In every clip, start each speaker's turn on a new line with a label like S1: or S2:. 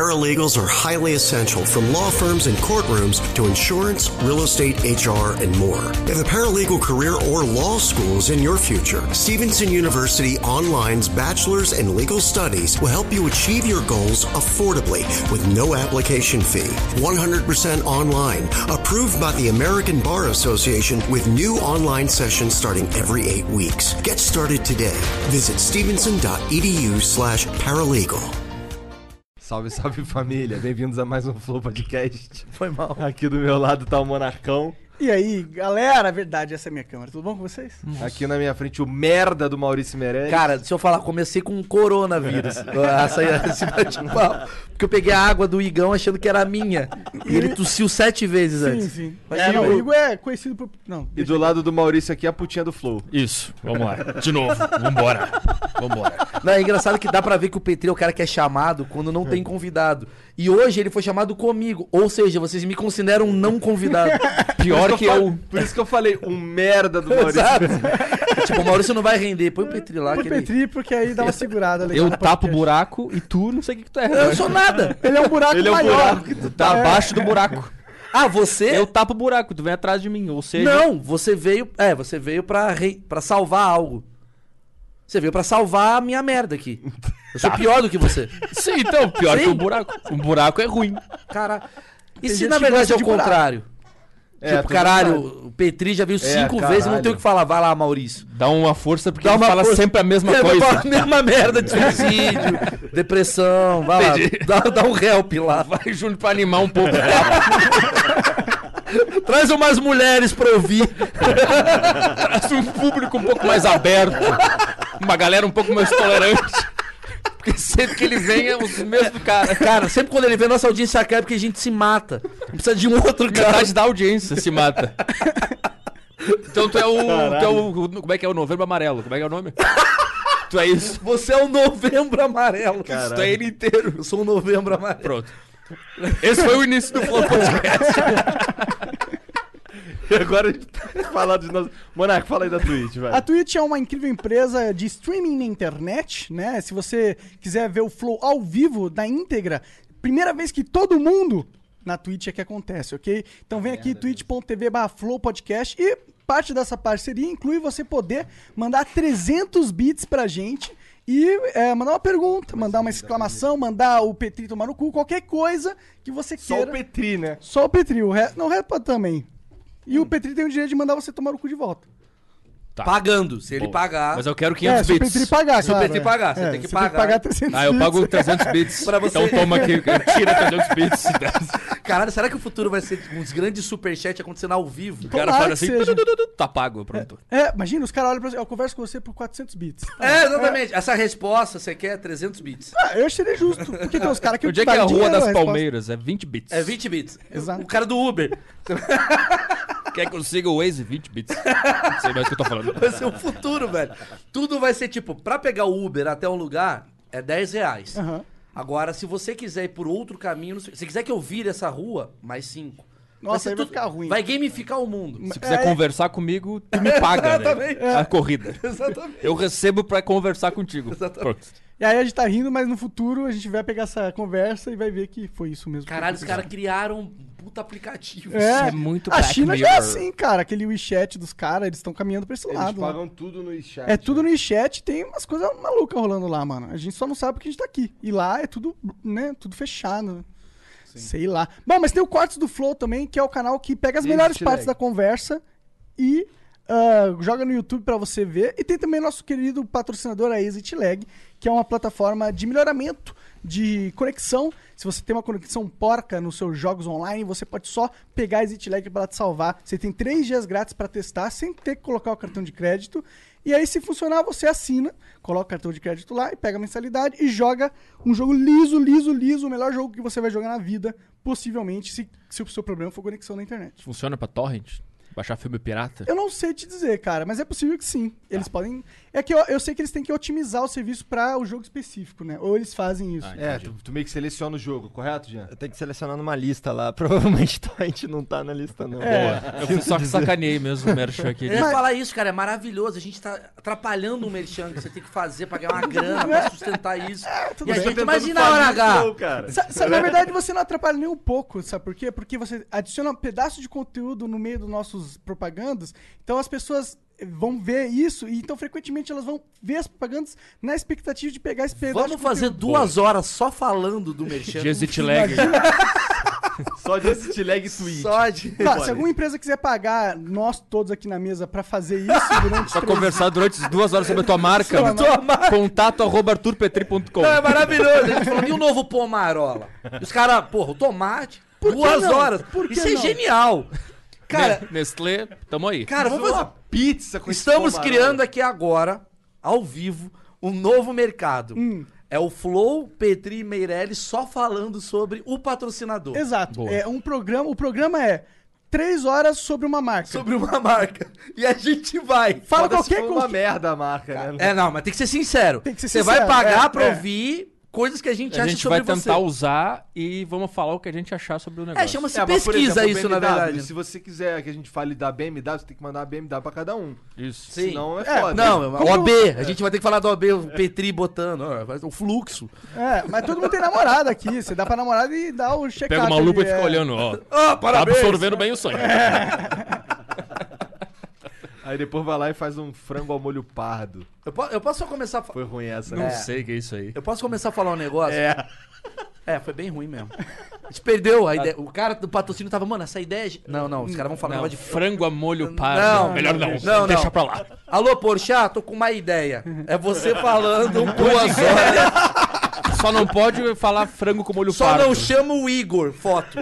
S1: paralegals are highly essential from law firms and courtrooms to insurance, real estate, HR, and more. If a paralegal career or law school is in your future, Stevenson University Online's Bachelor's in Legal Studies will help you achieve your goals affordably with no application fee. 100% online, approved by the American Bar Association with new online sessions starting every eight weeks. Get started today. Visit stevenson.edu slash paralegal.
S2: Salve, salve família. Bem-vindos a mais um Flow Podcast.
S3: Foi mal.
S2: Aqui do meu lado tá o Monarcão.
S3: E aí, galera, verdade, essa é a minha câmera. Tudo bom com vocês?
S2: Aqui na minha frente o merda do Maurício Meirelles.
S4: Cara, se eu falar, comecei com um coronavírus. essa, é esse bate-papo. Porque eu peguei a água do Igão achando que era a minha. E ele tossiu sete vezes
S3: Sim,
S4: antes.
S3: sim.
S4: Mas
S3: é,
S4: e
S3: não,
S4: o-
S3: o Igor é conhecido por. Não.
S2: e do lado do Maurício aqui a putinha do Flow.
S5: Isso, vamos lá. De novo, vambora. Vambora.
S4: Não, é engraçado que dá pra ver que o Petri é o cara que é chamado quando não tem convidado. E hoje ele foi chamado comigo. Ou seja, vocês me consideram um não convidado.
S2: Por
S5: Pior
S2: isso
S5: que
S2: fa-
S5: eu.
S2: Por isso que eu falei, um merda do Maurício.
S4: Exato. tipo, o Maurício não vai render. Põe o Petri lá.
S3: Por
S4: que ele-
S3: Petri, porque aí dá uma segurada legal.
S5: Eu
S3: no
S5: tapo o
S3: podcast.
S5: buraco e tu não sei o que, que tu é.
S4: Eu não sou nada.
S3: Ele é um buraco
S2: Ele é um
S3: maior.
S2: buraco que tu
S5: Tá abaixo do buraco.
S4: Ah, você...
S5: Eu tapo o buraco, tu vem atrás de mim. Ou seja,
S4: Não, você veio... É, você veio pra, re... pra salvar algo. Você veio pra salvar a minha merda aqui. Eu sou pior do que você.
S5: sim, então, pior
S4: Sim.
S5: que o buraco. Um buraco é ruim.
S4: Cara, e
S3: Tem
S4: se
S3: gente
S4: na
S3: que
S4: verdade
S3: gosta
S4: é o
S3: de buraco.
S4: contrário?
S2: É,
S4: tipo,
S2: tô
S4: caralho, o Petri já veio cinco
S2: caralho.
S4: vezes, não tem o que falar. Vai lá, Maurício.
S5: Dá uma força porque
S4: Dá
S5: ele
S4: uma
S5: fala
S4: força.
S5: sempre a mesma
S4: É, vai falar
S5: coisa.
S4: a mesma merda de suicídio, depressão, vai lá, dá, dá um help lá.
S5: Vai, Júlio, pra animar um pouco.
S4: Traz umas mulheres pra ouvir.
S5: Traz um público um pouco mais aberto. Uma galera um pouco mais tolerante. Porque sempre que ele vem é os mesmos cara.
S4: Cara, sempre quando ele vê nossa audiência cai porque a gente se mata. Não precisa de um outro cara.
S5: Metade da audiência se mata. Então tu é o. Tu é o, o- Como é que é o novembro amarelo? Como é que é o nome? tu é isso.
S4: Você é o novembro amarelo.
S5: Tu é ele inteiro.
S4: Eu sou um novembro amarelo.
S5: Pronto. Esse foi o início do Flow Podcast.
S2: E agora a gente tá falando de nós. Monarco, fala aí da Twitch, vai.
S3: A Twitch é uma incrível empresa de streaming na internet, né? Se você quiser ver o Flow ao vivo, na íntegra, primeira vez que todo mundo na Twitch é que acontece, ok? Então vem aqui, twitch.tv barra Flow Podcast e parte dessa parceria inclui você poder mandar 300 bits pra gente e é, mandar uma pergunta, mandar uma exclamação, mandar o Petri tomar no cu, qualquer coisa que você
S2: Só o
S3: queira.
S2: Petri, né?
S3: Só o Petri, o resto, não, o resto pode também.
S2: Hum.
S3: E o Petri tem o direito de mandar você tomar o cu de volta.
S4: Pagando, se ele pagar.
S5: Mas eu quero
S3: É,
S5: 500
S3: se o
S5: bits.
S3: Petri pagar,
S4: Se o
S3: claro.
S4: Petri
S3: é.
S4: pagar, você
S3: É,
S4: tem
S3: Tem
S4: que
S3: que
S4: pagar.
S3: pagar 300
S5: Ah, eu pago
S3: bits.
S5: 300 bits.
S4: Pra você.
S5: Então toma aqui, tira 300 bits.
S4: Caralho, será que o futuro vai ser uns grandes superchats acontecendo ao vivo?
S5: O cara
S3: Tomara
S5: fala
S3: que
S5: assim,
S3: seja.
S5: "Tudududu", tá pago, pronto.
S3: É, imagina, os caras olham pra você, eu converso com você por 400 bits.
S4: É, exatamente. Essa resposta você quer 300 bits.
S3: Ah, eu achei justo, porque tem uns caras que...
S5: Onde é que é
S3: pagam
S5: a Rua
S3: dinheiro,
S5: das
S3: a resposta-
S5: Palmeiras? É 20 bits.
S4: É 20 bits.
S3: Exato.
S4: O cara do Uber.
S5: Quer que eu siga o Waze? 20 bits. Não sei mais o que eu tô falando.
S4: Vai ser o futuro, velho. Tudo vai ser tipo, pra pegar o Uber até um lugar, é 10 reais.
S3: Aham.
S4: Agora, se você quiser ir por outro caminho, não sei- se quiser que eu vire essa rua, mais 5.
S3: Nossa, aí vai ficar ruim.
S4: Vai gamificar o mundo.
S5: Se quiser
S3: É.
S5: conversar comigo, tu me paga,
S4: Exatamente.
S5: né? A corrida.
S4: Exatamente.
S5: Eu recebo pra conversar contigo. Pronto.
S3: E aí a gente tá rindo, mas no futuro a gente vai pegar essa conversa e vai ver que foi isso mesmo. que
S4: Caralho, os
S3: aconteceu.
S4: caras criaram um puta aplicativo.
S3: É,
S5: é muito
S3: a
S5: Black
S3: China já é
S5: Mirror.
S3: assim, cara. Aquele WeChat dos caras, eles estão caminhando pra esse
S2: Eles
S3: lado. né?
S2: pagam tudo no chat. né?
S3: É tudo no WeChat, tem umas coisas malucas rolando lá, mano. A gente só não sabe porque a gente tá aqui. E lá é tudo, né, tudo fechado. né? Sei lá. Bom, mas tem o Cortes do Flow também, que é o canal que pega as
S2: Esse
S3: melhores
S2: te
S3: partes
S2: leg.
S3: da conversa e ah, joga no YouTube pra você ver. E tem também nosso querido patrocinador, a Exit Lag, que é uma plataforma de melhoramento de conexão. Se você tem uma conexão porca nos seus jogos online, você pode só pegar a Exit Lag pra ela te salvar. Você tem três dias grátis pra testar, sem ter que colocar o cartão de crédito. E aí, se funcionar, você assina, coloca o cartão de crédito lá e pega a mensalidade e joga um jogo liso, liso, liso, o melhor jogo que você vai jogar na vida, possivelmente, se, se o seu problema for conexão na internet.
S5: Funciona pra torrent? Baixar filme pirata?
S3: Eu não sei te dizer, cara, mas é possível que sim.
S5: Tá.
S3: Eles podem. É que eu, eu sei que eles têm que otimizar o serviço pra o jogo específico, né? Ou eles fazem isso.
S5: Ah,
S2: É, tu, tu meio que seleciona o jogo, correto, Jean?
S6: Eu tenho que selecionar numa lista lá. Provavelmente tá- a gente não tá na lista, não.
S4: É.
S5: Boa. Eu só sacaneei mesmo o Merchan aqui.
S4: Eu ia falar isso, cara, é maravilhoso. A gente tá atrapalhando o merchan que você tem que fazer pra ganhar uma grana, pra sustentar isso.
S3: é, tudo
S4: e a
S3: bem.
S4: gente imagina a hora H.
S6: Não, cara.
S3: Sa- sa- na verdade, você não atrapalha nem um pouco, sabe por quê? Porque você adiciona um pedaço de conteúdo no meio dos nossos propagandas, então as pessoas vão ver isso, e então frequentemente elas vão ver as propagandas na expectativa de pegar esse pedaço
S4: Vamos
S3: de
S4: fazer
S3: conteúdo.
S4: duas horas só falando do merchan.
S5: Exit lag.
S2: Só desse T-Lag Tweet.
S4: Só de...
S3: Tá, se alguma empresa quiser pagar nós todos aqui na mesa pra fazer isso durante
S5: Pra
S3: três-
S5: conversar durante duas horas sobre a tua marca. Contato arroba arturpetri.com.
S4: Não, é maravilhoso. A gente falando, e o novo Pomarola? E Os caras, porra, o tomate,
S3: Por que
S4: duas
S3: não?
S4: horas.
S3: Por que
S4: Isso
S3: não?
S4: é genial. Cara,
S5: Ne- Nestlé, tamo aí.
S4: cara, vamos fazer...
S2: uma pizza com esse
S4: Estamos
S2: pomarão.
S4: criando aqui agora, ao vivo, um novo mercado. É o Flow, Petri e Meirelles só falando sobre o patrocinador.
S3: Exato.
S5: Boa.
S3: É um programa. O programa é três horas sobre uma marca.
S4: Sobre uma marca. E a gente vai.
S3: Fala
S2: Foda-se,
S3: qualquer
S2: foi
S3: coisa.
S2: É uma merda a marca, né?
S4: É, não, mas tem que ser sincero.
S3: Tem que ser
S4: Você
S3: sincero,
S4: vai pagar
S3: é,
S4: pra
S3: é.
S4: ouvir coisas que a gente
S5: A
S4: acha
S5: gente
S4: sobre
S5: vai tentar
S4: você.
S5: usar e vamos falar o que a gente achar sobre o negócio.
S4: É, chama-se
S2: É, mas, por
S4: pesquisa
S2: exemplo,
S4: isso, na
S2: BMW,
S4: verdade.
S2: Se você quiser que a gente fale da BMW, você tem que mandar a BMW pra cada um.
S5: Isso.
S4: Sim.
S2: Senão é
S3: É,
S2: foda.
S4: Não,
S3: Como
S4: OB. A gente vai ter que falar do OB, o Petri botando. ó, faz o fluxo.
S3: É, mas todo mundo tem namorada aqui. Você dá pra namorada e dá o check-up.
S5: Pega uma lupa e
S3: ali,
S5: fica
S3: é.
S5: olhando, ó.
S4: Ah,
S5: Tá
S4: parabéns. É.
S5: absorvendo bem o sonho.
S2: Aí depois vai lá e faz um frango ao molho pardo.
S4: Eu, po- eu posso só começar a fa-
S2: Foi ruim essa,
S5: Não
S2: né?
S5: sei o que é isso aí.
S4: Eu posso começar a falar um negócio? É. É, foi bem ruim mesmo. A gente perdeu a ideia. O cara do patrocínio tava, mano, essa ideia. é ge- Não, não, os caras vão falar um
S5: Ah. Não,
S4: negócio de.
S5: frango a molho pardo.
S4: Não,
S5: melhor
S4: não,
S5: não.
S4: não,
S5: Deixa
S4: não.
S5: pra lá.
S4: Alô, Porchat, tô com uma ideia. É você falando um
S5: Duas
S4: pouco.
S5: horas. Só não pode falar frango com molho
S4: Só
S5: pardo.
S4: não chama o Igor, foto.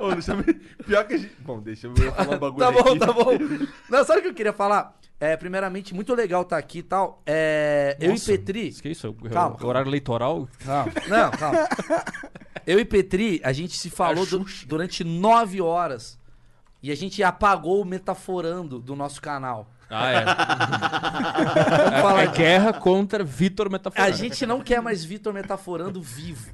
S2: Ô, deixa eu- Pior que a gente... Bom, deixa eu eu falar um bagulho
S4: tá bom,
S2: aqui.
S4: tá bom. Não, sabe o que eu queria falar? É, primeiramente, muito legal estar aqui e tal. É, eu e
S5: Nossa,
S4: Petri.
S5: Isso que é isso? É o-
S4: Calma.
S5: é o Horário eleitoral?
S4: Calma, não, calma. Eu e Petri, a gente se
S5: É
S4: falou du- durante nove horas. E a gente apagou o metaforando do nosso canal.
S5: Ah, é.
S4: Vamos falar
S5: É
S4: aqui.
S5: guerra contra Vitor
S4: A
S5: Metaforando.
S4: gente não quer mais Vitor metaforando vivo.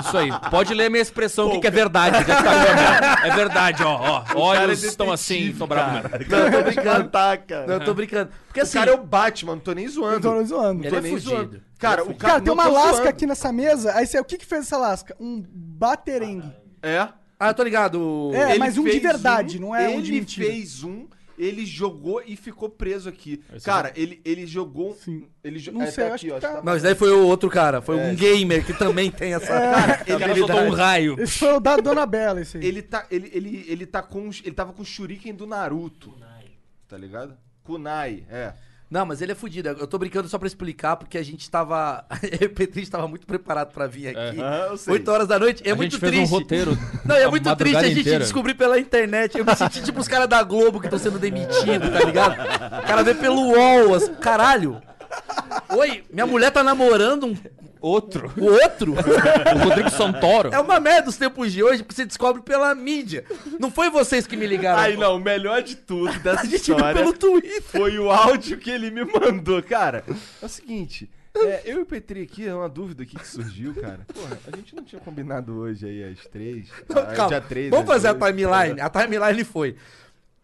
S5: Isso aí. Pode ler minha expressão aqui, que é verdade. já fica vendo. É verdade, ó. ó.
S2: cara é
S5: Olhos estão assim, estão bravos mesmo.
S2: Não, eu tô brincando.
S4: Não, eu tô brincando. Porque
S2: O
S4: assim,
S2: cara é o Batman, não tô nem
S3: Eu
S2: zoando.
S3: tô zoando.
S4: Ele é
S2: nem
S4: fudido.
S2: zoando. Cara, o
S3: Então, Cara, tem
S2: não,
S3: uma
S2: tô
S3: lasca
S2: zoando.
S3: aqui nessa mesa. Aí você, o que que fez essa lasca? Um baterengue.
S2: É.
S4: ah, eu tô ligado.
S3: É,
S2: Ele
S3: mas um de
S2: fez
S3: verdade,
S2: um,
S3: não é
S2: ele
S3: um de mentira.
S2: fez um, ele jogou e ficou preso aqui.
S5: Esse
S4: é
S2: cara, ele, ele jogou... um-
S3: Sim.
S2: Ele jo- é,
S3: Não sei, eu acho que tá-
S4: Não, isso daí foi o outro cara. Foi um gamer que também tem essa.
S2: É.
S4: Cara,
S5: O cara soltou um raio.
S4: É
S3: Esse foi o da Dona Bela, esse aí.
S2: Ele tá, ele, ele, ele tá com, os- ele tava com o shuriken do Naruto. Tá ligado? Kunai, é.
S4: Não, mas ele é fudido. Eu tô brincando só pra explicar, porque a gente tava. o Petri estava muito preparado pra vir aqui.
S2: Aham, eu sei.
S4: 8 horas da noite.
S5: É.
S4: É
S5: Ah, a
S4: muito
S5: gente fez
S4: triste.
S5: um roteiro.
S4: Não, é
S5: a
S4: muito triste
S5: madrugada
S4: a gente
S5: inteira.
S4: descobrir pela internet. Eu me senti tipo os caras da Globo que estão sendo demitidos, tá ligado? O cara vê pelo UOL, assim, caralho. Oi, minha mulher tá namorando um
S5: Outro.
S4: o outro?
S5: O Rodrigo Santoro.
S4: É uma merda os tempos de hoje, porque você descobre pela mídia. Não foi vocês que me ligaram.
S2: Aí não, o melhor de tudo
S4: a
S2: dessa
S4: gente viu
S2: história
S4: pelo Twitter.
S2: foi o áudio que ele me mandou, cara. É o seguinte, é, eu e o Petri aqui, é uma dúvida aqui que surgiu, cara. Porra, a gente não tinha combinado hoje aí às três.
S4: Não,
S2: Ah,
S4: calma.
S2: dia três,
S4: Vamos
S2: às
S4: fazer a
S2: oito.
S4: timeline. A timeline foi.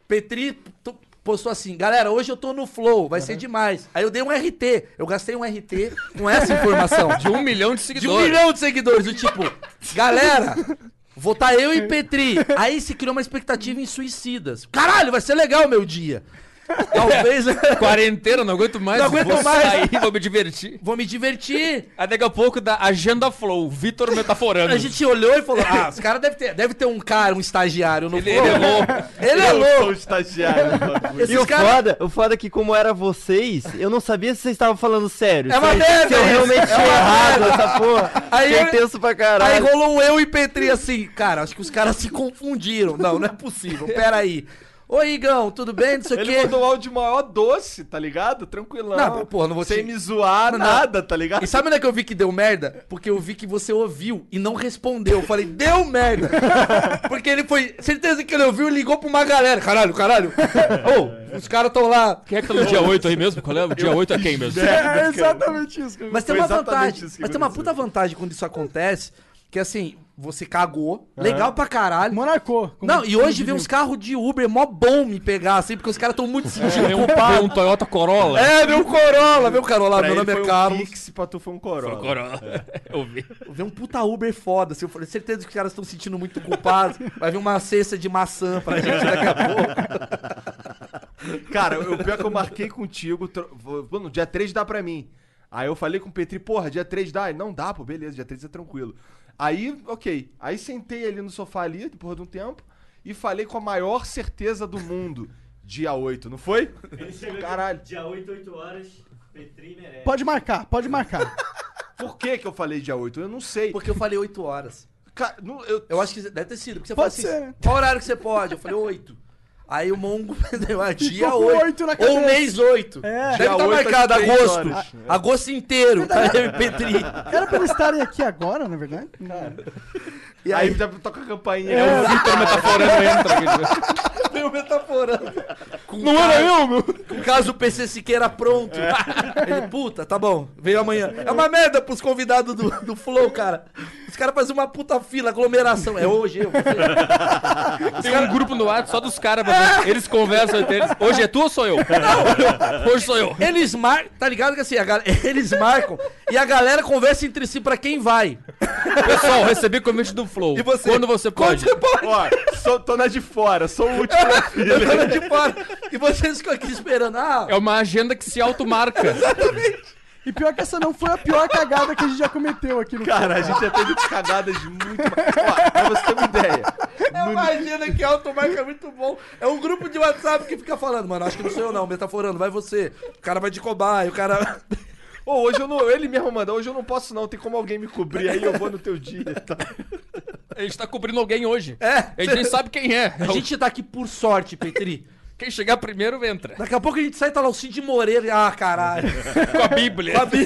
S4: Petri to- postou assim, galera, hoje eu tô no flow, vai ser demais. Aí eu dei um RT, eu gastei um RT com essa informação.
S5: De um milhão de
S4: De um
S5: seguidores.
S4: milhão de seguidores, do tipo, galera, vou tá eu e Petri. Aí se criou uma expectativa em suicidas. Caralho, vai ser legal o meu dia. Talvez. né?
S5: Quarentena, não aguento mais.
S4: Não aguento
S5: vou
S4: mais.
S5: sair, vou me divertir.
S4: Vou me divertir.
S5: Aí daqui a pouco da Agenda Flow, Vitor Metaforando.
S4: A gente olhou e falou: Ah, os caras devem ter, deve ter um cara, um estagiário no
S5: Ele, ele é louco.
S4: Ele é
S2: Eu sou
S4: louco.
S2: o estagiário. do bagulho.
S6: E
S4: Esses
S6: o
S4: caras.
S6: foda, o foda é que como era vocês, eu não sabia se vocês estavam falando sério.
S4: É uma
S6: se,
S4: merda
S6: se eu
S4: isso,
S6: realmente
S4: é
S6: tinha
S4: uma
S6: errado
S4: merda.
S6: essa porra.
S4: Aí
S6: Fiquei
S4: eu-
S6: tenso pra
S4: Aí
S6: caralho.
S4: rolou um eu e Petri assim, cara, acho que os caras se confundiram. Não, não é possível, peraí. Oi, Igão, tudo bem? Não sei o
S2: Ele
S4: quê.
S2: mandou um áudio maior doce, tá ligado? Tranquilão.
S4: Não, porra, não vou
S2: Sem
S4: te-
S2: me zoar,
S4: Não, não.
S2: nada, tá ligado?
S4: E sabe onde é que eu vi que deu merda? Porque eu vi que você ouviu e não respondeu. Eu falei, deu merda. Porque ele foi. Certeza que ele ouviu e ligou pra uma galera. Caralho, caralho. Ô, os caras tão lá.
S5: Quem é que tá no dia 8 aí mesmo? Qual é? O dia 8 é quem mesmo?
S3: É exatamente isso que eu
S4: Mas tem
S2: Foi
S4: uma
S2: exatamente
S4: vantagem.
S2: isso que
S4: Mas tem uma
S2: aconteceu.
S4: puta vantagem quando isso acontece. Que assim, você cagou.
S2: É.
S4: Legal pra caralho.
S3: Monarcou. como-
S4: Não, e hoje
S3: como
S4: vem uns
S3: diria.
S4: carros de Uber mó bom me pegar, assim, porque os caras tão
S2: É,
S4: muito se sentindo
S5: Tem um, tem um
S4: culpados.
S5: Toyota Corolla.
S4: É, meu Corolla, meu Corolla,
S2: Pra
S4: meu
S2: ele
S4: nome
S2: foi
S4: é
S2: um
S4: Carlos.
S2: Pix, pra tu foi um Corolla.
S5: Corolla. Eu vi.
S4: Vem um puta Uber foda, assim, eu falei, certeza que os caras estão se sentindo muito culpados. Vai vir uma cesta de maçã pra gente daqui a pouco.
S2: Cara, eu- o pior é que eu marquei contigo. tro- vou- Mano, dia 3 dá pra mim. Aí eu falei com o Petri, porra, dia 3 dá? Ele, não dá, pô, beleza, dia 3 é tranquilo. Aí, ok. Aí sentei ali no sofá ali, depois de um tempo, e falei com a maior certeza do mundo. Dia 8, não foi? Caralho.
S7: Dia 8, 8 horas, Petri merece.
S3: Pode marcar, pode marcar.
S2: Por que que eu falei dia 8? Eu não sei.
S4: Porque eu falei 8 horas.
S2: Ca- não, eu-
S4: Eu acho que deve ter sido, porque você
S3: Pode
S4: falou assim,
S3: ser, né?
S4: qual horário que você pode? Eu falei 8. Aí o Mongo deu ah, dia
S3: com
S4: 8.
S3: oito na
S4: ou
S3: cabeça.
S4: mês 8.
S3: É.
S4: Deve
S2: Dia
S4: estar
S2: oito às
S4: marcado
S2: três
S4: agosto.
S2: horas.
S4: A- Agosto inteiro. Tá eu e Petri.
S3: Era pra eles estarem aqui agora, na verdade.
S2: aí,
S4: E
S2: É.
S4: aí,
S2: já toca a campainha.
S5: O Vitor metaforando entra.
S4: deu metaforando. Com
S5: Não era eu, meu.
S4: Caso o PC Siqueira pronto.
S3: É.
S4: Ele, puta, tá bom, veio amanhã. É uma merda pros convidados do, do Flow, cara. Os caras fazem uma puta fila, aglomeração. É hoje, eu. você.
S5: Tem um grupo no ar só dos caras. pra ver. Eles conversam entre eles. Hoje é tu ou sou eu? Hoje sou eu.
S4: Eles marcam, tá ligado que assim, a gal- eles marcam e a galera conversa entre si pra quem vai.
S5: Pessoal, recebi convite do Flow.
S4: E você?
S5: Quando você pode?
S4: Quando você pode.
S2: Ó, sou, tô na de fora, sou o último da fila.
S4: Eu tô lá de fora. E vocês ficam aqui esperando. Ah,
S5: É uma agenda que se automarca.
S3: E pior que essa não foi a pior cagada que a gente já cometeu aqui no
S2: Cara, a gente já teve cagadas muito. Ó, pra você ter uma ideia.
S4: é uma agenda que automática é muito bom. É um grupo de WhatsApp que fica falando, mano, acho que não sou eu não, metaforando, vai você. O cara vai de cobaia, o cara...
S2: Ô, hoje eu não. Ele mesmo mandou, hoje eu não posso não, tem como alguém me cobrir, aí eu vou no teu dia. Tá?
S5: A gente tá cobrindo alguém hoje.
S4: É.
S5: A gente nem sabe quem é.
S4: A gente tá aqui por sorte, Petri.
S5: Quem chegar primeiro entra.
S4: Daqui a pouco a gente sai e tá lá o Cid Moreira. Ah, caralho.
S5: Com a Bíblia.
S4: Sabe?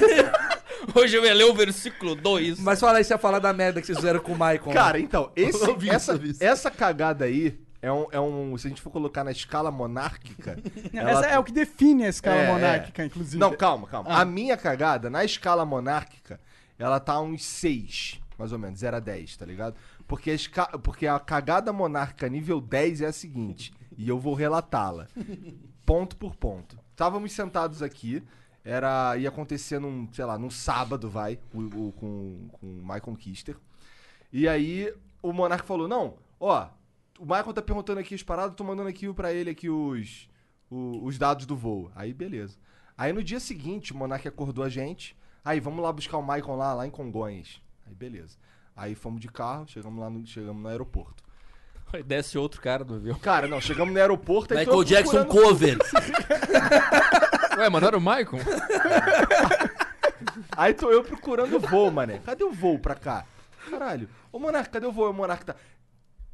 S5: Hoje eu ia ler o versículo 2.
S4: Mas fala aí, você ia falar da merda que vocês fizeram com o Maicon.
S2: Cara, então, esse-
S4: Eu ouvi isso,
S2: essa,
S4: eu ouvi isso.
S2: essa cagada aí é um, é um. Se a gente for colocar na escala monárquica. ela
S3: Essa é o que define a escala
S2: É,
S3: monárquica,
S2: é.
S3: inclusive. Ah.
S2: Não, calma, calma. A minha cagada, na escala monárquica, ela tá uns 6, mais ou menos, 0 a 10, tá ligado? Porque a, esca- Porque a cagada monárquica nível 10 é a seguinte, e eu vou relatá-la, ponto por ponto. Estávamos sentados aqui, era ia acontecer num, sei lá, num sábado, vai, o- o- com, com o Michael Kister. E aí o monarca falou: Não, ó, o Michael tá perguntando aqui as paradas, tô mandando aqui pra ele aqui os, o- os dados do voo. Aí beleza. Aí no dia seguinte, o monarca acordou a gente. Aí vamos lá buscar o Michael lá, lá em Congonhas. Aí beleza. Aí fomos de carro, chegamos lá no, chegamos no aeroporto.
S5: Aí Desce outro cara do avião.
S2: Cara, não, chegamos no aeroporto aí tô
S4: Michael Jackson
S2: procurando-
S4: cover.
S5: Ué, mano, era o Maicon?
S2: Aí tô eu procurando o voo, mané. Cadê o voo pra cá? Caralho. Ô, Monarca, cadê o voo? Aí O Monarca tá...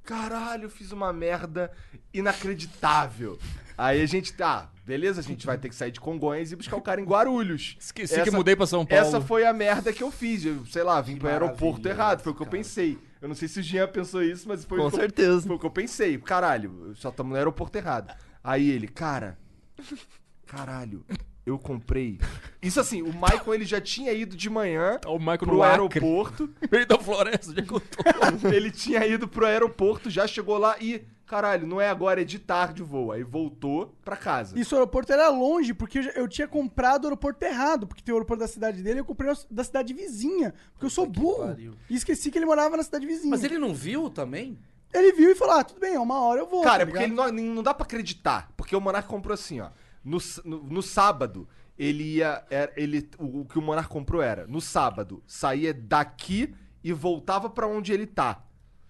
S2: Caralho, eu fiz uma merda inacreditável. Aí a gente tá... beleza, a gente vai ter que sair de Congonhas e buscar o cara em Guarulhos.
S5: Esqueci que mudei pra São Paulo.
S2: Essa foi a merda que eu fiz. Eu, sei lá, vim pro aeroporto errado. Foi o que eu pensei. Eu não sei se o Jean pensou isso, mas foi
S6: Com
S2: o que eu-
S6: certeza.
S2: foi o que eu pensei. Caralho, só estamos no aeroporto errado. Aí ele, cara, caralho, eu comprei. Isso assim, o Michael ele já tinha ido de manhã
S5: Tá O Maicon
S2: pro
S5: no Acre.
S2: aeroporto.
S5: Meio da floresta, já contou.
S2: ele tinha ido pro aeroporto, já chegou lá e, caralho, não é agora, é de tarde o voo. Aí voltou pra casa.
S3: Isso, o aeroporto era longe, porque eu, já- eu tinha comprado o aeroporto errado, porque tem o aeroporto da cidade dele, eu comprei o da cidade vizinha, porque eu sou burro.
S4: pariu.
S3: E esqueci que ele morava na cidade vizinha.
S4: Mas ele não viu também?
S3: Ele viu e falou: ah, tudo bem, é uma hora eu vou. tá
S2: Cara, porque ele
S3: ligado?
S2: não, não dá pra acreditar. Porque o Monark comprou assim, ó. No, s- no, no sábado, ele ia. era- ele, o, o que o Monark comprou era: no sábado, saía daqui e voltava pra onde ele tá.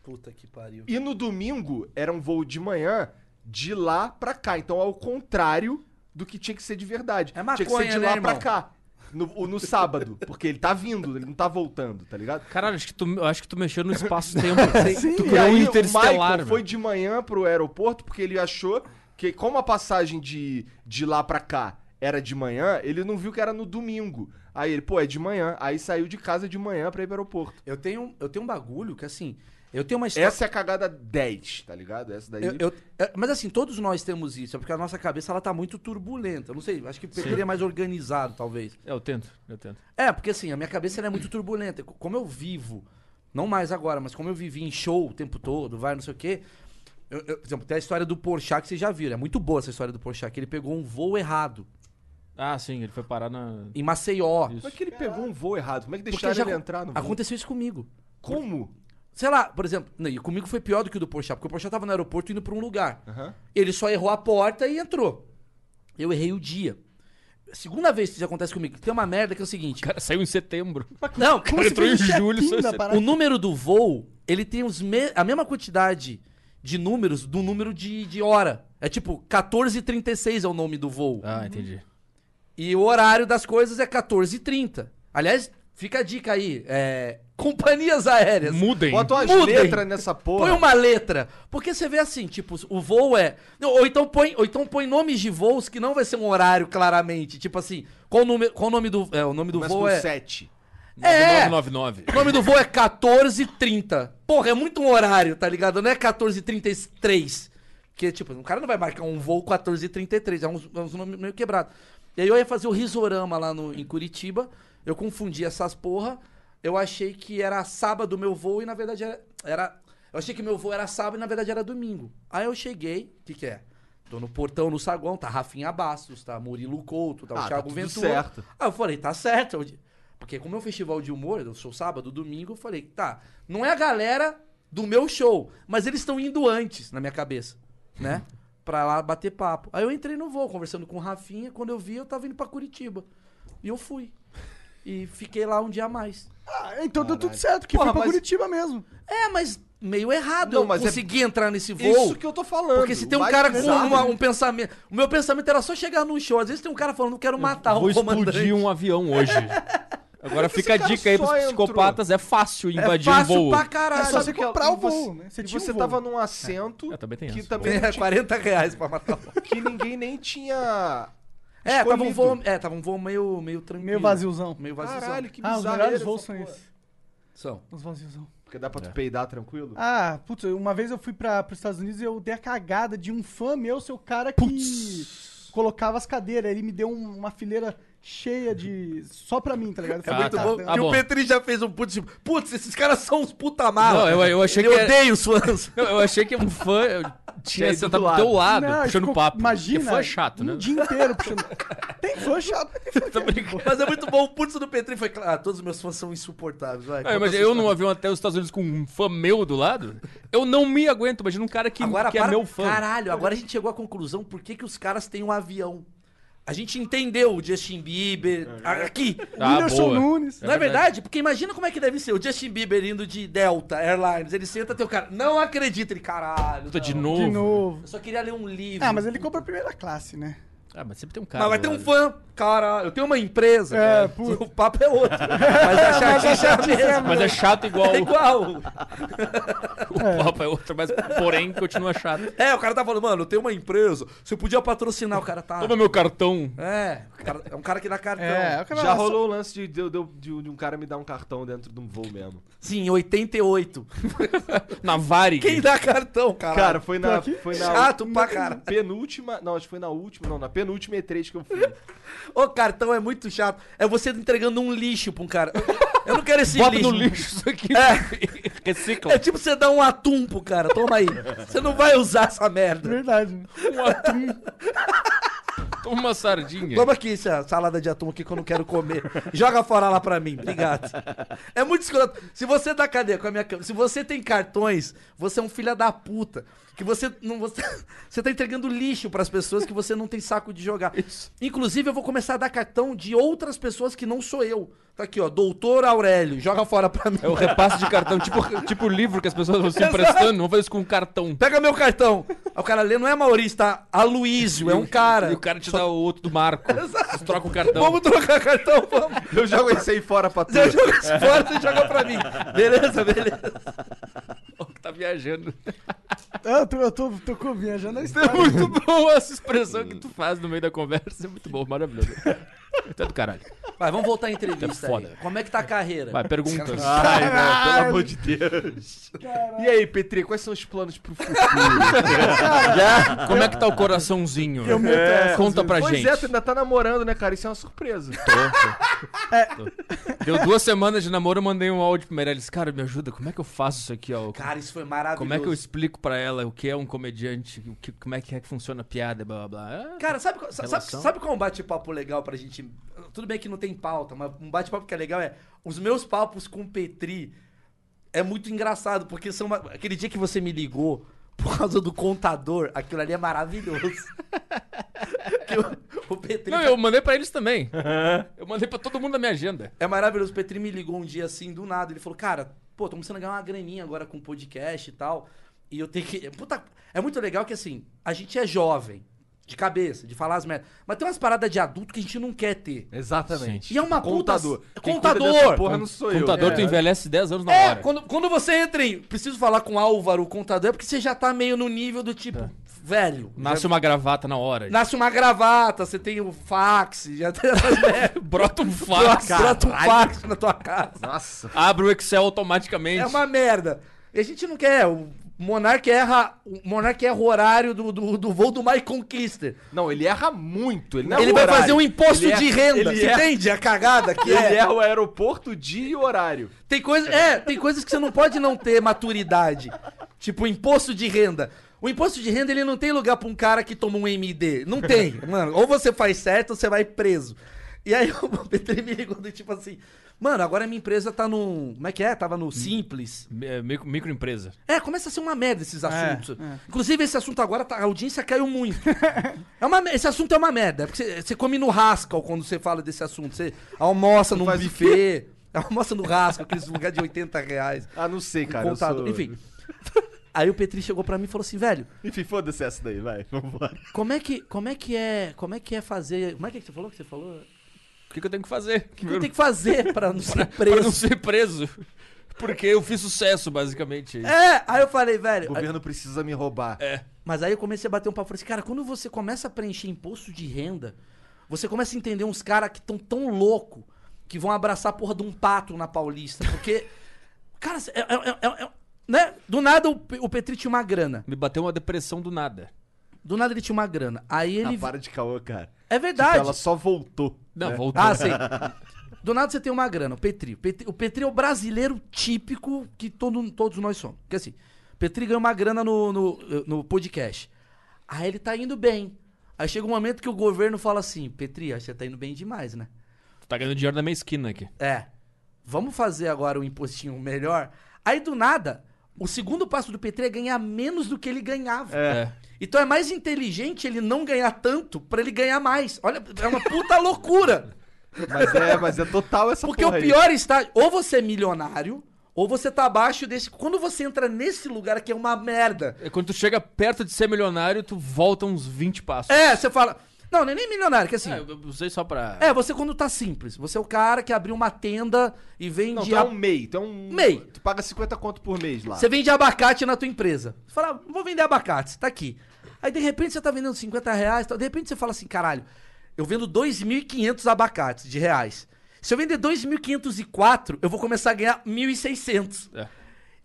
S4: Puta que pariu.
S2: E no domingo, era um voo de manhã, de lá pra cá. Então, ao contrário do que tinha que ser de verdade.
S4: É
S2: tinha que
S4: maconha,
S2: ser de
S4: né,
S2: lá pra
S4: irmão?
S2: cá. No, o- no sábado. Porque ele tá vindo, ele não tá voltando, tá ligado?
S5: Caralho, acho que tu, acho que tu mexeu no espaço-tempo. tu
S2: e
S5: criou um
S2: aí, o
S5: interestelar, né?
S2: Michael
S5: velho.
S2: foi de manhã pro aeroporto porque ele achou que como a passagem de, de lá pra cá era de manhã, ele não viu que era no domingo. Aí ele, pô, é de manhã. Aí saiu de casa de manhã pra ir pro aeroporto.
S4: Eu tenho, eu tenho um bagulho que, assim, eu tenho uma história...
S2: Essa é a cagada 10, tá ligado? Essa daí.
S4: Eu- eu- é, mas assim, todos nós temos isso, é porque a nossa cabeça ela tá muito turbulenta. Eu não sei, acho que o Pedro é mais organizado, talvez.
S5: Eu tento, eu tento.
S4: É, porque assim, a minha cabeça ela é muito turbulenta. C- Como eu vivo, não mais agora, mas como eu vivi em show o tempo todo, vai, não sei o quê. eu- eu- por exemplo, tem a história do Porchat que vocês já viram. É muito boa essa história do Porchat, que ele pegou um voo errado
S5: Ah, sim, ele foi parar na.
S4: em Maceió.
S5: Isso.
S2: Como é que ele pegou um voo errado? Como é que
S4: Porque
S2: deixaram
S4: já
S2: ele
S4: acon-
S2: entrar no voo?
S4: Aconteceu isso comigo.
S2: Como?
S4: Sei lá, por exemplo, não, e comigo foi pior do que o do Porchat, porque o Porchat tava no aeroporto indo pra um lugar.
S2: Aham.
S4: Ele só errou a porta e entrou. Eu errei o dia. Segunda vez que isso acontece comigo. Tem uma merda que é o seguinte.
S5: O cara saiu em setembro.
S4: Não,
S5: Como
S3: Você
S5: entrou em
S3: fez um
S5: julho,
S3: check-in
S5: só em
S3: da
S5: setembro.
S3: parada.
S4: o número do voo, ele tem os me- a mesma quantidade de números do número de, de hora. É tipo, 14h36 é o nome do voo.
S5: Ah, entendi.
S4: E o horário das coisas é 14h30. Aliás, fica a dica aí. é, companhias aéreas.
S5: Mudem.
S2: Bota umas
S4: Mudem.
S2: letras nessa porra.
S4: Põe uma letra. Porque você vê assim, tipo, o voo é. Não, Ou então põe, ou então põe nomes de voos que não vai ser um horário, claramente. Tipo assim, qual o nome, qual o nome do. É, o nome do
S2: Começa
S4: voo
S2: com
S4: é.
S2: 7.
S4: É.
S5: 999.
S4: O nome do voo é 14h30. Porra, é muito um horário, tá ligado? Não é 14h33. Que, tipo, o cara não vai marcar um voo 14h33. É uns, é uns nomes meio quebrado. E aí eu ia fazer o risorama lá no, em Curitiba. Eu confundi essas porra. Eu achei que era sábado o meu voo e na verdade era, era- Eu achei que meu voo era sábado e na verdade era domingo. Aí eu cheguei. O que, que é? Tô no portão, no saguão, tá Rafinha Bastos, tá Murilo Couto, tá o
S2: Ah, tá
S4: Thiago
S2: tudo
S4: Ventura.
S2: certo.
S4: Aí eu falei, tá certo. eu di- Porque como é um festival de humor, eu sou sábado, domingo, eu falei, tá, não é a galera do meu show, mas eles estão indo antes, na minha cabeça, né? pra lá bater papo. Aí eu entrei no voo, conversando com o Rafinha, quando eu vi, eu tava indo pra Curitiba. E eu fui. E fiquei lá um dia a mais.
S3: Ah, então deu tudo certo, que
S2: Porra,
S3: foi pra
S2: mas-
S3: Curitiba mesmo.
S4: É, mas meio errado
S2: Não,
S4: eu
S2: mas é-
S4: consegui entrar nesse voo.
S2: Isso que eu tô falando.
S4: Porque se tem um
S2: Mais
S4: cara com
S2: pesado,
S4: uma- um pensamento. O meu pensamento era só chegar num show. Às vezes tem um cara falando, quero matar
S5: Vou
S4: o comandante.
S5: explodir um avião hoje. Agora
S2: Esse
S5: fica a
S2: cara
S5: dica aí pros
S2: só
S5: psicopatas, é fácil
S4: É
S5: invadir um
S4: fácil
S5: voo.
S4: pra
S3: É
S4: caralho.
S3: só
S2: sabe
S3: você
S2: que é-
S3: comprar o
S2: e você-
S3: voo, né? Você
S2: E
S3: tinha um
S2: você
S3: voo.
S2: tava num assento
S5: É, também tem
S2: que
S5: essa.
S2: também não
S4: É,
S2: tinha-
S4: 40 reais pra matar o
S2: que ninguém nem tinha.
S4: É, tava um
S2: escolhido.
S4: voo, é, tava um voo meio, meio tranquilo.
S3: Meio vaziozão.
S4: Meio vaziozão.
S2: Caralho, que
S3: Ah,
S2: bizarro.
S3: os melhores
S2: era
S3: voos
S2: essa
S3: são
S2: porra.
S3: esses.
S4: São.
S3: Os vaziozão.
S2: Porque dá pra
S5: É.
S2: tu peidar tranquilo?
S3: Ah, putz, uma vez eu fui para os Estados Unidos e eu dei a cagada de um fã meu, seu cara que colocava as cadeiras. Ele me deu um- uma fileira cheia de. só pra mim, tá ligado? Foi
S5: Ah,
S3: muito
S5: tá.
S3: bom.
S5: Ah,
S4: e
S5: bom.
S4: o Petri já fez um puto tipo, putz, esses caras são uns puta
S5: Não,
S4: mala.
S5: eu, eu achei
S4: eu
S5: que era-
S4: odeio os fãs.
S5: Não, eu achei que um fã eu tinha
S2: Tinha ido do
S5: sentado do teu lado,
S3: Não, ele
S5: Ah, puxando
S3: ficou-
S5: papo.
S3: Imagina.
S5: Porque fã é chato, né?
S3: Um dia inteiro puxando. Tem fã chato, mas tem fã que é de boa.
S4: Mas é muito bom, o putz do Petri foi, claro, ah, todos os meus fãs são insuportáveis, vai.
S5: Não,
S4: conta
S5: É, Ah, mas
S4: essa
S5: eu
S4: história.
S5: num avião até os Estados Unidos com um fã meu do lado, eu não me aguento. Imagina um cara que,
S4: agora
S5: que é
S4: para-
S5: meu fã.
S4: Caralho, agora a gente chegou à conclusão por que, que os caras têm um avião. A gente entendeu o Justin Bieber a- aqui.
S5: Ah,
S3: Whindersson
S5: boa.
S3: Nunes.
S5: É
S4: Não é verdade? Porque imagina como é que deve ser. O Justin Bieber indo de Delta Airlines, ele senta, tem o cara, não acredita, ele, caralho.
S5: Puta, de
S4: não.
S5: É novo.
S3: De novo.
S4: Eu só queria ler um livro.
S3: Ah, mas ele compra a primeira classe, né?
S5: Ah, mas sempre tem um cara.
S4: Mas vai ter
S5: do
S4: um
S5: lado.
S4: fã, cara. Eu tenho uma empresa.
S3: É,
S4: cara.
S3: puta.
S4: O papo é outro. Mas a chatice é a mesma.
S5: Mas é chato igual
S4: É igual.
S5: o papo é outro, mas porém continua chato.
S4: É, o cara tá falando, mano, eu tenho uma empresa. Você podia patrocinar, o cara tá.
S5: Toma meu cartão.
S4: É, o cara- é um cara que dá cartão.
S3: É, o cara
S2: Já rolou o lance de, de, de- de- de um cara me dar um cartão dentro de um voo mesmo.
S4: Sim, 88.
S5: Na Varig.
S4: Quem tá dá cartão, cara?
S2: Cara, foi na.
S3: aqui. Ah!
S2: Foi na
S4: Chato pra cara.
S2: penúltima. Não, acho que foi na última. Não, na penúltima E3 que eu fui.
S4: O cartão é muito chato. É você entregando um lixo pra um cara. Eu não quero esse
S5: Bota
S4: lixo.
S5: no lixo isso aqui. Recicla.
S4: É tipo você dar um atum pro cara. Toma aí. Você não vai usar essa merda.
S3: Verdade. né?
S5: um atum. Toma uma sardinha.
S4: Toma aqui essa salada de atum aqui que eu não quero comer. Joga fora lá pra mim, obrigado. É muito escroto. Se você tá cadeia com a minha câmera, se você tem cartões, você é um filho da puta. Que você não você, você tá entregando lixo pras pessoas que você não tem saco de jogar. Inclusive eu vou começar a dar cartão de outras pessoas que não sou eu. Tá aqui, ó, doutor Aurélio, joga fora pra mim.
S5: É o repasse de cartão, tipo, tipo o livro que as pessoas vão se emprestando. Vamos fazer isso com um cartão.
S4: Pega meu cartão. Aí o cara lê, não é Maurício, tá? Aloísio, é um cara.
S5: E o cara te dá o outro do Marco. Vocês trocam o cartão.
S4: Vamos trocar cartão, vamos.
S2: Eu jogo esse aí fora pra tu.
S4: Você joga esse fora, você joga pra mim. Beleza, beleza.
S5: Tá viajando.
S3: Ah, Eu tô, eu tô, tô com- viajando na
S5: É
S3: história.
S5: muito bom essa expressão que tu faz no meio da conversa. É muito bom, maravilhoso. Até do caralho.
S4: Vai, vamos voltar à entrevista.
S5: É foda,
S4: aí.
S5: velho.
S4: Como é que tá a carreira?
S5: Vai, pergunta.
S2: Ai, velho, né? pelo amor de Deus. E aí, Petri, quais são os planos pro futuro?
S5: Como
S4: "Ah,
S5: é que tá o coraçãozinho?
S3: Eu meto essa.
S5: Conta pra
S2: pois
S5: gente.
S2: é, tu ainda tá namorando, né, cara? Isso é uma surpresa.
S5: Deu duas semanas de namoro, eu mandei um áudio pro Meirelles. Cara, me ajuda, como é que eu faço isso aqui, ó?
S4: Cara, isso foi maravilhoso.
S5: Como é que eu explico pra ela o que é um comediante, o que, como é que é que funciona a piada, blá blá É. blá.
S4: Cara, sabe, qual- sa- sabe,
S5: Relação?
S4: sabe qual é um bate-papo legal pra gente. Tudo bem que não tem pauta, mas um bate-papo que é legal é. Os meus papos com o Petri é muito engraçado, porque são. uma- Aquele dia que você me ligou por causa do contador, aquilo ali é maravilhoso. Que o, o Petri.
S5: Não, eu mandei pra eles também. Eu mandei pra todo mundo da minha agenda.
S4: É maravilhoso. O Petri me ligou um dia assim, do nada. Ele falou, cara, pô, tô começando a ganhar uma graninha agora com podcast e tal. E eu tenho que. Puta, é muito legal que assim, a gente é jovem, de cabeça, de falar as merdas. Mas tem umas paradas de adulto que a gente não quer ter.
S2: Exatamente.
S4: E é uma puta-
S2: contador. Quem cuida
S4: Contador!
S2: dessa porra não sou eu.
S5: Contador,
S2: É.
S5: tu envelhece 10 anos na
S4: É,
S5: hora.
S4: quando, quando você entra em. Preciso falar com o Álvaro, o contador, é porque você já tá meio no nível do tipo, velho.
S5: É. Nasce uma gravata na hora.
S4: Nasce uma gravata, você tem o fax, já tem essas merdas.
S5: Brota um fax.
S4: Brota um fax na tua casa.
S2: Nossa.
S5: Abre o Excel automaticamente.
S4: É uma merda. E a gente não quer. O Monark erra, o Monark erra o horário do, do, do voo do My Conquister.
S2: Não, ele erra muito. Ele, não é
S4: ele
S2: o
S4: vai
S2: horário.
S4: fazer um imposto
S2: Ele
S4: de
S2: erra-
S4: renda.
S2: Ele
S4: Você
S2: erra,
S4: entende a cagada que
S2: ele
S4: é?
S2: erra o aeroporto, o dia e o horário.
S4: Tem coisa, é, tem coisas que você não pode não ter maturidade. Tipo, imposto de renda. O imposto de renda, ele não tem lugar pra um cara que toma um MD. Não tem, mano. Ou você faz certo ou você vai preso. E aí o Petri me ligou do tipo assim... Mano, agora minha empresa tá no... Como é que é? Tava no Simples.
S5: É, micro- microempresa.
S4: É, começa a ser uma merda esses assuntos. Inclusive, esse assunto agora, tá- a audiência caiu muito. é uma, me- esse assunto é uma merda. Porque você- você come no Rascal quando você fala desse assunto. Você almoça num
S2: faz o
S4: buffet, almoça no Rascal, aqueles lugares de 80 reais.
S2: Ah, não sei, cara. eu
S4: contado.
S2: sou-
S4: Enfim. Aí o Petri chegou pra mim e falou assim, velho,
S2: Enfim, foda-se essa daí, vai. Vambora.
S4: como é que, como é, que é, como é que é fazer... Como é que, é que você falou que você falou? O
S5: O que, que eu tenho que fazer?
S4: que, que eu tenho que fazer pra não ser
S5: Pra não
S4: preso?
S5: ser preso. Porque eu fiz sucesso, basicamente.
S4: É, aí eu falei, velho...
S2: O governo precisa me roubar.
S4: É. Mas aí eu comecei a bater um papo. Falei assim, cara, quando você começa a preencher imposto de renda, você começa a entender uns caras que estão tão louco que vão abraçar a porra de um pato na Paulista. Porque, cara, é, é- é- é- né? do nada o, Pe- o Petri tinha uma grana.
S5: Me bateu uma depressão do nada.
S4: Do nada ele tinha uma grana. Aí
S2: Ah,
S4: ele...
S2: para de caô, cara. Tipo,
S4: é verdade.
S2: Ela só voltou.
S5: Não,
S2: né?
S5: voltou.
S4: Ah, sei. Do nada você tem uma grana, o Petri. O Petri, o Petri é o brasileiro típico que todo, todos nós somos. Porque assim, o Petri ganha uma grana no, no, no podcast. Aí ele tá indo bem. Aí chega um momento que o governo fala assim: Petri, acho que você tá indo bem demais, né?
S5: Tá ganhando dinheiro na minha esquina aqui.
S4: É, vamos fazer agora um impostinho melhor. Aí do nada, o segundo passo do Petri é ganhar menos do que ele ganhava.
S5: É.
S4: Então é mais inteligente ele não ganhar tanto pra ele ganhar mais. Olha, é uma puta loucura.
S2: Mas é, mas é total essa
S4: Porque o
S2: porra aí.
S4: pior estágio, ou você é milionário, ou você tá abaixo desse. Quando você entra nesse lugar que é uma merda.
S5: É Quando tu chega perto de ser milionário, tu volta uns 20 passos.
S4: É, você fala. Não, não é nem milionário, que assim.
S5: É, eu eu usei só pra.
S4: É, você quando tá simples. Você é o cara que abriu uma tenda e
S2: Não,
S4: vende.
S2: tu é
S4: a-
S2: um MEI. Tu é um...
S4: MEI.
S2: Tu paga 50 conto por mês lá.
S4: Você vende abacate na tua empresa. Você fala, "Ah, vou vender abacate, tá aqui. Aí de repente você tá vendendo 50 reais, tal. de repente você fala assim, caralho, eu vendo 2.500 abacates de reais. Se eu vender 2.504, eu vou começar a ganhar 1.600.
S5: É.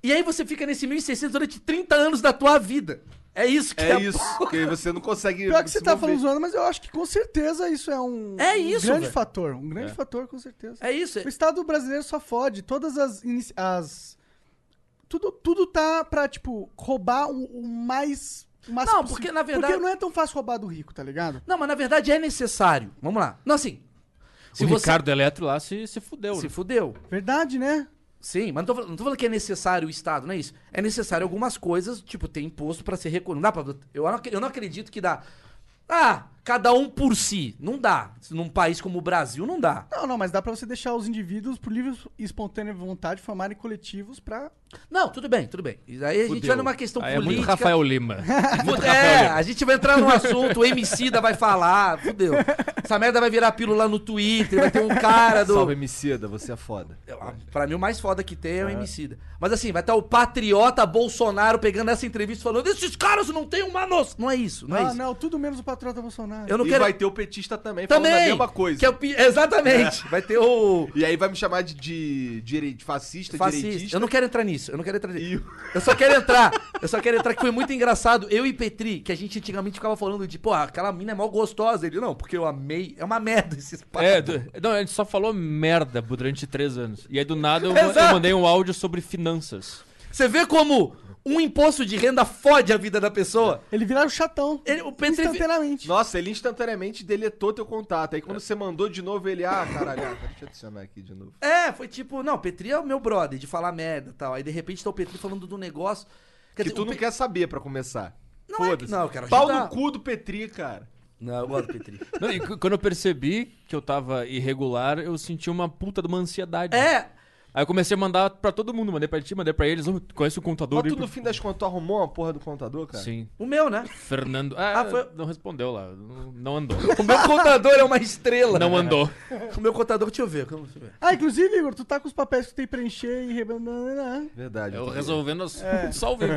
S4: E aí você fica nesse 1.600 durante 30 anos da tua vida. É isso que
S2: É
S4: a
S2: isso.
S4: porra.
S2: Porque você não consegue...
S3: Pior que você
S2: se
S3: tá
S2: mover.
S3: falando zoando, mas eu acho que com certeza isso é um,
S4: É
S3: um
S4: isso,
S3: grande
S4: velho.
S3: fator. Um grande fator, com certeza.
S4: É isso.
S3: O Estado brasileiro só fode. Todas as. inici- as- tudo, tudo tá pra, tipo, roubar o, o mais. o máximo
S4: Não, porque, na verdade-
S3: Porque não é tão fácil roubar do rico, tá ligado?
S4: Não, mas na verdade é necessário. Vamos lá. Não, assim. Se
S5: o
S4: você
S5: Ricardo Eletro lá se, se fudeu.
S4: se
S5: né?
S4: fudeu.
S3: Verdade, né?
S4: Sim, mas não tô, falando- não tô falando que é necessário o Estado, não é isso. É necessário algumas coisas, tipo, ter imposto pra ser recolhido. Não dá pra. Eu não, acre- eu não acredito que dá. Ah, cada um por si. Não dá. Num país como o Brasil, não dá.
S3: Não, não, mas dá pra você deixar os indivíduos por livre e espontânea vontade formarem coletivos pra.
S4: Não, tudo bem, tudo bem. Isso Aí a gente vai numa questão
S5: Aí é muito
S4: política.
S5: Rafael Lima.
S4: Fudeu. É, a gente vai entrar num assunto, o MC da vai falar, fudeu. Essa merda vai virar pílula no Twitter, vai ter um cara do.
S2: Salve, Emicida, você é foda.
S4: Pra mim, o mais foda que tem é o MC. Mas assim, vai estar o patriota Bolsonaro pegando essa entrevista e falando: esses caras não têm uma noção. Não é isso, não é
S3: ah,
S4: isso.
S3: não, tudo menos o patriota Bolsonaro.
S4: Eu não
S2: e
S4: quero.
S2: vai ter o petista também,
S4: Também!
S2: falando a mesma coisa. É.
S4: que é o pi- Exatamente. Vai ter o.
S2: E aí vai me chamar de, de, dire- de fascista,
S4: Fascista.
S2: direitista.
S4: Eu não quero entrar nisso, eu não quero entrar nisso.
S2: E o-
S4: Eu só quero entrar. Eu só quero entrar que foi muito engraçado. Eu e Petri, que a gente antigamente ficava falando de, pô, aquela mina é mó gostosa. Ele, não, porque eu amei. É uma merda esse espaço.
S5: É, do- não, a gente só falou merda durante três anos. E aí do nada eu,
S4: Exato.
S5: eu mandei um áudio sobre finanças.
S4: Você vê como um imposto de renda fode a vida da pessoa?
S3: Ele viraram chatão.
S4: Ele- o Petri-
S3: Instantaneamente.
S2: Nossa, ele instantaneamente deletou teu contato. Aí quando você mandou de novo, ele. Ah, caralho, ah, deixa eu adicionar aqui de novo.
S4: É, foi tipo, não, Petri é o meu brother, de falar merda e tal. Aí de repente tá o Petri falando do negócio.
S2: que
S4: Quer dizer,
S2: tu
S4: o
S2: não
S4: Pe-
S2: quer saber pra começar.
S4: Não é que-
S2: Foda-se.
S4: não, eu quero
S2: Pau
S4: ajudar.
S2: no cu do Petri, cara.
S4: Não, eu gosto do Petri.
S5: Não, e c- quando eu percebi que eu tava irregular, eu senti uma puta de uma ansiedade.
S4: É,
S5: Aí eu comecei a mandar pra todo mundo, mandei pra ti, mandei pra eles. "Ô, conhece o contador?
S2: Mas
S5: aí
S2: tu
S5: pro-
S2: no fim das contas tu arrumou uma porra do contador, cara?
S5: Sim.
S4: o meu, né?
S5: Fernando. Ah,
S4: Ah, foi-
S5: não respondeu lá. Não não andou.
S4: O meu contador é uma estrela.
S5: Não andou.
S4: O meu contador, deixa eu ver. como- deixa eu ver.
S3: Ah, inclusive, Igor, tu tá com os papéis que tu tem que preencher e rebanando.
S2: Verdade. tá
S5: Eu
S2: Petri.
S5: resolvendo as...
S4: É.
S5: só o vivo.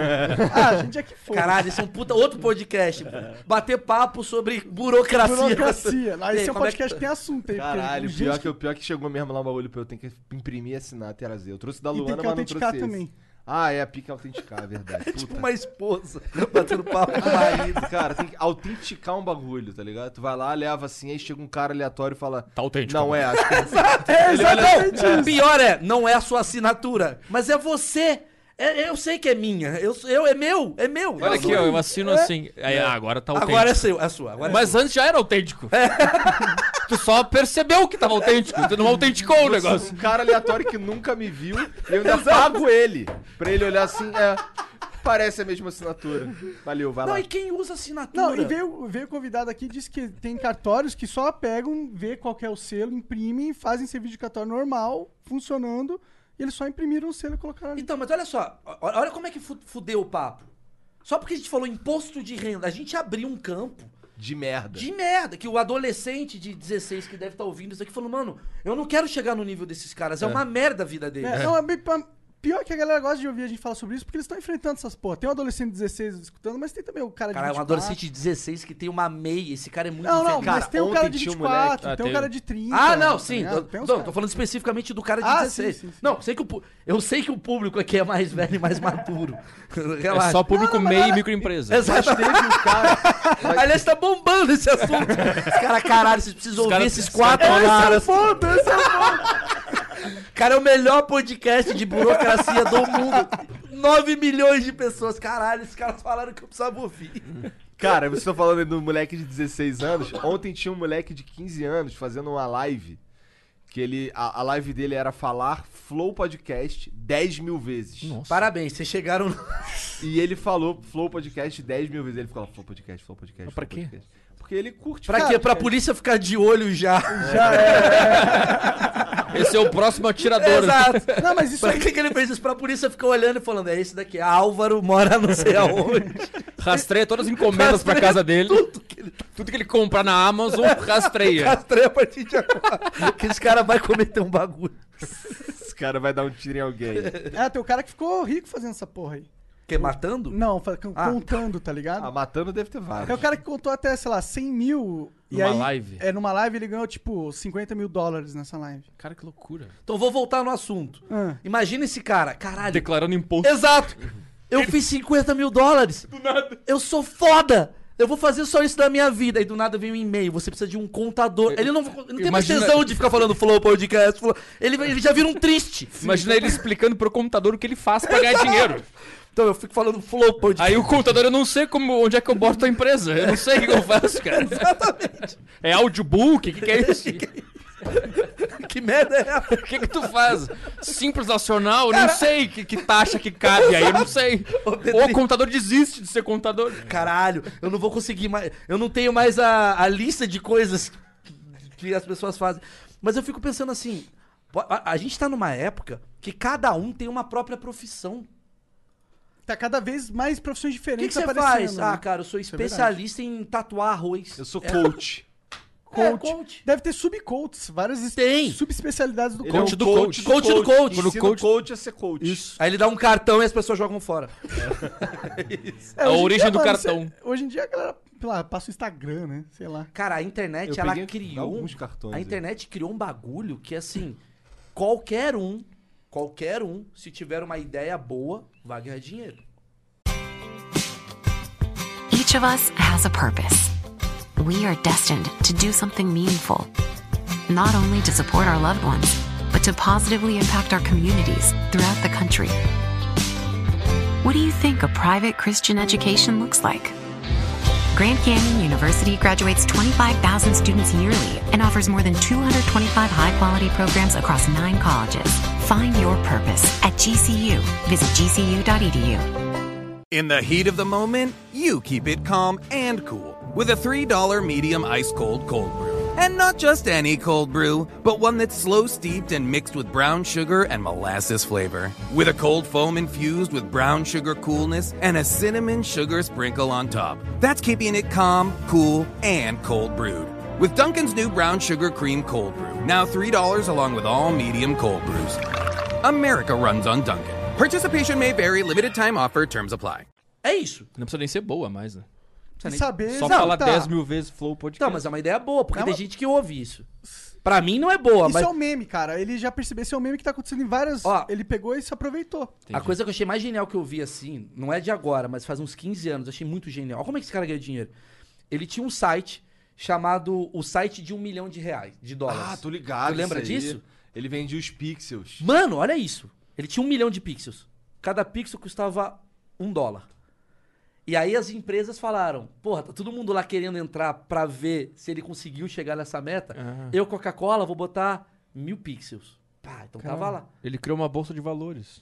S3: Ah, a gente é que foi.
S4: Caralho, esse é um puta outro podcast. pô. Bater papo sobre burocracia.
S3: Burocracia. Aí
S4: E aí,
S3: esse é um
S4: como é
S3: podcast que
S4: que-
S3: tem assunto aí. porque
S2: Caralho,
S3: tem
S2: pior
S3: gente
S2: que, o pior que chegou mesmo lá o bagulho pra eu. Tenho que imprimir, assinar, trazer. Eu trouxe da
S3: E tem
S2: Luana,
S3: que
S2: mas não trouxe
S3: autenticar
S2: esse.
S3: também.
S2: Ah, é, a pica autenticar, é verdade. Puta.
S4: Tipo uma esposa batendo papo com o marido.
S2: marido, cara, tem que autenticar um bagulho, tá ligado? Tu vai lá, leva assim, aí chega um cara aleatório e fala.
S5: Tá autêntico.
S2: Não é, acho que.
S4: É, exatamente não, Pior é, não é a sua assinatura, mas é você. É, eu sei que é minha. Eu, eu- é meu, é meu.
S5: Olha aqui, ó, eu assino assim. Aí, ah, agora tá autêntico.
S4: É. Agora é seu, é sua. Agora é
S5: Mas antes já era autêntico. tu só percebeu que tava autêntico. Tu não autenticou o negócio.
S2: Um cara aleatório que nunca me viu e eu ainda pago ele. Pra ele olhar assim, é. Parece a mesma assinatura. Valeu, vai
S4: Não,
S2: lá.
S4: e quem usa assinatura?
S3: Não, e veio, veio convidado aqui, disse que tem cartórios que só pegam, vê qual que é o selo, imprimem, fazem serviço de cartório normal, funcionando, e eles só imprimiram o selo e colocaram ali.
S4: Então, mas olha só, o- olha como é que fu- fudeu o papo. Só porque a gente falou imposto de renda, a gente abriu um campo
S2: De merda.
S5: É.
S4: de merda que o adolescente de 16 que deve estar ouvindo isso aqui falou, mano, eu não quero chegar no nível desses caras, é, uma merda a vida deles.
S3: É, não, é bem pa- pior que a galera gosta de ouvir a gente falar sobre isso, porque eles estão enfrentando essas porra. Tem um adolescente de 16 escutando, mas tem também o cara de
S4: Cara, é um
S3: 24.
S4: adolescente de 16 que tem uma MEI, esse cara é muito
S3: Não, não,
S4: infeliz.
S3: mas
S2: Cara,
S3: tem um
S2: ontem
S3: cara de
S2: tinha um
S3: 24,
S5: moleque-
S3: tem
S5: Ah,
S3: um cara
S5: tem.
S3: de 30.
S4: Ah, não,
S3: tá
S4: sim.
S3: ligado?
S4: eu-
S3: Tem uns
S4: não,
S3: cara-
S4: tô falando especificamente do cara de
S3: Ah,
S4: 16.
S3: sim, sim, sim.
S4: Não, sei que o, pu- eu sei que o público aqui é mais velho e mais maduro. Relaxa.
S5: É só público MEI e microempresa.
S4: Exatamente. Aliás, tá bombando esse assunto. Os caras, caralho, vocês precisam ouvir
S5: caras-
S4: esses
S5: os caras
S4: quatro
S5: falaram
S4: caras. Foda, esse é foda. Cara, é o melhor podcast de burocracia do mundo. 9 milhões de pessoas. Caralho, esses caras falaram que eu precisava ouvir.
S2: Cara, vocês estão falando do moleque de 16 anos. Ontem tinha um moleque de 15 anos fazendo uma live. Que ele. A, a live dele era falar Flow Podcast 10 mil vezes.
S4: Parabéns, vocês chegaram no...
S2: E ele falou Flow Podcast 10 mil vezes. Ele ficou lá, Flow Podcast, Flow Podcast.
S5: Mas pra
S2: Flow
S5: quê?
S2: Podcast. Porque ele curte.
S4: Pra quê? Pra polícia ficar de olho já.
S5: Esse é o próximo atirador.
S4: Exato.
S3: Não, mas isso é,
S4: Pra
S3: aí
S4: que, que ele fez isso? Pra polícia ficou olhando e falando: é esse daqui, Álvaro mora não sei aonde.
S5: Rastreia todas as encomendas pra casa dele. Tudo que ele, comprar na Amazon, rastreia.
S4: Castreia a partir de agora. que esse cara vai cometer um bagulho.
S2: Esse cara vai dar um tiro em alguém.
S3: É, tem o cara que ficou rico fazendo essa porra aí.
S4: Que matando?
S3: Não, fa- c-
S4: Ah.
S3: contando, tá ligado?
S2: Ah, matando deve ter
S3: É o
S2: vários.
S3: cara que contou até, sei lá, 100 mil. e
S5: Numa
S3: aí-
S5: live?
S3: É, numa live ele ganhou, tipo, 50 mil dólares nessa live.
S5: Cara, que loucura.
S4: Então vou voltar no assunto.
S3: Ah.
S4: Imagina esse cara, caralho.
S5: Declarando imposto.
S4: Exato. Eu fiz 50 mil dólares. Do nada. Eu sou foda. Eu vou fazer só isso da minha vida. E do nada vem um e-mail. Você precisa de um contador. Ele não, não tem mais
S5: Imagina-
S4: tesão de ficar falando flow podcast. Flow. Ele, ele já vira um triste.
S5: Imagina ele explicando pro computador o que ele faz pra ganhar dinheiro.
S4: Então eu fico falando flow podcast.
S5: Aí o computador, eu não sei como, onde é que eu boto a empresa. Eu não sei o que eu faço, cara. Exatamente. É audiobook? O que, que é isso?
S4: que merda é essa?
S5: O que que tu faz? Simples nacional? Eu Não sei que, que taxa que cabe aí, eu não sei. Ou o contador desiste de ser contador.
S4: Caralho, eu não vou conseguir mais. Eu não tenho mais a, a lista de coisas que as pessoas fazem. Mas eu fico pensando assim: po- a, a gente tá numa época que cada um tem uma própria profissão.
S3: Tá cada vez mais profissões
S4: O que, que
S3: diferentes
S4: você
S3: aparecendo. né? é
S4: faz? Ah, cara, eu sou especialista em tatuar arroz.
S2: Eu sou coach.
S3: coach.
S4: É, coach.
S3: Deve ter subcoats, várias es-
S4: Tem.
S3: subespecialidades do
S2: Ele
S3: coach.
S5: Coach do coach.
S4: Coach do coach.
S2: Ensina o coach. a ser coach.
S5: Isso.
S4: Aí ele dá um cartão e as pessoas jogam fora.
S3: É,
S5: A
S3: hoje em
S5: origem do
S3: É, mano, você-
S5: cartão.
S3: hoje em dia a galera, sei lá, passa o Instagram, né? Sei lá.
S4: Cara, a internet,
S2: Eu
S4: ela
S2: peguei
S4: criou.
S2: alguns cartões
S4: a
S2: aí.
S4: internet criou um bagulho que, assim, qualquer um, qualquer um, se tiver uma ideia boa, vai ganhar dinheiro.
S8: Each of us has a purpose. We are destined to do something meaningful, not only to support our loved ones, but to positively impact our communities throughout the country. What do you think a private Christian education looks like? Grand Canyon University graduates 25,000 students yearly and offers more than 225 high quality programs across nine colleges. Find your purpose at GCU. Visit gcu.edu.
S9: In the heat of the moment, you keep it calm and cool with a $3 medium ice cold cold brew. And not just any cold brew, but one that's slow steeped and mixed with brown sugar and molasses flavor. With a cold foam infused with brown sugar coolness and a cinnamon sugar sprinkle on top. That's keeping it calm, cool, and cold brewed. With Duncan's new brown sugar cream cold brew, now $3 along with all medium cold brews. America runs on Duncan. Participation may vary, limited time offer, terms apply.
S4: É isso.
S5: Não precisa nem ser boa mais, né?
S3: E saber
S5: Só
S3: exaltar.
S5: falar 10 mil vezes flow
S4: Não,
S5: podcast.
S4: mas é uma ideia boa, porque
S3: É
S4: tem
S3: uma-
S4: gente que ouve isso. Pra mim não é boa,
S3: Isso
S4: mas
S3: é um meme, cara. Ele já percebeu, esse é um meme que tá acontecendo em várias.
S4: Ó.
S3: ele pegou e se aproveitou.
S4: a coisa que eu achei mais genial que eu vi assim, não é de agora, mas faz uns 15 anos, eu achei muito genial. Olha como é que esse cara ganha dinheiro. Ele tinha um site chamado o site de um milhão de reais, de dólares.
S2: Ah, tô ligado.
S4: Tu lembra
S2: isso aí.
S4: disso?
S2: Ele vendia os pixels.
S4: Mano, olha isso. Ele tinha um milhão de pixels. Cada pixel custava um dólar. E aí as empresas falaram: Porra, tá todo mundo lá querendo entrar pra ver se ele conseguiu chegar nessa meta. Eu, Coca-Cola, vou botar mil pixels. Pá, então tava lá.
S5: Ele criou uma bolsa de valores.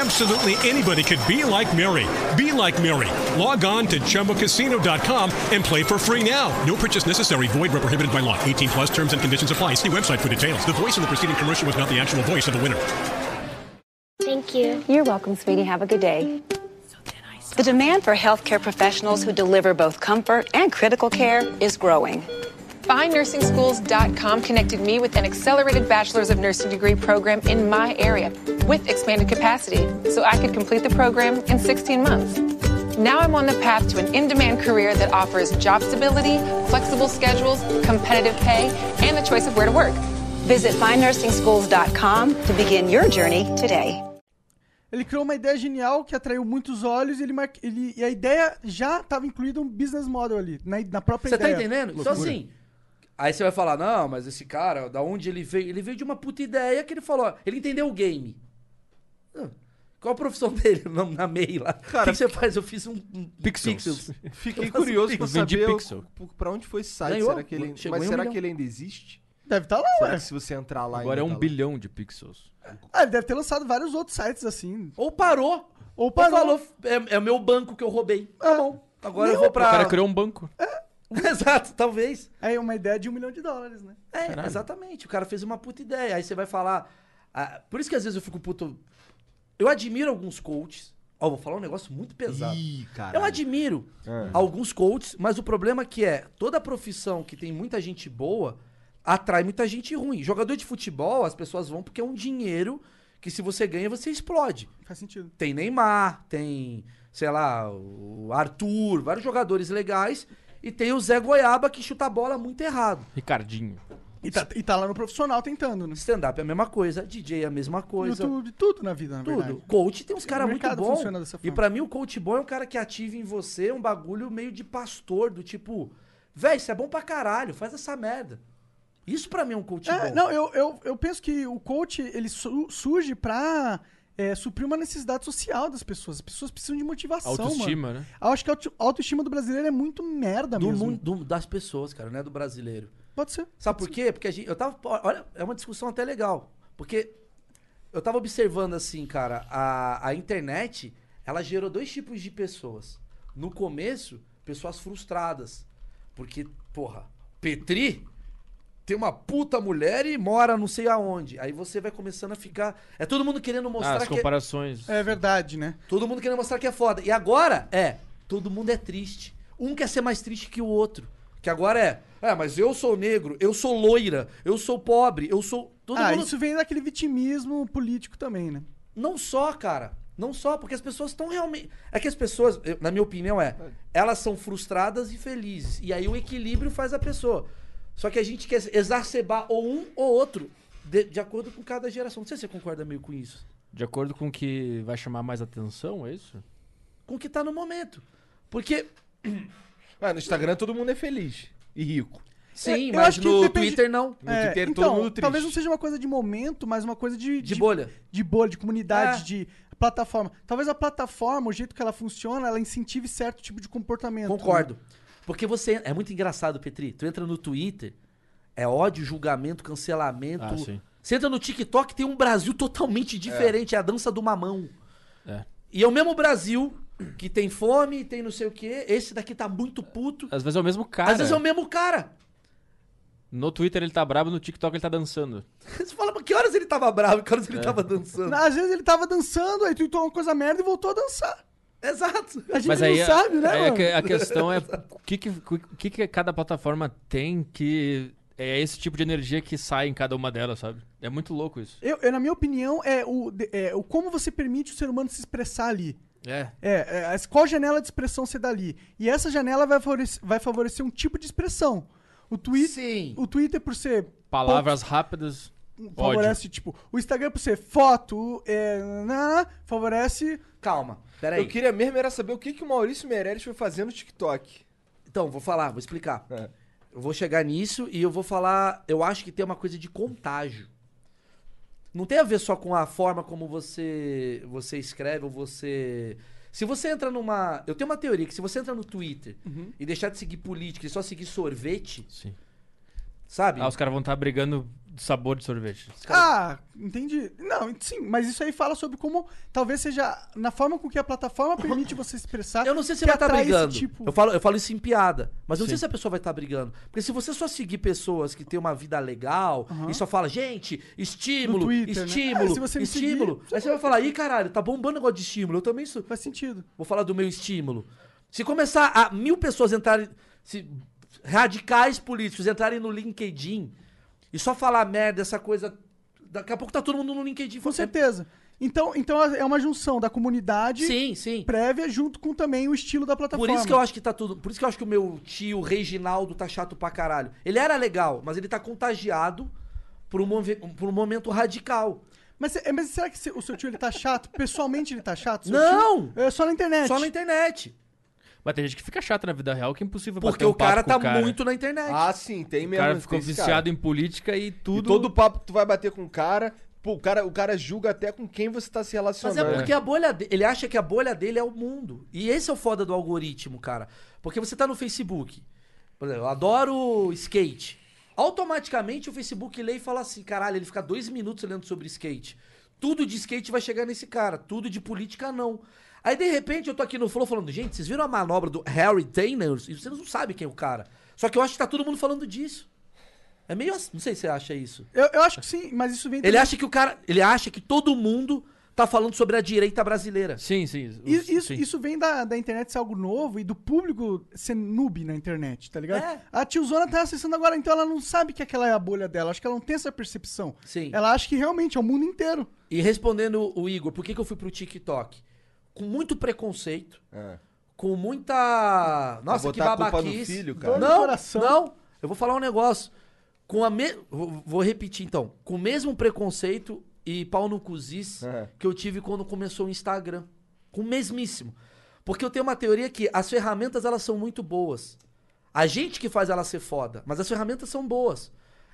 S10: Absolutely anybody could be like Mary. Be like Mary. Log on to chumbacasino.com and play for free now. No purchase necessary. Void where prohibited by law. 18 plus terms and conditions apply. See website for details. The voice in the preceding commercial was not the actual voice of the winner.
S8: Thank you. You're welcome, sweetie. Have a good day. The demand for healthcare professionals who deliver both comfort and critical care is growing. FindNursingSchools.com connected me with an accelerated Bachelor's of Nursing degree program in my area with expanded capacity so I could complete the program in 16 months. Now I'm on the path to an in demand career that offers job stability, flexible schedules, competitive pay, and the choice of where to work. Visit FindNursingSchools.com to begin your journey today.
S3: Ele criou uma ideia genial que atraiu muitos olhos e, ele mar- ele- e a ideia já tava incluída um business model ali, na, na própria
S4: Você tá
S3: ideia.
S4: entendendo? Então
S3: Loucura.
S4: assim. Aí você vai falar: Não, mas esse cara, da onde ele veio? Ele veio de uma puta ideia que ele falou: ó, Ele entendeu o game. Ah, Qual a profissão dele na, na MEI lá? o que que você faz? Eu fiz um, um
S5: Pixels.
S2: Fiquei
S4: Eu faço
S2: curioso pra
S5: pixel. Vendi
S2: saber
S5: pixel.
S2: o- pra onde foi esse site.
S4: Ganhou.
S2: Será que ele...
S4: Chegou
S2: Mas
S4: em um
S2: será
S4: milhão.
S2: que ele ainda existe?
S3: Deve estar tá lá,
S2: Será
S3: ué.
S2: que se você entrar lá
S5: Agora é
S2: ainda
S5: um
S2: tá lá?
S5: bilhão de pixels.
S3: Ah, ele deve ter lançado vários outros sites assim.
S4: Ou parou.
S3: Ou
S4: Ou
S3: parou.
S4: falou, é, é o meu banco que eu roubei.
S3: É.
S4: Tá bom. Agora eu
S3: Nem
S4: vou
S5: O cara
S4: pra.
S5: criou um banco.
S4: Exato, talvez.
S3: É uma ideia de um milhão de dólares, né?
S4: É, exatamente. O cara fez uma puta ideia. Aí você vai falar. ah, por isso que às vezes eu fico puto. Eu admiro alguns coaches. Ó, vou falar um negócio muito pesado.
S2: Ih, cara.
S4: Eu admiro alguns coaches, mas o problema que é, toda profissão que tem muita gente boa atrai muita gente ruim. Jogador de futebol, as pessoas vão porque é um dinheiro que se você ganha, você explode.
S3: Faz sentido.
S4: Tem Neymar, tem, sei lá, o Arthur, vários jogadores legais. E tem o Zé Goiaba que chuta a bola muito errado.
S5: Ricardinho.
S3: E tá, e tá lá no profissional tentando, né?
S4: Stand-up é a mesma coisa, DJ é a mesma coisa.
S3: YouTube, tudo na vida, na
S4: Tudo.
S3: verdade.
S4: Coach tem uns caras
S3: O
S4: muito
S3: mercado
S4: bons.
S3: funciona dessa
S4: E
S3: forma.
S4: pra mim, o coach bom é um cara que ativa em você um bagulho meio de pastor, do tipo, véi, isso é bom pra caralho, faz essa merda. Isso pra mim é um coach
S3: É,
S4: bom.
S3: não, eu, eu, eu penso que o coach ele su- surge pra é, suprir uma necessidade social das pessoas. As pessoas precisam de motivação.
S5: Autoestima,
S3: mano.
S5: né?
S3: Eu acho que a auto- autoestima do brasileiro é muito merda
S4: do
S3: mesmo.
S4: mundo do- das pessoas, cara, não é do brasileiro.
S3: Pode ser.
S4: Sabe por quê? Porque a gente, eu tava, olha, é uma discussão até legal, porque eu tava observando assim, cara, a, a internet, ela gerou dois tipos de pessoas. No começo, pessoas frustradas, porque, porra, Petri tem uma puta mulher e mora não sei aonde. Aí você vai começando a ficar, é todo mundo querendo
S5: Ah,
S4: mostrar
S5: as
S4: que é-
S5: comparações.
S3: É verdade, né?
S4: Todo mundo querendo mostrar que é foda. E agora é, todo mundo é triste. Um quer ser mais triste que o outro. Que agora é, é, mas eu sou negro, eu sou loira, eu sou pobre, eu sou. Todo
S3: ah,
S4: mundo.
S3: isso vem daquele vitimismo político também, né?
S4: Não só, cara. Não só, porque as pessoas estão realmente. É que as pessoas, eu- na minha opinião, é. Elas são frustradas e felizes. E aí o equilíbrio faz a pessoa. Só que a gente quer exacerbar ou um ou outro, de, de acordo com cada geração. Não sei se você concorda meio com isso.
S5: De acordo com o que vai chamar mais atenção, é isso?
S4: Com o que tá no momento. Porque.
S2: Ué, no Instagram todo mundo é feliz e rico.
S4: Sim,
S3: eu
S4: mas
S3: acho que
S4: no
S3: depende-
S4: Twitter não.
S2: No Twitter
S3: então,
S2: todo mundo triste.
S3: Talvez não seja uma coisa de momento, mas uma coisa de.
S4: De bolha.
S3: De bolha, de comunidade,
S4: É.
S3: de plataforma. Talvez a plataforma, o jeito que ela funciona, ela incentive certo tipo de comportamento.
S4: Concordo. Porque você. É muito engraçado, Petri. Tu entra no Twitter, é ódio, julgamento, cancelamento.
S5: Ah, sim.
S4: Você entra no TikTok, tem um Brasil totalmente diferente. É, a dança do mamão.
S5: É.
S4: E é o mesmo Brasil que tem fome, tem não sei o quê. Esse daqui tá muito puto.
S5: Às vezes é o mesmo cara.
S4: Às vezes é o mesmo cara.
S5: No Twitter ele tá brabo, no TikTok ele tá dançando.
S4: Você fala, mas que horas ele tava bravo, que horas
S5: É.
S4: ele tava dançando.
S3: Né? Às vezes ele tava dançando, aí tweetou uma coisa merda e voltou a dançar.
S4: Exato.
S3: A gente
S5: Mas
S3: não
S5: aí a-
S3: sabe, né,
S5: aí a,
S3: mano?
S5: que- a questão é o que, que, o que que cada plataforma tem que é esse tipo de energia que sai em cada uma delas, sabe? É muito louco isso.
S3: Eu, eu, na minha opinião, é o, de- é o como você permite o ser humano se expressar ali.
S5: É.
S3: É, é, as- qual janela de expressão você dá ali? E essa janela vai favorecer, vai favorecer um tipo de expressão. O, twi
S4: Sim.
S3: o Twitter, por ser.
S5: Palavras rápidas.
S3: pouco-
S5: Ódio.
S3: Favorece, tipo. O Instagram, por ser foto, é, naná, favorece.
S4: Calma, peraí.
S2: Eu queria mesmo era saber o que, que o Maurício Meirelles foi fazer no TikTok.
S4: Então, vou falar, vou explicar.
S2: É.
S4: Eu vou chegar nisso e eu vou falar. Eu acho que tem uma coisa de contágio. Não tem a ver só com a forma como você você escreve ou você. Se você entra numa. Eu tenho uma teoria que se você entra no Twitter e deixar de seguir política e só seguir sorvete,
S5: Sim.
S4: sabe?
S5: Ah, os caras vão estar brigando de sabor de sorvete.
S3: Ah, entendi. Não, sim, mas isso aí fala sobre como talvez seja na forma com que a plataforma permite você se expressar.
S4: Eu não sei se
S3: que
S4: vai estar
S3: atrai esse
S4: brigando.
S3: tipo.
S4: Eu, falo, eu falo isso em piada. Mas eu não sei
S5: Sim.
S4: se a pessoa vai estar brigando. Porque se você só seguir pessoas que têm uma vida legal e só fala, gente, estímulo,
S3: No Twitter, né?
S4: estímulo,
S3: É, se você me seguir,
S4: estímulo.
S3: você
S4: Aí você vai falar, ih, caralho, tá bombando o negócio de estímulo. Eu também sou.
S3: Faz sentido.
S4: Vou falar do meu estímulo. Se começar a mil pessoas entrarem. Se radicais políticos entrarem no LinkedIn e só falar merda, essa coisa. Daqui a pouco tá todo mundo no LinkedIn. É,
S3: Com
S4: falando-
S3: certeza. Então, então é uma junção da comunidade
S4: Sim, sim.
S3: prévia junto com também o estilo da plataforma.
S4: Por isso que eu acho que tá tudo. Por isso que eu acho que o meu tio Reginaldo tá chato pra caralho. Ele era legal, mas ele tá contagiado por um, move- por um momento radical.
S3: Mas, é- mas será que se- o seu tio ele tá chato? Pessoalmente ele tá chato? seu
S4: Não!
S3: tio? É só na internet.
S4: Só na internet.
S5: Mas tem gente que fica chata na vida real que é impossível
S4: Porque
S5: bater um
S4: o
S5: papo
S4: cara
S5: com
S4: tá
S5: o cara.
S4: muito na internet.
S2: Ah, sim, tem
S5: O
S2: mesmo.
S5: cara ficou
S2: tem esse
S5: viciado em política e
S2: E
S5: tudo.
S2: todo papo que tu vai bater com o cara, pô, o cara, o cara julga até com quem você tá se
S4: Mas
S2: relacionando.
S4: é porque a bolha dele, ele acha que a bolha dele é o mundo. E esse é o foda do algoritmo, cara. Porque você tá no Facebook. Por exemplo, eu adoro skate. Automaticamente o Facebook lê e fala assim: caralho, ele fica dois minutos lendo sobre skate. Tudo de skate vai chegar nesse cara, tudo de política não. Aí de repente eu tô aqui no Flow falando: gente, vocês viram a manobra do Harry Taylor? E vocês não sabem quem é o cara. Só que eu acho que tá todo mundo falando disso. É meio assim, não sei se você acha isso.
S3: Eu, eu acho que sim, mas isso vem.
S4: Ele acha que o cara. Ele acha que todo mundo tá falando sobre a direita brasileira.
S5: Sim, sim.
S4: é
S5: o-
S3: Isso, isso,
S5: sim.
S3: isso vem da, da internet ser algo novo e do público ser noob na internet, tá ligado?
S4: É.
S3: A tiozona tá acessando agora, então ela não sabe que aquela é a bolha dela. Acho que ela não tem essa percepção.
S4: Sim.
S3: Ela acha que realmente é o mundo inteiro.
S4: E respondendo o Igor, por que, que eu fui pro TikTok? Com muito preconceito,
S2: É.
S4: com muita. Nossa, que
S2: botar a culpa
S4: babaquice.
S2: no filho, cara.
S3: No
S4: Não,
S3: coração.
S4: não. Eu vou falar um negócio. Com a me... vou- Vou repetir então. Com o mesmo preconceito e pau no cuzis
S2: É.
S4: que eu tive quando começou o Instagram. Com o mesmíssimo. Porque eu tenho uma teoria que as ferramentas elas são muito boas. A gente que faz ela ser foda, mas as ferramentas são boas.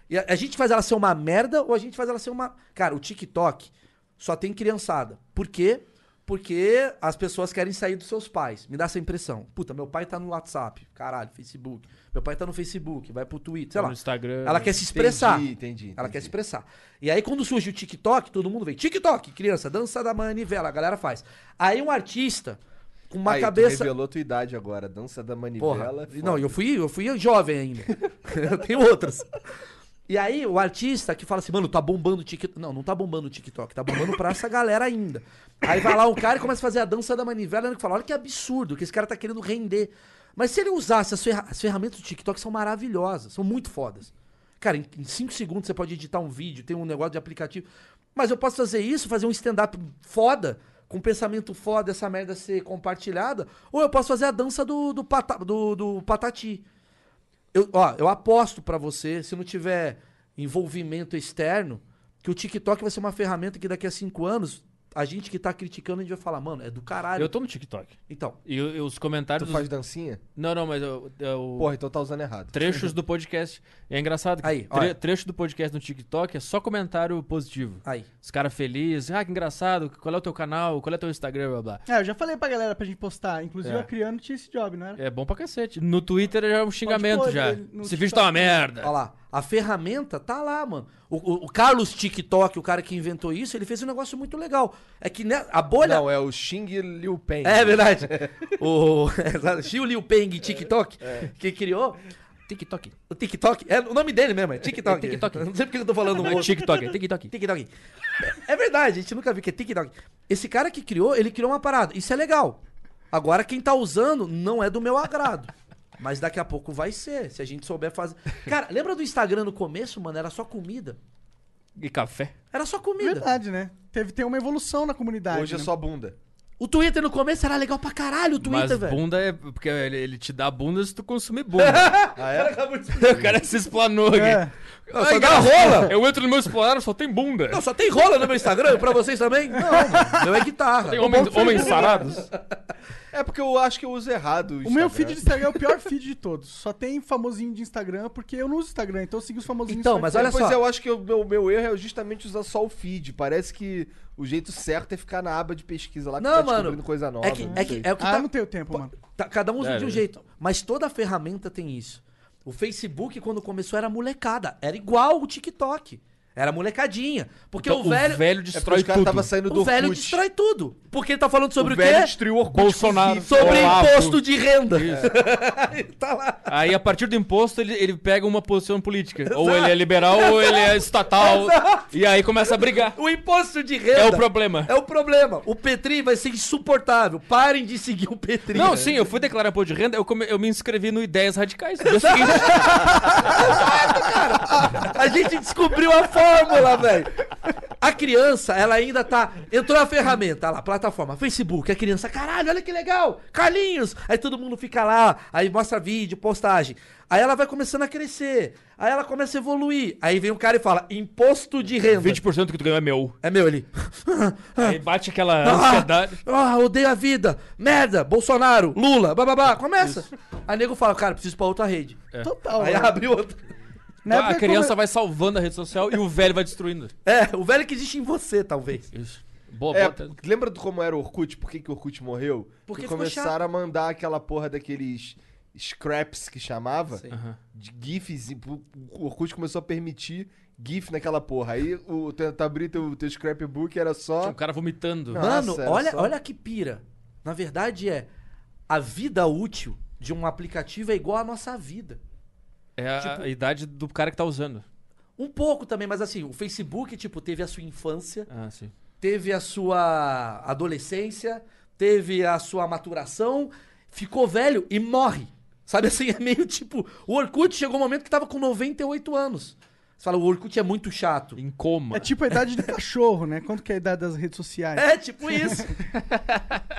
S4: E a, a gente faz ela ser uma merda ou a gente faz ela ser uma. Cara, o TikTok só tem criançada. Por quê? Porque as pessoas querem sair dos seus pais. Me dá essa impressão. Puta, meu pai tá no WhatsApp, caralho, Facebook. Meu pai tá no Facebook, vai pro Twitter, sei
S5: Tá
S4: lá.
S5: no Instagram.
S4: Ela quer se expressar.
S5: Entendi, entendi,
S4: Ela
S5: entendi.
S4: quer se expressar. E aí quando surge o TikTok, todo mundo vem. TikTok, criança, dança da manivela, a galera faz. Aí um artista com uma
S2: Aí, tu
S4: cabeça.
S2: revelou tua idade agora, dança da manivela.
S4: Porra. Não, eu fui, eu fui jovem ainda. eu tenho outras. E aí, o artista que fala assim, mano, tá bombando o TikTok. Não, não tá bombando o TikTok, tá bombando pra essa galera ainda. Aí vai lá um cara e começa a fazer a dança da manivela e ele fala, olha que absurdo, que esse cara tá querendo render. Mas se ele usasse as, ferra- as ferramentas do TikTok, são maravilhosas, são muito fodas. Cara, em 5 segundos você pode editar um vídeo, tem um negócio de aplicativo. Mas eu posso fazer isso, fazer um stand-up foda, com um pensamento foda, essa merda ser compartilhada. Ou eu posso fazer a dança do, do, pata- do- do patati. Eu, ó, eu aposto pra você, se não tiver envolvimento externo, que o TikTok vai ser uma ferramenta que daqui a cinco anos, a gente que tá criticando, a gente vai falar, mano, é do caralho.
S5: Eu tô no TikTok.
S4: Então.
S5: E, o- e os comentários.
S4: Tu faz
S2: dancinha?
S5: Não, não, mas eu. eu-
S2: Porra, então tá usando errado.
S5: Trechos do podcast. E é engraçado que
S2: Aí,
S5: tre-
S2: olha.
S5: trecho do podcast no TikTok é só comentário positivo.
S4: Aí.
S5: Os caras felizes. Ah, que engraçado. Qual é o teu canal? Qual é o teu Instagram? Blá, blá.
S3: É, eu já falei pra galera pra gente postar. Inclusive,
S5: É.
S3: a Criano tinha esse job, não era?
S5: É bom pra cacete. No Twitter já é um xingamento
S3: pôr
S5: já.
S3: ele no
S5: Esse vídeo tá uma merda.
S4: Olha lá, a ferramenta tá lá, mano. O, o- o Carlos TikTok, o cara que inventou isso, ele fez um negócio muito legal. É que né, a bolha.
S2: Não, é o Xing Liu Peng.
S4: É verdade. o exato, Xiu Liu Peng TikTok, que criou.
S5: É. TikTok.
S4: O TikTok. É, o nome dele mesmo, é TikTok.
S5: É TikTok.
S4: Não sei porque eu tô falando
S5: Não é
S4: outro.
S5: TikTok, é TikTok.
S4: TikTok. É verdade, a gente nunca viu que é TikTok. Esse cara que criou, ele criou uma parada. Isso é legal. Agora, quem tá usando não é do meu agrado. Mas daqui a pouco vai ser, se a gente souber fazer. Cara, lembra do Instagram no começo, mano? Era só comida.
S5: E café.
S4: Era só comida.
S3: Verdade, né? Teve, tem uma evolução na comunidade.
S5: Hoje é
S3: né?
S5: só
S2: bunda.
S4: O Twitter no começo era legal pra caralho, o Twitter,
S5: Mas
S4: velho.
S5: bunda é. Porque ele, ele te dá bunda se tu consumir bunda.
S4: Ah, é? O cara acabou de-
S5: o cara se explanou aqui.
S4: É. Não, só
S5: Ai,
S4: dá
S5: cara,
S4: rola.
S5: Eu entro no meu explorar, só tem bunda.
S4: Não, só tem rola no meu Instagram, pra vocês também? Não, mano, meu é guitarra.
S5: Tem homens-
S4: O bom-
S5: homens sarados?
S2: É porque eu acho que eu uso errado.
S3: O meu feed de Instagram é o pior feed de todos. Só tem famosinho de Instagram, porque eu não uso Instagram, então eu sigo os famosinhos do Instagram.
S2: pois Pois eu acho que o meu, meu erro é justamente usar só o feed. Parece que o jeito certo é ficar na aba de pesquisa lá que
S4: Não,
S2: tá
S4: mano.
S2: descobrindo coisa nova. né?
S4: É que,
S2: não
S4: é
S2: sei.
S4: que é o que
S3: Ah,
S4: tá,
S3: eu não tenho tempo, mano.
S4: tá- cada um usa
S2: É,
S4: de um
S2: é.
S4: jeito. Mas toda ferramenta tem isso. O Facebook, quando começou, era molecada. Era igual o TikTok. Era molecadinha. Porque
S5: Então,
S4: o velho.
S5: o velho destrói É porque os caras tudo. tava saindo do
S4: O velho
S5: Orkut.
S4: destrói tudo. Porque ele tá falando
S5: O
S4: sobre o, quê?
S5: velho destruiu o Orkut Bolsonaro.
S4: Sobre
S5: Olavo.
S4: imposto de renda.
S5: Aí, a partir do imposto, ele, ele pega uma posição política. Ou ele é liberal, ou ele é estatal.
S4: Exato.
S5: E aí começa a brigar.
S4: O imposto de renda.
S5: É o problema.
S4: É o problema. O Petri vai ser insuportável. Parem de seguir o Petri.
S5: Não, sim, eu fui declarar imposto de renda, eu, come- eu me inscrevi no Ideias Radicais. No dia seguinte.
S4: A gente descobriu a fórmula, velho. A criança, ela ainda tá. Entrou a ferramenta, olha lá, plataforma, Facebook, a criança, caralho, olha que legal! Carlinhos! Aí todo mundo fica lá, aí mostra vídeo, postagem. Aí ela vai começando a crescer. Aí ela começa a evoluir. Aí vem um cara e fala: imposto de renda.
S5: 20% que tu ganhou é meu.
S4: É meu ali.
S5: Aí bate aquela
S4: Ah,
S5: É ansiedade.
S4: Ah, odeio a vida. Merda, Bolsonaro, Lula, bababá. Começa. Aí nego fala, cara, preciso ir pra outra rede.
S5: É.
S3: Total,
S4: Aí
S3: mano.
S4: abre outra.
S3: Na
S5: a
S3: época
S5: criança
S3: quando-
S5: vai salvando a rede social e o velho vai destruindo.
S4: É, o velho que existe em você, talvez.
S5: Isso. Boa,
S2: É,
S5: boa. tese.
S2: lembra do como era o Orkut? Por que, que o Orkut morreu?
S4: Porque ficou chato.
S2: começaram a mandar aquela porra daqueles scraps que chamava
S4: Sim.
S5: Aham.
S2: de GIFs. E pu- o Orkut começou a permitir GIF naquela porra. Aí o tu tu abria teu, teu scrapbook era só.
S4: um
S5: O um cara vomitando.
S4: Mano,
S2: Nossa, era
S4: olha,
S2: só-
S4: olha que pira. Na verdade é a vida útil de um aplicativo é igual à nossa vida.
S5: É a, a idade do cara que tá usando.
S4: Um pouco também, mas assim, o Facebook, tipo, teve a sua infância,
S5: Ah, sim.
S4: teve a sua adolescência, teve a sua maturação, ficou velho e morre. Sabe assim, é meio tipo. O Orkut chegou um momento que tava com 98 anos. Você fala, o Orkut é muito chato.
S5: Em coma.
S3: É tipo a idade do cachorro, né? Quanto que é a idade das redes sociais?
S4: É, tipo isso.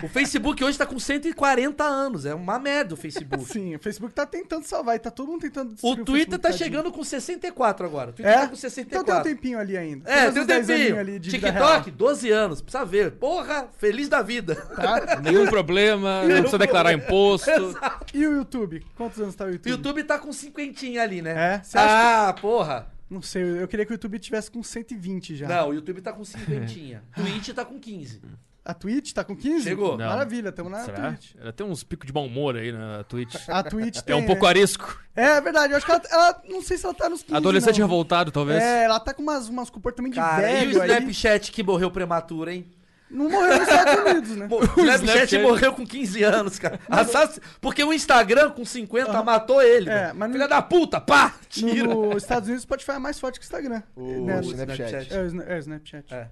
S4: o Facebook hoje tá com 140 anos. É uma merda o Facebook.
S3: Sim, o Facebook tá tentando salvar e tá todo mundo tentando
S4: O
S3: destruir
S4: Twitter
S3: Facebook,
S4: tá
S3: tadinho.
S4: chegando com 64 agora. O Twitter
S3: É?
S4: tá
S3: Então
S4: com
S3: tem um
S4: 64.
S3: tempinho ali ainda.
S4: é,
S3: mais
S4: tem um
S3: uns 10 aninhos
S4: tempinho.
S3: ali de vida real. Tá
S4: TikTok, 12 anos. Precisa ver. Porra, feliz da vida.
S5: Ah, Nenhum problema, não precisa declarar imposto.
S4: Exato.
S3: E o YouTube? Quantos anos tá o
S4: O
S3: YouTube?
S4: YouTube tá com cinquentinha ali, né?
S3: É? Você
S4: Ah, porra!
S3: Não sei, eu queria que o YouTube tivesse com 120 já. É.
S4: Não, o YouTube tá com cinquentinha. Twitch tá com 15.
S3: A Twitch tá com 15?
S4: Chegou.
S5: Não.
S3: Maravilha, tamo na
S5: Será?
S3: Twitch.
S5: Ela tem uns picos de mau humor aí na Twitch.
S3: A Twitch
S5: É
S3: tem,
S5: um pouco
S3: né?
S5: arisco.
S3: Ah, É verdade, eu acho que ela, ela- Não sei se ela tá nos 15.
S5: Adolescente
S3: não.
S5: revoltado, talvez.
S3: É, ela tá com umas, umas comportamentos de
S4: Cara, e o
S3: velho aí.
S4: Snapchat que morreu prematuro, hein?
S3: Não morreu nos Estados Unidos, né?
S4: O Snapchat morreu com 15 anos, cara. Assass- Porque o Instagram com 50 matou ele. É, Filha da puta, pá! Tira.
S2: Ah,
S3: Nos Estados Unidos, o Spotify é mais forte que o Instagram. O
S2: Snapchat.
S3: É, o Sna- é, o Snapchat.
S4: É.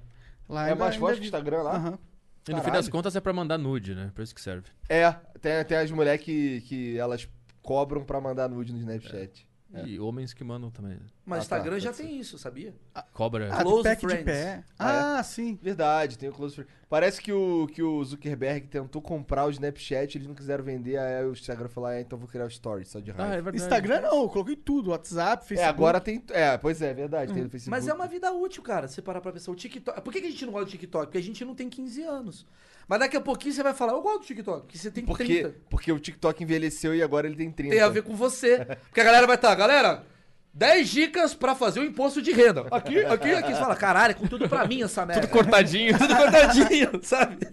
S3: Lá
S2: É
S3: ainda-
S2: mais forte
S3: ainda-
S2: que o Instagram lá?
S3: Aham.
S5: E no fim das contas é pra mandar nude, né? Pra isso que serve.
S2: É, tem, tem as mulheres que, que elas cobram pra mandar nude no
S4: É.
S2: Snapchat.
S5: E homens que mandam também.
S4: Mas o
S2: Ah, tá,
S4: Instagram
S2: pode
S4: já tem isso, sabia?
S5: Cobra.
S3: Ah, tem pack de pé.
S4: é?
S3: Ah, sim.
S2: Verdade, tem o Close Friends. Parece que o, que o Zuckerberg tentou comprar o Snapchat, eles não quiseram vender, aí o Instagram falou, ah, então vou criar o Stories, só de
S4: é
S5: Ah,
S2: raiva.
S5: é
S3: Instagram não, eu coloquei tudo. WhatsApp,
S2: É,
S3: Facebook.
S2: agora tem... É, pois é, verdade, tem no Facebook.
S4: Mas é uma vida útil, cara, se parar pra pensar. O TikTok. Por que que a gente não gosta do TikTok? Porque a gente não tem 15 anos. Mas daqui a pouquinho você vai falar, eu gosto do TikTok, porque você tem
S2: Porque,
S4: 30.
S2: porque o TikTok envelheceu e agora ele tem 30.
S4: Tem a ver com você. Porque a galera vai estar, galera, 10 dicas pra fazer o imposto de renda. Aqui, aqui, aqui. Você fala, caralho, é com tudo pra mim essa merda.
S5: Tudo cortadinho.
S4: tudo cortadinho, sabe?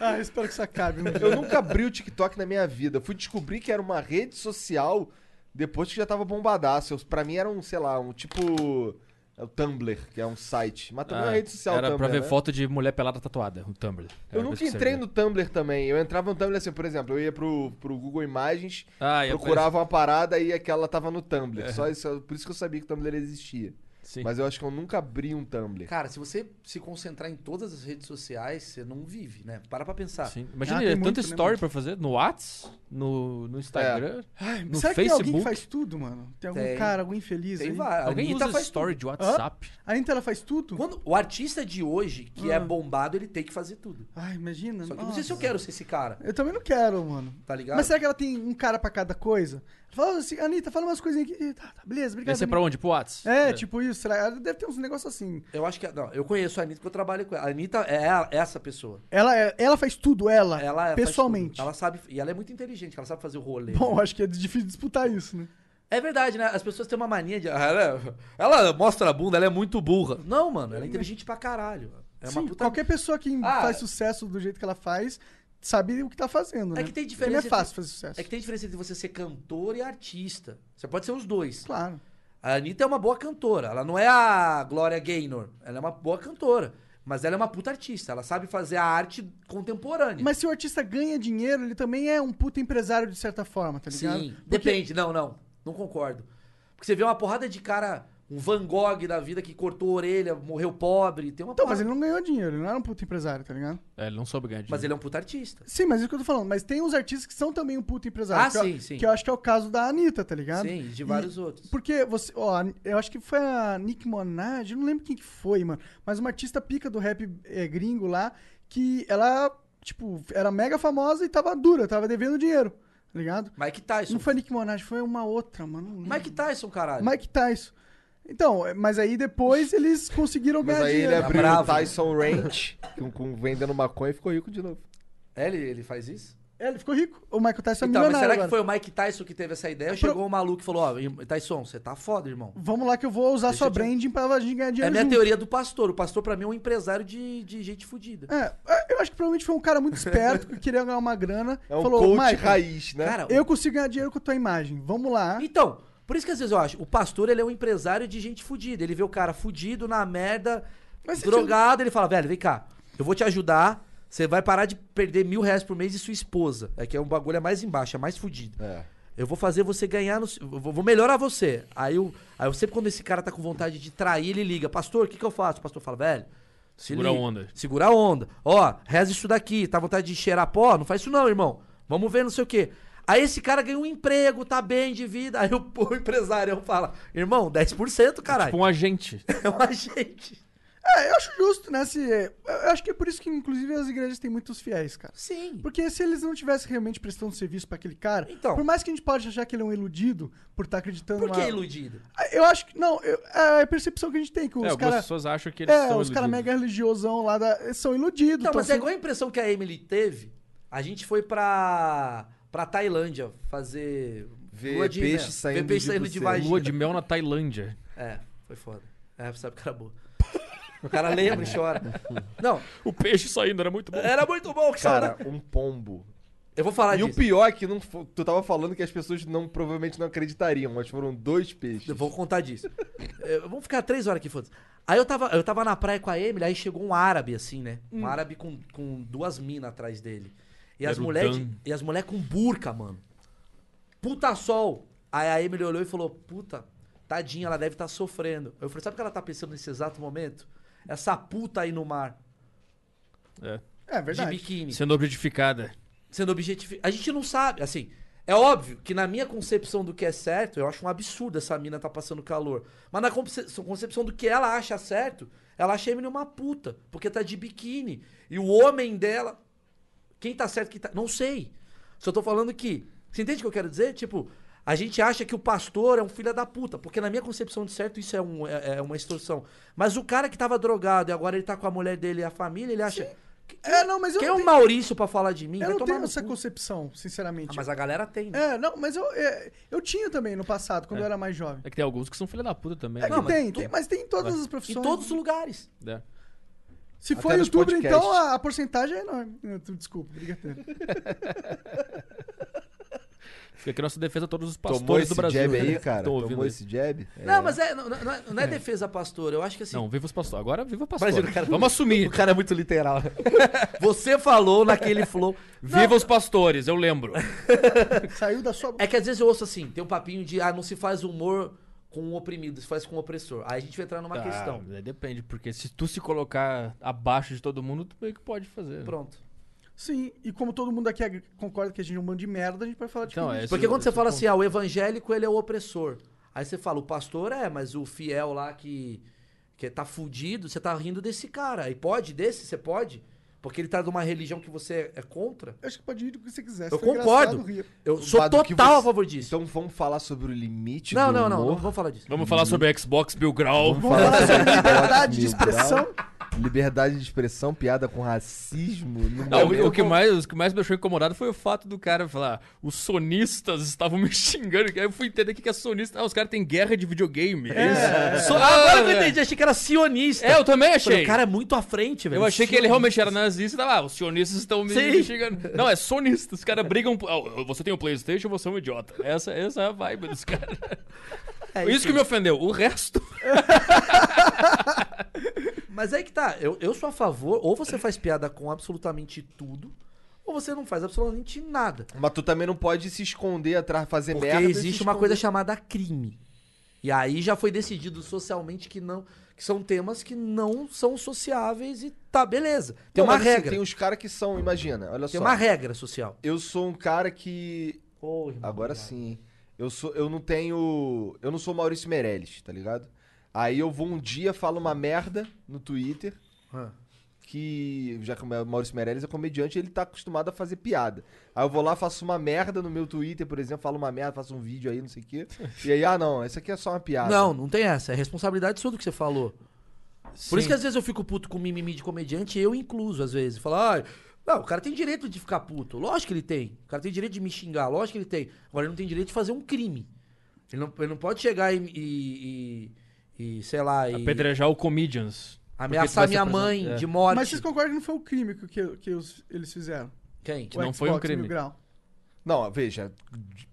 S3: Ah, eu espero que isso acabe. um dia.
S2: Eu nunca abri o TikTok na minha vida. Eu Fui descobrir que era uma rede social depois que já tava bombadaço. Eu- Pra mim era um, sei lá, um tipo. É o Tumblr, que é um site. Mas também é uma
S5: Ah,
S2: rede social
S5: Era
S2: Tumblr.
S5: pra ver
S2: né?
S5: foto de mulher pelada tatuada, o Tumblr. Era
S2: Eu
S5: pra isso
S2: nunca
S5: que
S2: entrei no
S5: servia.
S2: Tumblr também. Eu entrava no Tumblr assim, por exemplo, eu ia pro, pro Google Imagens,
S5: Ah, e
S2: procurava uma parada e aquela tava no Tumblr.
S5: É.
S2: Só isso, por isso que eu sabia que o Tumblr existia.
S5: Sim.
S2: Mas eu acho que eu nunca abri um Tumblr.
S4: Cara, se você se concentrar em todas as redes sociais, você não vive, né? Para pra pensar.
S5: Sim. Imagina,
S3: Ah, tem
S5: é
S3: muito,
S5: tanta
S3: né,
S5: story
S3: muito.
S5: pra fazer no Whats, no, no Instagram,
S3: É. Ai,
S5: no
S3: será que tem alguém que
S5: Facebook.
S3: faz tá tudo, mano? Tem algum
S4: Tem.
S3: cara, algum infeliz
S4: Tem
S3: aí?
S4: vários.
S5: Alguém
S4: Anitta
S5: usa
S4: faz
S5: story
S4: tudo.
S5: de WhatsApp?
S3: A Anitta, ela faz tudo?
S4: Quando o artista de hoje, que é bombado, ele tem que fazer tudo.
S3: Ai, Ah, imagina.
S4: Só que eu não sei se eu
S3: nossa.
S4: quero ser esse cara,
S3: Eu também não quero, mano.
S4: tá ligado?
S3: Mas será que ela tem um cara pra cada coisa? Fala assim, Anitta, fala umas coisinhas aqui. Ih, Tá, tá, beleza, obrigado.
S5: Esse é
S3: Anitta.
S5: pra onde? Pro Whats?
S3: É, tipo isso. Será? Ela deve ter uns negócios assim.
S4: Eu acho que. Não, eu conheço a Anitta porque eu trabalho com ela. A Anitta é a- essa pessoa.
S3: Ela, é- ela faz tudo, ela,
S4: Ela é faz
S3: Ah, pessoalmente.
S4: tudo. Ela sabe. E ela é muito inteligente, ela sabe fazer o rolê.
S3: Bom, acho que é difícil disputar isso, né?
S4: É verdade, né? As pessoas têm uma mania de. ah, Ela, ela mostra a bunda, ela é muito burra. Não, mano, ela é inteligente pra caralho. É uma
S3: Sim,
S4: puta.
S3: qualquer pessoa que
S4: Ah.
S3: faz sucesso do jeito que ela faz sabe o que tá fazendo, né?
S4: É que tem
S3: Porque Não
S4: diferença.
S3: é fácil
S4: entre-
S3: fazer sucesso.
S4: É que tem diferença entre você ser cantor e artista. Você pode ser os dois.
S3: Claro.
S4: A Anitta é uma boa cantora. Ela não é a Gloria Gaynor. Ela é uma boa cantora. Mas ela é uma puta artista. Ela sabe fazer a arte contemporânea.
S3: Mas se o artista ganha dinheiro, ele também é um puta empresário de certa forma, tá ligado?
S4: Sim,
S3: Porque-
S4: depende. Não, não. Não concordo. Porque você vê uma porrada de cara, um Van Gogh da vida que cortou a orelha, morreu pobre. Tem uma
S3: Então, mas
S4: porrada-
S3: ele não ganhou dinheiro, ele não era um puta empresário, tá ligado?
S5: É, ele não soube ganhar dinheiro.
S4: Mas ele é um puta artista.
S3: Sim, mas é isso que eu tô falando. Mas tem uns artistas que são também um puta empresário.
S4: Ah,
S3: que eu-
S4: sim, sim.
S3: Que eu acho que é o caso da Anitta, tá ligado?
S4: Sim, e de vários
S3: E-
S4: outros.
S3: Porque você, ó, eu acho que foi a Nick Minaj, eu não lembro quem que foi, mano, mas uma artista pica do rap eh, gringo lá, que ela, tipo, era mega famosa e tava dura, tava devendo dinheiro, tá ligado?
S4: Mike Tyson.
S3: Não foi a Nick Minaj, foi uma outra, mano. não lembro.
S4: Mike Tyson, caralho.
S3: Mike Tyson. Então, eh, mas aí depois eles conseguiram
S2: Mas
S3: ganhar
S2: aí
S3: dinheiro.
S2: ele é abriu o
S4: bravo.
S2: Tyson Ranch com, com- vendendo maconha e ficou rico de novo.
S4: É, ele, ele faz isso?
S3: É, ele ficou rico. O Michael Tyson é
S4: Então, mas
S3: milionário
S4: será que
S3: agora.
S4: foi o Mike Tyson que teve essa ideia? Chegou um maluco e falou, ó, irm- Tyson, você tá foda, irmão.
S3: Vamos lá que eu vou usar
S4: Deixa
S3: sua
S4: eu te-
S3: branding pra gente ganhar
S4: É a
S3: dinheiro
S4: minha
S3: junto.
S4: teoria do pastor. O pastor, pra mim, é um empresário de, de gente fodida.
S3: É, eu acho que provavelmente foi um cara muito esperto que queria ganhar uma grana.
S2: É um
S3: falou,
S2: coach
S3: Michael,
S2: raiz, né?
S4: Cara,
S3: É. eu consigo ganhar dinheiro com a tua imagem. Vamos lá.
S4: Então, por isso que às vezes eu acho, o pastor ele é um empresário de gente fudida. Ele vê o cara fudido na merda,
S3: Mas você
S4: drogado, ele fala, velho, vem cá, eu vou te ajudar. Você vai parar de perder mil reais por mês e sua esposa. É que é um bagulho é mais embaixo, é mais fudido.
S2: É.
S4: Eu vou fazer você ganhar, no, eu vou vou melhorar você. Aí eu, aí eu sempre quando esse cara tá com vontade de trair, ele liga, pastor, o que, que eu faço? O pastor fala, velho, se
S5: Segura a onda.
S4: Segura a onda. Ó, reza isso daqui. Tá vontade de cheirar pó? Não faz isso não, irmão. Vamos ver não sei o quê. Aí esse cara ganha um emprego, tá bem de vida. Aí o, o empresário fala, irmão, 10%, caralho.
S5: Tipo um agente.
S4: É um agente.
S3: É, eu acho justo, né? Se, eu acho que é por isso que, inclusive, as igrejas têm muitos fiéis, cara.
S4: Sim.
S3: Porque se eles não tivessem realmente prestando serviço pra aquele cara,
S4: Então.
S3: por mais que a gente pode achar que ele é um iludido por estar acreditando
S4: Por que
S3: numa-
S4: iludido?
S3: Eu acho que. Não, eu- é a percepção que a gente tem, que
S5: É,
S3: os
S5: algumas
S3: caras.
S5: pessoas acham que eles
S3: É,
S5: são
S3: os caras
S5: iludidos.
S3: mega religiosão lá da, são iludidos. assim,
S4: Então,
S3: tão
S4: mas é
S3: sendo-
S4: igual a impressão que a Emily teve. A gente foi pra, pra Tailândia fazer.
S2: Ver
S4: lua de
S2: peixe
S4: mel.
S2: saindo
S4: Ver peixe
S2: de
S4: saindo de
S2: buceta.
S4: vagina.
S5: Lua de mel na Tailândia.
S4: É, foi foda. É, sabe que era boa. O cara lembra e chora. Não.
S5: O peixe saindo era muito bom.
S4: Era muito bom, cara.
S2: Cara, um pombo.
S4: Eu vou falar
S2: e
S4: disso.
S2: o pior é que não, fo- tu tava falando que as pessoas não, provavelmente não acreditariam, mas foram dois peixes.
S4: Eu vou contar disso. É, vamos ficar três horas aqui, foda-se. Aí eu tava, eu tava na praia com a Emily, aí chegou um árabe, assim, né? Um
S5: Hum.
S4: árabe com, com duas minas atrás dele. E
S5: Era
S4: as
S5: o
S4: mulheres
S5: Dan.
S4: e as mulher com burca, mano. Puta sol. Aí a Emily olhou e falou, puta, tadinha, ela deve estar sofrendo. Eu falei, sabe o que ela tá pensando nesse exato momento? Essa puta aí no mar.
S5: É.
S3: É
S4: De biquíni.
S5: Sendo objetificada.
S4: Sendo objetificado. A gente não sabe, assim. É óbvio que na minha concepção do que é certo, eu acho um absurdo essa mina tá passando calor. Mas na conce- concepção do que ela acha certo, ela acha a Emily uma puta, porque tá de biquíni. E o homem dela. Quem tá certo, quem tá. Não sei. Só tô falando que. Você entende o que eu quero dizer? Tipo, a gente acha que o pastor é um filho da puta, porque na minha concepção de certo isso é, um- é- é uma extorsão. Mas o cara que tava drogado e agora ele tá com a mulher dele e a família, ele acha.
S3: É, não, mas eu
S4: Quem é
S3: não
S4: o
S3: tenho-
S4: Maurício pra falar de mim? Vai
S3: Eu não
S4: tomar
S3: tenho
S4: no
S3: essa
S4: cu.
S3: concepção, sinceramente.
S4: Ah, mas a galera tem, né?
S3: É, não, mas eu, é, eu tinha também no passado, quando
S5: É.
S3: eu era mais jovem.
S5: É que tem alguns que são filha da puta também.
S3: É
S5: né?
S3: que tem, tem, mas tem em todas as profissões.
S4: Em todos os lugares.
S5: É.
S3: Se
S5: Até
S3: for
S5: nos
S3: youtuber,
S5: podcasts.
S3: então a, a porcentagem é enorme. Não, tu- Desculpa, brincadeira.
S5: Fica aqui nossa defesa a todos os pastores
S2: Tomou esse
S5: do Brasil.
S2: jab aí,
S5: né?
S2: cara?
S5: Tão ouvindo
S2: Tomou
S5: aí.
S2: esse jab?
S4: Não, mas é, não, não- não é, não é defesa pastor. Eu acho que assim.
S5: Não, viva os pastores. Agora viva o pastor.
S4: Imagina, o cara-
S5: Vamos assumir.
S4: O cara é muito literal. Você falou naquele flow.
S5: Viva os pastores, eu lembro.
S3: Saiu da sua.
S4: É que às vezes eu ouço assim, tem um papinho de ah, não se faz humor com o oprimido, se faz com o opressor. Aí a gente vai entrar numa
S5: Tá,
S4: questão.
S5: né, Depende, porque se tu se colocar abaixo de todo mundo, tu meio que pode fazer. né?
S4: Pronto.
S3: Sim, e como todo mundo aqui ag- concorda que a gente é um bando de merda, a gente pode falar de
S5: Então,
S3: tudo
S5: é,
S3: isso.
S4: Porque
S5: Esse-
S4: quando você
S5: esse
S4: fala
S5: ponto.
S4: assim, ah, o evangélico ele é o opressor. Aí você fala, o pastor é, mas o fiel lá que, que tá fudido, você tá rindo desse cara. E pode desse? Você pode? Porque ele tá de uma religião que você é contra?
S3: Eu acho que pode ir do que você quiser. Se
S4: Eu
S3: for
S4: concordo.
S3: engraçado, ria.
S4: Eu sou
S2: Bado, que
S4: total
S2: você-
S4: a favor disso.
S2: Então vamos falar sobre o limite
S4: Não,
S2: do
S4: não, não,
S2: humor.
S4: não vamos falar disso.
S5: tipo, Vamos falar sobre Xbox Bill Grau.
S3: Vamos falar sobre liberdade de
S2: Mil
S3: expressão.
S2: grau, liberdade de expressão, piada com racismo. no
S5: Não,
S2: momento.
S5: o, o que mais, o que mais me deixou incomodado foi o fato do cara falar os sonistas estavam me xingando. que Aí eu fui entender o que que é sonista. Ah, os caras têm guerra de videogame. É isso? So-
S4: Agora que eu
S5: velho.
S4: entendi, achei que era sionista.
S5: Ah, É, eu também
S4: Falei,
S5: achei.
S4: o cara é muito à frente, velho.
S5: Eu achei que ele realmente era nazista. e tava, Ah, os sionistas estão me,
S4: Sim.
S5: me xingando. Não, é sonista. Os caras brigam. por- "Ah, você tem o PlayStation, você é um idiota. Essa, essa é a vibe dos caras.
S4: É,
S5: Isso que me ofendeu. O resto.
S4: Mas aí que tá, eu, eu sou a favor, ou você faz piada com absolutamente tudo, ou você não faz absolutamente nada.
S2: Mas tu também não pode se esconder atrás, fazer
S4: Porque
S2: É merda. e se
S4: existe uma
S2: esconder.
S4: coisa chamada crime. E aí já foi decidido socialmente que não. Que são temas que não são sociáveis e tá, beleza. Tem
S2: Não,
S4: uma
S2: mas, assim,
S4: regra.
S5: um
S2: tem uns caras que são, imagina, olha
S4: tem
S2: só.
S4: uma regra social.
S2: Eu sou um cara que.
S4: Ô, irmão,
S2: Agora
S4: cara.
S2: sim, hein? Eu, sou, eu não tenho. Eu não sou Maurício Meirelles, tá ligado? Aí eu vou um dia, falo uma merda no Twitter.
S4: Ah.
S2: que já que o Maurício Meirelles é comediante, ele tá acostumado a fazer piada. Aí eu vou lá, faço uma merda no meu Twitter, por exemplo, falo uma merda, faço um vídeo aí, não sei o quê. E aí, ah, não, essa aqui é só uma piada.
S4: Não, não tem essa. É responsabilidade sua do que você falou. Por isso que às vezes eu fico puto com mimimi de comediante, eu incluso, às vezes. Falar, ah, não, o cara tem direito de ficar puto. Lógico que ele tem. O cara tem direito de me xingar, lógico que ele tem. Agora ele não tem direito de fazer um crime. Ele não, ele não pode chegar e, e, e- e, sei lá, e
S5: Apedrejar o Comedians. Porque tu
S4: ameaçar
S5: vai ser
S4: minha
S5: apresentado-
S4: mãe
S5: é.
S4: de morte.
S3: Mas vocês concordam que não foi o crime que, que, que os- eles fizeram?
S4: Quem?
S5: Que não foi um crime.
S3: Mil grau.
S2: Não, veja,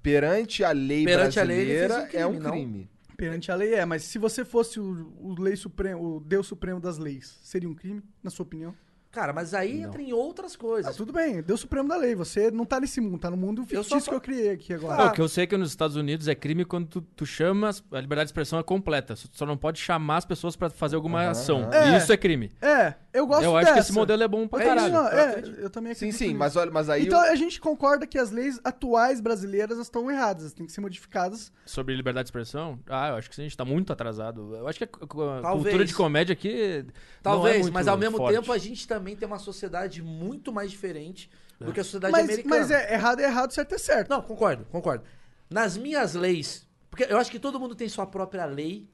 S2: perante a lei
S4: Perante a lei, ele fez
S2: brasileira
S4: um crime,
S2: é um
S4: não?
S2: crime.
S3: Perante a lei é, mas se você fosse o, o lei supremo, o Deus Supremo das leis, seria um crime, na sua opinião?
S4: Cara, mas aí entra em outras
S3: Ah,
S4: coisas.
S3: tudo bem, Deus Supremo da lei. Você não tá nesse mundo, tá no mundo
S4: Eu
S3: fictício
S4: só fa-
S3: que eu criei aqui
S5: Não,
S3: agora.
S4: Ah.
S5: o que eu sei é que nos Estados Unidos é crime quando tu, tu chamas, a liberdade de expressão é completa. Tu só não pode chamar as pessoas pra fazer alguma ação.
S3: É.
S5: E isso é crime.
S3: É, eu gosto
S5: eu acho que
S3: dessa.
S5: esse modelo é bom pra
S3: É,
S5: caralho.
S3: não, é, eu também
S2: Sim,
S3: acredito
S2: sim,
S3: nisso.
S2: mas olha, mas aí.
S3: Então
S2: eu-
S3: a gente concorda que as leis atuais brasileiras elas estão erradas, elas têm que ser modificadas.
S5: Sobre liberdade de expressão? Ah, eu acho que sim, a gente tá muito atrasado. Eu acho que a, cu- a
S4: Talvez.
S5: cultura de comédia aqui. não é
S4: Talvez,
S5: muito
S4: mas ao mesmo
S5: forte.
S4: tempo a gente também tem uma sociedade muito mais diferente do que a sociedade
S3: É. Mas,
S4: americana.
S3: mas é errado é errado, certo é certo.
S4: Não, concordo, concordo. Nas minhas leis, porque eu acho que todo mundo tem sua própria lei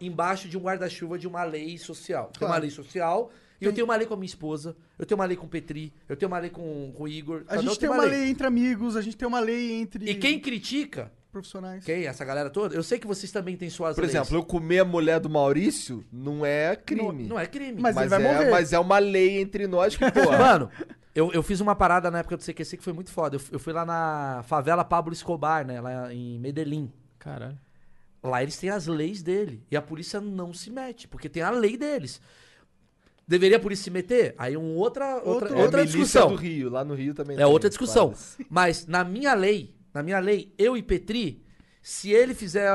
S4: embaixo de um guarda-chuva de uma lei social. Tem uma
S3: Claro.
S4: lei social E eu tenho uma lei com a minha esposa, eu tenho uma lei com o Petri, eu tenho uma lei com, com o Igor. um
S3: A gente tem uma lei entre amigos, a gente tem uma lei entre
S4: E quem critica,
S3: profissionais.
S4: quem? Essa galera toda? Eu sei que vocês também têm suas
S2: Por
S4: leis.
S2: exemplo, eu comer a mulher do Maurício não é crime.
S4: Não, não é crime.
S2: Mas, é, mas é uma lei entre nós que,
S3: é-
S2: pô.
S4: Mano, eu, eu fiz uma parada na época do CQC que foi muito foda. Eu, fu- eu fui lá na favela Pablo Escobar, né? Lá em Medellín.
S5: Caralho.
S4: tá Lá eles têm as leis dele. E a polícia não se mete, porque tem a lei deles. Deveria a polícia se meter? Aí um outra, outra,
S2: Outro-
S4: outra
S2: é a milícia
S4: discussão.
S2: do Rio, lá no Rio também
S4: É
S2: tem,
S4: outra discussão.
S2: foda-se.
S4: Mas na minha lei, na minha lei, eu e Petri, se ele fizer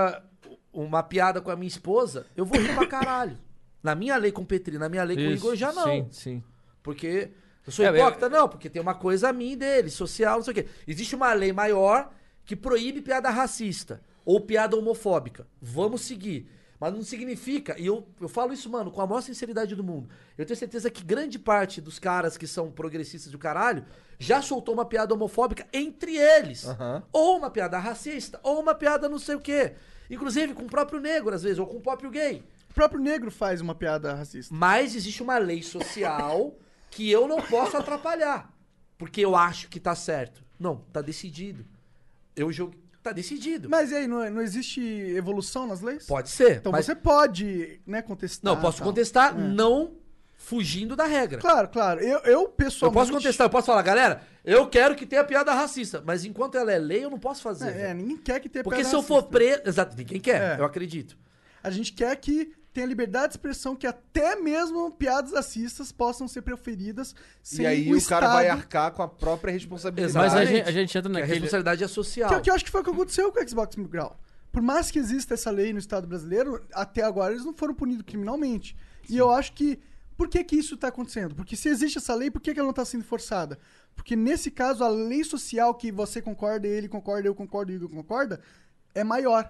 S4: uma piada com a minha esposa, eu vou rir pra caralho. Na minha lei com o Petri, na minha lei com o Igor, já não.
S5: Sim, sim.
S4: Porque eu sou
S5: É,
S4: hipócrita? Não, porque tem uma coisa a mim e dele, social, não sei o quê. Existe uma lei maior que proíbe piada racista ou piada homofóbica. Vamos seguir. Mas não significa, e eu, eu falo isso, mano, com a maior sinceridade do mundo. Eu tenho certeza que grande parte dos caras que são progressistas do caralho já soltou uma piada homofóbica entre eles. Ou uma piada racista, ou uma piada não sei o quê. Inclusive com o próprio negro, às vezes, ou com o próprio gay.
S3: O próprio negro faz uma piada racista.
S4: Mas existe uma lei social que eu não posso atrapalhar. Porque eu acho que tá certo. Não, tá decidido. Eu jogo. Tá decidido.
S3: Mas e aí, não, não existe evolução nas leis?
S4: Pode ser.
S3: Então
S4: mas...
S3: você pode, né, contestar.
S4: Não, posso
S3: tal.
S4: contestar,
S3: É.
S4: não fugindo da regra.
S3: Claro, um claro. Eu, eu
S4: Eu
S3: pessoalmente.
S4: posso contestar, eu posso falar, galera, eu quero que tenha piada racista, mas enquanto ela é lei, eu não posso fazer.
S3: É, é,
S4: velho.
S3: ninguém quer que tenha
S4: Porque
S3: piada
S4: se eu for preso. Exato, ninguém quer,
S3: É.
S4: eu acredito.
S3: A gente quer que tenha liberdade de expressão, que até mesmo piadas racistas possam ser preferidas sem
S2: E aí o, cara
S3: Estado-
S2: vai arcar com a própria responsabilidade.
S5: Mas a gente, a gente entra
S4: Porque A
S5: naquele.
S4: responsabilidade é social.
S3: Que é o que eu acho que foi o que aconteceu com o Xbox Mil Grau. Por mais que exista essa lei no Estado brasileiro, até agora eles não foram punidos criminalmente. E eu acho que. Por que, que isso está acontecendo? Porque se existe essa lei, por que, que ela não está sendo forçada? Porque nesse caso, a lei social que você concorda, ele concorda, eu concordo, o Igor concorda, é maior.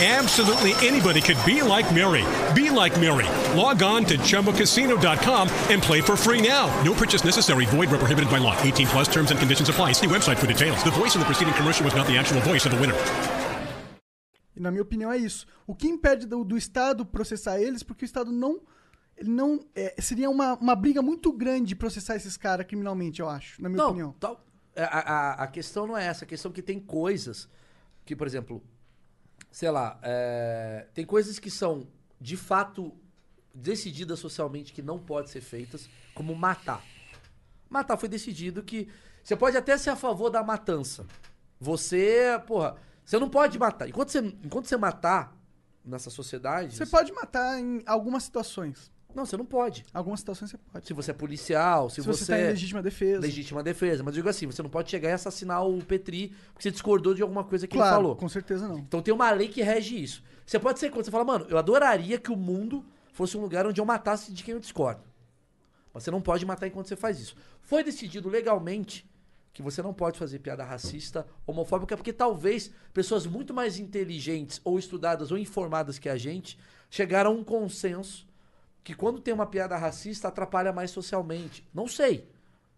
S10: Absolutely anybody could be like Mary. Be like Mary. Log on to chumbacasino.com and play for free now. No purchase necessary. Void where prohibited by law. 18 plus terms and conditions apply. See website for details. The voice in the preceding commercial was not the actual voice of the winner.
S3: E na minha opinião é isso. O que impede do, do Estado processar eles, porque o Estado não. Ele não é, seria uma, uma briga muito grande processar esses caras criminalmente, eu acho, na minha
S4: não,
S3: opinião.
S4: tal- é, a, a- a questão não é essa. A questão é que tem coisas que, por exemplo, sei lá, é, tem coisas que são de fato decididas socialmente que não podem ser feitas, como matar. Matar foi decidido que você pode até ser a favor da matança. Você, porra, você não pode matar. Enquanto você, enquanto você matar nessa sociedade,
S3: Você pode matar em algumas situações.
S4: não, você não pode.
S3: Algumas situações você pode.
S4: Se você é policial, se,
S3: Se você tá em legítima defesa.
S4: Legítima defesa. Mas eu digo assim, você não pode chegar e assassinar o Petri porque você discordou de alguma coisa que
S3: Claro,
S4: ele falou.
S3: com certeza não.
S4: Então tem uma lei que rege isso. Você pode ser contra. Você fala, mano, eu adoraria que o mundo fosse um lugar onde eu matasse de quem eu discordo. Mas você não pode matar enquanto você faz isso. Foi decidido legalmente que você não pode fazer piada racista, homofóbica, porque talvez pessoas muito mais inteligentes ou estudadas ou informadas que a gente chegaram a um consenso que quando tem uma piada racista atrapalha mais socialmente. Não sei.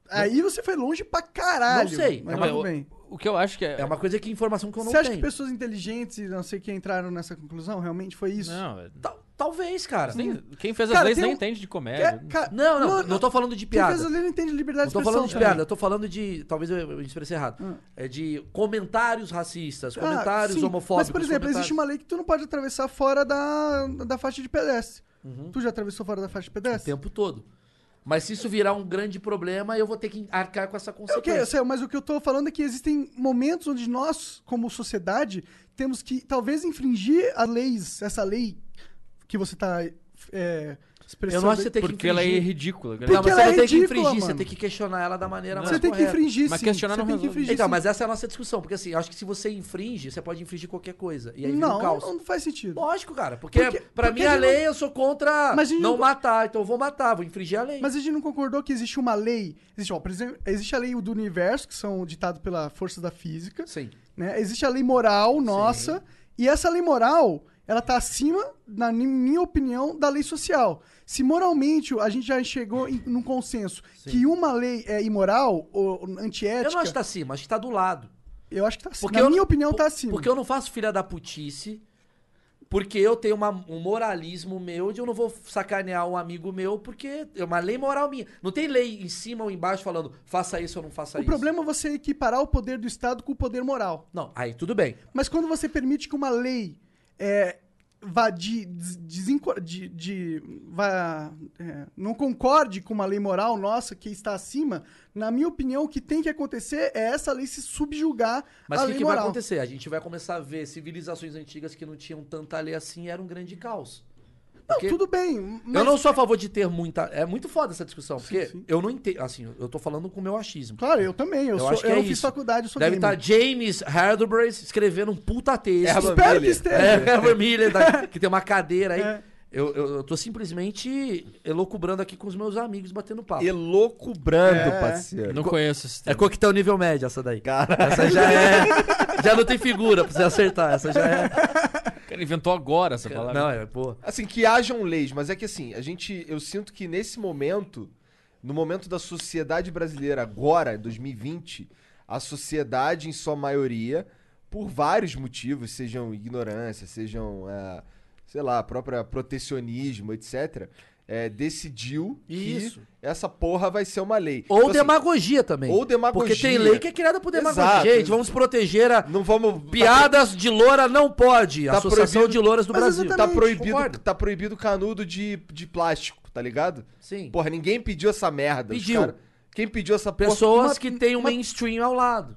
S3: Aí você foi longe pra caralho.
S4: Não sei.
S3: Mas
S4: É uma-
S3: tudo bem.
S5: O que eu acho que é.
S4: É uma coisa que informação que eu não
S3: Você acha
S4: tenho.
S3: que pessoas inteligentes e não sei quem entraram nessa conclusão? Realmente foi isso?
S5: Não, é-
S4: Tal- talvez, cara.
S5: nem- quem fez as
S3: Cara,
S5: leis
S3: tem
S5: nem
S3: um-
S5: entende de
S3: É,
S5: comédia.
S3: ca-
S4: Não, não, não tô falando de piada.
S3: Quem fez a lei não entende liberdade
S4: Não
S3: de né?
S4: tô
S3: expressão.
S4: falando de
S3: também.
S4: piada, eu tô falando de. Talvez eu, eu expressei errado. É de comentários racistas,
S3: Ah,
S4: comentários
S3: sim.
S4: homofóbicos.
S3: Mas, por exemplo, existe uma lei que tu não pode atravessar fora da, da faixa de pedestre.
S4: Uhum.
S3: Tu já atravessou fora da faixa de
S4: O
S3: pedestre?
S4: tempo todo. Mas se isso virar um grande problema, eu vou ter que arcar com
S3: É,
S4: essa
S3: ok, eu
S4: consequência.
S3: sei, mas o que eu tô falando é que existem momentos onde nós, como sociedade, temos que talvez infringir as leis, essa lei que você tá é, expressando.
S4: Eu não acho que você tem que
S5: Porque ela é
S4: infringir.
S5: ridícula. né?
S3: Porque
S4: Não, mas
S3: ela
S4: você
S3: é
S4: não tem que
S3: ridícula,
S4: infringir, você
S3: mano.
S4: tem que questionar ela da maneira
S3: Você
S4: mais
S3: tem que
S4: correta.
S3: infringir,
S5: Mas
S3: sim.
S5: questionar
S3: você
S5: não
S3: tem que
S5: resolve.
S3: infringir,
S4: Então,
S3: sim.
S4: mas essa é a nossa discussão. Porque assim, eu acho que se você infringe, você pode infringir qualquer coisa. E aí vira
S3: não,
S4: um caos.
S3: não faz sentido.
S4: Lógico, cara. Porque,
S3: Porque-
S4: pra
S3: porque
S4: mim a
S3: a gente
S4: lei eu sou contra
S3: Mas a gente
S4: não
S3: não-
S4: matar. Então eu vou matar, vou infringir a lei.
S3: Mas a gente não concordou que existe uma lei. Existe, ó, por exemplo, existe a lei do universo, que são ditados pela força da física.
S4: Sim.
S3: né? Existe a lei moral nossa. E essa lei moral, ela tá acima, na ni- minha opinião, da lei social. Se moralmente a gente já chegou em, num consenso que uma lei é imoral ou antiética.
S4: Eu não acho que tá acima, acho que tá do lado.
S3: Eu acho que tá acima.
S4: Porque
S3: na
S4: eu-
S3: minha opinião, tá acima.
S4: Porque eu não faço filha da putice, porque eu tenho uma- um moralismo meu de eu não vou sacanear um amigo meu, porque é uma lei moral minha. Não tem lei em cima ou embaixo falando faça isso ou não faça
S3: O
S4: isso.
S3: problema é você equiparar o poder do Estado com o poder moral.
S4: Não, aí tudo bem.
S3: Mas quando você permite que uma lei é, vá de, des- desenco- de- de- vá, é, não concorde com uma lei moral nossa que está acima, na minha opinião, o que tem que acontecer é essa lei se subjugar
S4: Mas
S3: à
S4: o que,
S3: lei
S4: que vai
S3: moral.
S4: acontecer? A gente vai começar a ver civilizações antigas que não tinham tanta lei assim e era um grande caos. Porque-
S3: Tudo bem.
S4: Eu
S3: mas-
S4: não sou a favor de ter muita. É muito foda essa discussão, porque eu não entendo. Assim, eu tô falando com o meu achismo.
S3: Claro, eu também. Eu, sou,
S4: acho que
S3: eu
S4: é
S3: não fiz
S4: isso.
S3: faculdade, eu sou
S4: Deve tá
S3: gamer.
S4: estar James Hardbrace escrevendo um puta texto.
S3: Erva Espero Miller. que É. esteja.
S4: É, Erva Miller, da- que tem uma cadeira aí. Eu, eu, eu tô simplesmente elocubrando aqui com os meus amigos, batendo papo.
S5: Elocubrando,
S4: É.
S5: parceiro. Não conheço esse
S4: É
S5: termo.
S4: coquetel nível médio essa daí. Essa já é... Já não tem figura pra você acertar. Essa já é...
S5: O cara inventou agora essa palavra.
S4: Não, é boa.
S2: Assim, que hajam leis, mas é que assim, a gente. Eu sinto que nesse momento, no momento da sociedade brasileira agora, em 2020, a sociedade, em sua maioria, por vários motivos, sejam ignorância, sejam, ah, sei lá, própria protecionismo, etc., eh, decidiu
S4: Isso.
S2: que essa porra vai ser uma lei.
S4: Ou
S2: Então, assim,
S4: demagogia também.
S2: Ou demagogia.
S4: Porque tem lei que é criada por demagogia.
S2: Exato.
S4: Gente, vamos proteger a.
S2: Não vamos.
S4: Piadas de loura não pode.
S2: Tá
S4: Associação
S2: proibido-
S4: de louras do
S2: Mas
S4: Brasil.
S2: exatamente, Tá proibido, tá proibido canudo de, de plástico, tá ligado?
S4: Sim.
S2: Porra, ninguém pediu essa merda. os
S4: Pediu.
S2: cara- quem pediu essa porra-
S4: Pessoas
S2: Uma-
S4: que têm um
S2: uma- É.
S4: mainstream ao lado.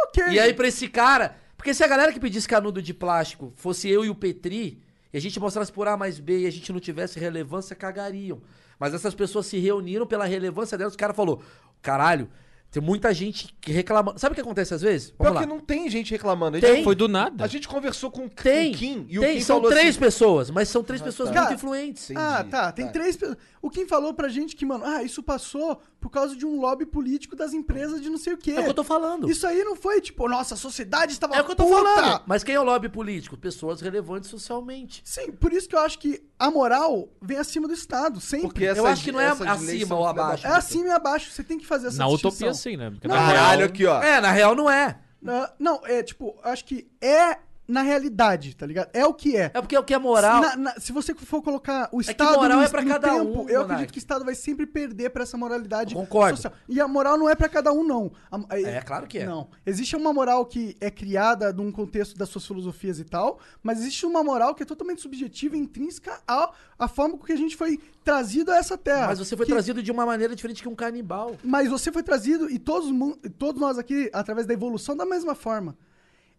S3: Ok.
S4: É. E aí, pra esse cara. Porque se a galera que pedisse canudo de plástico fosse eu e o Petri, e a gente mostrasse por A mais B e a gente não tivesse relevância, cagariam. Mas essas pessoas se reuniram pela relevância delas, o cara falou: caralho, tem muita gente que reclamando. Sabe o que acontece às vezes?
S2: Pior
S4: Vamos lá.
S2: que não tem gente reclamando. A
S4: Tem.
S2: gente-
S4: Foi do
S5: nada.
S2: A gente conversou com o Kim-
S4: Tem,
S2: o Kim e o
S4: tem,
S2: Kim
S4: são
S2: falou
S4: três
S2: assim, tá.
S4: pessoas, mas são três pessoas
S3: Cara,
S4: muito influentes. É
S3: Ah, tá. Tem três pessoas. O Kim falou pra gente que, mano, ah, isso passou por causa de um lobby político das empresas de não sei o quê.
S4: É o que eu tô falando.
S3: Isso aí não foi tipo, nossa, a sociedade estava.
S4: É o que eu tô
S3: puta.
S4: falando. Mas quem é o lobby político? Pessoas relevantes socialmente.
S3: Sim, por isso que eu acho que a moral vem acima do Estado, sempre.
S4: Porque Eu essas- acho que não é essas leis acima são ou filha da abaixo.
S3: É
S4: puta.
S3: acima e abaixo, você tem que fazer essa
S5: Na
S3: distinção.
S5: utopia, sim, né? Porque
S3: Não,
S5: na
S2: Caralho,
S5: real-
S2: aqui, ó.
S4: É, na real não é.
S3: Na- não, é tipo, acho que é na realidade, tá ligado? É o que é.
S4: É porque o que é moral.
S3: Se, na- na- se você for colocar o
S4: que
S3: Estado
S4: moral
S3: no,
S4: é pra
S3: no
S4: cada um,
S3: tempo, eu acredito
S4: Monark.
S3: que o Estado vai sempre perder pra essa moralidade
S4: Eu concordo.
S3: social. E a moral não é pra cada um, não. A- a-
S4: É, claro que é.
S3: Não. Existe uma moral que é criada num contexto das suas filosofias e tal, mas existe uma moral que é totalmente subjetiva e intrínseca à, à forma com que a gente foi trazido a essa terra.
S4: Mas você foi
S3: Que-
S4: trazido de uma maneira diferente que um canibal.
S3: mas você foi trazido e todos, mu- e todos nós aqui, através da evolução, da mesma forma.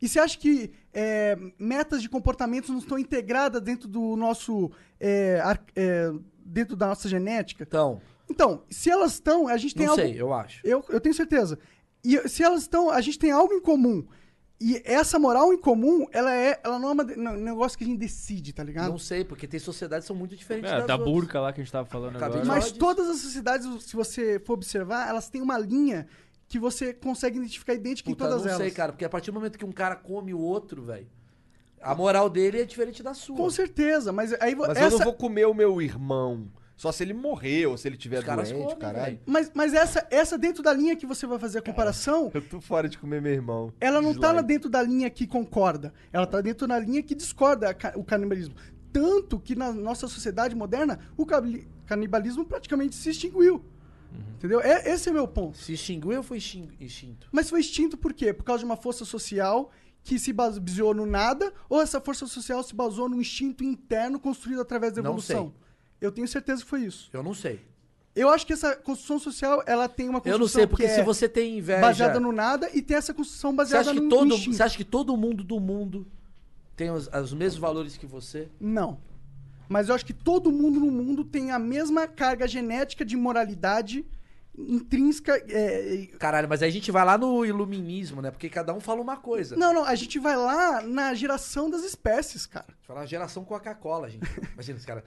S3: E você acha que é, metas de comportamentos não estão integradas dentro do nosso. é, ar- é, dentro da nossa genética?
S4: Então.
S3: Então, se elas estão, a gente tem
S4: Não
S3: algo.
S4: sei, eu acho.
S3: Eu, eu tenho certeza. E se elas estão, a gente tem algo em comum. E essa moral em comum, ela é, ela não é uma de- não, um negócio que a gente decide, tá ligado?
S4: Não sei, porque tem sociedades que são muito diferentes.
S5: É,
S4: das
S5: da
S4: outras.
S5: burca lá que a gente tava falando
S4: Acabei
S5: agora.
S4: de
S3: Mas todas as sociedades, se você for observar, elas têm uma linha que você consegue identificar idêntica
S4: Puta,
S3: em todas
S4: não
S3: elas.
S4: sei, cara, porque a partir do momento que um cara come o outro, velho, a moral dele é diferente da sua.
S3: Com certeza, mas aí vo-
S2: Mas eu
S3: essa
S2: não vou comer o meu irmão. Só se ele morrer ou se ele tiver
S4: Os caras
S2: doente,
S4: comem,
S2: caralho.
S4: velho.
S3: mas, mas essa essa dentro da linha que você vai fazer a comparação,
S2: Eu tô fora de comer meu irmão.
S3: ela não tá lá
S2: Dislike.
S3: dentro da linha que concorda, ela tá dentro da linha que discorda a ca- o canibalismo. Tanto que na nossa sociedade moderna, o cabli- canibalismo praticamente se extinguiu.
S2: Uhum.
S3: Entendeu? É, esse é meu ponto.
S4: Se extinguiu, eu fui extin- extinto.
S3: Mas foi extinto por quê? Por causa de uma força social que se baseou no nada ou essa força social se baseou num instinto interno construído através da
S4: Não
S3: evolução?
S4: sei.
S3: Eu tenho certeza que foi isso.
S4: Eu não sei.
S3: Eu acho que essa construção social, ela tem uma construção
S4: Eu não sei, porque
S3: que é
S4: se você tem inveja.
S3: baseada no nada e tem essa construção
S4: Você
S3: baseada
S4: acha, que
S3: no
S4: todo,
S3: instinto.
S4: você acha que todo mundo do mundo tem os, os mesmos valores que você?
S3: Não. Mas eu acho que todo mundo no mundo tem a mesma carga genética de moralidade intrínseca. é, é,
S4: Caralho, mas aí a gente vai lá no iluminismo, né? Porque cada um fala uma coisa.
S3: Não, não, a gente vai lá na geração das espécies, cara.
S4: A gente fala geração Coca-Cola, gente. Imagina, os cara,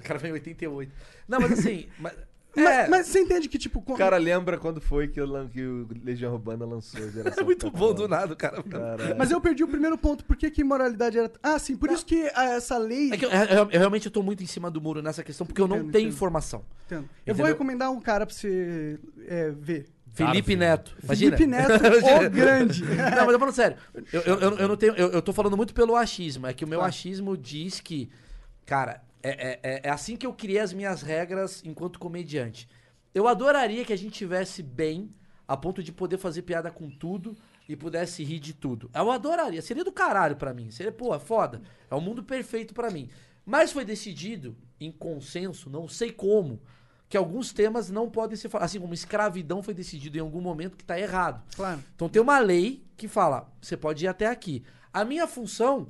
S4: o cara vem em 88. Não, mas assim, mas
S3: Mas, mas você entende que, tipo.
S2: O cara lembra quando foi que, o lan- que o Legião Urbana lançou a geração.
S4: é Muito bom do
S2: Capitão.
S4: nada, cara.
S2: Caralho.
S3: Mas eu perdi o primeiro ponto. Por que que moralidade era. Ah, sim, por isso que ah, essa lei.
S4: Tá. É que eu, eu- eu realmente tô muito em cima do muro nessa questão, porque eu não
S3: Entendo,
S4: tenho
S3: entendo.
S4: informação.
S3: Entendo. Eu vou
S4: Entendeu?
S3: recomendar um cara pra você é, ver.
S4: Felipe Neto. Imagina.
S3: Felipe Neto, o grande.
S4: Não, mas eu falo sério. Eu, eu, eu- eu não tenho, eu, eu tô falando muito pelo achismo. É que o meu
S3: Claro.
S4: achismo diz que, cara, é, é- é- é assim que eu criei as minhas regras enquanto comediante. Eu adoraria que a gente tivesse bem a ponto de poder fazer piada com tudo e pudesse rir de tudo. Eu adoraria. Seria do caralho pra mim. Seria, pô, é foda. É um mundo perfeito pra mim. Mas foi decidido, em consenso, não sei como, que alguns temas não podem ser falados. Assim como escravidão foi decidido em algum momento que tá errado.
S3: Claro.
S4: Então tem uma lei que fala, você pode ir até aqui. A minha função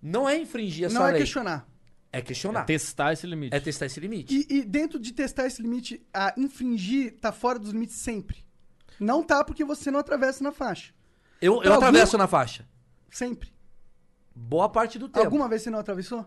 S4: não é infringir essa
S3: Não é
S4: lei.
S3: questionar.
S4: É questionar.
S5: É testar esse limite.
S4: É testar esse limite.
S3: E, e dentro de testar esse limite, a infringir tá fora dos limites sempre. Não tá porque você não atravessa na faixa.
S4: Eu,
S3: Pra
S4: eu
S3: algum-
S4: atravesso na faixa.
S3: Sempre.
S4: Boa parte do tempo.
S3: Alguma vez você não atravessou?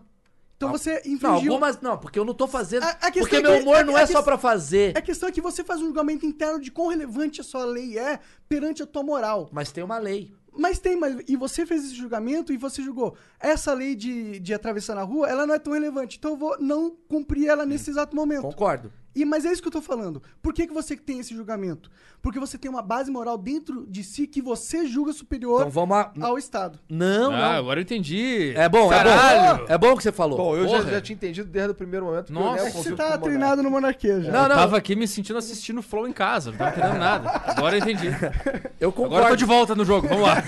S3: Então
S4: Al-
S3: você infringiu.
S4: Não, algumas não, porque eu não tô fazendo.
S3: A- a questão
S4: porque
S3: é
S4: meu
S3: que-
S4: humor
S3: a-
S4: não
S3: a
S4: é só
S3: questão-
S4: pra fazer.
S3: A questão é que você faz um julgamento interno de quão relevante a sua lei é perante a tua moral.
S4: Mas tem uma lei.
S3: Mas tem, mas, e você fez esse julgamento e você julgou. Essa lei de, de atravessar na rua, ela não é tão relevante. Então eu vou não cumprir ela nesse exato momento.
S4: Concordo.
S3: E, mas é isso que eu tô falando. Por que, que você tem esse julgamento? Porque você tem uma base moral dentro de si que você julga superior
S4: Então vamos a-
S3: ao Estado.
S4: Não,
S5: ah,
S4: não.
S5: agora eu entendi.
S4: É bom, é
S5: Caralho.
S4: bom. É bom o que você falou.
S2: Bom, eu já,
S5: Porra.
S2: já tinha entendido desde o primeiro momento. que eu
S5: Nossa.
S2: nem
S3: É que você
S2: convivo
S3: tá
S2: com o Monark.
S3: treinado no monarquia já.
S4: Não,
S5: Eu
S4: não.
S5: tava aqui me sentindo assistindo Flow em casa, não tava entendendo nada. Agora eu entendi.
S4: Eu
S5: Agora eu tô
S4: concordo.
S5: de volta no jogo, vamos lá.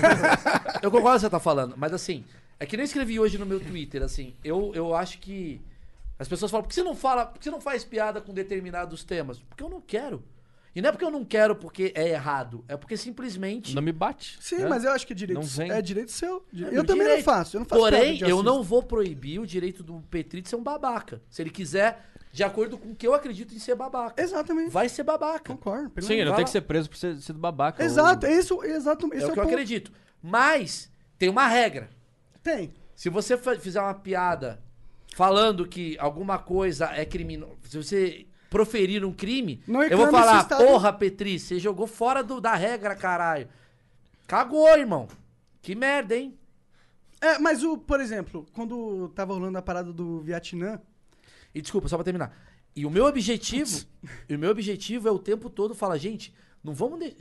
S4: Eu concordo com o que você tá falando, mas assim, é que nem eu escrevi hoje no meu Twitter, assim, eu, eu acho que. As pessoas falam, por que você não fala, por que você não faz piada com determinados temas? Porque eu não quero. E não é porque eu não quero porque é errado, é porque simplesmente.
S5: Não me bate.
S3: Sim,
S5: né?
S3: mas eu acho que é direito,
S5: Não vem.
S3: é direito seu.
S4: é
S3: eu
S4: meu
S3: também não
S4: direito.
S3: faço. Eu não faço piada
S4: Porém,
S3: de
S4: eu
S3: racista.
S4: não vou proibir o direito do Petri de ser um babaca. Se ele quiser, de acordo com o que eu acredito em ser babaca.
S3: Exatamente.
S4: Vai ser babaca.
S3: Concordo. pelo
S5: Sim, ele não
S4: Vai
S5: tem
S4: lá.
S5: que ser preso por ser sido babaca.
S3: Exato, é isso, exato,
S4: Então, É
S3: esse é,
S4: o
S3: o
S4: que eu
S3: ponto.
S4: acredito. Mas tem uma regra.
S3: Tem.
S4: Se você fa- fizer uma piada falando que alguma coisa é criminosa, se você proferir um crime,
S3: Não
S4: eu vou
S3: reclame
S4: falar,
S3: se está-
S4: porra, Petri, você jogou fora do- da regra, caralho. Cagou, irmão. Que merda, hein?
S3: É, mas o, por exemplo, quando tava rolando a parada do Vietnã,
S4: E desculpa, só pra terminar. E o meu objetivo, e o meu objetivo é o tempo todo falar, gente, não vamos de-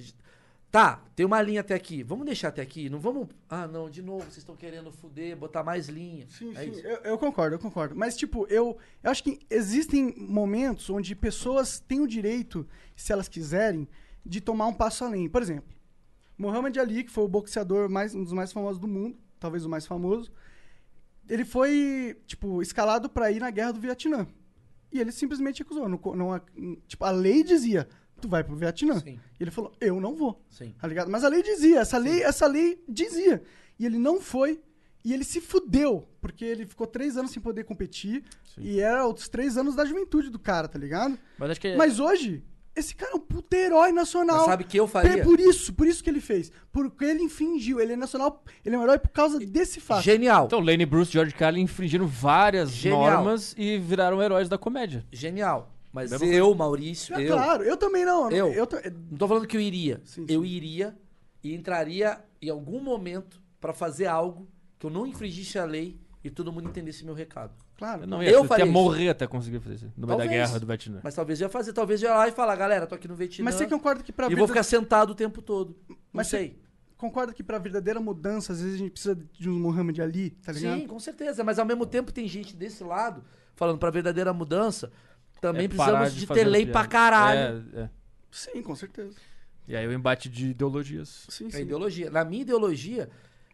S4: Tá, tem uma linha até aqui. Vamos deixar até aqui? Não vamos. Ah, não, de novo, vocês estão querendo fuder, botar mais linha.
S3: Sim,
S4: é
S3: sim,
S4: isso.
S3: eu, eu concordo, eu concordo. Mas, tipo, eu, eu acho que existem momentos onde pessoas têm o direito, se elas quiserem, de tomar um passo além. Por exemplo, Muhammad Ali, que foi o boxeador mais, um dos mais famosos do mundo, talvez o mais famoso, ele foi, tipo, escalado para ir na guerra do Vietnã. E ele simplesmente recusou. Não, co- não a- tipo, a lei dizia, tu vai pro Vietnã.
S4: Sim.
S3: E ele falou, eu não vou.
S4: Sim.
S3: Tá ligado? Mas a lei dizia, essa lei, essa lei dizia. E ele não foi, e ele se fudeu, porque ele ficou três anos sem poder competir, e era os três anos da juventude do cara, tá ligado?
S5: Mas acho que é-
S3: Mas hoje, esse cara é um puta herói nacional.
S4: Mas sabe que eu faria?
S3: Pe- Por isso, por isso que ele fez. Porque ele infringiu, ele é nacional, ele é um herói por causa desse fato.
S4: Genial.
S5: Então, Lane Bruce e George Carlin infringiram várias
S4: Genial.
S5: normas e viraram heróis da comédia.
S4: Genial. Mas eu, Maurício,
S3: É
S4: eu.
S3: Claro, eu também não.
S4: Eu?
S3: ta- é-
S4: Não tô falando que eu iria.
S3: Sim,
S4: eu
S3: sim.
S4: iria e entraria em algum momento pra fazer algo que eu não infringisse a lei e todo mundo entendesse meu recado.
S3: claro.
S5: Eu não
S4: Eu
S5: ia até
S4: faria isso.
S5: morrer até conseguir fazer isso. No meio da
S4: Talvez.
S5: guerra do Vietnã.
S4: Mas talvez eu ia fazer, talvez eu ia lá e falar, galera, tô aqui no Vietnã.
S3: Mas você concorda que pra
S4: E
S3: vida-
S4: vou ficar assim. sentado o tempo todo. Não
S3: Mas você-
S4: sei.
S3: Concorda que pra verdadeira mudança, às vezes a gente precisa de um Muhammad Ali, tá ligado?
S4: Sim, com certeza. Mas ao mesmo tempo tem gente desse lado falando pra verdadeira mudança. Também
S5: É parar
S4: precisamos de, ter
S5: fazer
S4: lei
S5: piada.
S4: pra caralho.
S5: É, é.
S3: Sim, com certeza.
S5: E aí o embate de ideologias.
S3: Sim,
S4: É
S3: sim.
S4: ideologia. Na minha ideologia.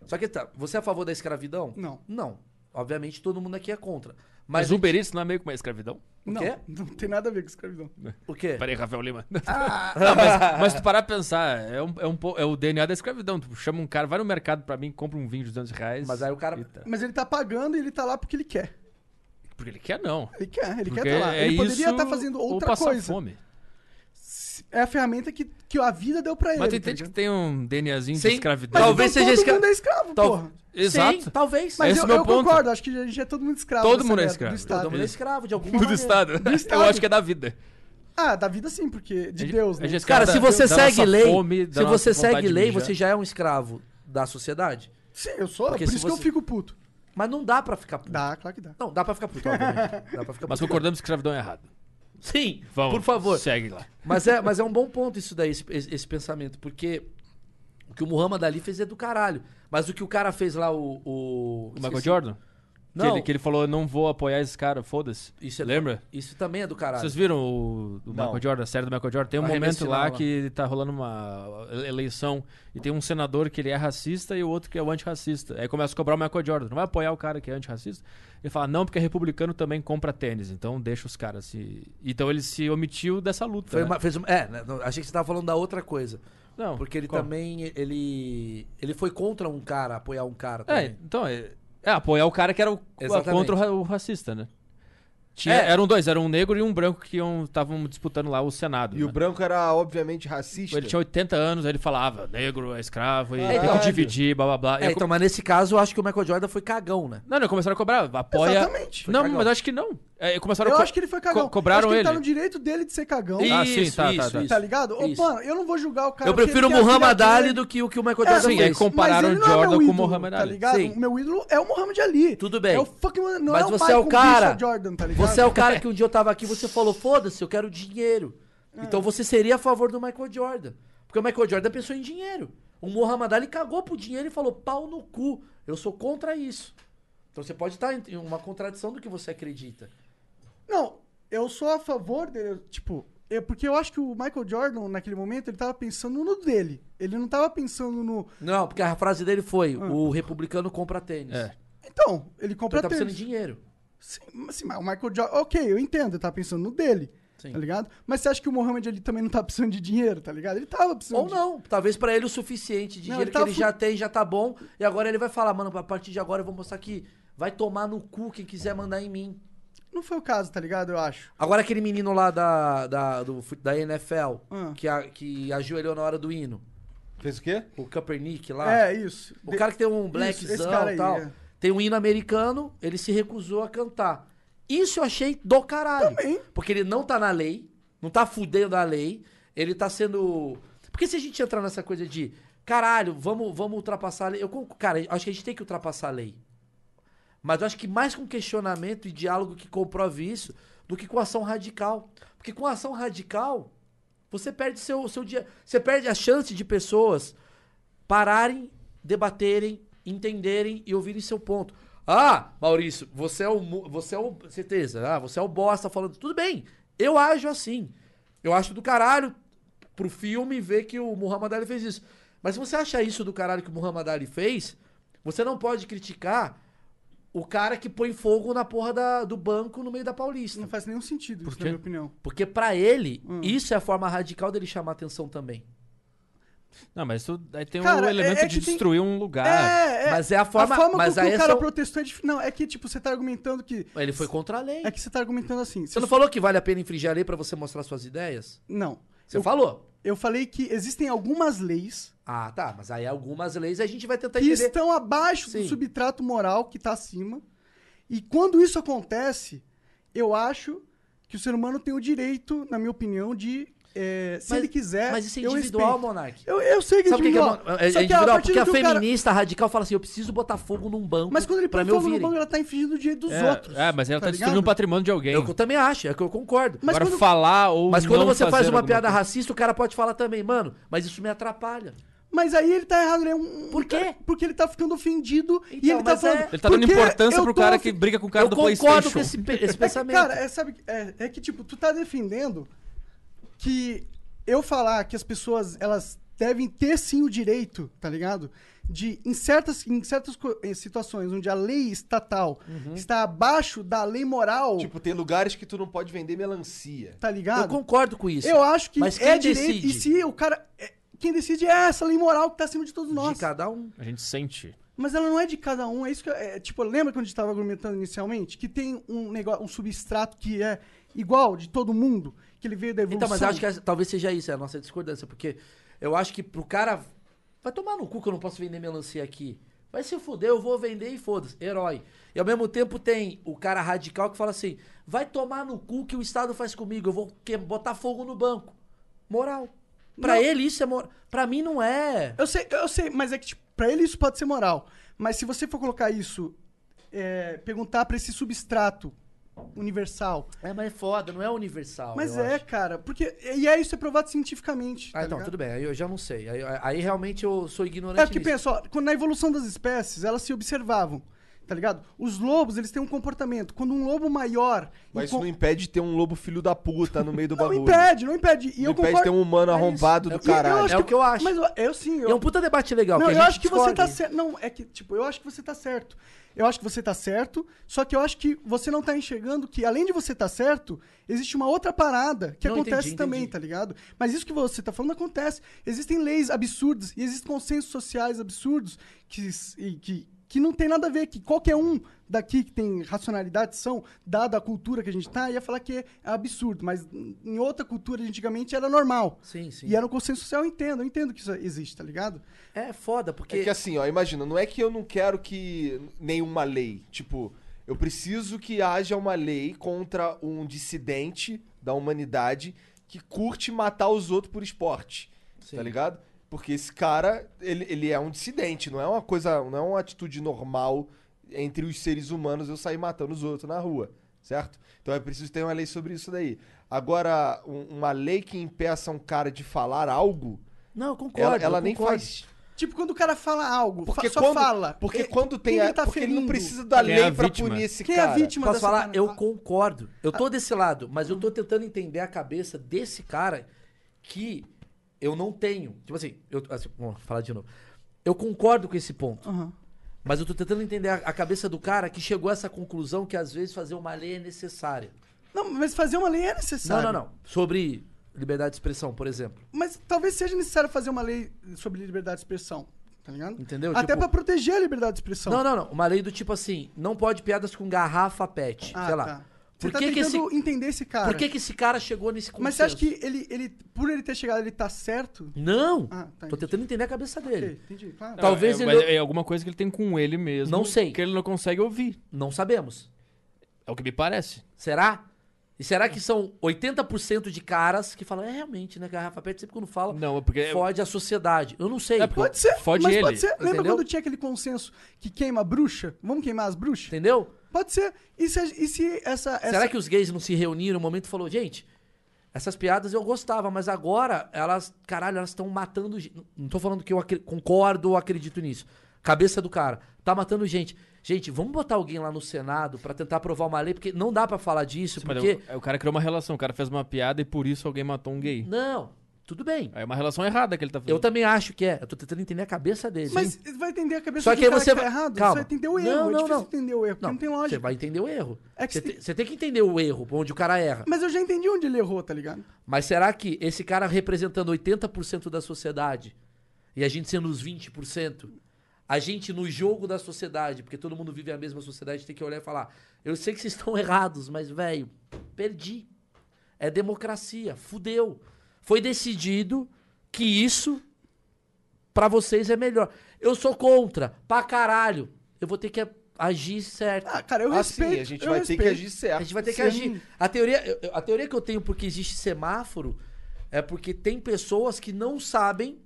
S4: Só que tá, você é a favor da escravidão?
S3: Não.
S4: Não. Obviamente todo mundo aqui é contra.
S5: Mas,
S4: Mas,
S5: o Uber Eats não é meio que uma escravidão?
S4: O
S3: Não,
S4: quê?
S3: não tem nada a ver com escravidão.
S4: o quê?
S5: Peraí, Rafael Lima.
S3: Ah.
S5: Não, mas, mas se tu parar pra pensar, é, um, é, um, po- é o DNA da escravidão. Tu chama um cara, vai no mercado pra mim, compra um vinho de 200 reais.
S4: Mas aí o cara-
S5: e tá.
S3: Mas ele tá pagando e ele tá lá porque ele quer.
S5: Porque ele quer não.
S3: Ele quer, ele
S5: Porque
S3: quer tá lá.
S5: é
S3: ele poderia
S5: isso
S3: estar fazendo
S5: ou
S3: outra
S5: passar
S3: coisa.
S5: fome.
S3: É a ferramenta que, que a vida deu pra ele.
S5: Mas tu
S3: tá
S5: entende que
S3: ligado?
S5: tem um DNAzinho de
S4: Sim.
S5: escravidão.
S3: Mas
S4: Talvez
S3: então
S4: seja
S3: todo
S4: escra-
S3: mundo é escravo,
S4: Tal-
S3: porra.
S5: Exato.
S4: Sim, talvez.
S3: Mas
S5: Esse
S3: eu,
S5: é o meu
S3: eu
S5: ponto.
S3: concordo, acho que a gente é todo mundo escravo.
S5: Todo
S3: dessa
S5: mundo é
S3: merda,
S5: escravo.
S3: Do
S5: Todo
S3: Estado.
S4: Todo mundo é escravo de alguma
S5: Do
S4: maneira.
S5: estado.
S3: Do Estado.
S5: Eu acho que é da vida.
S3: Ah, da vida sim,
S5: É
S3: porque. De Deus, né?
S4: Cara, se você segue lei, se você segue lei,
S3: mijar.
S4: você já é um escravo da sociedade.
S3: Sim, eu sou, por isso que eu fico puto.
S4: Mas não dá pra ficar puto.
S3: Dá, claro que dá.
S4: Não, dá pra ficar puto, obviamente. Dá pra ficar
S5: Mas
S4: puto.
S5: concordamos que escravidão é errado.
S4: Sim,
S5: Vamos,
S4: por favor.
S5: segue lá.
S4: Mas é, mas é um bom ponto isso daí, esse, esse- esse pensamento, porque o que o Muhammad Ali fez é do caralho. Mas o que o cara fez lá, o. O,
S5: O Michael
S4: esqueci.
S5: Jordan?
S4: Não.
S5: Que ele, que ele falou, não vou apoiar esse cara, foda-se.
S4: Isso é-
S5: Lembra?
S4: Isso também é do caralho.
S5: Vocês viram o, o Michael Jordan, a série do Michael Jordan? Tem um
S4: Arremesso
S5: momento lá
S4: final lá.
S5: que tá rolando uma eleição e tem um senador que ele é racista e o outro que é o antirracista. Aí começa a cobrar o Michael Jordan. Não vai apoiar o cara que é antirracista? Ele fala, não, porque republicano também compra tênis, então deixa os caras se. Então ele se omitiu dessa luta.
S4: Foi
S5: né?
S4: uma- fez uma- é, né, não, achei que você tava falando da outra coisa.
S5: Não,
S4: Porque ele
S5: qual?
S4: também. Ele. Ele foi contra um cara, apoiar um cara
S5: É,
S4: também.
S5: então, é, é apoiar o cara que era o,
S4: Exatamente.
S5: contra o ra- o racista, né? Tinha,
S2: É.
S5: Eram dois, era um negro e um branco que estavam disputando lá o Senado.
S2: E o
S5: né?
S2: branco era, obviamente, racista.
S3: é
S5: Ele tinha um 80 anos, aí ele falava, negro é escravo, e
S4: É,
S5: tem
S4: então-
S5: que dividir, blá blá blá. E
S4: É,
S5: aí
S4: então, mas nesse caso, eu acho que o Michael Jordan foi cagão, né?
S5: Não, não, começaram a cobrar. Apoia.
S3: Exatamente.
S5: Não,
S4: Foi cagão.
S5: mas eu acho que não. É, começaram
S3: Eu
S5: a co-
S3: acho que ele foi cagão.
S5: co- cobraram
S3: Eu acho que
S5: ele.
S3: tá no direito dele de ser cagão.
S5: Ah, sim, tá, tá, tá.
S3: Tá ligado? Ô,
S5: Isso.
S3: mano, eu não vou julgar o cara.
S4: eu prefiro o
S3: porque ele quer
S4: Muhammad
S3: a filha
S4: Ali
S3: dele.
S4: do que o que o Michael
S3: É,
S4: Jordan
S3: sim,
S4: fez.
S3: aí compararam Mas ele não é Jordan meu com o ídolo, Muhammad tá Ali. ligado? O
S4: Sim.
S3: meu ídolo é o Muhammad Ali.
S4: Tudo bem.
S3: É o fucking, não
S4: Mas
S3: é o
S4: você
S3: Michael
S4: é o cara.
S3: Bishop Jordan, tá ligado?
S4: você é o cara que um dia eu tava aqui e você falou: foda-se, eu quero dinheiro.
S3: Ah.
S4: Então você seria a favor do Michael Jordan. Porque o Michael Jordan pensou em dinheiro. O Muhammad Ali cagou pro dinheiro e falou: pau no cu, eu sou contra isso. Então você pode estar em uma contradição do que você acredita.
S3: Não, eu sou a favor dele. eu- Tipo, é porque eu acho que o Michael Jordan, naquele momento, ele tava pensando no dele. Ele não tava pensando no.
S4: Não, porque a frase dele foi:
S3: Ah.
S4: o republicano compra tênis.
S5: É.
S3: Então, ele
S4: Então
S3: compra
S4: ele tá pensando em
S3: tênis.
S4: dinheiro.
S3: Sim, mas, sim, mas o Michael Jordan. Ok, eu entendo, ele tá pensando no dele. Tá ligado? Mas você acha que o Mohamed ali também não tá precisando de dinheiro, tá ligado? Ele tava precisando
S4: Ou
S3: de-
S4: não, talvez pra ele o suficiente de
S3: Não,
S4: dinheiro
S3: ele tava
S4: que ele
S3: fu-
S4: já tem, já tá bom. E agora ele vai falar, mano, a partir de agora eu vou mostrar que vai tomar no cu quem quiser mandar em mim.
S3: Não foi o caso, tá ligado? Eu acho.
S4: Agora aquele menino lá da, da, do fut- da NFL,
S3: Ah.
S4: que, a- que ajoelhou na hora do hino.
S2: Fez o quê?
S4: O Kaepernick lá.
S3: É, isso.
S4: Ah. O
S3: De-
S4: cara que tem um
S3: Isso, esse
S4: blackzão
S3: cara
S4: e
S3: aí,
S4: tal.
S3: é.
S4: Tem um hino americano, ele se recusou a cantar. Isso eu achei do caralho. Porque ele não tá na lei, não tá fudendo a lei, ele tá sendo... Porque se a gente entrar nessa coisa de, caralho, vamos, vamos ultrapassar a lei... Eu, con- cara, acho que a gente tem que ultrapassar a lei. Mas eu acho que mais com questionamento e diálogo que comprove isso do que com ação radical. Porque com ação radical, você perde seu, seu dia. Você perde a chance de pessoas pararem, debaterem, entenderem e ouvirem seu ponto. Ah, Maurício, você é o. mu- Você é o. Certeza, ah, você é o bosta falando. Tudo bem, eu ajo assim. Eu acho do caralho pro filme ver que o Muhammad Ali fez isso. Mas se você acha isso do caralho que o Muhammad Ali fez, você não pode criticar o cara que põe fogo na porra da- do banco no meio da Paulista.
S3: Não faz nenhum sentido, isso,
S4: quê?
S3: na minha opinião.
S4: Porque pra ele,
S3: Hum.
S4: isso é a forma radical dele chamar atenção também.
S5: Não, mas isso aí tem
S3: Cara,
S5: um
S3: é-
S5: elemento
S3: é que
S5: de
S3: tem-
S5: destruir um lugar.
S3: É, é.
S4: Mas é a forma-
S3: A forma
S4: mas
S3: que
S4: aí
S3: o cara
S4: são-
S3: protestou é dif- Não, é que, tipo, você tá argumentando que.
S4: Ele foi contra a lei.
S3: É que você tá argumentando assim.
S4: Você não falou que vale a pena infringir a lei pra você mostrar suas ideias?
S3: Não.
S4: Você falou.
S3: Eu falei que existem algumas leis
S4: Ah, tá. Mas aí algumas leis a gente vai tentar
S3: que
S4: entender.
S3: estão abaixo do subtrato moral que tá acima. E quando isso acontece, eu acho que o ser humano tem o direito, na minha opinião, de. é, se
S4: Mas-
S3: ele quiser.
S4: mas isso é
S3: eu
S4: individual,
S3: respeito.
S4: Monark.
S3: Eu, eu sei que
S4: Sabe
S3: é
S4: o que, que é,
S3: individual.
S4: mano? é, é
S3: Só que a
S4: individual?
S3: partir
S4: Porque a
S3: do que o cara-
S4: feminista radical fala assim: eu preciso botar fogo num banco.
S3: Mas quando ele
S4: pra
S3: põe
S4: me
S3: fogo no
S4: ouvirem.
S3: banco, ela tá infringindo o direito dos
S5: É,
S3: outros.
S5: é, mas ela tá, destruindo o
S3: ligado?
S5: patrimônio de alguém.
S4: Eu também acho, é que eu concordo.
S3: Mas
S5: Agora
S3: quando-
S5: falar ou
S4: Mas quando
S5: não
S4: você faz
S5: fazer
S4: uma
S5: alguma
S4: piada
S5: coisa.
S4: racista, o cara pode falar também, mano, mas isso me atrapalha.
S3: Mas aí ele tá errado, ele é um. Por
S4: quê?
S3: porque ele tá ficando ofendido e ele tá
S4: mas é-
S3: falando.
S5: Ele tá dando
S3: "Porque
S5: importância
S3: eu
S5: pro
S3: tô
S5: cara
S3: ofen-"
S5: que briga com o cara
S4: Eu
S5: do
S4: concordo
S5: Playstation.
S4: com esse pe- esse
S3: É que,
S4: pensamento.
S3: Cara, é, sabe, é, é que tipo, tu tá defendendo que eu falar que as pessoas elas devem ter sim o direito, tá ligado? De, em certas, em certas co- eh, situações onde a lei estatal
S4: Uhum.
S3: está abaixo da lei moral,
S2: Tipo, tem lugares que tu não pode vender melancia.
S3: tá ligado?
S4: Eu concordo com isso.
S3: Eu acho que
S4: Mas quem
S3: é direito.
S4: decide?
S3: E se o cara. é- Quem decide é essa lei moral que tá acima de todos nós.
S4: De cada um.
S5: A gente sente.
S3: Mas ela não é de cada um, é isso que. eu- É, tipo, lembra quando a gente tava argumentando inicialmente? Que tem um negócio, um substrato que é igual de todo mundo, que ele veio da evolução.
S4: Então, mas eu acho que essa- talvez seja isso, é a nossa discordância, porque eu acho que pro cara. Vai tomar no cu que eu não posso vender melancia aqui. Vai se fuder, eu vou vender e foda-se. Herói. E ao mesmo tempo tem o cara radical que fala assim: vai tomar no cu que o Estado faz comigo, eu vou que- botar fogo no banco. Moral. Pra
S3: Não.
S4: ele isso é moral. Pra mim não é.
S3: Eu sei, eu sei, mas é que, tipo, pra ele isso pode ser moral. Mas se você for colocar isso, é, perguntar pra esse substrato universal.
S4: É, mas é foda, não é universal.
S3: Mas
S4: eu
S3: é,
S4: acho.
S3: cara, porque. E aí isso é provado cientificamente.
S4: Ah,
S3: tá
S4: então,
S3: ligado?
S4: tudo bem, aí eu já não sei. Aí, aí realmente eu sou ignorante.
S3: É porque
S4: nisso.
S3: pensa, ó, quando na evolução das espécies, elas se observavam. Tá ligado? Os lobos, eles têm um comportamento. Quando um lobo maior.
S2: Mas isso
S3: encon-
S2: não impede de ter um lobo filho da puta no meio do
S3: não
S2: bagulho.
S3: impede, não impede. E
S2: Não
S3: eu
S2: impede
S3: concordo-
S2: ter um humano
S3: É isso.
S2: arrombado
S3: E
S2: do
S3: eu
S2: caralho.
S3: acho
S2: É o
S4: que eu acho.
S3: Mas eu, eu sim. Eu,
S4: É um puta debate legal.
S3: Não,
S4: que a
S3: eu
S4: gente
S3: acho que você tá
S4: discorda.
S3: certo. Não, é que, tipo, eu acho que você tá certo. Eu acho que você tá certo, só que eu acho que você não tá enxergando que, além de você tá certo, existe uma outra parada que
S4: Não,
S3: acontece
S4: entendi,
S3: também,
S4: entendi.
S3: tá ligado? Mas isso que você tá falando acontece. Existem leis absurdas e existem consensos sociais absurdos que, s- e que, que não tem nada a ver, que qualquer um daqui que tem racionalidade são, dada a cultura que a gente tá, ia falar que é absurdo. Mas em em outra cultura, antigamente, era normal.
S4: Sim, sim.
S3: E era um consenso social, eu entendo, eu entendo que isso existe, tá ligado?
S4: É foda, porque.
S2: É que assim, ó, imagina, não é que eu não quero que nenhuma lei, tipo, eu preciso que haja uma lei contra um dissidente da humanidade que curte matar os outros por esporte, tá ligado? Porque esse cara, ele, ele é um dissidente, não é uma coisa, não é uma atitude normal entre os seres humanos eu sair matando os outros na rua, certo? Então é preciso ter uma lei sobre isso daí. Agora, um- uma lei que impeça um cara de falar algo,
S4: Não, eu concordo.
S2: ela, ela
S4: eu
S2: nem
S4: concordo.
S2: faz
S3: Tipo, quando o cara fala algo,
S2: porque
S3: fa- só
S2: quando,
S3: fala.
S2: Porque
S3: E-
S2: quando tem.
S3: quem
S2: a-
S3: ele tá
S2: porque ele não
S3: ferindo?
S2: precisa da
S5: Quem é
S2: lei
S5: a
S2: pra
S5: vítima?
S2: punir esse
S3: Quem é a
S2: cara.
S3: vítima
S4: Posso
S3: dessa tá? Ah.
S4: falar?
S3: parada?
S4: Eu concordo. Eu tô desse lado, mas eu tô
S3: Uhum.
S4: tentando entender a cabeça desse cara que eu não tenho. Tipo assim, eu, assim, vamos falar de novo. Eu concordo com esse ponto.
S3: Aham.
S4: Mas eu tô tentando entender a, a cabeça do cara que chegou a essa conclusão que às vezes fazer uma lei é necessária.
S3: Não, mas fazer uma lei é necessário.
S4: Não, não, não. Sobre liberdade de expressão, por exemplo.
S3: Mas talvez seja necessário fazer uma lei sobre liberdade de expressão, tá ligado?
S4: Entendeu?
S3: Até
S4: Tipo-
S3: pra proteger a liberdade de expressão.
S4: Não, não, não. Uma lei do tipo assim, não pode piadas com garrafa pet,
S3: Ah,
S4: sei lá.
S3: tá. Você
S4: Por
S3: tá
S4: que que esse
S3: tentando entender esse cara.
S4: Por que que esse cara chegou nesse consenso?
S3: Mas você acha que ele, ele, por ele ter chegado, ele tá certo?
S4: Não!
S3: Ah, tá.
S4: Tô
S3: entendi.
S4: tentando entender a cabeça dele.
S3: Ok, entendi, claro.
S4: Talvez
S5: é,
S4: ele-
S5: mas é alguma coisa que ele tem com ele mesmo.
S4: Não sei.
S5: Que ele não consegue ouvir.
S4: Não sabemos.
S5: É o que me parece.
S4: Será? E será que são 80% de caras que falam, é realmente, né, garrafa pet, sempre quando fala,
S5: Não, é porque.
S4: fode a sociedade. Eu não sei.
S5: É porque-
S3: Pode ser,
S5: Fode
S3: mas
S5: ele,
S3: pode ser. Lembra
S4: entendeu?
S3: quando tinha aquele consenso que queima a bruxa? Vamos queimar as bruxas?
S4: Entendeu?
S3: Pode ser. E se, e se essa, essa...
S4: Será que os gays não se reuniram no momento e falou, gente, essas piadas eu gostava, mas agora elas, caralho, elas estão matando gente. Não tô falando que eu acre- concordo ou acredito nisso. Cabeça do cara. Tá matando gente. Gente, vamos botar alguém lá no Senado pra tentar aprovar uma lei, porque não dá pra falar disso,
S5: Sim, mas é um-
S4: porque...
S5: o, o cara criou uma relação, o cara fez uma piada e por isso alguém matou um gay.
S4: Não, tudo bem.
S5: É uma relação errada que ele tá fazendo.
S4: Eu também acho que é. Eu tô tentando entender a cabeça dele.
S3: Mas vai entender a cabeça
S4: Só
S3: de
S4: que
S3: um
S4: aí
S3: cara
S4: você
S3: que tá
S4: vai-
S3: errado?
S4: Calma.
S3: Você vai entender o erro.
S4: Não,
S3: é
S4: não,
S3: difícil
S4: não.
S3: entender o erro, porque não, tem
S4: Você
S3: lógica.
S4: vai entender o erro.
S3: É que
S4: você,
S3: se-
S4: te- você tem que entender o erro, onde o cara erra.
S3: Mas eu já entendi onde ele errou, tá ligado?
S4: Mas será que esse cara representando 80% da sociedade e a gente sendo os 20%, a gente no jogo da sociedade, porque todo mundo vive a mesma sociedade, tem que olhar e falar: eu sei que vocês estão errados, mas velho, perdi. É democracia, fudeu. Foi decidido que isso pra vocês é melhor. Eu sou contra, pra caralho. Eu vou ter que agir certo.
S3: Ah, cara, eu
S2: Assim,
S3: respeito.
S2: a gente
S3: eu
S2: vai ter que
S3: respeito.
S2: agir
S4: A
S2: certo.
S4: gente vai ter que
S3: É. Sim.
S4: agir. A teoria, eu- eu- a teoria que eu tenho porque existe semáforo é porque tem pessoas que não sabem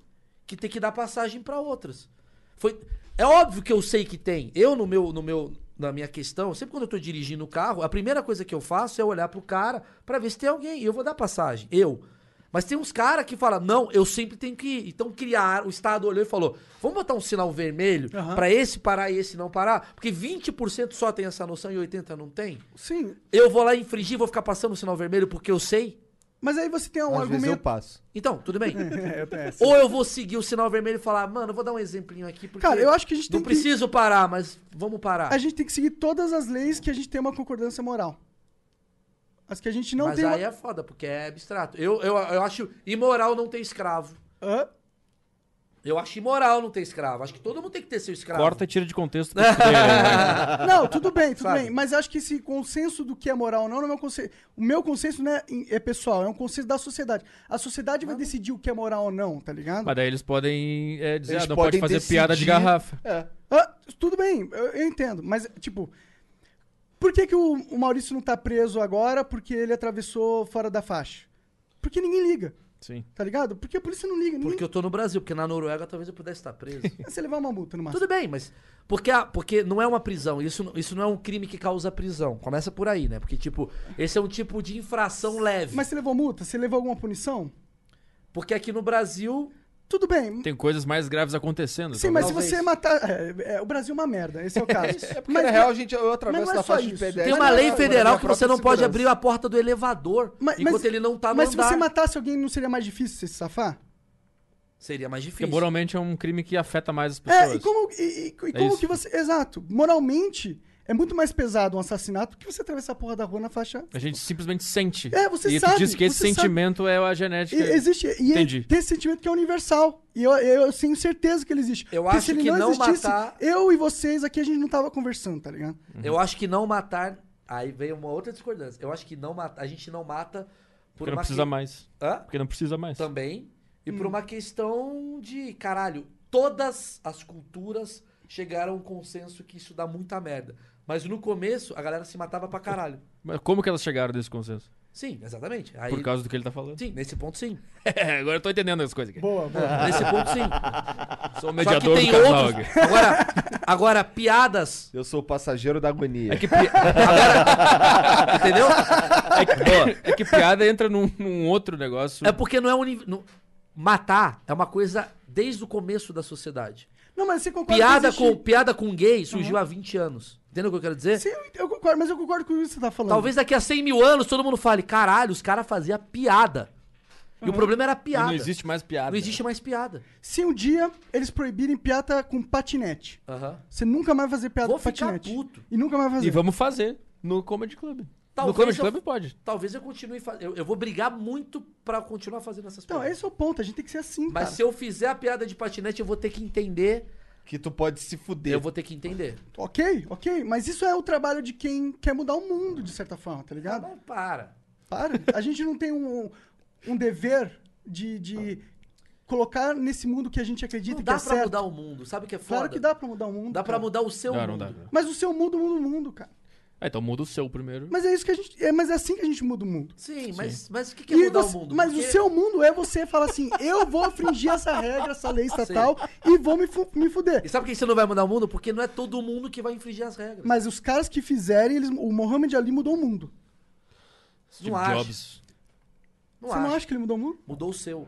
S4: que tem que dar passagem pra outras. Foi, é óbvio que eu sei que tem. Eu no meu no meu na minha questão, sempre quando eu tô dirigindo o carro, a primeira coisa que eu faço é olhar pro cara pra ver se tem alguém e eu vou dar passagem. Eu. Mas tem uns caras que falam, não, eu sempre tenho que ir. Então criar, o Estado olhou e falou, vamos botar um sinal vermelho pra
S3: Aham.
S4: esse parar e esse não parar? Porque 20% só tem essa noção e 80% não tem?
S3: Sim.
S4: Eu vou lá infringir, vou ficar passando o sinal vermelho porque eu sei?
S3: Mas aí você tem um
S2: Às vezes eu
S3: argumento.
S2: passo.
S4: Então, tudo bem.
S3: É, eu tenho essa.
S4: Ou eu vou seguir o sinal vermelho e falar, mano, eu vou dar um exemplinho aqui porque
S3: Cara, eu acho que a gente
S4: não
S3: tem que.
S4: preciso parar, mas vamos parar.
S3: A gente tem que seguir todas as leis que a gente tem uma concordância moral. As que a gente não
S4: mas
S3: tem.
S4: aí
S3: uma...
S4: é foda, porque é abstrato. Eu, eu, eu acho imoral não ter escravo.
S3: Hã?
S4: Eu acho imoral não ter escravo. Acho que todo mundo tem que ter seu escravo.
S5: Corta e tira de contexto.
S3: Não, tudo bem, tudo bem. Mas eu acho que esse consenso do que é moral ou não, não é meu consenso. O meu consenso não é, é pessoal, é um consenso da sociedade. A sociedade vai decidir o que é moral ou não, tá ligado?
S5: Mas daí eles podem é, dizer,
S3: Eles
S5: ah, não
S3: podem
S5: pode fazer piada de
S3: decidir-
S5: garrafa.
S3: Ah, tudo bem, eu, eu entendo. Mas, tipo, por que, que o, o Maurício não tá preso agora porque ele atravessou fora da faixa? Porque ninguém liga,
S5: Sim.
S3: tá ligado? Porque a polícia não liga. Ninguém...
S4: Porque eu tô no Brasil, porque na Noruega talvez eu pudesse estar preso.
S3: Você levar uma multa no máximo.
S4: Tudo bem, mas. Porque, a- porque não é uma prisão. Isso, não- isso não é um crime que causa prisão. Começa por aí, né? Porque, tipo, esse é um tipo de infração leve.
S3: Mas você levou multa? Você levou alguma punição?
S4: Porque aqui no Brasil.
S3: Tudo bem.
S5: Tem coisas mais graves acontecendo. então
S3: Sim, mas se você matar. é, é, o Brasil é uma merda, esse é o caso.
S2: É porque, na real, a gente- eu atravesso
S3: mas não
S2: na
S3: é só
S2: faixa de
S3: isso.
S2: pedestre.
S4: Tem uma lei federal que você não pode abrir a porta do elevador
S3: Mas-
S4: enquanto
S3: mas-
S4: ele não tá no
S3: Mas se
S4: andar.
S3: você matasse alguém, não seria mais difícil você se safar?
S4: Seria mais
S5: Porque
S4: difícil.
S5: moralmente é um crime que afeta mais as pessoas.
S3: É, e como, e- e- e
S5: É
S3: como
S5: isso.
S3: que você. Exato. Moralmente, é muito mais pesado um assassinato que você atravessar a porra da rua na faixa.
S5: A gente simplesmente sente.
S3: É, você
S5: e
S3: sabe,
S5: tu diz que esse
S3: você sabe.
S5: sentimento é a genética.
S3: E- existe. E
S5: Entendi.
S3: ele tem esse sentimento que é universal. E eu, eu, eu tenho certeza que ele existe. Eu
S4: acho que não matar-
S3: Eu e vocês aqui a gente não tava conversando, tá ligado?
S4: Eu acho que não matar. Aí veio uma outra discordância. Eu acho que não mata- a gente não mata por
S5: Porque não
S4: uma
S5: precisa
S4: que-
S5: mais.
S4: Hã?
S5: Porque não precisa mais.
S4: Também. E
S3: Hum.
S4: por uma questão de, caralho, todas as culturas chegaram a um consenso que isso dá muita merda. Mas no começo, a galera se matava pra caralho.
S5: Mas como que elas chegaram nesse consenso?
S4: Sim, exatamente. Aí-
S5: Por causa do que ele tá falando.
S4: Sim, nesse ponto sim.
S5: Agora eu tô entendendo as coisas aqui.
S3: Boa,
S4: boa. Nesse ponto, sim.
S5: Sou o
S4: Só que
S5: mediador
S4: tem
S5: do casal
S4: outros-
S5: aqui.
S4: Agora, agora, piadas.
S2: Eu sou o passageiro da agonia.
S5: É que pi-
S4: Agora, entendeu?
S5: É que, é que piada entra num, num outro negócio.
S4: É porque não é um. nível- não- Matar é uma coisa desde o começo da sociedade.
S3: Não, mas você concorda
S4: Piada
S3: que existe-
S4: com, piada com gay surgiu há 20 anos. Entendeu o que eu quero dizer?
S3: Sim, eu- eu concordo, mas eu concordo com isso que você tá falando.
S4: Talvez daqui a 100 mil anos todo mundo fale: caralho, os caras faziam piada. E o problema era
S5: E
S4: piada.
S5: Não existe mais piada.
S4: Não existe mais piada.
S3: Se um dia eles proibirem piada com patinete,
S4: Aham.
S3: você nunca mais vai fazer piada
S4: Vou
S3: com
S4: ficar
S3: patinete.
S4: puto.
S3: E nunca mais vai fazer.
S5: E vamos fazer no Comedy Club. no
S4: Talvez
S5: Comedy
S4: eu-
S5: Club pode.
S4: Talvez eu continue fazendo. Eu, eu vou brigar muito pra continuar fazendo essas
S3: Então,
S4: piadas.
S3: esse é o ponto, a gente tem que ser assim,
S4: Mas
S3: cara.
S4: se eu fizer a piada de patinete, eu vou ter que entender.
S2: Que tu pode se fuder.
S4: Eu vou ter que entender.
S3: Ok, ok, mas isso é o trabalho de quem quer mudar o mundo, de certa forma, tá ligado?
S4: Mas para.
S3: Para. A gente não tem um, um dever de, de colocar nesse mundo que a gente acredita
S4: Tá. Não
S3: que é
S4: dá pra
S3: certo.
S4: mudar o mundo. Sabe o que é foda?
S3: Claro que dá pra mudar o mundo.
S4: Dá pra
S3: cara.
S4: mudar o seu
S5: Não, não
S4: mundo.
S5: dá. não.
S3: Mas o seu mundo muda o mundo, cara.
S5: Ah, então muda o seu primeiro.
S3: Mas é isso que a gente. É, mas é assim que a gente muda o mundo.
S4: Sim, mas, mas o que, que é
S3: E
S4: mudar
S3: você-
S4: o mundo?
S3: Mas
S4: Porque
S3: o seu mundo é você falar assim: eu vou fringir essa regra, essa lei estatal e vou me, fu- me fuder.
S4: E sabe por que você não vai mudar o mundo? Porque não é todo mundo que vai infringir as regras.
S3: Mas os caras que fizerem, eles, o Mohamed Ali mudou o mundo.
S5: Steve
S4: não acho.
S5: Tipo, Jobs.
S4: Não
S3: você
S4: acho.
S3: não acha que ele mudou o mundo?
S4: Mudou o seu.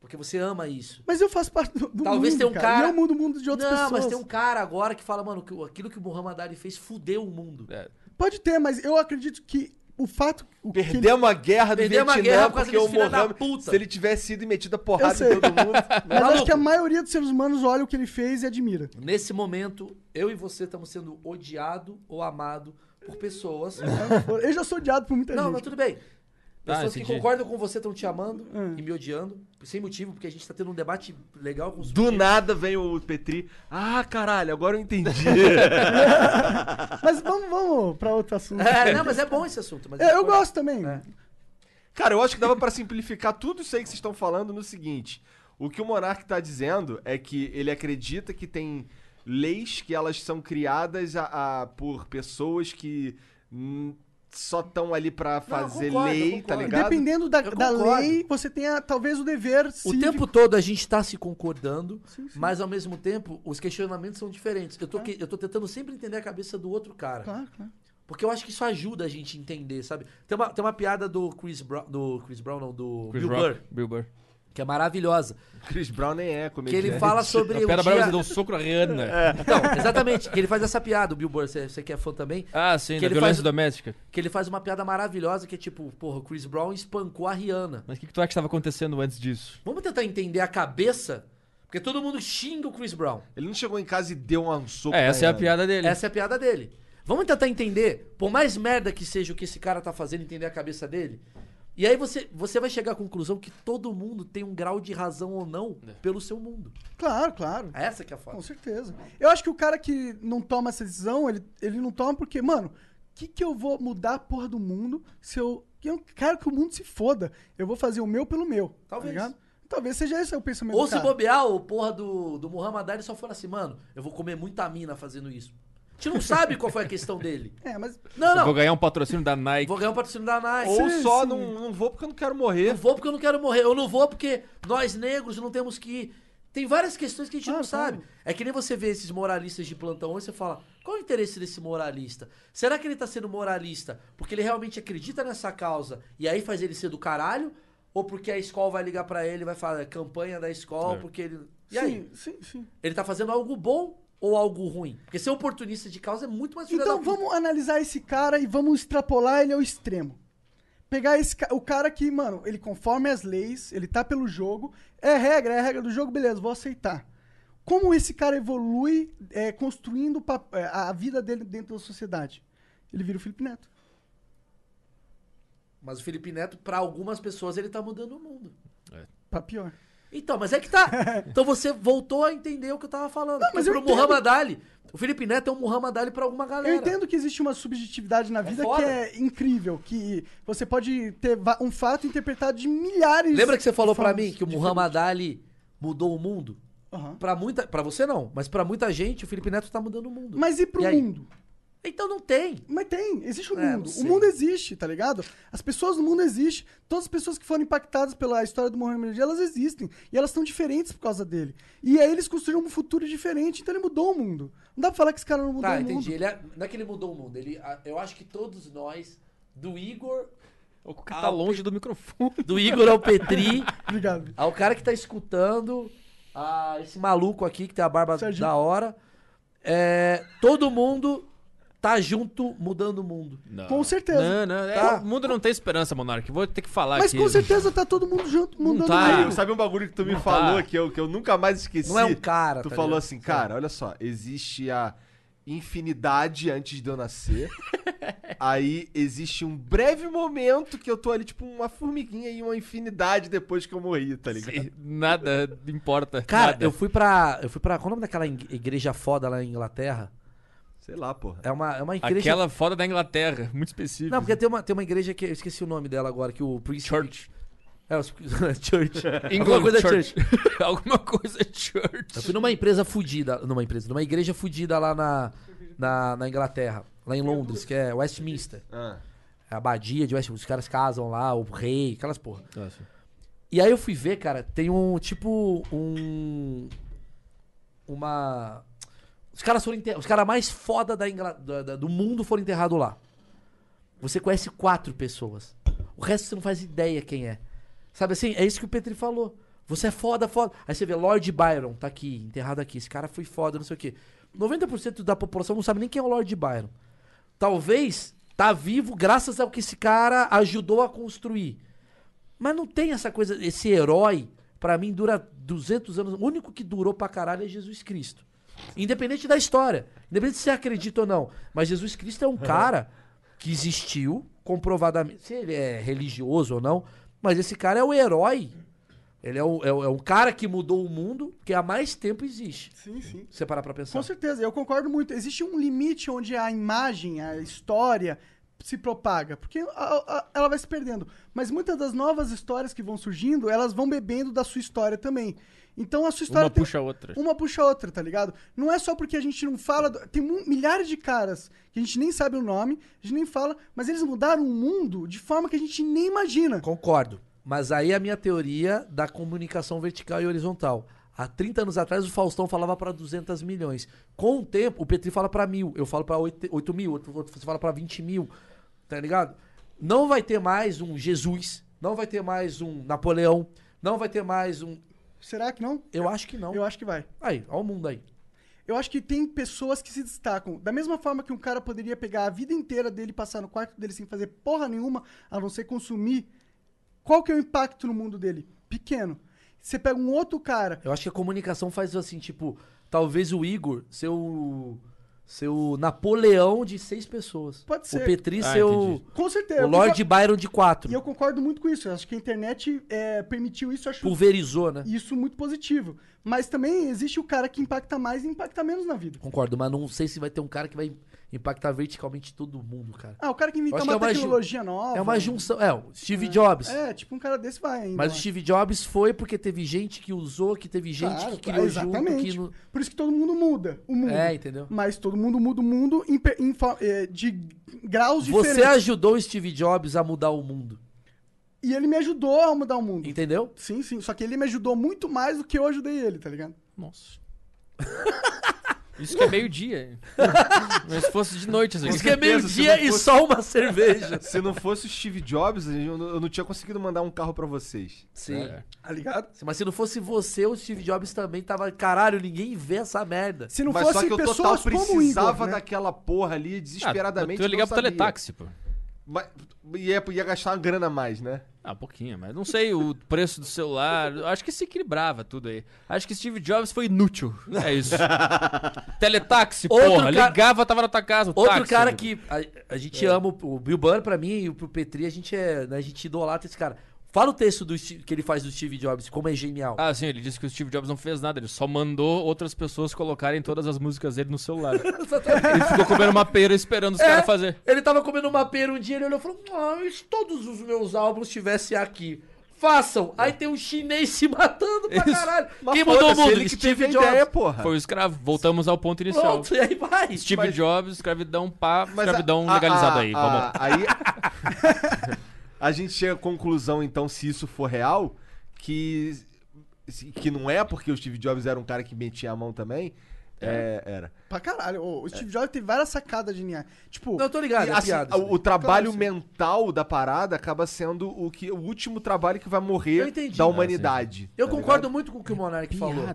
S4: Porque você ama isso.
S3: Mas eu faço parte do, do
S4: Talvez
S3: mundo,
S4: tenha um
S3: cara.
S4: cara-
S3: Eu mudo o mundo de outras
S4: não,
S3: pessoas.
S4: mas tem um cara agora que fala, mano, que o- aquilo que o Muhammad Ali fez fudeu o mundo.
S5: É.
S3: Pode ter, mas eu acredito que o fato. O que ele-
S2: Perdemos a guerra do
S4: Perdemos a
S2: Vietnã
S4: guerra por causa
S2: porque o
S4: desse filho da
S2: Mohammed,
S4: puta.
S2: se ele tivesse sido metido a porrada
S3: Eu sei.
S2: em todo mundo...
S3: Mas acho que a maioria dos seres humanos olha o que ele fez e admira.
S4: Nesse momento, eu e você estamos sendo odiado ou amado por pessoas.
S3: Eu já sou odiado por muita
S4: não, mas
S3: gente.
S4: tudo bem. Pessoas que
S5: Ah, entendi.
S4: concordam com você estão te amando
S3: É.
S4: e me odiando, sem motivo, porque a gente tá tendo um debate legal com os
S2: Do nada vem o Petri. Ah, caralho, agora eu entendi.
S3: Mas, vamos, vamos pra outro assunto.
S4: tá. É, não, mas é bom esse assunto. Mas
S3: Eu, eu
S4: bom.
S3: gosto também.
S2: Cara, eu acho que dava pra simplificar tudo isso aí que vocês estão falando no seguinte. O que o Monark tá dizendo é que ele acredita que tem leis que elas são criadas a, a- por pessoas que hum, só estão ali pra fazer
S4: concordo, eu
S2: lei,
S4: concordo.
S2: tá
S3: E
S2: ligado?
S3: dependendo da,
S4: Eu
S3: da
S4: concordo.
S3: lei, você tenha talvez o dever
S4: O
S3: cívico.
S4: tempo todo a gente tá se concordando, mas ao mesmo tempo os questionamentos são diferentes. Eu tô, que- eu tô tentando sempre entender a cabeça do outro cara.
S3: É. Claro, claro.
S4: Porque eu acho que isso ajuda a gente a entender, sabe? Tem uma, tem uma piada do Chris Brown. Do Chris Brown, não, do
S5: Chris
S4: Bill
S5: Rock,
S4: Burr,
S5: Bill Burr.
S4: que é maravilhosa.
S2: Chris Brown nem é
S4: Que
S2: comediante.
S4: ele fala sobre.
S5: A
S4: o
S5: pedra brava
S4: dia-
S5: você deu um soco na Rihanna.
S4: Então, exatamente. Que ele faz essa piada, o Bill Burr, você, você que é fã também.
S5: Ah, sim,
S4: Que
S5: da
S4: ele
S5: violência
S4: faz-
S5: doméstica.
S4: Que ele faz uma piada maravilhosa que é tipo, porra, o Chris Brown espancou a Rihanna.
S5: Mas o que, que tu acha que estava acontecendo antes disso?
S4: Vamos tentar entender a cabeça? Porque todo mundo xinga o Chris Brown.
S2: Ele não chegou em casa e deu um soco.
S5: É,
S2: na
S5: essa é a
S2: Rihanna.
S5: piada dele.
S4: Essa é a piada dele. Vamos tentar entender, por mais merda que seja o que esse cara tá fazendo, entender a cabeça dele. E aí você, você vai chegar à conclusão que todo mundo tem um grau de razão ou não pelo seu mundo.
S3: Claro, claro.
S4: Essa que é a foda.
S3: Com certeza. Eu acho que o cara que não toma essa decisão, ele, ele não toma porque, mano, o que, que eu vou mudar a porra do mundo se eu. Eu quero que o mundo se foda. Eu vou fazer o meu pelo meu.
S4: Talvez.
S3: Tá ligado? Talvez seja esse o pensamento
S4: Ou
S3: do
S4: se
S3: cara.
S4: bobear, o porra do, do Muhammad Ali só fala assim, mano, eu vou comer muita mina fazendo isso. A gente não sabe qual foi a questão dele.
S3: É, mas.
S4: Não,
S5: Eu
S4: não.
S5: vou ganhar um patrocínio da Nike.
S4: Vou ganhar um patrocínio da Nike.
S2: Ou só Não, não vou porque eu não quero morrer.
S4: Não vou porque eu não quero morrer. Eu não vou porque nós negros não temos que ir. Tem várias questões que a gente
S3: Ah,
S4: não sabe. É que nem você vê esses moralistas de plantão hoje, você fala, qual é o interesse desse moralista? Será que ele tá sendo moralista porque ele realmente acredita nessa causa e aí faz ele ser do caralho? Ou porque a escola vai ligar pra ele e vai falar, "É campanha da escola,
S3: É.
S4: porque ele... E
S3: Sim,
S4: aí?
S3: sim, sim.
S4: Ele tá fazendo algo bom ou algo ruim? Porque ser oportunista de causa é muito mais... filha da
S3: Então
S4: puta.
S3: vamos analisar esse cara e vamos extrapolar ele ao extremo. Pegar esse ca- o cara que, mano, ele conforme as leis, ele tá pelo jogo, é regra, é regra do jogo, beleza, vou aceitar. Como esse cara evolui é, construindo o pap- é, a vida dele dentro da sociedade? Ele vira o Felipe Neto.
S4: Mas o Felipe Neto, pra algumas pessoas, ele tá mudando o mundo.
S3: Pra pior.
S4: Então, mas é que tá. Então você voltou a entender o que eu tava falando. Não,
S3: mas
S4: mas
S3: eu
S4: pro
S3: entendo.
S4: Muhammad Ali. O Felipe Neto é um Muhammad Ali pra alguma galera.
S3: Eu entendo que existe uma subjetividade na vida que
S4: foda.
S3: é incrível, que você pode ter va- um fato interpretado de milhares
S4: Lembra que você falou
S3: de
S4: pra
S3: formas
S4: mim que o
S3: diferentes.
S4: Muhammad Ali mudou o mundo?
S3: Aham.
S4: Pra muita, para você não, mas pra muita gente o Felipe Neto tá mudando o mundo.
S3: Mas e pro
S4: aí?
S3: mundo?
S4: Então não tem.
S3: Mas tem, existe o
S4: É, não
S3: mundo. O
S4: sei.
S3: mundo existe, tá ligado? As pessoas do mundo existem. Todas as pessoas que foram impactadas pela história do Muhammad Ali, elas existem. E elas estão diferentes por causa dele. E aí eles construíram um futuro diferente, então ele mudou o mundo. Não dá pra falar que esse cara não mudou
S2: Ah,
S3: o
S4: Tá,
S3: mundo.
S4: entendi. Ele é- não é que ele mudou o mundo. Ele, a- eu acho que todos nós, do Igor.
S5: O
S4: cara
S5: Tá longe do microfone.
S4: Do Igor ao Petri.
S3: Obrigado.
S4: Ao cara que tá escutando, a esse maluco aqui que tem a barba
S3: Serginho.
S4: da hora. É, todo mundo tá junto mudando o mundo.
S5: Não.
S3: Com certeza.
S5: Não, não. é,
S4: Tá.
S5: O mundo não tem esperança, Monark. Vou ter que falar
S3: Mas
S5: aqui.
S3: com certeza tá todo mundo junto, mudando
S5: tá.
S3: o
S2: Cara,
S3: mundo.
S2: sabe um bagulho que tu me
S5: Não
S2: falou
S5: tá.
S2: que, eu, que eu nunca mais esqueci?
S4: Não é um cara,
S2: Tu
S4: tá
S2: falou
S4: ligado?
S2: assim, cara, olha só, existe a infinidade antes de eu nascer. aí existe um breve momento que eu tô ali, tipo, uma formiguinha e uma infinidade depois que eu morri, tá ligado?
S5: Nada importa.
S4: Cara,
S5: nada.
S4: eu fui pra. Eu fui pra. Qual é o nome daquela ing- igreja foda lá na Inglaterra?
S2: Sei lá, porra.
S4: É uma, é uma igreja.
S5: Aquela foda da Inglaterra, muito específica.
S4: Não, porque tem uma, tem uma igreja que. Eu esqueci o nome dela agora, que o Priest.
S5: Church.
S4: É, os, Church.
S5: England
S4: Alguma coisa
S5: Church.
S4: Church.
S5: Alguma coisa church.
S4: Eu fui numa empresa fudida, numa empresa, numa igreja fudida lá na, na, na Inglaterra, lá em Londres, que é Westminster. É
S2: Ah.
S4: A abadia de Westminster, os caras casam lá, o rei, aquelas porra. E aí eu fui ver, cara, tem um tipo um uma os caras foram enterra- os caras mais foda da Ingla- da- da- do mundo foram enterrados lá. Você conhece quatro pessoas. O resto você não faz ideia quem é. Sabe assim? É isso que o Petri falou. Você é foda, foda. Aí você vê, Lord Byron tá aqui, enterrado aqui. Esse cara foi foda, não sei o quê. 90% da população não sabe nem quem é o Lord Byron. Talvez tá vivo graças ao que esse cara ajudou a construir. Mas não tem essa coisa, esse herói, pra mim, dura 200 anos. O único que durou pra caralho é Jesus Cristo. Independente da história, independente se você acredita ou não. Mas Jesus Cristo é um cara que existiu, comprovadamente. Se ele é religioso ou não, mas esse cara é o herói. Ele é, o, é, o- é um cara que mudou o mundo, que há mais tempo existe.
S3: Sim, sim.
S4: Se você parar pra pensar.
S3: Com certeza, eu concordo muito. Existe um limite onde a imagem, a história se propaga, porque a- a- ela vai se perdendo. Mas muitas das novas histórias que vão surgindo, elas vão bebendo da sua história também. Então a sua história
S4: tá
S5: Uma
S3: tem-
S5: puxa a outra.
S3: Uma puxa a outra, tá ligado? Não é só porque a gente não fala. do- Tem mu- milhares de caras que a gente nem sabe o nome, a gente nem fala, mas eles mudaram o mundo de forma que a gente nem imagina.
S4: Concordo. Mas aí a minha teoria da comunicação vertical e horizontal. Há 30 anos atrás o Faustão falava pra 200 milhões. Com o tempo, o Petri fala pra mil, eu falo pra 8, mil, outro, outro você fala pra 20 mil. Tá ligado? Não vai ter mais um Jesus, não vai ter mais um Napoleão, não vai ter mais um.
S3: Será que não?
S4: Eu acho que não.
S3: Eu acho que vai.
S4: Aí, olha o mundo aí.
S3: Eu acho que tem pessoas que se destacam. Da mesma forma que um cara poderia pegar a vida inteira dele, passar no quarto dele sem fazer porra nenhuma, a não ser consumir, qual que é o impacto no mundo dele? Pequeno. Você pega um outro cara.
S4: Eu acho que a comunicação faz assim, tipo, talvez o Igor ser o ser o Napoleão de seis pessoas.
S3: Pode ser.
S4: O Petri
S3: Ah,
S4: ser o.
S3: entendi. Com certeza.
S4: O Lord Byron de quatro.
S3: É, E eu concordo muito com isso. Eu acho que a internet é, permitiu isso. eu Acho
S4: Pulverizou, né?
S3: Isso muito positivo. Mas também existe o cara que impacta mais e impacta menos na vida.
S4: Concordo, mas não sei se vai ter um cara que vai impactar verticalmente todo mundo, cara.
S3: Ah, o cara que inventa
S4: Acho
S3: uma
S4: que é uma ju-
S3: tecnologia nova.
S4: É uma junção. É, o Steve Jobs.
S3: Ah, É, tipo, um cara desse vai ainda.
S4: Mas o Steve Jobs foi porque teve gente que usou, que teve gente
S3: Claro,
S4: que criou junto,
S3: exatamente. Hum.
S4: que não-
S3: Por isso que todo mundo muda o mundo.
S4: É, entendeu?
S3: Mas todo mundo muda o mundo em pe- em fa- eh, de graus diferentes.
S4: Você ajudou o Steve Jobs a mudar o mundo.
S3: E ele me ajudou a mudar o mundo.
S4: Entendeu?
S3: Sim, sim. Só que ele me ajudou muito mais do que eu ajudei ele, tá ligado?
S5: Nossa. Isso que é meio-dia. hein? Mas se fosse de noite, isso aqui.
S4: é
S2: Se não fosse o Steve Jobs, eu não eu não tinha conseguido mandar um carro pra vocês.
S4: Sim.
S3: Tá ligado?
S4: Mas se não fosse você, o Steve Jobs também tava. Caralho, ninguém vê essa merda.
S3: Se
S2: Mas só que eu total precisava
S3: né?
S2: daquela porra ali desesperadamente.
S5: Ah, tu ia ligar
S2: não
S5: pro
S2: sabia.
S5: teletaxi, pô.
S2: Mas ia, ia gastar uma grana a mais, né?
S5: Ah, pouquinho, mas não sei o preço do celular. Acho que se equilibrava tudo aí. Acho que Steve Jobs foi inútil. É isso. Teletaxi,
S4: Outro
S5: porra.
S4: cara-
S5: Ligava, tava na tua casa. o
S4: Outro
S5: táxi.
S4: cara
S2: né?
S4: que a, a
S2: É.
S4: gente ama, o o Bill Burr pra mim e pro Petri, a gente é, né, a gente idolatra esse cara. Fala o texto do Steve- que ele faz do Steve Jobs, como é genial.
S5: Ah, sim, ele disse que o Steve Jobs não fez nada, ele só mandou outras pessoas colocarem todas as músicas dele no celular. ele ficou comendo uma pera esperando os
S4: É.
S5: caras fazer.
S4: Ele tava comendo uma pera um dia, ele olhou e falou: "Ah, e se todos os meus álbuns estivessem aqui.
S2: É.
S4: Façam! Aí tem um chinês se matando pra caralho. Quem mudou o mundo? Steve Jobs.
S5: Foi o escravo. Voltamos ao ponto inicial.
S4: Pronto, e aí vai.
S5: Steve
S4: Mas-
S5: Jobs, escravidão, pá,
S2: Mas a-
S5: escravidão
S2: a-
S5: legalizada
S2: a-
S5: um aí.
S2: a-
S5: Vamos.
S2: aí a gente chega à conclusão, então, se isso for real, que, se- que não é porque o Steve Jobs era um cara que metia a mão também. É, era.
S3: Pra caralho. Ô, O Steve Jobs teve várias sacadas geniais. Tipo...
S4: Não, eu tô ligado,
S2: E,
S4: é
S2: assim,
S4: piada.
S2: o, o trabalho
S3: Claro, sim.
S2: mental da parada acaba sendo o, que, o último trabalho que vai
S4: Eu
S2: morrer
S4: entendi.
S2: da humanidade.
S4: Eu
S2: tá
S4: concordo muito com o que o Monark
S2: ligado?
S4: falou.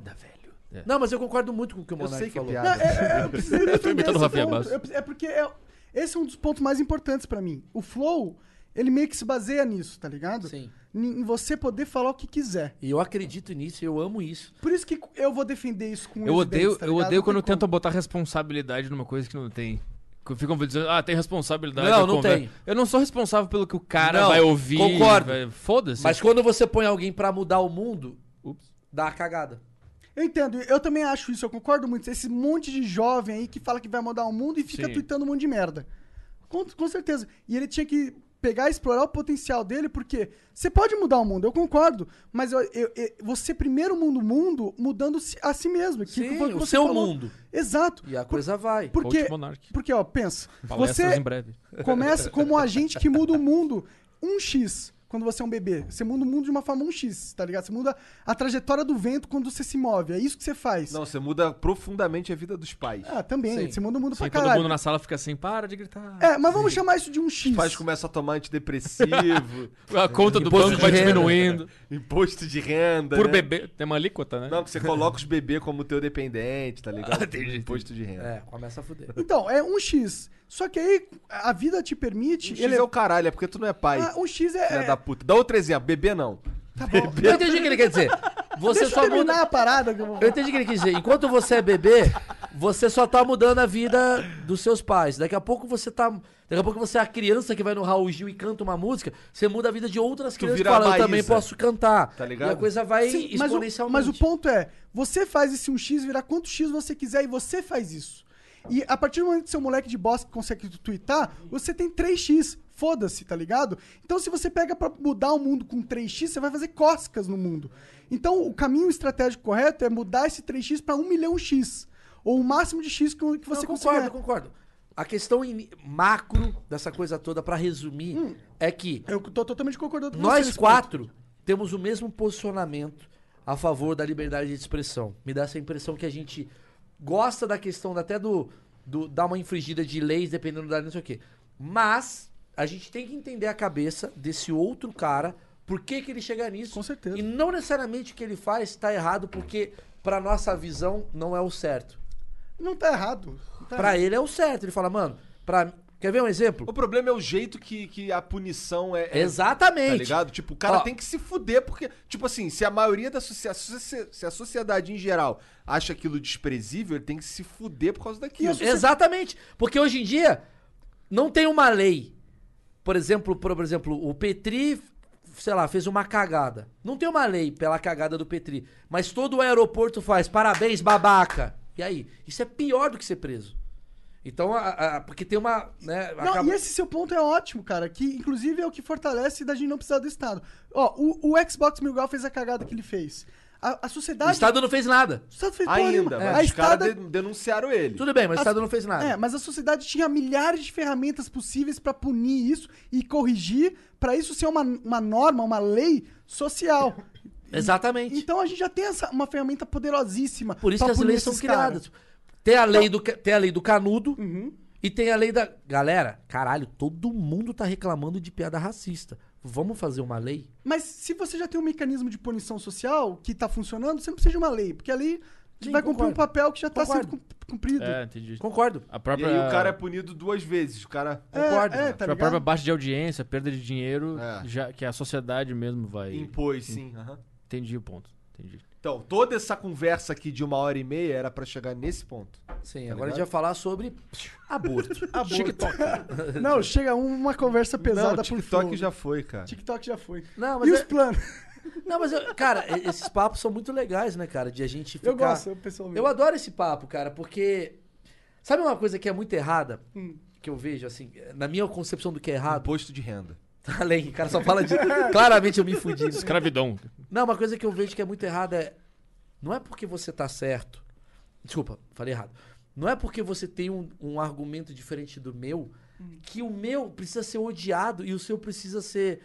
S4: Não, mas eu concordo muito com o que o
S2: É. Eu sei
S4: Monark
S2: que é
S4: falou.
S2: piada. Não,
S3: É, é, eu precisei defender
S5: tô imitando
S3: esse
S5: o Rafinha
S3: ponto.
S5: Bastos.
S3: Eu pre- É porque é- esse é um dos pontos mais importantes pra mim. O flow, ele meio que se baseia nisso, tá ligado?
S4: Sim.
S3: Em em você poder falar o que quiser.
S4: E eu acredito nisso, eu amo isso.
S3: Por isso que eu vou defender isso com
S5: Eu
S3: os
S5: odeio,
S3: dentes, tá
S5: eu
S3: ligado?
S5: odeio quando
S3: Não tem
S5: tentam botar responsabilidade numa coisa que não tem. Que Ficam dizendo, ah, tem responsabilidade.
S4: Não,
S5: eu
S4: não
S5: conver-
S4: tem.
S5: Eu não sou responsável pelo que o cara
S4: Não,
S5: vai ouvir.
S4: concordo.
S5: vai- Foda-se.
S4: Mas quando você põe alguém pra mudar o mundo, dá a cagada.
S3: Eu entendo, eu também acho isso, eu concordo muito. Esse monte de jovem aí que fala que vai mudar o mundo e fica
S5: Sim.
S3: tweetando um monte de merda. Com, com certeza. E ele tinha que pegar e explorar o potencial dele, porque você pode mudar o mundo, eu concordo, mas eu- eu- eu- você primeiro muda o mundo mudando -se a si mesmo. que
S4: Sim,
S3: foi que
S4: o
S3: você
S4: seu mundo.
S3: Exato.
S4: E a coisa vai.
S3: Porque,
S5: Coach Monark.
S3: porque, ó, pensa.
S5: Palestras
S3: você
S5: em breve.
S3: começa como um agente que muda o mundo. Um X quando você é um bebê. Você muda o mundo de uma forma um X, tá ligado? Você muda a trajetória do vento quando você se move. É isso que você faz.
S2: Não, você muda profundamente a vida dos pais.
S4: É
S3: Ah, também.
S2: Sim.
S3: Você muda o mundo
S5: Sim,
S3: pra
S5: todo
S3: caralho.
S5: mundo na sala fica assim, para de gritar.
S3: É, mas vamos chamar isso de um X.
S2: Os pais começam a tomar antidepressivo.
S5: A conta do banco vai diminuindo.
S2: Imposto de renda.
S5: Por
S2: né?
S5: bebê. Tem uma alíquota, né?
S2: Não, que você coloca os bebês como teu dependente, tá ligado?
S5: Ah, entendi,
S2: Imposto de renda.
S4: É, começa a fuder.
S3: Então, é um X. Só que aí a vida te permite.
S2: O X é o caralho, é porque tu não é pai.
S3: Ah, o X é-
S2: Filha
S3: é- tá
S2: da puta. Dá outro exemplo, bebê não.
S4: Eu entendi o que ele quer dizer. Você
S3: Deixa eu
S4: só
S3: terminar
S4: muda.
S3: a parada. que eu vou-
S4: Eu entendi o que ele quis dizer. Enquanto você é bebê, você só tá mudando a vida dos seus pais. Daqui a pouco você tá. Daqui a pouco você é a criança que vai no Raul Gil e canta uma música, você muda a vida de outras crianças e
S2: vira a
S4: fala, eu
S2: Maísa."
S4: também posso cantar.
S2: Tá ligado?
S4: E a coisa vai
S3: Sim, mas, o, mas
S4: exponencialmente.
S3: o ponto é, você faz esse 1x virar quanto x você quiser e você faz isso. E a partir do momento que seu moleque de bosta que consegue tweetar, você tem 3x. Foda-se, tá ligado? Então se você pega pra mudar o mundo com 3x, você vai fazer cócegas no mundo. Então o caminho estratégico correto é mudar esse 3x pra 1 milhão x. Ou o máximo de x que que você
S4: Não,
S3: consegue.
S4: concordo, concordo. A questão em- macro dessa coisa toda, pra resumir, é que
S3: Hum. Eu tô totalmente concordando com você
S4: nós
S3: nesse
S4: quatro temos o mesmo posicionamento a favor da liberdade de expressão. Me dá essa impressão que a gente gosta da questão da- até do, do dar uma infringida de leis, dependendo da não sei o quê. Mas a gente tem que entender a cabeça desse outro cara, por que, que ele chega nisso. Com
S3: certeza.
S4: E não necessariamente o que ele faz tá errado, porque pra nossa visão não é o certo.
S3: Não tá errado. Não tá
S4: Pra
S3: errado.
S4: ele é o certo. Ele fala, mano, pra, Quer ver um exemplo?
S2: O problema é o jeito que, que a punição é, é-
S4: Exatamente.
S2: Tá ligado? Tipo, o cara
S4: Ó.
S2: tem que se fuder, porque, tipo assim, se a maioria da sociedade, se a sociedade em geral acha aquilo desprezível, ele tem que se fuder por causa daquilo.
S4: Exatamente. Porque hoje em dia não tem uma lei. Por exemplo, por, por exemplo, o Petri, sei lá, fez uma cagada. Não tem uma lei pela cagada do Petri. Mas todo o aeroporto faz parabéns, babaca. E aí? Isso é pior do que ser preso. Então, a- a- porque tem uma. Né,
S3: Não,
S4: acaba-
S3: e esse seu ponto é ótimo, cara. Que inclusive é o que fortalece da gente não precisar do Estado. Ó, o, o Xbox Mil Grau fez a cagada que ele fez. A, a sociedade.
S4: O Estado não fez nada.
S3: O Estado fez porra nenhuma.
S2: Ainda, mas
S3: É. a
S2: os
S3: Estado...
S2: caras de- denunciaram ele.
S4: Tudo bem, mas
S3: A-
S4: o Estado não fez nada.
S3: É, mas a sociedade tinha milhares de ferramentas possíveis pra punir isso e corrigir, pra isso ser uma, uma norma, uma lei social.
S4: Exatamente.
S3: Então a gente já tem essa, uma ferramenta poderosíssima.
S4: Por isso que as leis são criadas. Tem a lei do, ca- tem a lei do canudo
S3: Uhum.
S4: e tem a lei da. Galera, caralho, todo mundo tá reclamando de piada racista. Vamos fazer uma lei?
S3: Mas se você já tem um mecanismo de punição social que tá funcionando, você não precisa de uma lei, porque a lei
S4: Sim,
S3: vai cumprir
S4: concordo.
S3: um papel que já tá
S4: Concordo.
S3: sendo cum- cumprido.
S5: É, entendi.
S4: Concordo.
S5: A
S2: E
S5: própria,
S2: aí o cara é punido duas vezes. O cara.
S3: Concordo. é,
S5: a
S3: tá ligado?
S5: própria baixa de audiência, perda de dinheiro,
S2: É.
S5: já, que a sociedade mesmo vai.
S2: Impôs, sim. aham.
S5: Entendi o ponto. Entendi.
S2: Então, toda essa conversa aqui de uma hora e meia era pra chegar nesse ponto.
S4: Sim,
S2: Tá
S4: agora a gente
S2: ligado?
S4: vai falar sobre aborto. TikTok.
S3: Não, chega um- uma conversa pesada
S2: Não, o
S3: por
S2: TikTok
S3: fundo.
S2: já foi, cara.
S3: TikTok já foi.
S4: Não,
S3: e
S4: mas,
S3: os
S4: é-
S3: planos?
S4: não, mas eu- cara, e- esses papos são muito legais, né, cara? De a gente ficar.
S3: Eu gosto, eu pessoalmente.
S4: Eu adoro esse papo, cara, porque. Sabe uma coisa que é muito errada?
S3: Hum.
S4: Que eu vejo, assim, na minha concepção do que é errado. tá
S2: Imposto de renda.
S4: Além, o cara só fala de. Claramente eu me fudi. né?
S5: Escravidão.
S4: Não, uma coisa que eu vejo que é muito errada é. Não é porque você tá certo. Desculpa, falei errado. Não é porque você tem um, um argumento diferente do meu que o meu precisa ser odiado e o seu precisa ser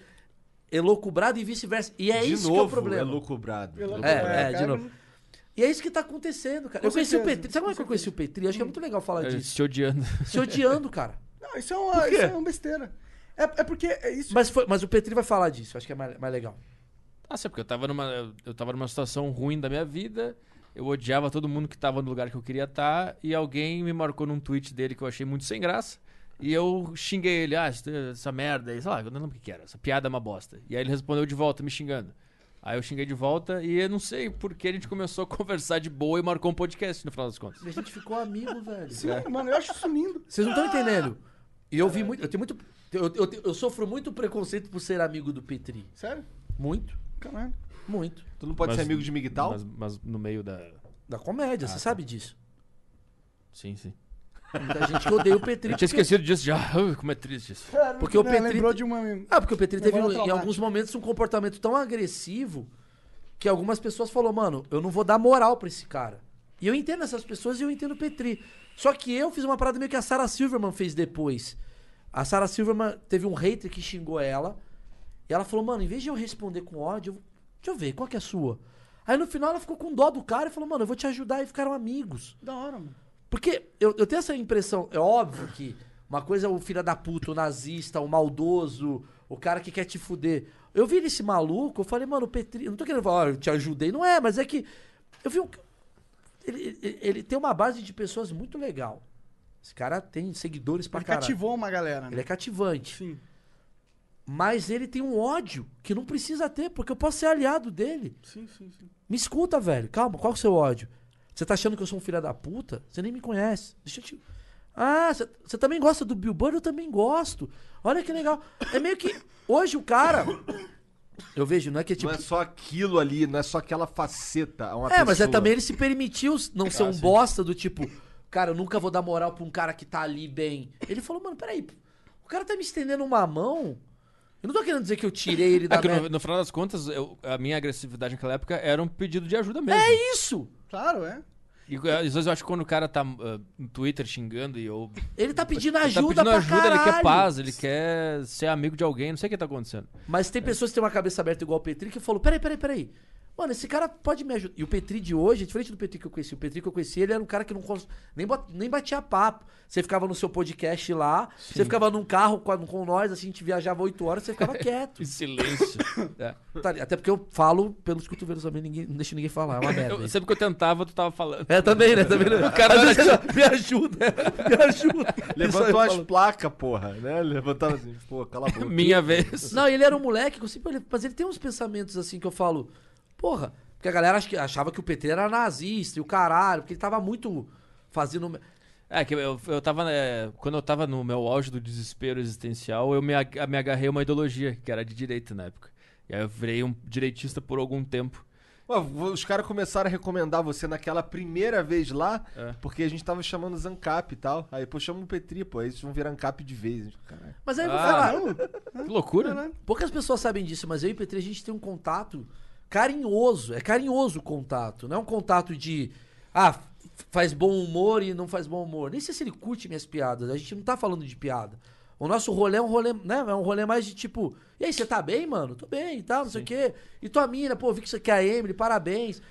S4: elocubrado e vice-versa. E é
S2: de
S4: isso
S2: novo,
S4: que é o problema.
S2: lucubrado.
S4: É, é, de novo. E é isso que tá acontecendo, cara.
S3: Com
S4: eu conheci
S3: certeza,
S4: o Petri. Sabe como é que eu conheci o Petri? Acho que é muito legal falar
S5: É,
S4: disso.
S5: Se odiando.
S4: Se odiando, cara.
S3: Não, isso é uma, isso é uma besteira. É, é porque é isso.
S4: Mas, foi- mas o Petri vai falar disso, acho que é mais, mais legal.
S5: Ah, sim, porque eu tava numa. eu- Eu tava numa situação ruim da minha vida. Eu odiava todo mundo que tava no lugar que eu queria estar. e alguém me marcou num tweet dele que eu achei muito sem graça. E eu xinguei ele, ah, isso- essa merda aí, sei lá, eu não lembro o que que era, essa piada é uma bosta. E aí ele respondeu de volta, me xingando. Aí eu xinguei de volta e eu não sei por que a gente começou a conversar de boa e marcou um podcast no final das contas.
S4: E a gente ficou amigo, velho.
S3: Sim, mano, eu acho isso lindo.
S4: Vocês não estão entendendo. E eu vi muito. Eu tenho muito. Eu, eu, eu sofro muito preconceito por ser amigo do Petri.
S3: Sério?
S4: Muito,
S3: Caralho.
S4: muito.
S2: Tu não pode
S5: Mas-
S2: ser amigo de Miguel?
S5: Mas, mas no meio da.
S4: Da
S5: Ah,
S4: comédia,
S5: tá.
S4: você sabe disso.
S5: Sim, sim.
S4: Muita gente que odeia o Petri.
S5: Eu tinha esquecido disso já. Ai, como é triste isso.
S4: Porque o
S3: Não,
S4: Petri-
S3: lembrou de uma.
S4: Ah, porque o Petri teve
S3: Memória
S4: em
S3: traumática.
S4: alguns momentos um comportamento tão agressivo que algumas pessoas falaram, mano, eu não vou dar moral pra esse cara. E eu entendo essas pessoas e eu entendo o Petri. Só que eu fiz uma parada meio que a Sarah Silverman fez depois. A Sarah Silverman teve um hater que xingou ela. E ela falou, mano, em vez de eu responder com ódio, eu- deixa eu ver, qual que é a sua? Aí no final ela ficou com dó do cara e falou, mano, eu vou te ajudar. E ficaram amigos.
S3: Da hora, mano.
S4: Porque eu, eu tenho essa impressão, é óbvio que uma coisa é o filho da puta, o nazista, o maldoso, o cara que quer te fuder. Eu vi esse maluco, eu falei, mano, o Petri, eu não tô querendo falar, "Ah, eu te ajudei, não é, mas é que eu vi um, ele, ele- ele tem uma base de pessoas muito legal. Esse cara tem seguidores pra
S3: Ele
S4: caralho.
S3: cativou uma galera,
S4: Ele
S3: né?
S4: é cativante.
S3: Sim.
S4: Mas ele tem um ódio que não precisa ter, porque eu posso ser aliado dele.
S3: Sim, sim, sim.
S4: Me escuta, velho. Calma, qual é o seu ódio? Você tá achando que eu sou um filho da puta? Você nem me conhece. Deixa eu te. Ah, você- você também gosta do Bill Burr? Eu também gosto. Olha que legal. É meio que. Hoje o cara. Eu vejo, não é que é tipo.
S2: Não é só aquilo ali, não é só aquela faceta. a Uma
S4: É, mas é
S2: pessoa. Ah,
S4: também ele se permitiu não ser um bosta do tipo, cara, eu nunca vou dar moral pra um cara que tá ali bem. Ele falou, mano, peraí, o cara tá me estendendo uma mão. Eu não tô querendo dizer que eu tirei ele da
S5: É que no,
S4: merda.
S5: no final das contas, eu- a minha agressividade naquela época era um pedido de ajuda mesmo.
S4: É isso!
S3: Claro, é.
S5: E eh, às vezes eu acho que quando o cara tá ah, no Twitter xingando e eu.
S4: Ele tá pedindo
S5: Ele
S4: ajuda,
S5: tá pedindo
S4: pra
S5: ajuda, ele quer
S4: caralho.
S5: paz, ele quer ser amigo de alguém, não sei o que tá acontecendo.
S4: Mas tem pessoas que têm uma cabeça aberta igual o Petri que falam: peraí, peraí, peraí. Mano, esse cara pode me ajudar. E o Petri de hoje, é diferente do Petri que eu conheci. O Petri que eu conheci, ele era um cara que não cons- nem, bot- nem batia papo. Você ficava no seu podcast lá, você ficava num carro com, a- com nós, assim, a gente viajava oito horas, você ficava quieto.
S5: Em silêncio.
S4: É. Tá ali. Até porque eu falo pelos cotovelos também, ninguém, não deixo ninguém falar. É uma merda.
S5: Eu- sempre que eu tentava, tu tava falando.
S4: É, também, né? Também, né?
S5: o cara
S4: Às vezes,
S5: não-
S4: ó, me ajuda, me ajuda.
S2: Levantou
S4: Isso
S2: as
S4: aí eu falo.
S2: placas, porra, né? Levantava assim, pô, cala a boca.
S5: Minha vez.
S4: Não, ele era um moleque, que eu sempre olhei- mas ele tem uns pensamentos assim que eu falo, porra, porque a galera acha que- achava que o PT era nazista e o caralho, porque ele tava muito fazendo.
S5: É, que eu, eu tava. né, quando eu tava no meu auge do desespero existencial, eu me, ag- me agarrei a uma ideologia, que era de direita na época. E aí eu virei um direitista por algum tempo.
S2: Pô, vo- os caras começaram a recomendar você naquela primeira vez lá,
S5: É.
S2: porque a gente tava chamando Zancap e tal. Aí, pô, chama o Petri, pô, aí eles vão virar Ancap de vez. Caralho.
S4: Mas aí eu vou
S5: Ah,
S4: falar.
S5: Que loucura, né?
S4: Poucas pessoas sabem disso, mas eu e o Petri, a gente tem um contato carinhoso. É carinhoso o contato. Não é um contato de. Ah, f- faz bom humor e não faz bom humor. Nem sei se ele curte minhas piadas. A gente não tá falando de piada. O nosso rolê é um rolê, né? É um rolê mais de tipo, e aí, você tá bem, mano? Tô bem e tal, não sei o quê. E tua mina, pô, vi que isso aqui é a Emily, parabéns.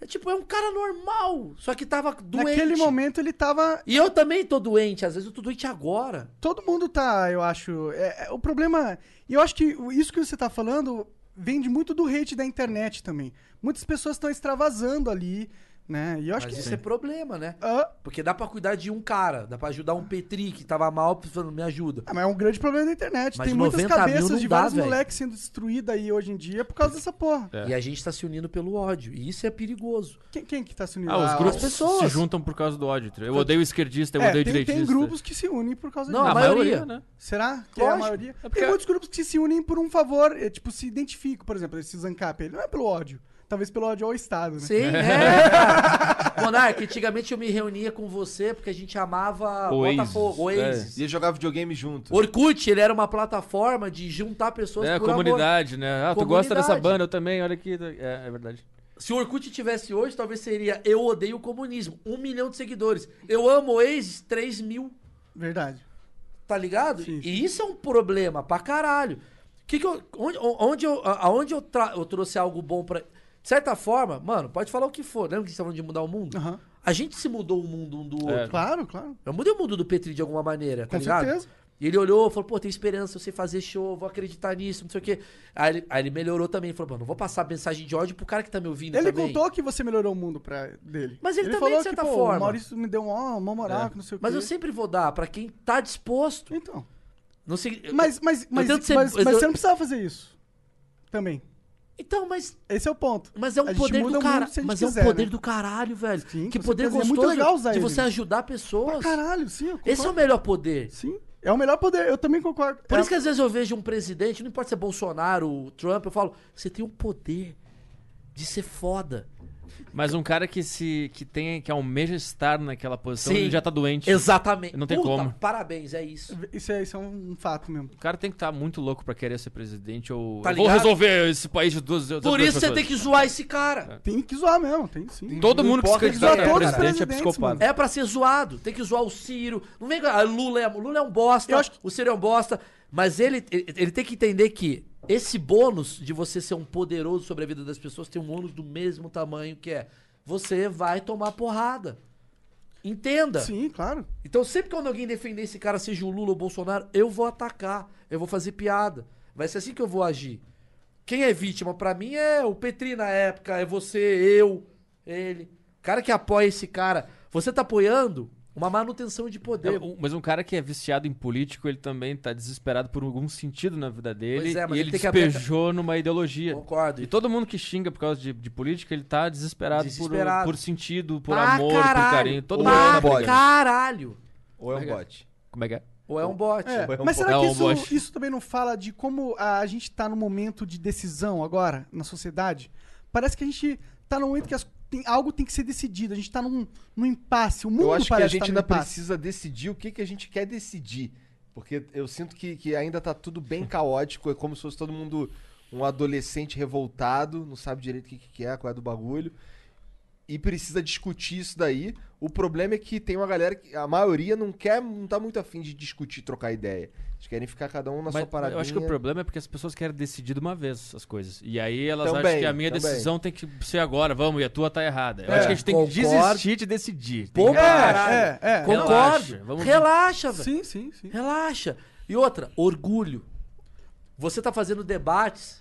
S4: É tipo, é um cara normal, só que tava doente.
S3: Naquele momento ele tava.
S4: E eu também tô doente, às vezes eu tô doente agora.
S3: Todo mundo tá, eu acho. é- é, o problema. E eu acho que o- isso que você tá falando vende muito do hate da internet também. Muitas pessoas estão extravasando ali, né? E eu acho
S4: Mas
S3: que.
S4: isso é problema, né?
S3: Ah,
S4: Porque dá pra cuidar de um cara, dá pra ajudar um Petri que tava mal, falando, me ajuda.
S3: Ah, mas é um grande problema da internet.
S4: Mas
S3: Tem muitas
S4: 90 mil
S3: cabeças
S4: não
S3: de
S4: dá,
S3: vários
S4: velho.
S3: moleques sendo destruídas aí hoje em dia por causa dessa porra.
S5: É.
S4: E a gente tá se unindo pelo ódio. E isso é perigoso.
S3: Quem, quem que tá se unindo?
S5: Ah, os
S4: as
S5: grupos
S4: pessoas.
S5: se juntam por causa do ódio. Eu odeio esquerdista, eu
S3: É,
S5: odeio
S3: tem,
S5: direitista.
S3: tem grupos que se unem por causa
S4: Não,
S3: disso.
S4: a
S5: A maioria,
S4: maioria.
S5: né?
S3: Será que é a
S4: Lógico.
S3: maioria?
S5: porque-
S3: Tem muitos grupos que se unem por um favor, é, tipo, se identificam. Por exemplo, esse Zancap, ele não é pelo ódio. Talvez pelo ódio ao Estado, né?
S4: Sim, é. Monark, antigamente eu me reunia com você porque a gente amava
S5: Oasis, É.
S4: Botafogo, Oasis.
S2: Ia jogar videogame junto.
S4: Orkut, ele era uma plataforma de juntar pessoas
S5: É, a
S4: por amor.
S5: comunidade, né? Ah, tu gosta dessa
S4: Comunidade.
S5: banda, eu também, olha aqui. É, é verdade.
S4: Se o Orkut tivesse hoje, talvez seria Eu odeio o comunismo. Um milhão de seguidores. Eu amo Oasis, 3 mil.
S3: Verdade.
S4: Tá ligado?
S3: Sim, sim.
S4: E isso é um problema pra caralho. Que que eu, onde, onde eu, a- aonde eu, tra- eu trouxe algo bom pra. De certa forma, mano, pode falar o que for. Lembra que a gente tá falando de mudar o mundo?
S3: Aham.
S4: A gente se mudou o mundo um do outro.
S3: Claro, claro.
S4: Eu mudei o mundo do Petri de alguma maneira, tá
S3: Com
S4: ligado?
S3: certeza.
S4: E ele olhou e falou, pô, tem esperança, eu sei fazer show, vou acreditar nisso, não sei o quê. Aí ele, aí ele melhorou também, ele falou, mano, não vou passar mensagem de ódio pro cara que tá me ouvindo
S3: Ele
S4: também.
S3: contou que você melhorou o mundo pra dele.
S4: Mas ele também, de certa
S3: que,
S4: forma.
S3: O Maurício me deu um, uma, uma moral,
S5: É.
S3: que não sei o quê.
S4: Mas eu sempre vou dar pra quem tá disposto.
S3: Então.
S4: Não sei,
S3: Mas, mas, mas,
S4: tento
S3: mas,
S4: ser-
S3: mas
S4: eu-
S3: você não precisava fazer isso. Também.
S4: Então, mas
S3: Esse é o ponto.
S4: Mas é
S3: A
S4: um
S3: gente
S4: poder
S3: muda
S4: do
S3: o mundo
S4: cara,
S3: se a gente
S4: mas é
S3: quiser,
S4: um poder
S3: né?
S4: do caralho, velho.
S3: Sim,
S4: que
S3: com certeza,
S4: poder
S3: é
S4: gostoso
S3: muito legal usar
S4: de
S3: ele.
S4: você ajudar pessoas.
S3: Caralho, sim. eu
S4: Esse é o
S3: concordo.
S4: melhor poder.
S3: Sim. É o melhor poder, eu também concordo.
S4: Por
S3: É
S4: isso que às vezes eu vejo um presidente, não importa se é Bolsonaro, Trump, eu falo, você tem um poder de ser foda.
S5: Mas um cara que se que tem que almeja estar naquela posição,
S4: Sim.
S5: ele já tá doente.
S4: Exatamente.
S5: Não tem
S4: Puta,
S5: como.
S4: Parabéns, é isso.
S3: Isso é, isso é um fato mesmo.
S5: O cara tem que estar muito louco pra querer ser presidente ou
S4: Tá
S5: eu vou
S4: ligado?
S5: resolver esse país de duas, duas
S4: Por isso você
S5: pessoas. É.
S4: tem que zoar esse cara.
S3: Tem que zoar mesmo, tem sim.
S5: Todo mundo que se
S2: importa,
S5: candidata
S3: eles
S5: a
S3: zoam todos os
S5: presidente é
S3: presidentes,
S5: psicopata.
S4: É pra ser zoado. Tem que zoar o Ciro. Não vem. com- Ah, Lula é, Lula é um bosta.
S3: Eu acho que-
S4: O Ciro é um bosta. Mas ele, ele, ele tem que entender que esse bônus de você ser um poderoso sobre a vida das pessoas tem um ônus do mesmo tamanho que é. Você vai tomar porrada. Entenda.
S3: Sim, claro.
S4: Então, sempre que quando alguém defender esse cara, seja o Lula ou o Bolsonaro, eu vou atacar. Eu vou fazer piada. Vai ser assim que eu vou agir. Quem é vítima pra mim é o Petri na época, é você, eu, ele. O cara que apoia esse cara. Você tá apoiando uma manutenção de
S5: É,
S4: poder.
S5: um- mas um cara que é viciado em político, ele também tá desesperado por algum sentido na vida dele.
S4: Pois é, mas
S5: e
S4: ele
S5: ele
S4: tem que abrir a
S5: despejou numa ideologia.
S4: Concordo.
S5: E todo mundo que xinga por causa de, de política, ele tá desesperado,
S4: Desesperado.
S5: Por, por sentido, por
S4: Pra
S5: amor,
S4: caralho.
S5: por carinho. Todo mundo
S4: pra
S5: tá brigando.
S4: caralho.
S2: Ou é um bot.
S5: Como é que é?
S4: Ou é um bot.
S3: É,
S2: Foi um
S3: mas será
S5: pouco-
S3: que
S5: É um
S3: isso,
S5: boche.
S3: isso também não fala de como a gente tá num momento de decisão agora na sociedade? Parece que a gente tá num momento que as- tem- algo tem que ser decidido. A gente tá num, num impasse. O mundo
S2: Eu acho que a
S3: parece
S2: gente
S3: tá num
S2: ainda
S3: impasse.
S2: precisa decidir o que, que a gente quer decidir. Porque eu sinto que, que ainda tá tudo bem caótico, é como se fosse todo mundo um adolescente revoltado, não sabe direito o que, que quer, qual é do bagulho. e precisa discutir isso daí. O problema é que tem uma galera que a maioria não quer, não tá muito afim de discutir, trocar ideia. Eles querem ficar cada um na
S5: Mas
S2: sua paradinha.
S5: Eu acho que o problema é porque as pessoas querem decidir de uma vez as coisas. E aí elas acham
S2: Também,
S5: que a minha
S2: também.
S5: decisão tem que ser agora, vamos, e a tua tá errada. Eu
S4: É,
S5: acho que a gente tem que
S4: concordo.
S5: desistir de decidir. Tem
S4: Pô,
S5: que-
S4: caralho.
S2: né?
S5: É, é, é.
S4: Concordo.
S5: Relaxa,
S4: Relaxa,
S5: vamos-
S3: Sim,
S4: velho.
S3: sim, sim.
S4: Relaxa. E outra, orgulho. Você tá fazendo debates.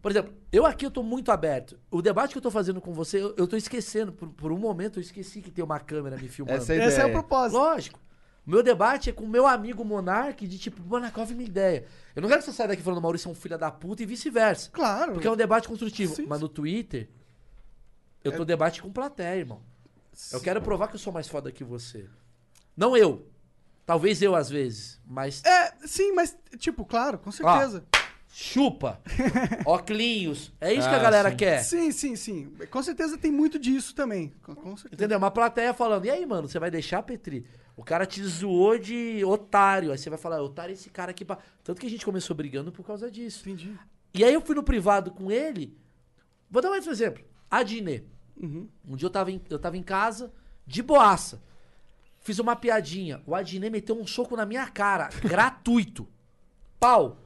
S4: Por exemplo, eu aqui eu tô muito aberto. O debate que eu tô fazendo com você, eu, eu tô esquecendo. Por, por um momento eu esqueci que tem uma câmera me filmando.
S2: Essa é a Esse é ideia. o
S3: propósito.
S4: Lógico. O meu debate é com o meu amigo Monark, de tipo, Monarkov, minha ideia. Eu não quero que você saia daqui falando, Maurício é um filho da puta e vice-versa.
S3: Claro.
S4: Porque é um debate construtivo. Mas no Twitter, eu tô debate com plateia, irmão. Eu quero provar que eu sou mais foda que você. Não eu. Talvez eu às vezes, mas.
S3: É, sim, mas, tipo, claro, com certeza.
S4: chupa! Oclinhos. É isso que
S3: Ah,
S4: a galera
S3: sim.
S4: quer.
S3: Sim, sim, sim. Com certeza tem muito disso também. Com, com certeza.
S4: Entendeu? Uma plateia falando, e aí, mano, você vai deixar, Petri? O cara te zoou de otário. Aí você vai falar, "É, otário esse cara aqui. Pra... Tanto que a gente começou brigando por causa disso.
S3: Entendi.
S4: E aí eu fui no privado com ele. Vou dar mais um exemplo. A Dinê. Um dia eu tava, em, eu tava em casa, de boaça. Fiz uma piadinha. O Adnet meteu um soco na minha cara, gratuito. Pau.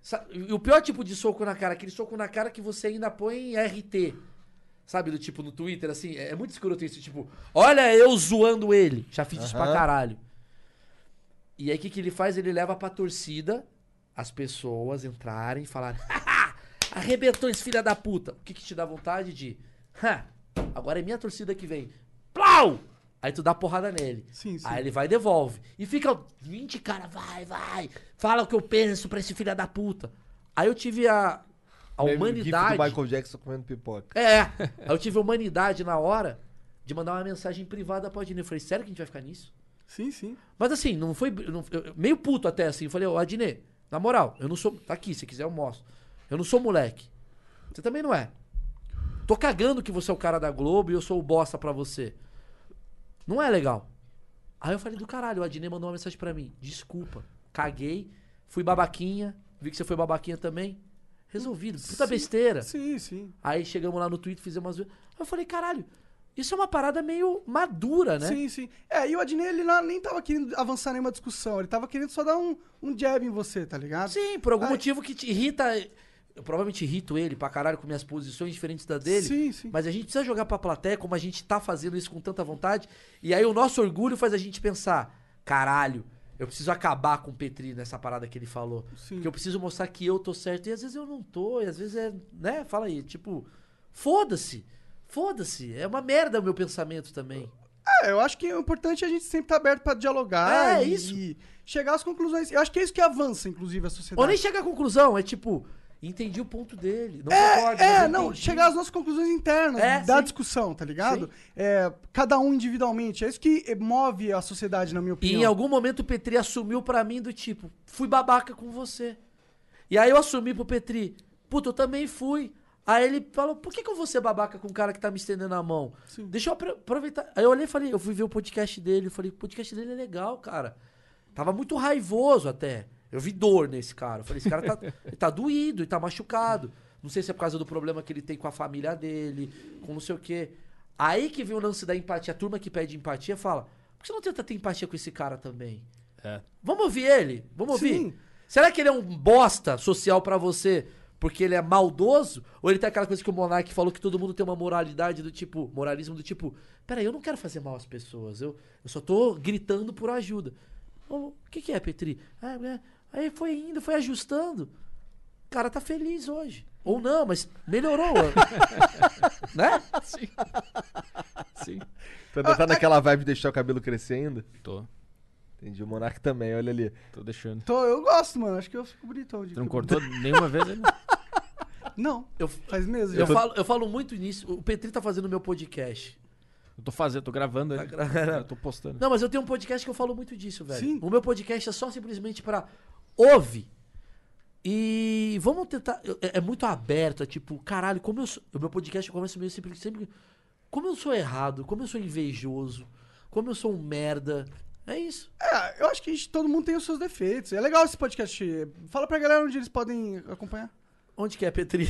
S4: Sa- E o pior tipo de soco na cara, aquele soco na cara que você ainda põe em RT. Sabe, do tipo no Twitter, assim, é é muito escroto isso, tipo, olha eu zoando ele. Já fiz isso pra
S5: Aham.
S4: caralho. E aí o que, que ele faz? Ele leva pra torcida as pessoas entrarem e falarem, arrebentou esse filho da puta. O que, que te dá vontade de, "Ha, agora é minha torcida que vem. Plau! Aí tu dá porrada nele.
S3: sim.
S4: Aí ele vai e devolve. E fica 20 cara, vai, vai. Fala o que eu penso pra esse filho da puta. Aí eu tive a, a
S2: Mesmo
S4: humanidade.
S2: gif do Michael Jackson comendo pipoca.
S4: É. Aí eu tive a humanidade na hora de mandar uma mensagem privada pra Adnê. Eu falei, sério que a gente vai ficar nisso?
S3: Sim, sim.
S4: Mas assim, não foi. não- eu- eu- meio puto até assim. Eu falei, ô Adnê, na moral, eu não sou. Tá aqui, se quiser eu mostro. Eu não sou moleque. Você também não é. Tô cagando que você é o cara da Globo e eu sou o bosta pra você. Não é legal. Aí eu falei do caralho, o Adnê mandou uma mensagem pra mim. Desculpa, caguei, fui babaquinha, vi que você foi babaquinha também. Resolvido, puta
S3: Sim,
S4: besteira.
S3: Sim, sim.
S4: Aí chegamos lá no Twitter, fizemos umas... Aí eu falei, caralho, isso é uma parada meio madura, né?
S3: Sim, sim. É, e o Adnet, ele não- nem tava querendo avançar nenhuma discussão. Ele tava querendo só dar um, um jab em você, tá ligado?
S4: Sim, por algum motivo que te irrita. Eu provavelmente irrito ele pra caralho com minhas posições diferentes da dele.
S3: Sim, sim.
S4: Mas a gente precisa jogar pra plateia, como a gente tá fazendo isso com tanta vontade. E aí o nosso orgulho faz a gente pensar: caralho, eu preciso acabar com o Petri nessa parada que ele falou. Porque eu preciso mostrar que eu tô certo. E às vezes eu não tô, e às vezes é. né? Fala aí, tipo, foda-se. Foda-se. É uma merda o meu pensamento também.
S3: É, eu acho que o importante é a gente sempre estar aberto pra dialogar
S4: É,
S3: e,
S4: isso.
S3: e chegar às conclusões. Eu acho que é isso que avança, inclusive, a sociedade.
S4: Ou nem chega à conclusão, é tipo, entendi o ponto dele. Não
S3: é,
S4: concordo. mas
S3: é
S4: eu
S3: não,
S4: entendi.
S3: chegar às nossas conclusões internas
S4: É,
S3: da
S4: sim.
S3: discussão, tá ligado? É, cada um individualmente. É isso que move a sociedade, na minha
S4: E
S3: opinião.
S4: em algum momento o Petri assumiu pra mim do tipo, fui babaca com você. E aí eu assumi pro Petri, puta, eu também fui. Aí ele falou, por que, que eu vou ser babaca com um cara que tá me estendendo a mão? Deixa eu apro- aproveitar. Aí eu olhei e falei, eu fui ver o podcast dele. Eu falei, o podcast dele é legal, cara. Tava muito raivoso até. Eu vi dor nesse cara. Eu falei, esse cara tá, ele tá doído e tá machucado. Não sei se é por causa do problema que ele tem com a família dele, com não sei o quê. Aí que vem o lance da empatia. A turma que pede empatia fala: por que você não tenta ter empatia com esse cara também?
S5: É.
S4: Vamos ouvir ele? Vamos ouvir?
S3: Sim.
S4: Será que ele é um bosta social pra você porque ele é maldoso? Ou ele tem aquela coisa que o Monark falou que todo mundo tem uma moralidade do tipo, moralismo do tipo, peraí, eu não quero fazer mal às pessoas, eu, eu só tô gritando por ajuda. Ô, O que, que é, Petri? Ah, é. Aí foi indo, foi ajustando. O cara tá feliz hoje. Ou não, mas melhorou. né?
S5: Sim. Sim.
S2: Tu ainda tá naquela vibe de deixar o cabelo crescer ainda?
S5: Tô.
S2: Entendi. O Monark também, olha ali.
S5: Tô deixando.
S3: Tô, eu gosto, mano. Acho que eu fico bonitão. De
S5: Tu não cortou nenhuma vez ainda?
S3: Não.
S4: Eu,
S3: Faz mesmo.
S4: eu,
S3: já.
S4: falo, eu falo muito nisso. O Petri tá fazendo meu podcast.
S5: Eu tô fazendo, tô gravando ainda. Eu tô postando.
S4: Não, mas eu tenho um podcast que eu falo muito disso, velho.
S3: Sim.
S4: O meu podcast é só simplesmente pra ouve. E vamos tentar. eu- É, é muito aberto, é tipo, caralho, como eu sou. O meu podcast começa meio sempre, sempre. Como eu sou errado, como eu sou invejoso, como eu sou um merda. É isso.
S3: É, eu acho que a gente- todo mundo tem os seus defeitos. É legal esse podcast. Fala pra galera onde eles podem acompanhar.
S4: Onde que é, Petri?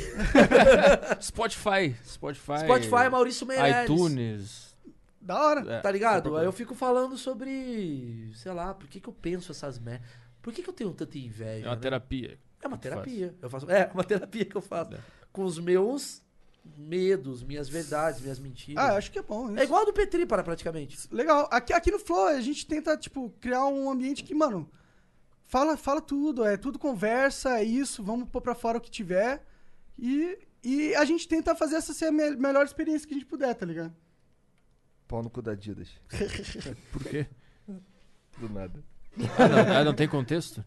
S5: Spotify. Spotify.
S4: Spotify, Maurício Meirelles.
S5: iTunes.
S3: Da hora.
S5: É,
S4: tá
S5: tá
S4: ligado?
S5: procurando.
S4: Aí eu fico falando sobre, sei lá, por que, que eu penso essas merdas? Por que, que eu tenho tanta
S5: É
S4: inveja?
S5: uma
S4: né?
S5: terapia.
S4: É uma
S5: que É. tu faz.
S4: terapia. Eu faço, é uma terapia que eu faço. Com os meus medos, minhas verdades, minhas mentiras.
S3: Ah, eu acho que é bom. isso.
S4: É igual a do Petri, para praticamente.
S3: Legal. Aqui, aqui no Flow a gente tenta, tipo, criar um ambiente que, mano, fala, fala tudo, é tudo conversa, é isso, vamos pôr pra fora o que tiver. E, e a gente tenta fazer essa ser a me- melhor experiência que a gente puder, tá ligado?
S2: Pau no cu da Adidas.
S5: Por quê?
S2: Do nada.
S5: Ah, não, ah, não tem contexto?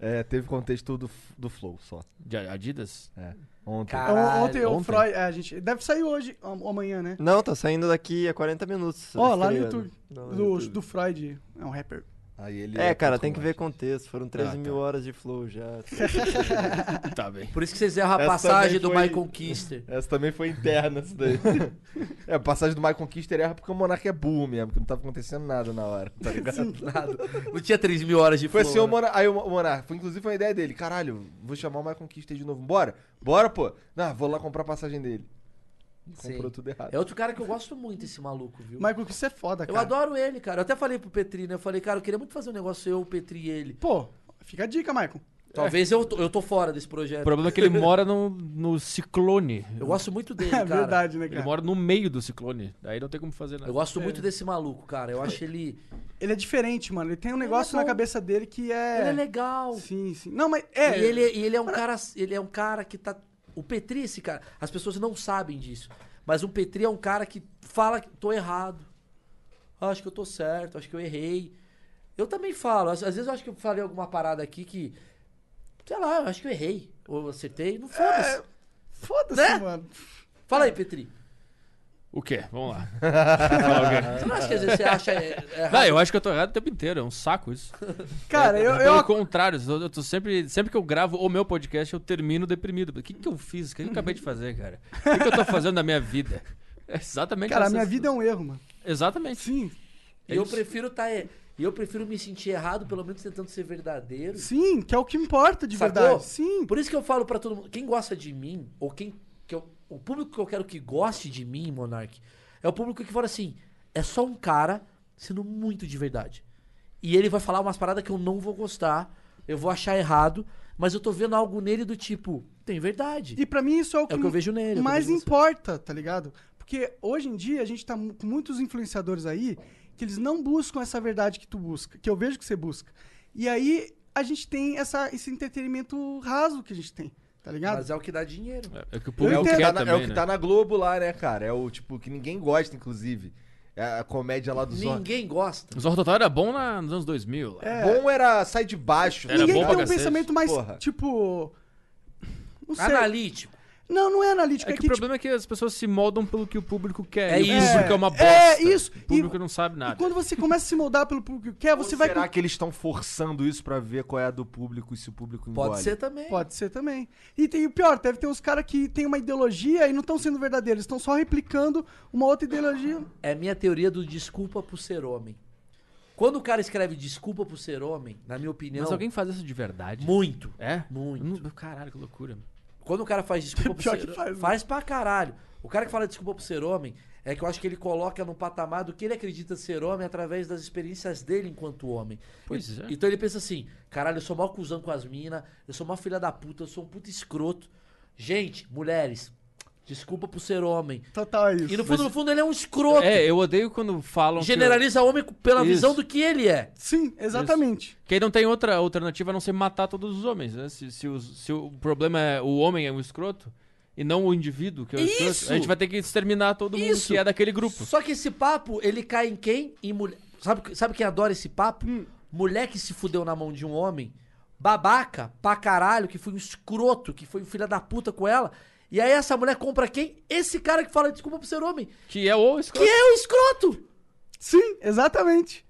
S2: É, teve contexto do, do Flow só.
S5: De Adidas?
S2: É. Ontem.
S4: Cara,
S3: Então, ontem, o
S6: ontem?
S3: Freud. é, a gente, deve sair hoje am- ou amanhã, né?
S6: Não, tá saindo daqui a 40 minutos.
S3: Ó, lá no
S6: estreando.
S3: YouTube.
S6: Não, no
S3: Do,
S6: YouTube.
S3: do Freud. É um rapper.
S2: Aí ele
S6: É, cara, tem
S2: tá com
S6: que
S2: mais.
S6: ver contexto. Foram 13
S2: Ah, tá.
S6: mil horas de flow já.
S11: É,
S4: É.
S5: Tá bem.
S4: Por isso que vocês erram a
S2: Essa também
S4: passagem do
S2: foi-
S4: Michael Kister.
S2: Essa também foi interna, isso daí. é, a passagem do Michael Kister erra porque o Monark é burro mesmo, porque não tava acontecendo nada na hora, tá ligado?
S4: Nada. Não tinha 3 mil horas de
S2: Foi
S4: flow,
S2: assim, o
S4: né?
S2: Monark. Aí o Mo- o Monark, foi, inclusive foi uma ideia dele. Caralho, vou chamar o Michael Kister de novo. Bora? Bora, pô. Não, vou lá comprar a passagem dele. E
S4: Sim.
S2: Comprou tudo errado.
S4: É outro cara que eu gosto muito, esse maluco, viu?
S3: Michael, que isso é foda,
S4: Eu
S3: cara.
S4: adoro ele, cara. Eu até falei pro Petri, né? Eu falei, cara, eu queria muito fazer um negócio eu, o Petri e ele.
S3: Pô, fica a dica, Michael.
S4: Talvez eu, tô- eu tô fora desse projeto.
S5: O problema é que ele mora no, no ciclone.
S4: Eu gosto muito dele,
S3: É
S4: cara.
S3: verdade, É. né,
S5: Ele
S3: cara?
S5: mora no meio do ciclone. Daí não tem como fazer nada.
S4: Eu gosto muito desse maluco, cara. Eu acho ele.
S3: Ele é diferente, mano. Ele tem um negócio na
S4: é bom.
S3: cabeça dele que é.
S4: Ele é legal.
S3: Sim, sim. Não, mas é.
S4: E ele, e ele é um cara. Ele é um cara que tá. O Petri, esse cara. As pessoas não sabem disso. Mas o Petri é um cara que fala que tô errado. Acho que eu tô certo, acho que eu errei. Eu também falo. Às, às vezes eu acho que eu falei alguma parada aqui que. Sei lá, eu acho que eu errei. Ou eu acertei. Não foda-se.
S3: Foda-se,
S4: Né?
S3: mano.
S4: Fala aí, Petri.
S5: O quê? Vamos lá. Fala o quê?
S4: Você não acha que às vezes você acha. é- é
S5: Não, eu acho que eu tô errado o tempo inteiro. É um saco isso.
S3: Cara, eu,
S5: Pelo
S3: eu,
S5: contrário, eu tô- eu tô sempre, sempre que eu gravo o meu podcast, eu termino deprimido. O que, que eu fiz? O que eu acabei de fazer, cara? O que, que eu tô fazendo na minha vida? É exatamente
S3: Cara, a
S5: essa-
S3: minha vida é um erro, mano.
S5: Exatamente.
S3: Sim,
S4: E eu prefiro tá, é, e eu prefiro me sentir errado, pelo menos tentando ser verdadeiro.
S3: sim, que é o que importa de
S4: Sacou?
S3: verdade. Sim.
S4: Por isso que eu falo pra todo mundo, quem gosta de mim ou quem que eu- o público que eu quero que goste de mim, Monark, é o público que fala assim, é só um cara sendo muito de verdade. E ele vai falar umas paradas que eu não vou gostar, eu vou achar errado, mas eu tô vendo algo nele do tipo, tem verdade.
S3: E pra mim isso é o que,
S4: é o que eu vejo nele. é o que eu
S3: mais
S4: vejo em você.
S3: importa, tá ligado? Porque hoje em dia a gente tá mu- com muitos influenciadores aí que eles não buscam essa verdade que tu busca, que eu vejo que você busca. E aí a gente tem essa, esse entretenimento raso que a gente tem, tá ligado?
S4: Mas é o que dá dinheiro.
S5: É, é que
S2: É
S5: o
S2: o,
S5: público
S2: que
S5: quer
S2: tá na, é o
S5: também,
S2: que
S5: né?
S2: tá na Globo lá, né, cara? É o tipo que ninguém gosta, inclusive. É a comédia lá do Zorro.
S4: Ninguém gosta.
S5: O Zorro Total era bom na, nos anos 2000. lá.
S2: Bom era sair de baixo.
S5: Era
S3: É. Ninguém
S5: bom pra
S3: tem um
S5: cacete.
S3: pensamento mais,
S2: Porra.
S3: tipo... Não sei.
S4: Analítico.
S3: Não, não é analítico.
S5: É
S3: É,
S5: que
S3: que,
S5: o problema é que as pessoas se moldam pelo que o público quer.
S4: É
S5: e
S4: isso.
S5: o público é uma
S3: É,
S5: bosta.
S3: isso.
S5: O público
S3: E-
S5: não sabe
S3: tipo, e
S5: nada.
S3: quando você começa a se moldar pelo público que quer, você vai...
S2: Será que eles estão forçando isso pra ver qual é a do público e se o público engole?
S4: Pode ser também.
S3: Pode ser também. E tem o pior, deve ter uns caras que tem uma ideologia e não estão sendo verdadeiros, estão só replicando uma outra ideologia.
S4: É a minha teoria do desculpa por ser homem. Quando o cara escreve desculpa por ser homem, na minha opinião,
S5: Mas alguém faz isso de verdade?
S4: muito.
S5: É?
S4: Muito.
S5: Eu não- Caralho, que loucura.
S4: Quando o cara faz desculpa por
S3: Pior
S4: ser
S3: que faz,
S4: faz,
S3: né?
S4: pra caralho. O cara que fala desculpa por ser homem é que eu acho que ele coloca no patamar do que ele acredita ser homem através das experiências dele enquanto homem.
S5: Pois
S4: E-
S5: é.
S4: Então ele pensa assim: caralho, eu sou mó cuzão com as minas, eu sou mó filha da puta, eu sou um puta escroto. Gente, mulheres, desculpa por ser homem.
S3: Total é isso.
S4: E no fundo, no fundo, ele é um escroto.
S5: É, eu odeio quando falam que-
S4: Generaliza homem pela
S5: Isso.
S4: visão do que ele é.
S3: Sim, exatamente.
S5: Que aí não tem outra alternativa a não ser matar todos os homens, né? Se, se os- se o problema é o homem é um escroto e não o indivíduo que é o
S4: Isso!
S5: escroto, a gente vai ter que exterminar todo mundo
S4: Isso!
S5: que é daquele grupo.
S4: Só que esse papo, ele cai em quem? Em mulher. Sabe, sabe quem adora esse papo? Mulher que se fudeu na mão de um homem, babaca pra caralho, que foi um escroto, que foi um filho da puta com ela. E aí essa mulher compra quem? Esse cara que fala desculpa pro ser homem.
S5: Que é o
S4: Que
S5: escroto.
S4: é o escroto!
S3: Sim, exatamente.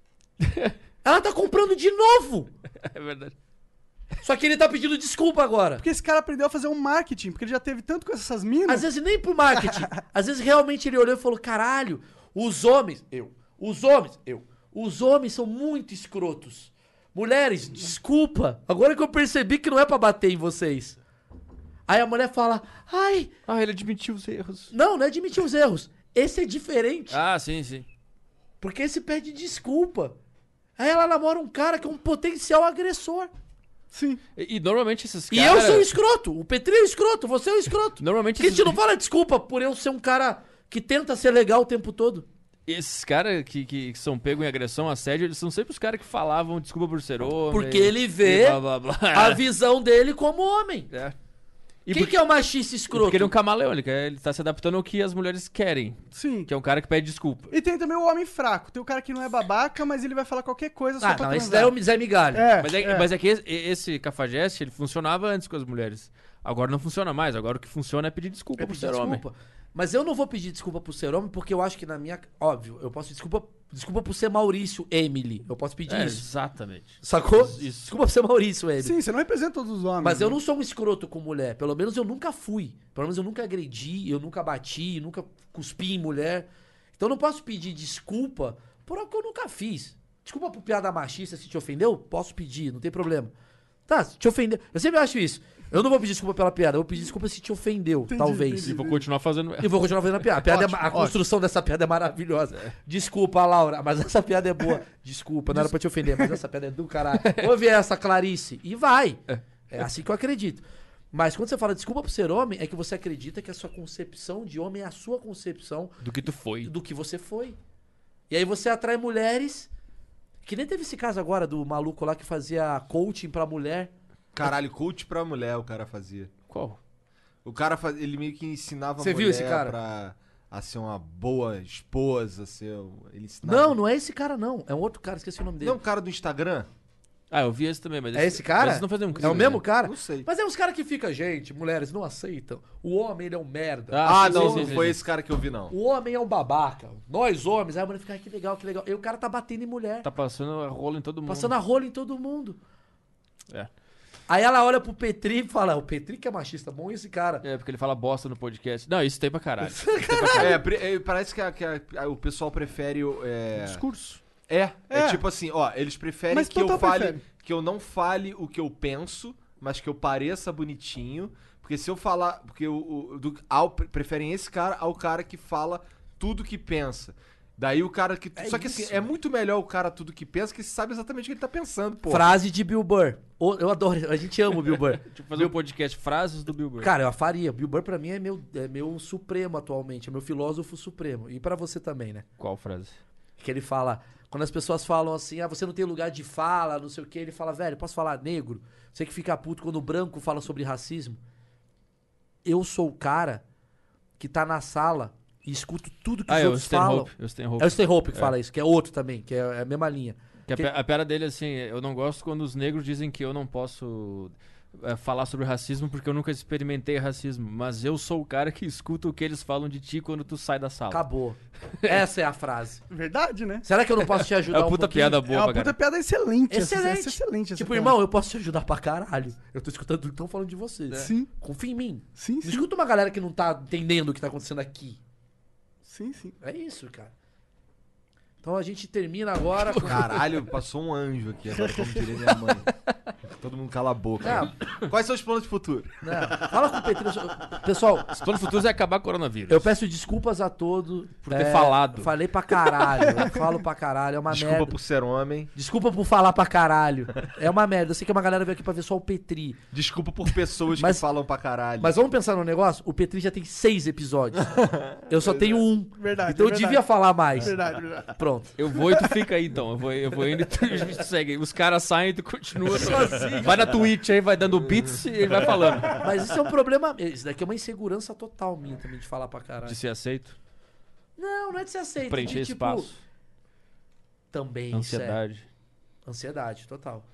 S4: Ela tá comprando de novo!
S5: É verdade.
S4: Só que ele tá pedindo desculpa agora.
S3: Porque esse cara aprendeu a fazer um marketing, porque ele já teve tanto com essas minas.
S4: Às vezes nem pro marketing. Às vezes realmente ele olhou e falou: caralho, os homens, eu. Os homens, eu. Os homens são muito escrotos. Mulheres, desculpa. Agora que eu percebi que não é pra bater em vocês. Aí a mulher fala, ai. Ah, ele admitiu os erros. Não, não é admitir os erros. Esse é diferente.
S5: Ah, sim, sim.
S4: Porque esse pede desculpa. Aí ela namora um cara que é um potencial agressor.
S3: Sim.
S5: E, e normalmente esses
S4: E
S5: caras.
S4: eu sou um escroto. O Petri é um escroto. Você é um escroto.
S5: Normalmente
S4: Que a gente não fala desculpa por eu ser um cara que tenta ser legal o tempo todo.
S5: Esses caras que, que são pegos em agressão, assédio, eles são sempre os caras que falavam desculpa por ser homem.
S4: Porque ele
S5: e
S4: vê
S5: blá, blá, blá.
S4: a visão dele como homem.
S5: É.
S4: Quem que é o machista escroto?
S5: Porque ele é um camaleão, ele, quer- ele tá se adaptando ao que as mulheres querem.
S3: Sim.
S5: Que é um cara que pede desculpa.
S3: E tem também o homem fraco. Tem o cara que não é babaca, mas ele vai falar qualquer coisa só
S5: Ah,
S3: pra
S5: não, esse
S3: transar.
S5: daí é o
S4: Zé Migalha.
S3: É,
S5: mas, é,
S3: é.
S5: mas é que esse, esse cafajeste, ele funcionava antes com as mulheres. Agora não funciona mais. Agora o que funciona é pedir desculpa
S4: É
S5: por
S4: pedir
S5: ser homem.
S4: desculpa. Mas eu não vou pedir desculpa por ser homem, porque eu acho que na minha. Óbvio, eu posso desculpa, desculpa por ser Maurício, Emily. Eu posso pedir
S5: É,
S4: isso.
S5: Exatamente.
S4: Sacou?
S5: Isso.
S4: Desculpa por ser Maurício, Emily.
S3: Sim, você não representa todos os homens.
S4: Mas
S3: né?
S4: eu não sou um escroto com mulher. Pelo menos eu nunca fui. Pelo menos eu nunca agredi, eu nunca bati, nunca cuspi em mulher. Então eu não posso pedir desculpa por algo que eu nunca fiz. Desculpa por piada machista, se te ofendeu, posso pedir, não tem problema. Tá, se te ofendeu. Eu sempre acho isso. Eu não vou pedir desculpa pela piada, eu vou pedir desculpa se te ofendeu, talvez.
S5: E vou continuar fazendo.
S4: E vou continuar fazendo a piada. A, piada é ma- a
S5: Ótimo,
S4: construção dessa piada é maravilhosa. Desculpa, Laura, mas essa piada é boa. Desculpa, não era pra te ofender, mas essa piada é do caralho. Ouve essa, Clarice. E vai. É assim que eu acredito. Mas quando você fala desculpa por ser homem, é que você acredita que a sua concepção de homem é a sua concepção
S5: Do que tu foi.
S4: do que você foi. E aí você atrai mulheres. Que nem teve esse caso agora do maluco lá que fazia coaching pra mulher.
S2: Caralho, coach pra mulher o cara fazia.
S5: Qual?
S2: O cara faz... ele meio que ensinava a
S4: Você viu
S2: mulher
S4: esse cara?
S2: pra a ser uma boa esposa, ser... um, ele ensinava...
S4: Não, não é esse cara, não. É um outro cara, esqueci o nome dele.
S2: Não, o cara do Instagram.
S5: Ah, eu vi esse também, mas
S4: É esse cara?
S5: mas esse não fazia um
S4: é o
S5: crime,
S4: mesmo
S5: né?
S4: cara?
S2: Não sei.
S4: Mas é uns caras que fica, gente, mulheres não aceitam. O homem, ele é um merda.
S2: Ah,
S4: O
S2: não,
S4: homem-
S2: não foi esse cara que eu vi, não.
S4: O homem é um babaca. Nós homens. Aí a mulher fica, "Ai, que legal, que legal. E o cara tá batendo em mulher.
S5: Tá passando a rola em todo mundo.
S4: passando a rola em todo mundo.
S5: É.
S4: Aí ela olha pro Petri e fala, o Petri que é machista, bom esse cara.
S5: É, porque ele fala bosta no podcast. Não, isso tem pra caralho.
S2: É, pre- é, parece que, a- que a- o pessoal prefere. o, É...
S3: Um Discurso.
S2: É, é,
S3: É.
S2: tipo assim, ó, eles preferem
S3: Mas
S2: que eu
S3: total
S2: fale.
S3: prefere.
S2: Que eu não fale o que eu penso, mas que eu pareça bonitinho. Porque se eu falar. Porque o, o- do, ao- preferem esse cara ao cara que fala tudo que pensa. Daí o cara que.
S4: É
S2: só que
S4: isso,
S2: assim, é muito melhor o cara tudo que pensa, que sabe exatamente o que ele tá pensando, pô.
S4: Frase de Bill Burr. O- Eu adoro, a gente ama o Bill Burr.
S5: Tipo, fazer um podcast frases do Bill Burr.
S4: Cara, eu faria. Bill Burr pra mim é meu, é meu supremo atualmente, é meu filósofo supremo. E pra você também, né?
S5: Qual frase?
S4: Que ele fala. Quando as pessoas falam assim, ah, você não tem lugar de fala, não sei o que, ele fala, velho, posso falar negro? Você que fica puto quando o branco fala sobre racismo. Eu sou o cara que tá na sala e escuto tudo que
S5: Ah,
S4: os
S5: é o
S4: outros falam.
S5: Stanhope. É o Stanhope.
S4: É o Stanhope que
S5: É.
S4: fala isso, que é outro também, que é é a mesma linha.
S5: Que a,
S4: Que-
S5: pe- a pera dele é assim, eu não gosto quando os negros dizem que eu não posso é, falar sobre racismo porque eu nunca experimentei racismo. Mas eu sou o cara que escuta o que eles falam de ti quando tu sai da sala.
S4: Acabou. Essa é a frase.
S3: Verdade, né?
S4: Será que eu não posso te ajudar
S5: É
S4: um
S5: uma puta
S4: pouquinho?
S5: piada
S3: é
S5: boa,
S3: uma
S5: pra
S3: puta
S5: cara.
S3: piada excelente. essa-
S4: Excelente.
S3: Essa, excelente essa
S4: Tipo,
S3: piada.
S4: irmão, eu posso te ajudar pra caralho. Eu tô escutando tudo que estão falando de você.
S5: É.
S3: Sim.
S4: Confia em mim.
S3: Sim,
S4: Não
S3: sim.
S4: escuta uma galera que não tá entendendo o que tá acontecendo aqui.
S3: Sim, sim.
S4: É isso, cara. Então a gente termina agora. com-
S2: Caralho, passou um anjo aqui agora, como diria minha mãe. Todo mundo cala a boca. Quais são os planos de futuro?
S4: Não, fala com o Petri. eu sou- Pessoal,
S5: Os planos futuros é acabar com o coronavírus.
S4: eu peço desculpas a todos
S5: Por ter falado.
S4: Falei pra caralho. Eu falo pra caralho. É uma
S2: Desculpa
S4: merda.
S2: por ser homem.
S4: Desculpa por falar pra caralho. É uma merda. Eu sei que uma galera veio aqui pra ver só o Petri.
S2: Desculpa por pessoas
S4: Mas-
S2: que falam pra caralho.
S4: Mas vamos pensar no negócio? O Petri já tem seis episódios. Eu só tenho um.
S3: Verdade,
S4: Então eu
S3: verdade.
S4: devia falar mais.
S3: Verdade, verdade.
S4: Pronto.
S5: Eu vou e tu fica aí, então. Eu vou, eu vou indo e tu segue. Os caras saem e tu continua. Vai na Twitch aí, vai dando beats e ele vai falando.
S4: Mas isso é um problema. Isso daqui é uma insegurança total minha também de falar pra caralho.
S5: De ser aceito,
S4: Não, não é de ser aceito.
S5: preencher
S4: de, tipo, é
S5: espaço,
S4: Também, Ansiedade.
S5: ansiedade.
S4: Ansiedade, total.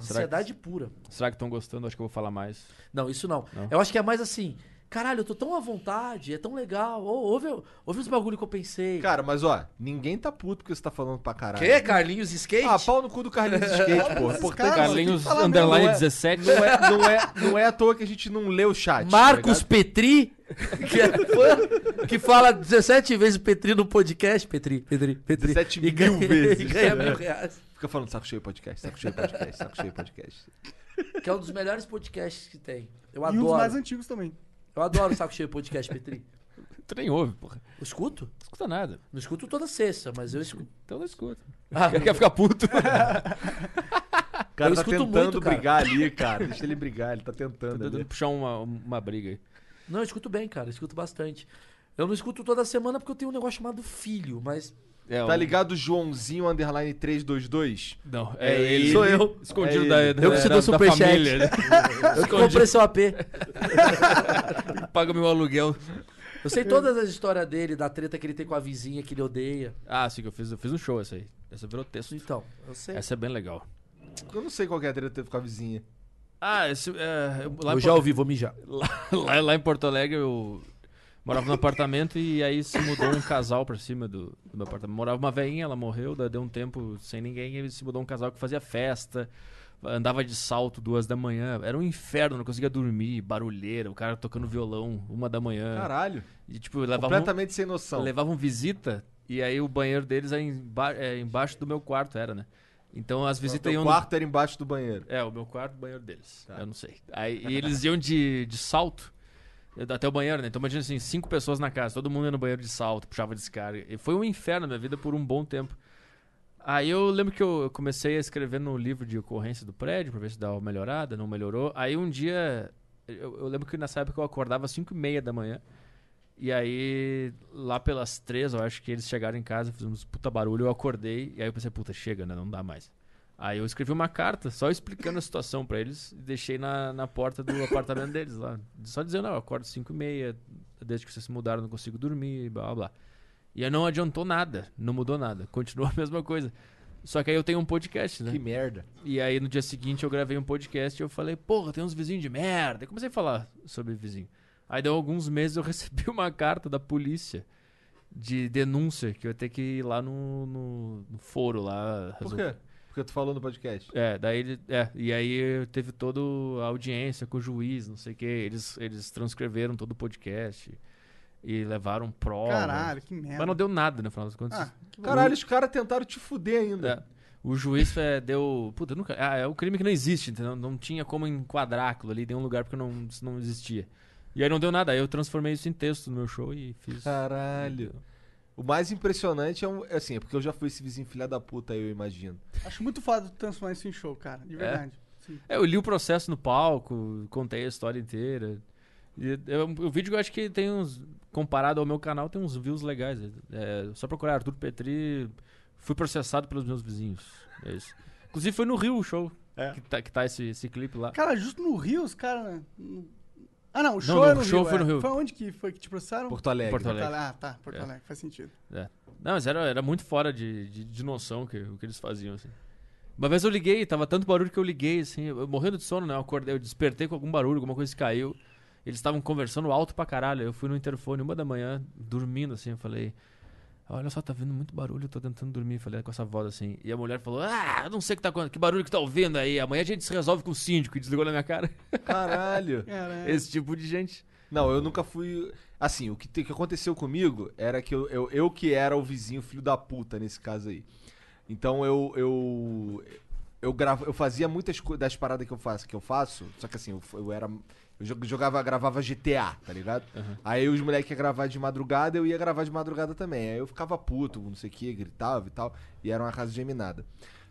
S5: Será que-
S4: Ansiedade pura.
S5: Será que estão gostando? Acho que eu vou falar mais.
S4: Não, isso não.
S5: Não?
S4: Eu acho que é mais assim. Caralho, eu tô tão à vontade, é tão legal. Ô, ouve, ouve os bagulho que eu pensei.
S2: Cara, mas ó, ninguém tá puto porque você tá falando pra caralho.
S4: Quê, Carlinhos Skate?
S2: Ah, pau no cu do Carlinhos Skate, pô. Importante.
S3: Cara,
S5: Carlinhos
S3: tem que falar
S5: underline
S2: mesmo, é.
S5: 17.
S2: Não é, não, é, não é à toa que a gente não lê o
S5: Ah,
S2: chat.
S4: Marcos
S2: tá
S4: Petri, que é fã, que fala 17 vezes Petri no podcast. Petri, Petri, Petri.
S2: 17
S4: E
S2: mil
S4: ganha- E
S2: vezes.
S4: ganha mil reais.
S2: ligado? Fica falando saco cheio podcast, saco cheio podcast, saco cheio podcast.
S4: Que é um dos melhores podcasts que tem. Eu
S3: e
S4: adoro.
S3: um dos mais antigos também.
S4: Eu adoro o Saco Cheio Podcast, Petri.
S5: Tu nem ouve, porra.
S4: Eu escuto? Não
S5: escuta nada.
S4: Não escuto toda sexta, mas eu escuto.
S5: Então não escuta.
S4: Ah.
S5: Quer, quer ficar puto?
S2: O cara
S4: Eu
S2: tá
S4: escuto
S2: tentando
S4: muito, cara.
S2: brigar ali, cara. Deixa ele brigar, ele tá tentando.
S5: Tentando
S2: ali.
S5: puxar uma, uma briga aí.
S4: Não, eu escuto bem, cara. Eu escuto bastante. Eu não escuto toda semana porque eu tenho um negócio chamado filho, mas.
S5: É,
S2: Tá
S5: um-
S2: ligado o Joãozinho Underline 322?
S5: Não, é ele.
S2: Sou eu.
S5: Escondido
S2: É ele.
S5: da- da- Eu que te da- dou da superchat. família, né?
S4: Eu que
S5: Escondido.
S4: comprei seu AP.
S5: Paga meu aluguel.
S4: Eu sei todas as histórias dele, da treta que ele tem com a vizinha que ele odeia.
S5: Ah, sim, que eu fiz, eu fiz um show essa aí. Essa virou texto.
S4: Então, eu sei.
S5: Essa é bem legal.
S2: Eu não sei qual que é a treta que teve com a vizinha.
S5: Ah, esse, é, lá
S4: eu
S5: em
S4: já
S5: Porto-
S4: ouvi, vou mijar.
S5: Lá, lá- lá em Porto Alegre eu morava num apartamento e aí se mudou um casal pra cima do, do meu apartamento. Morava uma veinha, ela morreu, daí deu um tempo sem ninguém e se mudou um casal que fazia festa, andava de salto duas da manhã. Era um inferno, não conseguia dormir, barulheira, o cara tocando violão uma da
S4: É.
S5: manhã.
S2: Caralho.
S5: E tipo, levava um-
S2: Completamente sem noção.
S5: levavam visita e aí o banheiro deles é, emba- é embaixo do meu quarto, era, né? Então as
S2: O
S5: visitas
S2: teu
S5: iam.
S4: um
S2: quarto era embaixo do banheiro.
S5: É, o meu quarto, o banheiro deles. Eu não sei. Aí, e eles iam de, de salto eu- até o banheiro, né? Então imagina assim, cinco pessoas na casa, todo mundo ia no banheiro de salto, puxava descarga. E foi um inferno na minha vida por um bom tempo. Aí eu lembro que eu eu comecei a escrever no livro de ocorrência do prédio pra ver se dava uma melhorada, não melhorou. Aí um dia, eu, eu lembro que nessa época eu acordava às 5 e meia da manhã. E aí, lá pelas três, eu acho que eles chegaram em casa, fizemos puta barulho, eu acordei. E aí eu pensei, puta, chega, né? Não dá mais. Aí eu escrevi uma carta, só explicando a situação pra eles, e deixei na, na porta do apartamento deles lá. Só dizendo, não, eu acordo 5 e meia, desde que vocês se mudaram, eu não consigo dormir, blá blá blá. E aí não adiantou nada, não mudou nada, continua a mesma coisa. Só que aí eu tenho um podcast,
S4: Uhum.
S5: né?
S2: Que merda.
S5: E aí no dia seguinte eu gravei um podcast e eu falei, porra, tem uns vizinhos de merda. Eu comecei a falar sobre vizinho. Aí deu alguns meses eu recebi uma carta da polícia de denúncia que eu ia ter que ir lá no, no, no foro lá.
S2: Por
S5: resolver.
S2: quê? Porque tu falou no podcast.
S5: É, daí ele. É, e aí teve toda a audiência com o juiz, não sei o quê. Eles, eles transcreveram todo o podcast e levaram prova.
S3: Caralho, que merda.
S5: Mas não deu nada, no final das contas.
S3: Ah, que
S2: Caralho, os caras tentaram te fuder ainda.
S5: É. O juiz é, deu. Puta, eu nunca. Ah, é um crime que não existe, entendeu? Não tinha como enquadrar aquilo ali, deu um lugar porque não, isso não existia. E aí não deu nada, aí eu transformei isso em texto no meu show e fiz.
S2: Caralho. O mais impressionante é um. é Assim, é porque eu já fui esse vizinho filha da puta, eu imagino.
S3: Acho muito foda tu transformar isso em show, cara. De verdade. Sim.
S5: É, eu li o processo no palco, contei a história inteira. E é um- o vídeo que eu acho que tem uns. Comparado ao meu canal, tem uns views legais. É, só procurar Arthur Petri. Fui processado pelos meus vizinhos. É isso. Inclusive foi no Rio o show. Que tá, que tá esse, esse clipe lá.
S3: Cara, justo no Rio, os caras. né? Ah, não, o show,
S5: não,
S3: é
S5: o
S3: no
S5: show
S3: Rio,
S5: foi
S3: é.
S5: no Rio.
S3: Foi onde que foi que te processaram?
S2: Porto Alegre.
S5: Porto Alegre.
S3: Ah, tá, Porto
S5: É.
S3: Alegre, faz sentido.
S5: É. Não, mas era, era muito fora de, de, de noção que, o que eles faziam, assim. Uma vez eu liguei, tava tanto barulho que eu liguei, assim, eu, eu morrendo de sono, né? Eu acordei, eu despertei com algum barulho, alguma coisa que caiu. Eles estavam conversando alto pra caralho. Eu fui no interfone uma da manhã, dormindo, assim, eu falei. Olha só, tá vindo muito barulho, eu tô tentando dormir, falei com essa voz assim. E a mulher falou: Ah, eu não sei o que tá acontecendo, que barulho que tá ouvindo aí. Amanhã a gente se resolve com o síndico e desligou na minha cara.
S2: Caralho.
S3: Caralho.
S5: Esse tipo de gente.
S2: Não, eu nunca fui. Assim, o que, te- que aconteceu comigo era que eu, eu, eu que era o vizinho filho da puta nesse caso aí. Então eu. Eu, eu, grava, eu fazia muitas co- das paradas que eu faço, que eu faço. Só que assim, eu, f- eu era. Eu jo- jogava, gravava GTA, tá ligado? Aí os moleques iam gravar de madrugada, eu ia gravar de madrugada também. Aí eu ficava puto, não sei o que, gritava e tal. E era uma casa geminada.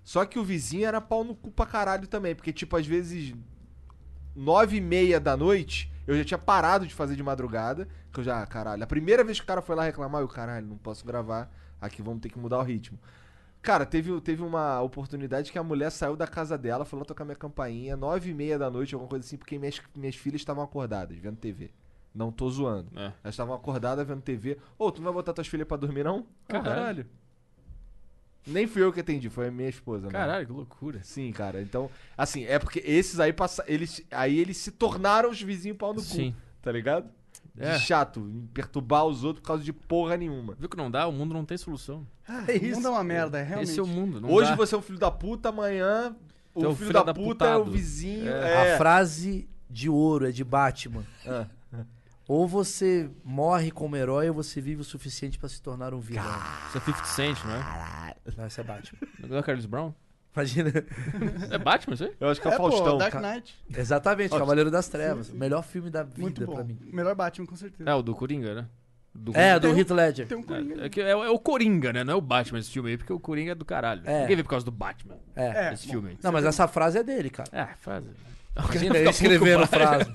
S2: Só que o vizinho era pau no cu pra caralho também, porque, tipo, às vezes nove e meia da noite, eu já tinha parado de fazer de madrugada. Que eu já, caralho, a primeira vez que o cara foi lá reclamar, eu, caralho, não posso gravar. Aqui vamos ter que mudar o ritmo. Cara, teve, teve uma oportunidade que a mulher saiu da casa dela, falou tocar minha campainha, nove e meia da noite, alguma coisa assim, porque minhas, minhas filhas estavam acordadas, vendo TV. Não tô zoando.
S5: É.
S2: Elas estavam acordadas vendo TV. Ô, tu não vai botar tuas filhas pra dormir, não?
S5: Caralho.
S2: Nem fui eu que atendi, foi a minha esposa. né?
S5: Caralho, que loucura.
S2: Sim, cara. Então, assim, é porque esses aí passa, eles aí eles se tornaram os vizinhos pau no
S5: Sim.
S2: cu, tá ligado? De
S5: É.
S2: chato, em perturbar os outros por causa de porra nenhuma.
S5: Viu que não dá? O mundo não tem solução.
S3: É isso. O mundo é uma merda, é realmente.
S5: Esse é o mundo. Não
S2: Hoje
S5: dá.
S2: você é um filho da puta, amanhã o
S5: Então,
S2: filho, da, puta é o
S5: putado.
S2: vizinho.
S4: A
S2: É.
S4: frase de ouro é de Batman.
S3: É.
S2: Ah.
S4: Ou você morre como herói ou você vive o suficiente pra se tornar um vilão.
S5: Isso é 50 Cent, não é?
S4: Não, essa é Batman.
S5: Não é Carlos Brown?
S4: Imagina.
S5: É Batman, isso aí?
S2: Eu acho
S3: que é o É, pô, Faustão. Dark Knight.
S4: Exatamente,
S5: Ó,
S4: Cavaleiro das Trevas.
S3: sim, sim.
S4: Melhor filme da vida
S3: Muito
S4: pra
S3: bom.
S4: mim.
S3: Melhor Batman, com certeza.
S5: É, o do Coringa, né? Do Coringa.
S4: É, do Heath Ledger.
S3: Tem um Coringa
S5: É, é que é, o- é o Coringa, né? Não é o Batman esse filme aí, porque o Coringa é do caralho.
S4: É.
S5: Ninguém vê por causa do Batman.
S4: É.
S5: Esse filme aí.
S4: Não, mas essa frase é dele, cara.
S5: É, frase.
S4: Imagina ele escrevendo a frase.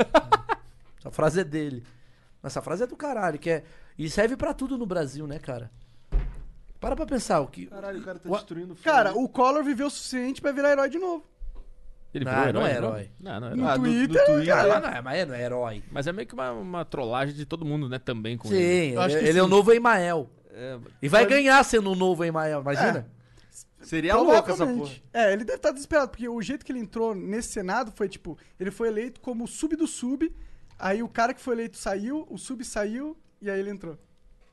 S4: Essa frase é dele. Essa frase é do caralho, que é. E serve pra tudo no Brasil, né, cara? Para pra pensar o que.
S2: Caralho, o cara tá destruindo o filme.
S3: Cara, o Collor viveu o suficiente pra virar herói de novo.
S5: Ele
S4: Não,
S5: virou
S4: não
S5: herói,
S4: é
S5: virou?
S4: herói.
S5: Não, não é
S3: No
S2: Ah,
S5: herói.
S3: Twitter, cara.
S4: Mas não é, mas não é herói.
S5: Mas é meio que uma, uma trollagem de todo mundo, né? Também com
S4: Sim,
S5: ele.
S4: ele,
S3: Eu acho que
S4: ele é o
S3: sim.
S4: novo Emael.
S5: É,
S4: E vai ganhar sendo um novo Emael, imagina?
S2: Seria um louco essa porra.
S3: Provavelmente. É, ele deve estar desesperado, porque o jeito que ele entrou nesse Senado foi tipo: ele foi eleito como sub do sub, aí o cara que foi eleito saiu, o sub saiu, e aí ele entrou.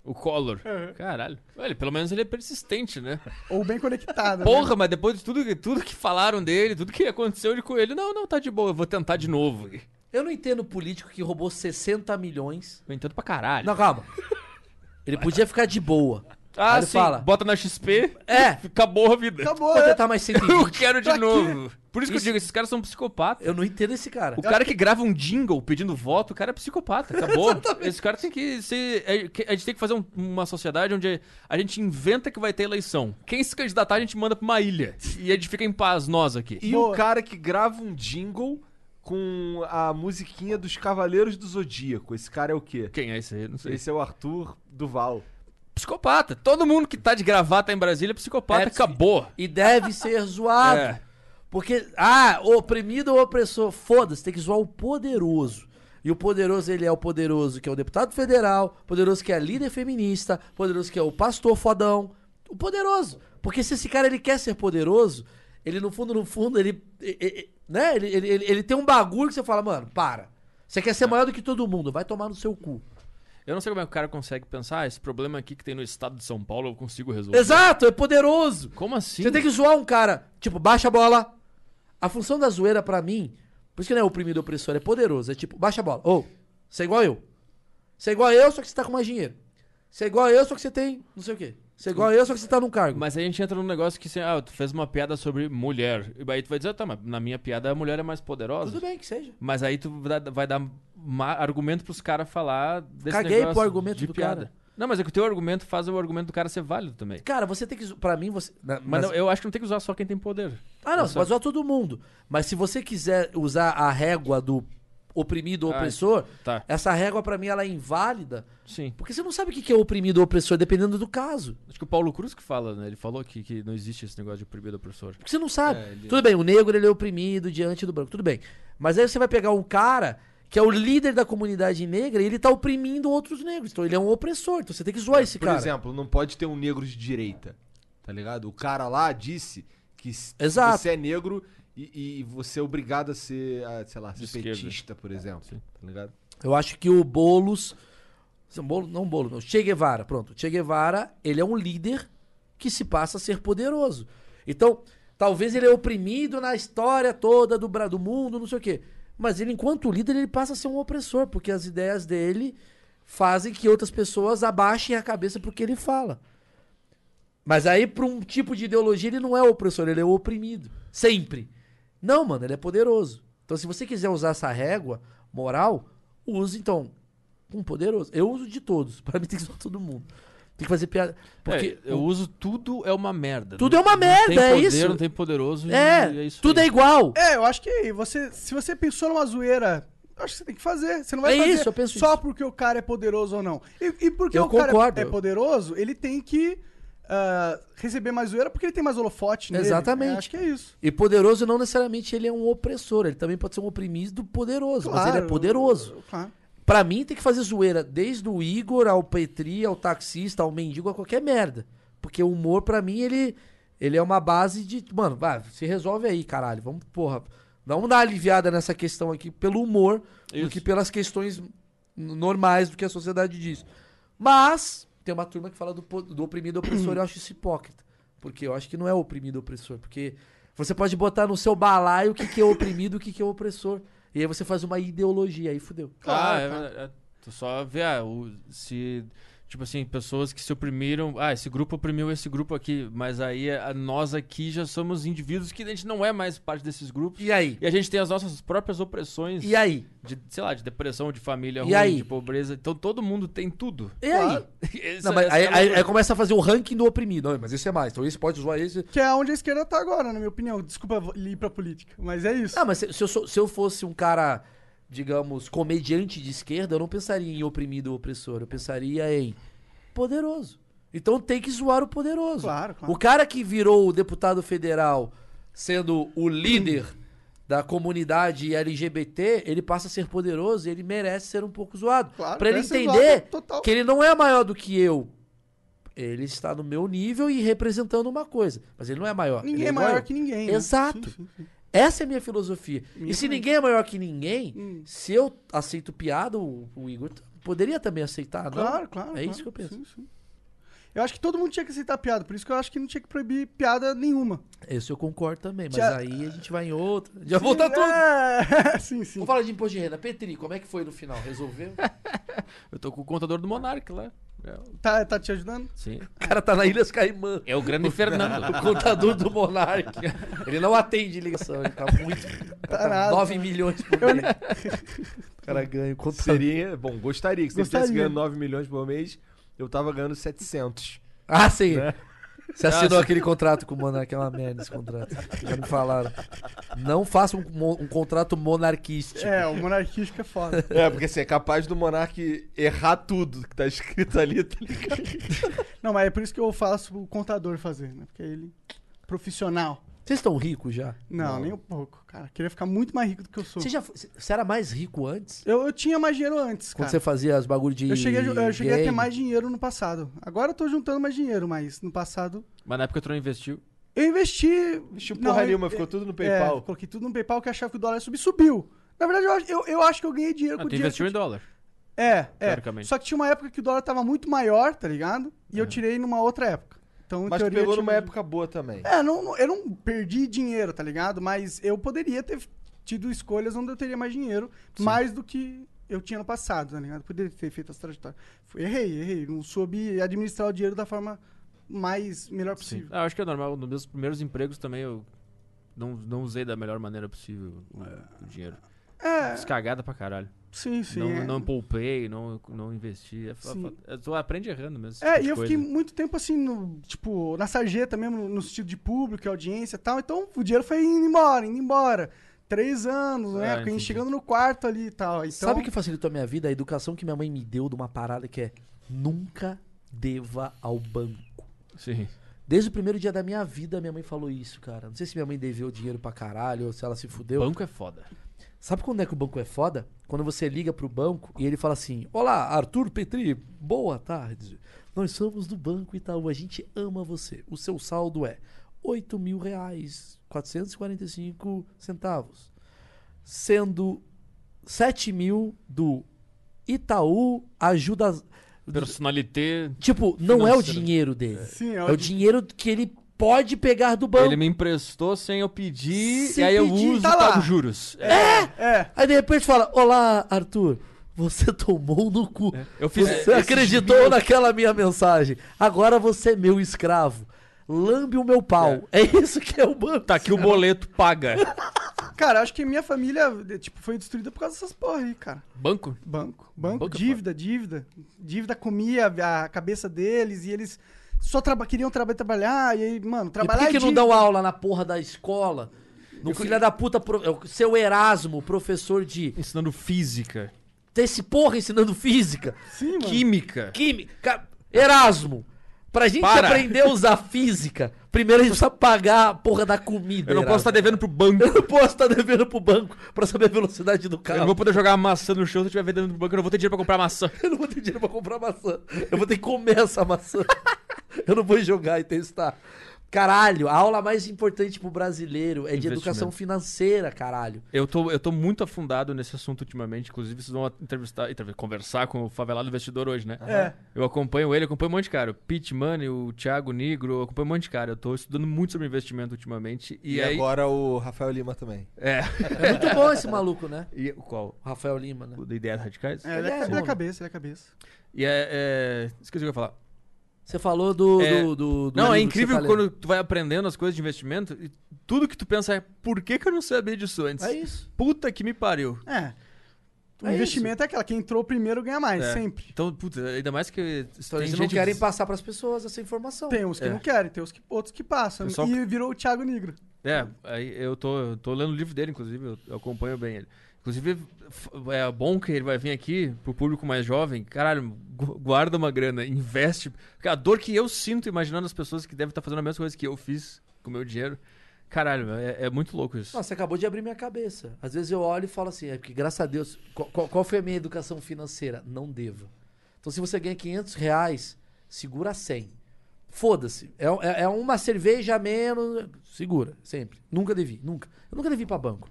S5: O Collor. Caralho. Olha, pelo menos ele é persistente, né?
S3: Ou bem conectado. né?
S5: Porra, mas depois de tudo, que- tudo que falaram dele, tudo que aconteceu de com ele, não, não, tá de boa, eu vou tentar de novo. Eu
S4: Eu não entendo político que roubou 60 milhões.
S5: entendo pra caralho.
S4: Não, calma. Ele podia ficar de boa.
S5: Ah,
S4: Aí ele
S5: sim,
S4: fala.
S5: bota na XP,
S4: É,
S5: acabou a vida.
S3: Acabou,
S4: vou
S3: né?
S4: tentar mais
S5: Eu
S4: 120.
S5: quero de
S3: Pra quê?
S5: novo. Por isso que
S4: Isso-
S5: eu digo, esses caras são psicopatas.
S4: Eu não entendo esse cara.
S5: O cara que grava um jingle pedindo voto, o cara é psicopata, acabou. Esse cara tem que ser. é, que- A gente tem que fazer um- uma sociedade onde a gente inventa que vai ter eleição. Quem se candidatar, a gente manda pra uma ilha. E a gente fica em paz, nós aqui.
S2: E
S3: Boa.
S2: o cara que grava um jingle com a musiquinha dos Cavaleiros do Zodíaco. Esse cara é o quê?
S5: Quem é esse aí? Não sei.
S2: Esse é o Arthur Duval.
S5: Psicopata. Todo mundo que tá de gravata em Brasília é psicopata.
S4: É,
S5: acabou.
S4: E deve ser zoado.
S5: É.
S4: Porque, ah, oprimido ou opressor, foda-se, tem que zoar o poderoso. E o poderoso, ele é o poderoso que é o deputado federal, poderoso que é líder feminista, poderoso que é o pastor fodão. O poderoso. Porque se esse cara ele quer ser poderoso, ele no fundo, no fundo, ele. e- e- e- né? Ele, ele, ele- ele tem um bagulho que você fala, mano, para. Você quer ser maior do que todo mundo, vai tomar no seu cu.
S5: Eu não sei como é que o cara consegue pensar. "Ah, esse problema aqui que tem no estado de São Paulo eu consigo resolver.
S4: Exato, é poderoso.
S5: Como assim?
S4: Você tem que zoar um cara, tipo, baixa a bola. A função da zoeira pra mim, por isso que não é oprimido ou opressor, é poderoso. É tipo, baixa a bola. Ou, você é igual eu. Você é igual eu, só que você tá com mais dinheiro. Você é igual eu, só que você tem não sei o quê. Você é igual eu, só que você tá num cargo.
S5: Mas aí a gente entra num negócio que, assim, ah, tu fez uma piada sobre mulher. E aí tu vai dizer, tá, mas na minha piada a mulher é mais poderosa.
S4: Tudo bem que seja.
S5: Mas aí tu dá- vai dar ma- argumento pros caras falar desse
S4: Caguei
S5: negócio
S4: pro argumento
S5: de
S4: do
S5: piada.
S4: cara.
S5: Não, mas é que o teu argumento faz o argumento do cara ser válido também.
S4: Cara, você tem que. zo- Pra mim, você. na-
S5: Mas,
S4: mas-
S5: não, eu acho que não tem que usar só quem tem poder.
S4: Ah, não,
S5: Eu
S4: você
S5: só-
S4: pode usar todo mundo. Mas se você quiser usar a régua do oprimido ou
S5: Ah,
S4: opressor,
S5: tá.
S4: essa régua pra mim ela é inválida.
S5: Sim.
S4: Porque você não sabe o que que é oprimido ou opressor, dependendo do caso.
S5: Acho que o Paulo Cruz que fala, né? Ele falou que, que não existe esse negócio de oprimido opressor.
S4: Porque você não sabe. Tudo bem, o negro ele é oprimido diante do branco, tudo bem. Mas aí você vai pegar um cara que é o líder da comunidade negra e ele tá oprimindo outros negros. Então ele é um opressor. Então você tem que zoar esse
S2: Por
S4: cara.
S2: exemplo, não pode ter um negro de direita. Tá ligado? O cara lá disse que se
S4: Exato.
S2: você é negro e, e você é obrigado a ser, a, sei lá, ser
S5: esquerda.
S2: petista, por exemplo. Tá ligado?
S4: Eu acho que o Boulos. Bolo, não Boulos, não. Che Guevara, pronto. Che Guevara, ele é um líder que se passa a ser poderoso. Então, talvez ele é oprimido na história toda do, Bra- do mundo, não sei o quê. Mas ele, enquanto líder, ele passa a ser um opressor, porque as ideias dele fazem que outras pessoas abaixem a cabeça pro que ele fala. Mas aí, pra um tipo de ideologia, ele não é opressor, ele é o oprimido. Sempre. Não, mano, ele é poderoso. Então, se você quiser usar essa régua moral, use, então, um poderoso. Eu uso de todos. Pra mim tem que usar todo mundo. Tem que fazer piada. Porque
S5: É, eu uso tudo é uma merda.
S4: Tudo
S5: Não-
S4: é uma merda,
S5: não tem
S4: é
S5: poder,
S4: isso.
S5: Não tem poderoso e
S4: É,
S5: é isso
S4: tudo
S5: aí.
S4: é igual.
S3: É, eu acho que você, se você pensou numa zoeira, eu acho que você tem que fazer. Você não vai
S4: É
S3: fazer
S4: isso, eu penso
S3: só
S4: isso.
S3: porque o cara é poderoso ou não. E, e porque
S4: Eu
S3: o cara
S4: concordo.
S3: é poderoso, ele tem que ah, receber mais zoeira porque ele tem mais holofote nele.
S4: Exatamente.
S3: Eu acho que é isso.
S4: E poderoso não necessariamente ele é um opressor, ele também pode ser um oprimido poderoso, mas ele é
S3: Claro,
S4: poderoso.
S3: claro.
S4: Pra mim tem que fazer zoeira desde o Igor ao Petri, ao taxista, ao mendigo, a qualquer merda. Porque o humor pra mim ele ele é uma base de, mano, vai, se resolve aí, caralho. Vamos, porra, vamos dar uma aliviada nessa questão aqui pelo humor do
S5: Isso.
S4: que pelas questões n- normais do que a sociedade diz. Mas tem uma turma que fala do, po- do oprimido opressor, eu acho isso hipócrita. Porque eu acho que não é oprimido opressor, porque você pode botar no seu balaio o que, que é oprimido, o que, que é opressor. E aí
S5: É,
S4: você faz uma ideologia, aí fudeu.
S5: Ah, é, é, tu só vê, ah, o- se Tipo assim, pessoas que se oprimiram. Ah, esse grupo oprimiu esse grupo aqui. Mas aí a- nós aqui já somos indivíduos que a gente não é mais parte desses grupos.
S4: E aí?
S5: E a gente tem as nossas próprias opressões.
S4: E aí?
S5: De, sei lá, de depressão, de família
S4: E
S5: ruim,
S4: aí?
S5: de pobreza. Então todo mundo tem tudo.
S4: E aí?
S5: Essa-
S4: Não, mas
S5: essa
S4: aí,
S5: é a
S4: aí-
S5: loucura.
S4: aí começa a fazer o ranking do oprimido. Não, mas esse é mais. Então esse pode usar esse.
S3: Que é onde a esquerda tá agora, na minha opinião. Desculpa ir pra política, mas é isso.
S4: Ah, mas se, se eu sou- se eu fosse um cara, digamos, comediante de esquerda, eu não pensaria em oprimido ou opressor. Eu pensaria em poderoso. Então tem que zoar o poderoso.
S3: Claro, claro.
S4: O cara que virou o deputado federal sendo o líder da comunidade LGBT, ele passa a ser poderoso e ele merece ser um pouco zoado.
S3: Claro,
S4: pra ele
S3: merece ser
S4: entender
S3: zoado, total.
S4: que ele não é maior do que eu. Ele está no meu nível e representando uma coisa. Mas ele não é maior.
S3: Ninguém
S4: Ele
S3: é maior que ninguém, né?
S4: Exato. Essa é a minha filosofia. e se ninguém é maior que ninguém,
S3: Hum.
S4: se eu aceito piada, o, o Igor t- poderia também aceitar, não?
S3: Claro, claro.
S4: É
S3: claro.
S4: isso que eu penso.
S3: Sim, sim. Eu acho que todo mundo tinha que aceitar piada, por isso que eu acho que não tinha que proibir piada nenhuma.
S4: Esse eu concordo também, mas
S3: Tia-
S4: aí a gente vai em outra. Já voltar tudo.
S3: É, sim, sim.
S4: Vamos falar de imposto de renda. Petri, como é que foi no final? Resolveu?
S5: Eu tô com o contador do Monark lá. É,
S3: Tá, tá te ajudando?
S5: Sim.
S4: O cara tá na Ilhas Caimã.
S5: É o grande Fernando.
S4: O contador do Monark. Ele não atende ligação, ele tá muito. Tá
S3: nada,
S4: 9 milhões por mês. O cara ganha um o contador.
S2: Seria, bom, gostaria que se eu estivesse
S3: Gostaria.
S2: ganhando 9 milhões por mês, eu tava ganhando 700.
S4: Ah, sim.
S2: Né?
S4: Você assinou aquele contrato com o Monark, é uma merda esse contrato. Já me falaram. Não faça um, mo- um contrato monarquístico.
S3: É, o monarquístico é foda.
S2: É, porque você é capaz do monarque errar tudo que tá escrito ali, tá ligado?
S3: Não, mas é por isso que eu faço o contador fazer, né? Porque ele. Profissional.
S4: Vocês estão ricos já?
S3: Não, nem um pouco, cara. Queria ficar muito mais rico do que eu sou.
S4: Você já. Você era mais rico antes?
S3: Eu, eu tinha mais dinheiro antes,
S4: Quando
S3: cara.
S4: você fazia as bagulho de.
S3: Eu cheguei, a, ju- eu cheguei a ter
S4: game?
S3: mais dinheiro no passado. Agora eu tô juntando mais dinheiro, mas no passado.
S5: Mas na época tu não investiu.
S3: Eu investi.
S2: Deixa
S3: Não,
S2: porra
S3: eu-
S2: nenhuma, ficou tudo no PayPal.
S3: É, coloquei tudo no PayPal que eu achava que o dólar ia subir, subiu. Na verdade, eu, acho- eu, eu acho que eu ganhei dinheiro
S5: Ah,
S3: com
S5: tu
S3: dinheiro. que
S5: investiu
S3: eu
S5: em dólar.
S3: É, é.
S5: Teoricamente.
S3: Só que tinha uma época que o dólar tava muito maior, tá ligado? E eu tirei numa outra época. Então, em
S2: Mas tu
S3: teoria,
S2: pegou
S3: eu tive-
S2: numa época boa também.
S3: É, não, não- eu não perdi dinheiro, tá ligado? Mas eu poderia ter tido escolhas onde eu teria mais dinheiro, mais do que eu tinha no passado, tá ligado? Poderia ter feito essa trajetória. Fui- Errei, errei. Não soube administrar o dinheiro da forma mais melhor
S5: Sim.
S3: possível.
S5: Ah, eu acho que é normal. Nos meus primeiros empregos também eu não, não usei da melhor maneira possível o, o dinheiro.
S3: É,
S5: Descagada pra caralho.
S3: sim, sim.
S5: não,
S3: é.
S5: não poupei, não, não investi. É, fa-
S3: Sim.
S5: fa- tu aprende errando mesmo. esse
S3: É,
S5: tipo
S3: e
S5: de
S3: eu
S5: coisa.
S3: fiquei muito tempo assim, no, tipo, na sarjeta mesmo, no sentido de público, audiência e tal. Então o dinheiro foi indo embora, indo embora. Três anos,
S5: Ah,
S3: né? Fiquei
S5: entendi.
S3: chegando no quarto ali e tal. Então,
S4: Sabe o que facilitou a minha vida? A educação que minha mãe me deu de uma parada que é nunca deva ao banco.
S5: Sim.
S4: Desde o primeiro dia da minha vida, minha mãe falou isso, cara. Não sei se minha mãe deveu dinheiro pra caralho ou se ela se fudeu.
S5: Banco é foda.
S4: Sabe quando é que o banco é foda? Quando você liga pro banco e ele fala assim: Olá, Arthur Petri, boa tarde. Nós somos do Banco Itaú, a gente ama você. O seu saldo é 8 mil reais, 445 centavos. Sendo 7 mil do Itaú Ajuda.
S5: Personalité.
S4: Tipo, não é o
S5: Financeiro.
S4: dinheiro dele.
S3: Sim,
S4: é
S3: é
S4: o,
S3: o di-
S4: dinheiro que ele pode pegar do banco.
S5: Ele me emprestou sem eu pedir,
S4: Sem
S5: e aí eu
S4: pedir,
S5: uso
S3: tá
S5: e
S3: lá.
S5: pago juros. É,
S3: É,
S4: Aí de repente fala: Olá, Arthur, você tomou no cu.
S5: É, eu fiz.
S4: Você acreditou naquela minha mensagem. Agora você é meu escravo. Lambe o meu pau. É, isso que é o banco.
S5: Tá aqui o boleto, paga.
S3: cara, acho que minha família, eh, tipo, foi destruída por causa dessas porra aí, cara.
S5: Banco?
S3: Banco, banco,
S5: Banco é
S3: dívida, dívida. Dívida comia a cabeça deles e eles só traba- queriam traba- trabalhar. E aí, mano,
S4: E por que,
S3: trabalhar é
S4: que não um
S3: dívida.
S4: dão aula na porra da escola? No filho da puta, pro- é o seu Erasmo, professor de.
S5: Ensinando física,
S4: Tem esse porra ensinando física,
S3: Sim, mano.
S5: química.
S4: química. Erasmo, pra gente
S5: Para.
S4: aprender a usar física, primeiro a gente precisa pagar a porra da comida.
S5: Eu não posso estar
S4: Erasmo.
S5: devendo pro banco.
S4: Eu não posso estar devendo pro banco pra saber a velocidade do
S5: Eu
S3: Tá.
S4: carro.
S5: não vou poder jogar maçã no chão se eu estiver vendendo pro banco. Eu não vou ter dinheiro pra comprar maçã.
S4: Eu não vou ter dinheiro pra comprar maçã. Eu vou ter que comer essa maçã. eu não vou jogar e testar. Caralho, a aula mais importante pro brasileiro é de educação
S5: Investimento.
S4: financeira, caralho.
S5: Eu tô, eu tô muito afundado nesse assunto ultimamente. Inclusive, vocês vão entrevistar, entrev- conversar com o favelado investidor hoje, né?
S4: É.
S5: Eu acompanho ele, acompanho um monte de cara. O Pete Money, o Thiago Negro, eu acompanho um monte de cara. Eu tô estudando muito sobre investimento ultimamente. E,
S12: E,
S5: aí...
S12: agora o Rafael Lima também.
S5: É.
S4: É muito bom esse maluco, né?
S5: E qual?
S4: O Rafael Lima, né?
S5: O da Ideias Radicais?
S3: É, ele é, ele é cabeça, ele é cabeça.
S5: E é, é... Esqueci o que eu ia falar.
S4: Você falou do.
S5: É,
S4: do, do- do
S5: não,
S4: livro
S5: é
S4: que
S5: incrível
S4: você tá
S5: quando
S4: lendo.
S5: tu vai aprendendo as coisas de investimento e tudo que tu pensa é por que, que eu não sabia disso antes?
S4: É isso.
S5: Puta que me pariu.
S3: É. O
S4: É
S3: investimento é aquela, quem entrou primeiro ganha mais,
S5: É.
S3: sempre.
S5: Então, puta, ainda mais que.
S4: Então,
S5: tem
S4: eles não
S5: gente
S4: querem
S5: que-
S4: passar pras pessoas essa informação.
S3: Tem uns que
S5: É.
S3: não querem, tem uns que, outros que passam.
S5: Pessoal-
S3: E virou o Thiago Negro.
S5: É, aí eu tô, eu tô lendo o livro dele, inclusive, eu, eu acompanho bem ele. Inclusive, f- é bom que ele vai vir aqui pro público mais jovem. Caralho, gu- guarda uma grana, investe. Porque a dor que eu sinto imaginando as pessoas que devem estar fazendo a mesma coisa que eu fiz com o meu dinheiro. Caralho, é, é muito louco isso.
S4: Nossa, você acabou de abrir minha cabeça. Às vezes eu olho e falo assim, é porque graças a Deus, qual, qual- qual foi a minha educação financeira? Não devo. Então se você ganha 500 reais, segura 100. Foda-se. É, é- é uma cerveja a menos. Segura, sempre. Nunca devi, nunca. Eu nunca devi pra banco.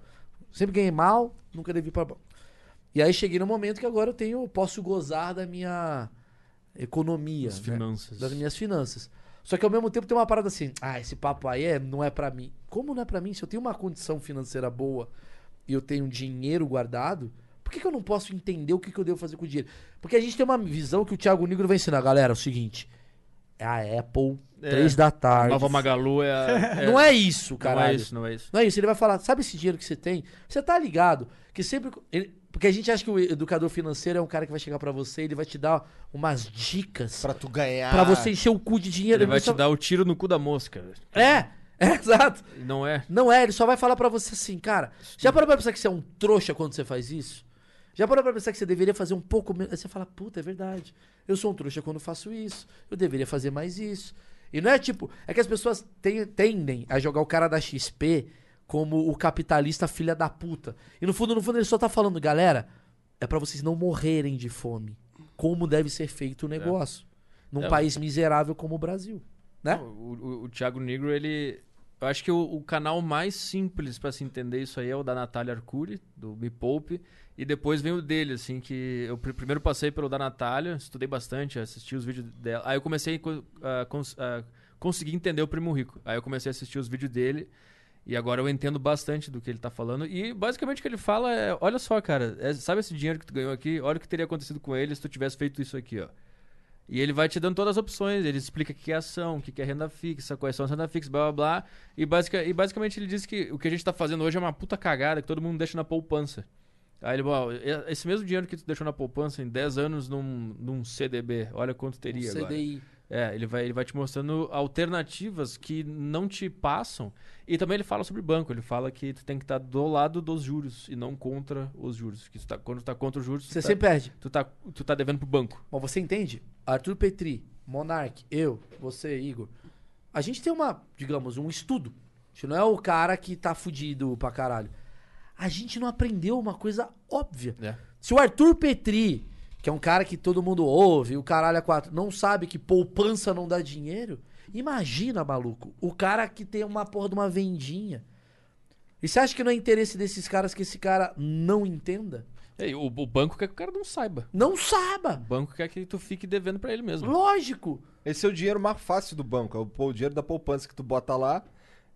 S4: Sempre ganhei mal, nunca devi pra banco. E aí cheguei no momento que agora eu tenho, eu posso gozar da minha economia,
S5: Das
S4: né?
S5: finanças.
S4: das minhas finanças. Só que ao mesmo tempo tem uma parada assim, ah, esse papo aí é, não é pra mim. Como não é pra mim? Se eu tenho uma condição financeira boa e eu tenho dinheiro guardado, por que, que eu não posso entender o que, que eu devo fazer com o dinheiro? Porque a gente tem uma visão que o Thiago Negro vai ensinar, galera, é o seguinte, é a Apple,
S5: É.
S4: três da
S5: A
S4: tarde.
S5: Nova Magalu é, a-
S4: Não é isso, caralho.
S5: Não é isso, não é isso.
S4: Não é isso, ele vai falar, sabe esse dinheiro que você tem? Você tá ligado que sempre... ele- porque a gente acha que o educador financeiro é um cara que vai chegar pra você, ele vai te dar umas dicas
S12: Pra tu ganhar.
S4: Pra você encher o cu de dinheiro.
S5: Ele vai
S4: só-
S5: te dar o tiro no cu da mosca.
S4: É, é, exato.
S5: Não é.
S4: Não é, ele só vai falar pra você assim, cara. Já parou pra pensar que você é um trouxa quando você faz isso? Já parou pra pensar que você deveria fazer um pouco menos? Aí você fala, puta, é verdade. Eu sou um trouxa quando faço isso. Eu deveria fazer mais isso. E não é tipo. É que as pessoas ten- tendem a jogar o cara da XP como o capitalista filha da puta. E no fundo, no fundo, ele só tá falando, galera, é pra vocês não morrerem de fome. Como deve ser feito o negócio. Num
S5: É.
S4: país miserável como o Brasil. Né?
S5: Não, O, o- o Thiago Negro, ele. Eu acho que o, o canal mais simples pra se entender isso aí é o da Natália Arcuri, do Me Poupe. E depois vem o dele, assim, que eu pr- primeiro passei pelo da Natália, estudei bastante, assisti os vídeos dela. Aí eu comecei a co- a cons- a conseguir entender o Primo Rico. Aí eu comecei a assistir os vídeos dele. E agora eu entendo bastante do que ele tá falando. E basicamente o que ele fala é: olha só, cara, é- sabe esse dinheiro que tu ganhou aqui? Olha o que teria acontecido com ele se tu tivesse feito isso aqui, ó. E ele vai te dando todas as opções, ele explica o que é ação, o que é renda fixa, quais são as renda fixa, blá blá blá. E, basica- e basicamente ele diz que o que a gente tá fazendo hoje é uma puta cagada que todo mundo deixa na poupança. Aí ele, bom, e- esse mesmo dinheiro que tu deixou na poupança em 10 anos num, num CDB, olha quanto teria
S4: Um
S5: agora.
S4: CDI.
S5: É, ele vai, ele vai te mostrando alternativas que não te passam. E também ele fala sobre banco, ele fala que tu tem que estar do lado dos juros e não contra os juros. Que tu tá, quando tu tá contra os juros, tu
S4: Você
S5: tá-
S4: sempre perde.
S5: Tu tá, tu tá devendo pro banco.
S4: Mas você entende? Arthur Petri, Monark, eu, você, Igor. A gente tem uma, digamos, um estudo. A gente não é o cara que tá fudido pra caralho. A gente não aprendeu uma coisa óbvia.
S5: É.
S4: Se o Arthur Petri, que é um cara que todo mundo ouve, o caralho a quatro, não sabe que poupança não dá dinheiro, imagina, maluco, o cara que tem uma porra de uma vendinha. E você acha que não é interesse desses caras que esse cara não entenda?
S5: É, e o, o banco quer que o cara não saiba.
S4: Não saiba!
S5: O banco quer que tu fique devendo pra ele mesmo.
S4: Lógico!
S12: Esse é o dinheiro mais fácil do banco. É o, pô, o dinheiro da poupança que tu bota lá.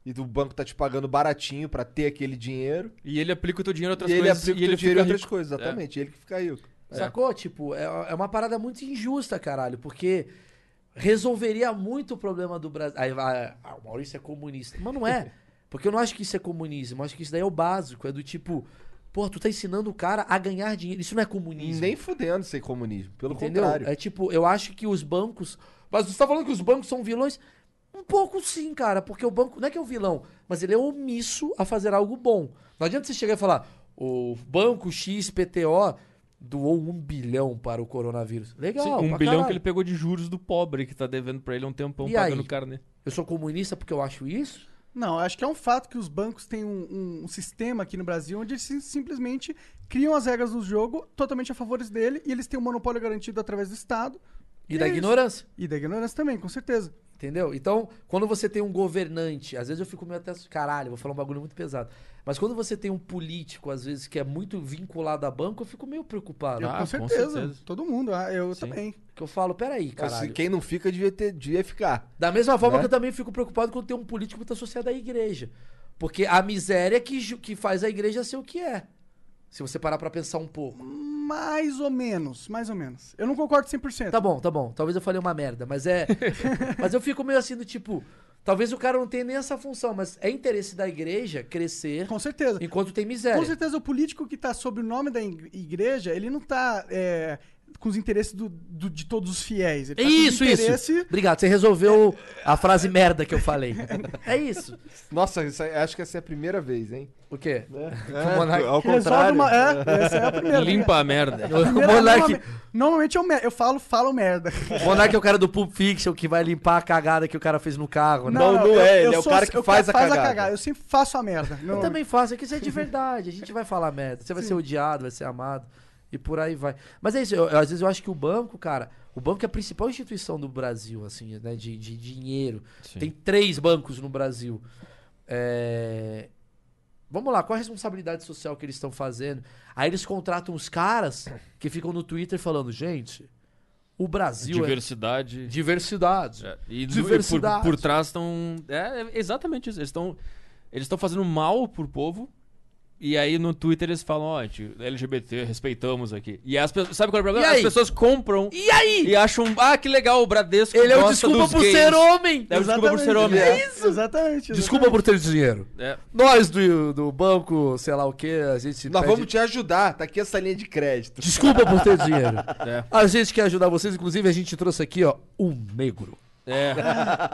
S12: E do banco tá te pagando baratinho pra ter aquele dinheiro.
S5: E ele aplica o teu dinheiro em outras
S12: e ele
S5: coisas.
S12: aplica o
S5: e
S12: teu
S5: ele
S12: dinheiro em
S5: fica
S12: outras
S5: rico.
S12: coisas,
S5: É.
S12: exatamente. Ele que fica aí.
S4: Sacou? Tipo, é, é uma parada muito injusta, caralho, porque resolveria muito o problema do Brasil. Aí vai, ah, o Maurício é comunista. Mas não é. Porque eu não acho que isso é comunismo. Eu acho que isso daí é o básico. É do tipo, pô, tu tá ensinando o cara a ganhar dinheiro. Isso não é comunismo.
S12: Nem fudendo sem comunismo. Pelo
S4: entendeu?
S12: contrário.
S4: É tipo, eu acho que os bancos. Mas você tá falando que os bancos são vilões? Um pouco sim, cara, porque o banco não é que é um vilão, mas ele é omisso a fazer algo bom. Não adianta você chegar e falar, o banco XPTO doou um bilhão para o coronavírus. Legal,
S5: Sim, um
S4: pra
S5: bilhão
S4: caralho.
S5: que ele pegou de juros do pobre que tá devendo pra ele há um tempão
S4: E
S5: pagando
S4: aí?
S5: o carnê.
S4: Eu sou comunista porque eu acho isso?
S3: Não, acho que é um fato que os bancos têm um, um- um sistema aqui no Brasil onde eles sim- simplesmente criam as regras do jogo totalmente a favor deles e eles têm um monopólio garantido através do Estado.
S4: E da
S3: É isso.
S4: ignorância.
S3: E da ignorância também, com certeza.
S4: Entendeu? Então, quando você tem um governante, às vezes eu fico meio até. Caralho, vou falar um bagulho muito pesado. Mas quando você tem um político, às vezes, que é muito vinculado a banco, eu fico meio preocupado.
S3: Eu, com, certeza. Todo mundo. ah, Eu também.
S4: Que eu falo, peraí,
S2: Se
S12: Tipo assim,
S4: caralho.
S2: quem não fica devia, ter, devia ficar.
S4: Da mesma forma
S2: Né?
S4: que eu também fico preocupado quando tem um político muito associado à igreja. Porque a miséria que, ju- que faz a igreja ser o que é. Se você parar pra pensar um pouco.
S3: Mais ou menos, mais ou menos. Eu não concordo 100%.
S4: Tá bom, tá bom. Talvez eu falei uma merda, mas é. mas eu fico meio assim do tipo. Talvez o cara não tenha nem essa função, mas é interesse da igreja crescer.
S3: Com certeza.
S4: Enquanto tem miséria.
S3: Com certeza o político que tá sob o nome da ig- igreja, ele não tá é, com os interesses do- do- de todos os fiéis. Ele tá com os
S4: Isso, isso.
S3: interesses-
S4: Obrigado, você resolveu a frase merda que eu falei. É isso.
S2: Nossa, isso aí- acho que essa é a primeira vez, hein?
S4: O quê?
S11: tá,
S2: É,
S4: Monark-
S2: ao
S3: Resolve
S2: contrário.
S3: uma- é, essa é a primeira.
S4: né?
S5: Limpa a merda.
S4: O
S3: Primeira-
S4: Monark,
S3: normalme- Normalmente eu, me- eu falo, falo merda.
S4: Monark é o cara do Pulp Fiction que vai limpar a cagada que o cara fez no carro, né?
S2: Não, não é, ele é o
S3: sou-
S2: cara que
S3: eu
S2: faz a
S3: faço
S2: cagada.
S3: Eu sempre faço a merda.
S4: Eu
S3: Não-
S4: também faço, é que isso é de verdade. A gente vai falar merda. Você vai ser odiado, vai ser amado. E por aí vai. Mas é isso, eu- eu- às vezes eu acho que o banco, cara, o banco é a principal instituição do Brasil, assim, né? De, de dinheiro.
S5: Sim.
S4: Tem três bancos no Brasil. É, Vamos lá, qual a responsabilidade social que eles estão fazendo? Aí eles contratam os caras que ficam no Twitter falando, gente, o Brasil é
S5: Diversidade.
S4: diversidade.
S5: É, E, do- e por,
S4: Diversidade.
S5: por trás estão. É, é exatamente isso. Eles estão eles estão fazendo mal pro povo. E aí no Twitter eles falam, ó, gente, LGBT, respeitamos aqui. E as pessoas. Sabe qual é o
S4: E
S5: problema? As
S4: aí?
S5: pessoas compram e,
S4: E aí?
S5: acham, ah, que legal, o Bradesco.
S4: Ele é o
S5: gosta
S4: desculpa
S5: dos
S4: por
S5: gays.
S4: ser homem.
S5: É o desculpa por ser homem.
S3: Exatamente.
S5: É.
S3: É isso. Exatamente.
S4: Desculpa por ter dinheiro.
S5: É.
S4: Nós do, do banco, sei lá o que, a gente.
S2: Nós
S4: pede-
S2: vamos te ajudar, tá aqui essa linha de crédito.
S4: Desculpa por ter dinheiro.
S5: É.
S4: A gente quer ajudar vocês, inclusive a gente trouxe aqui, ó, um negro.
S5: É.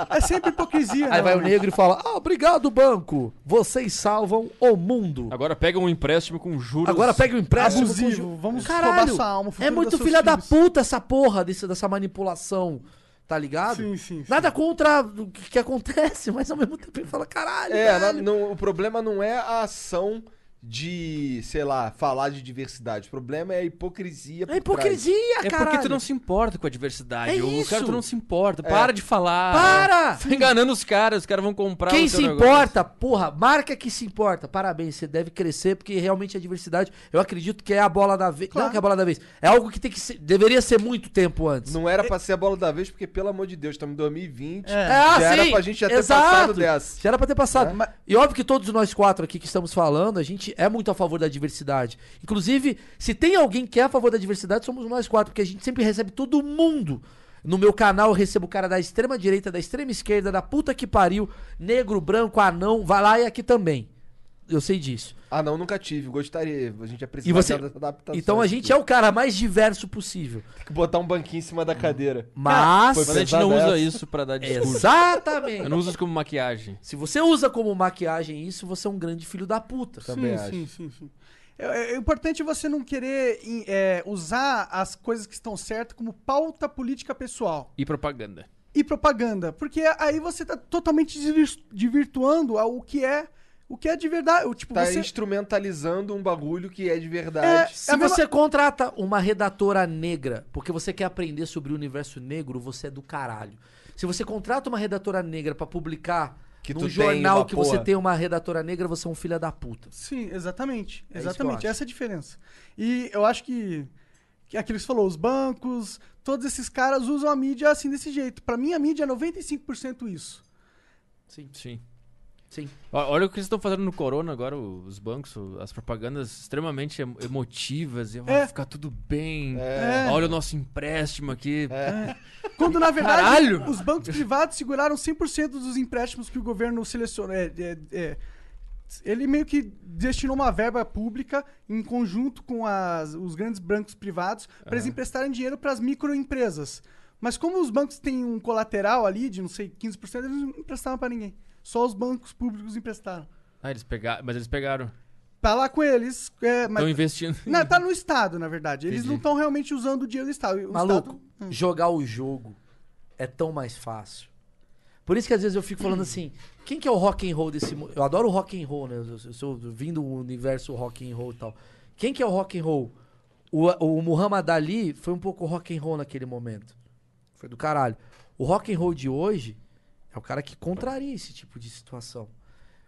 S3: É sempre hipocrisia.
S4: Aí
S3: né,
S4: vai o
S3: mano?
S4: negro e fala: Ah, obrigado, banco. Vocês salvam o mundo.
S5: Agora pega um empréstimo com juros.
S4: Agora pega o empréstimo.
S3: Abusivo,
S4: com ju-
S3: vamos roubar
S4: Caralho,
S3: sua alma, o futuro
S4: é muito
S3: dos seus
S4: filha da
S3: filhos.
S4: puta essa porra desse- dessa manipulação. Tá ligado?
S3: Sim, sim, sim.
S4: Nada contra o que, que acontece, mas ao mesmo tempo ele fala: Caralho.
S2: É,
S4: velho."
S2: na- não- o problema não é a ação de, sei lá, falar de diversidade. O problema é a hipocrisia. por
S4: É hipocrisia,
S5: É
S4: caralho.
S5: porque tu não se importa com a diversidade.
S4: É
S5: o cara
S4: isso. É.
S5: tu não se importa. Para de falar.
S4: Para!
S5: Tá enganando os caras, os caras vão comprar
S4: Quem
S5: o teu
S4: se
S5: negócio.
S4: importa, porra, marca que se importa. Parabéns, você deve crescer, porque realmente a diversidade, eu acredito que é a bola da vez. Não que é a bola da vez. É algo que tem que ser, deveria ser muito tempo antes.
S2: Não era pra ser a bola da vez, porque, pelo amor de Deus, estamos em 2020.
S4: É,
S5: Ah,
S2: já era
S4: sim,
S2: pra gente já ter
S4: exato.
S2: passado dessa. É.
S4: Já era pra ter passado. Mas- E óbvio que todos nós quatro aqui que estamos falando, a gente é muito a favor da diversidade. Inclusive, se tem alguém que é a favor da diversidade, somos nós quatro, porque a gente sempre recebe todo mundo. No meu canal eu recebo o cara da extrema direita, da extrema esquerda, da puta que pariu, negro, branco, anão, vai lá e aqui também. Eu sei disso.
S2: Ah, não, nunca tive. Gostaria. A gente ia
S4: E
S2: precisar
S4: você.
S2: dessa adaptação.
S4: Então a gente é o cara mais diverso possível.
S2: Tem que botar um banquinho em cima da cadeira. é?
S4: Mas.
S5: Mas a gente não usa isso pra dar discurso.
S4: Exatamente.
S5: Eu não uso isso como maquiagem.
S4: Se você usa como maquiagem isso, você é um grande filho da puta.
S2: Também acho.
S3: Sim, sim, sim. É, é importante você não querer em- é, usar as coisas que estão certas como pauta política pessoal
S5: E propaganda.
S3: e propaganda, porque aí você tá totalmente desvir- desvirtuando ao- o que é o que é de verdade. O, Tipo,
S2: Tá
S3: você
S2: instrumentalizando um bagulho que é de verdade.
S4: Se
S3: É a mesma-
S4: você contrata uma redatora negra porque você quer aprender sobre o universo negro, você é do caralho. Se você contrata uma redatora negra pra publicar
S2: Que tu
S4: num
S2: tem
S4: jornal
S2: uma
S4: que
S2: porra.
S4: você tem uma redatora negra, você é um filho da puta.
S3: Sim, exatamente.
S4: É isso que
S3: exatamente.
S4: eu
S3: Essa é a diferença. E eu acho que, que aquilo que você falou, os bancos, todos esses caras usam a mídia assim desse jeito. Pra mim, a mídia é 95% isso.
S4: Sim,
S5: Sim.
S4: sim.
S5: Ó- Olha o que eles estão fazendo no Corona agora, o- os bancos, o- as propagandas extremamente emo- emotivas. E vai
S3: É.
S5: ficar tudo bem.
S3: É.
S5: Olha o nosso empréstimo aqui.
S4: É.
S3: Quando, na verdade,
S5: Caralho!
S3: os bancos privados seguraram 100% dos empréstimos que o governo selecionou. É, é, é. ele meio que destinou uma verba pública em conjunto com as- os grandes bancos privados para eles emprestarem dinheiro para as microempresas. Mas como os bancos têm um colateral ali de, não sei, 15%, eles não emprestaram para ninguém. Só os bancos públicos emprestaram.
S5: Ah, eles pegaram. Mas eles pegaram.
S3: Tá lá com eles, é, mas...
S5: Estão investindo.
S3: Não, tá no Estado, na verdade. Eles
S5: Então, Entendi.
S3: não estão realmente usando o dinheiro do Estado. O
S4: Maluco,
S3: Estado- Hum.
S4: jogar o jogo é tão mais fácil. Por isso que às vezes eu fico falando assim, quem que é o rock and roll desse mundo? Eu adoro o rock and roll, né? Eu, eu sou vindo do universo rock and roll e tal. Quem que é o rock and roll? O, o Muhammad Ali foi um pouco rock and roll naquele momento. Foi do caralho. O rock and roll de hoje é o cara que contraria esse tipo de situação.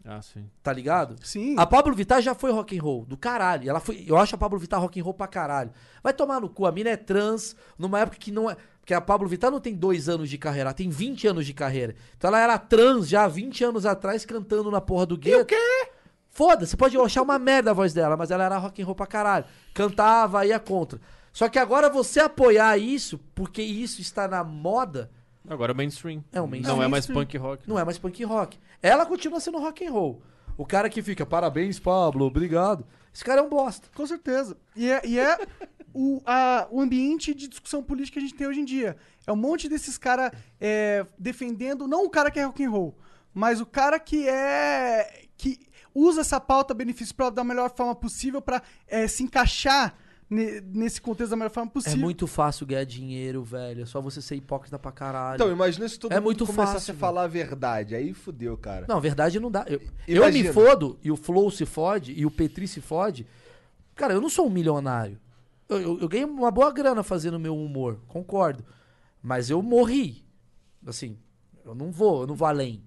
S5: Ah, sim.
S4: Tá ligado?
S3: Sim.
S4: A Pablo Vittar já foi rock and roll, do caralho. Ela foi, eu acho a Pablo Vittar rock and roll pra caralho. Vai tomar no cu, a mina é trans, numa época que não é, porque a Pablo Vittar não tem dois anos de carreira, ela tem 20 anos de carreira. Então ela era trans já há 20 anos atrás cantando na porra do gueto. E o quê? Foda, você pode achar uma merda a voz dela, mas ela era rock and roll pra caralho. Cantava, ia contra. Só que agora você apoiar isso, porque isso está na moda,
S5: Agora é mainstream.
S4: É o mainstream.
S5: Não é mais punk rock.
S4: não é mais punk rock. Ela continua sendo rock and roll. O cara que fica, parabéns, Pablo, obrigado. Esse cara é um bosta.
S3: Com certeza. E é, e é o, a- o ambiente de discussão política que a gente tem hoje em dia. É um monte desses caras defendendo, não o cara que é rock and roll, mas o cara que é. que usa essa pauta benefício próprio da melhor forma possível pra eh, se encaixar ne- nesse contexto da melhor forma
S4: É
S3: possível.
S4: muito fácil ganhar dinheiro, velho. É só você ser hipócrita pra caralho.
S12: Então, imagina se todo
S4: É
S12: mundo
S4: muito
S12: começasse
S4: fácil,
S12: a falar a verdade. Aí fudeu, cara.
S4: Não, verdade não dá. Eu, eu
S12: Imagina.
S4: me fodo, e o Flow se fode, e o Petri se fode. Cara, eu não sou um milionário. Eu, eu, eu ganhei uma boa grana fazendo meu humor, concordo. Mas eu morri. Assim, eu não vou, eu não vou além.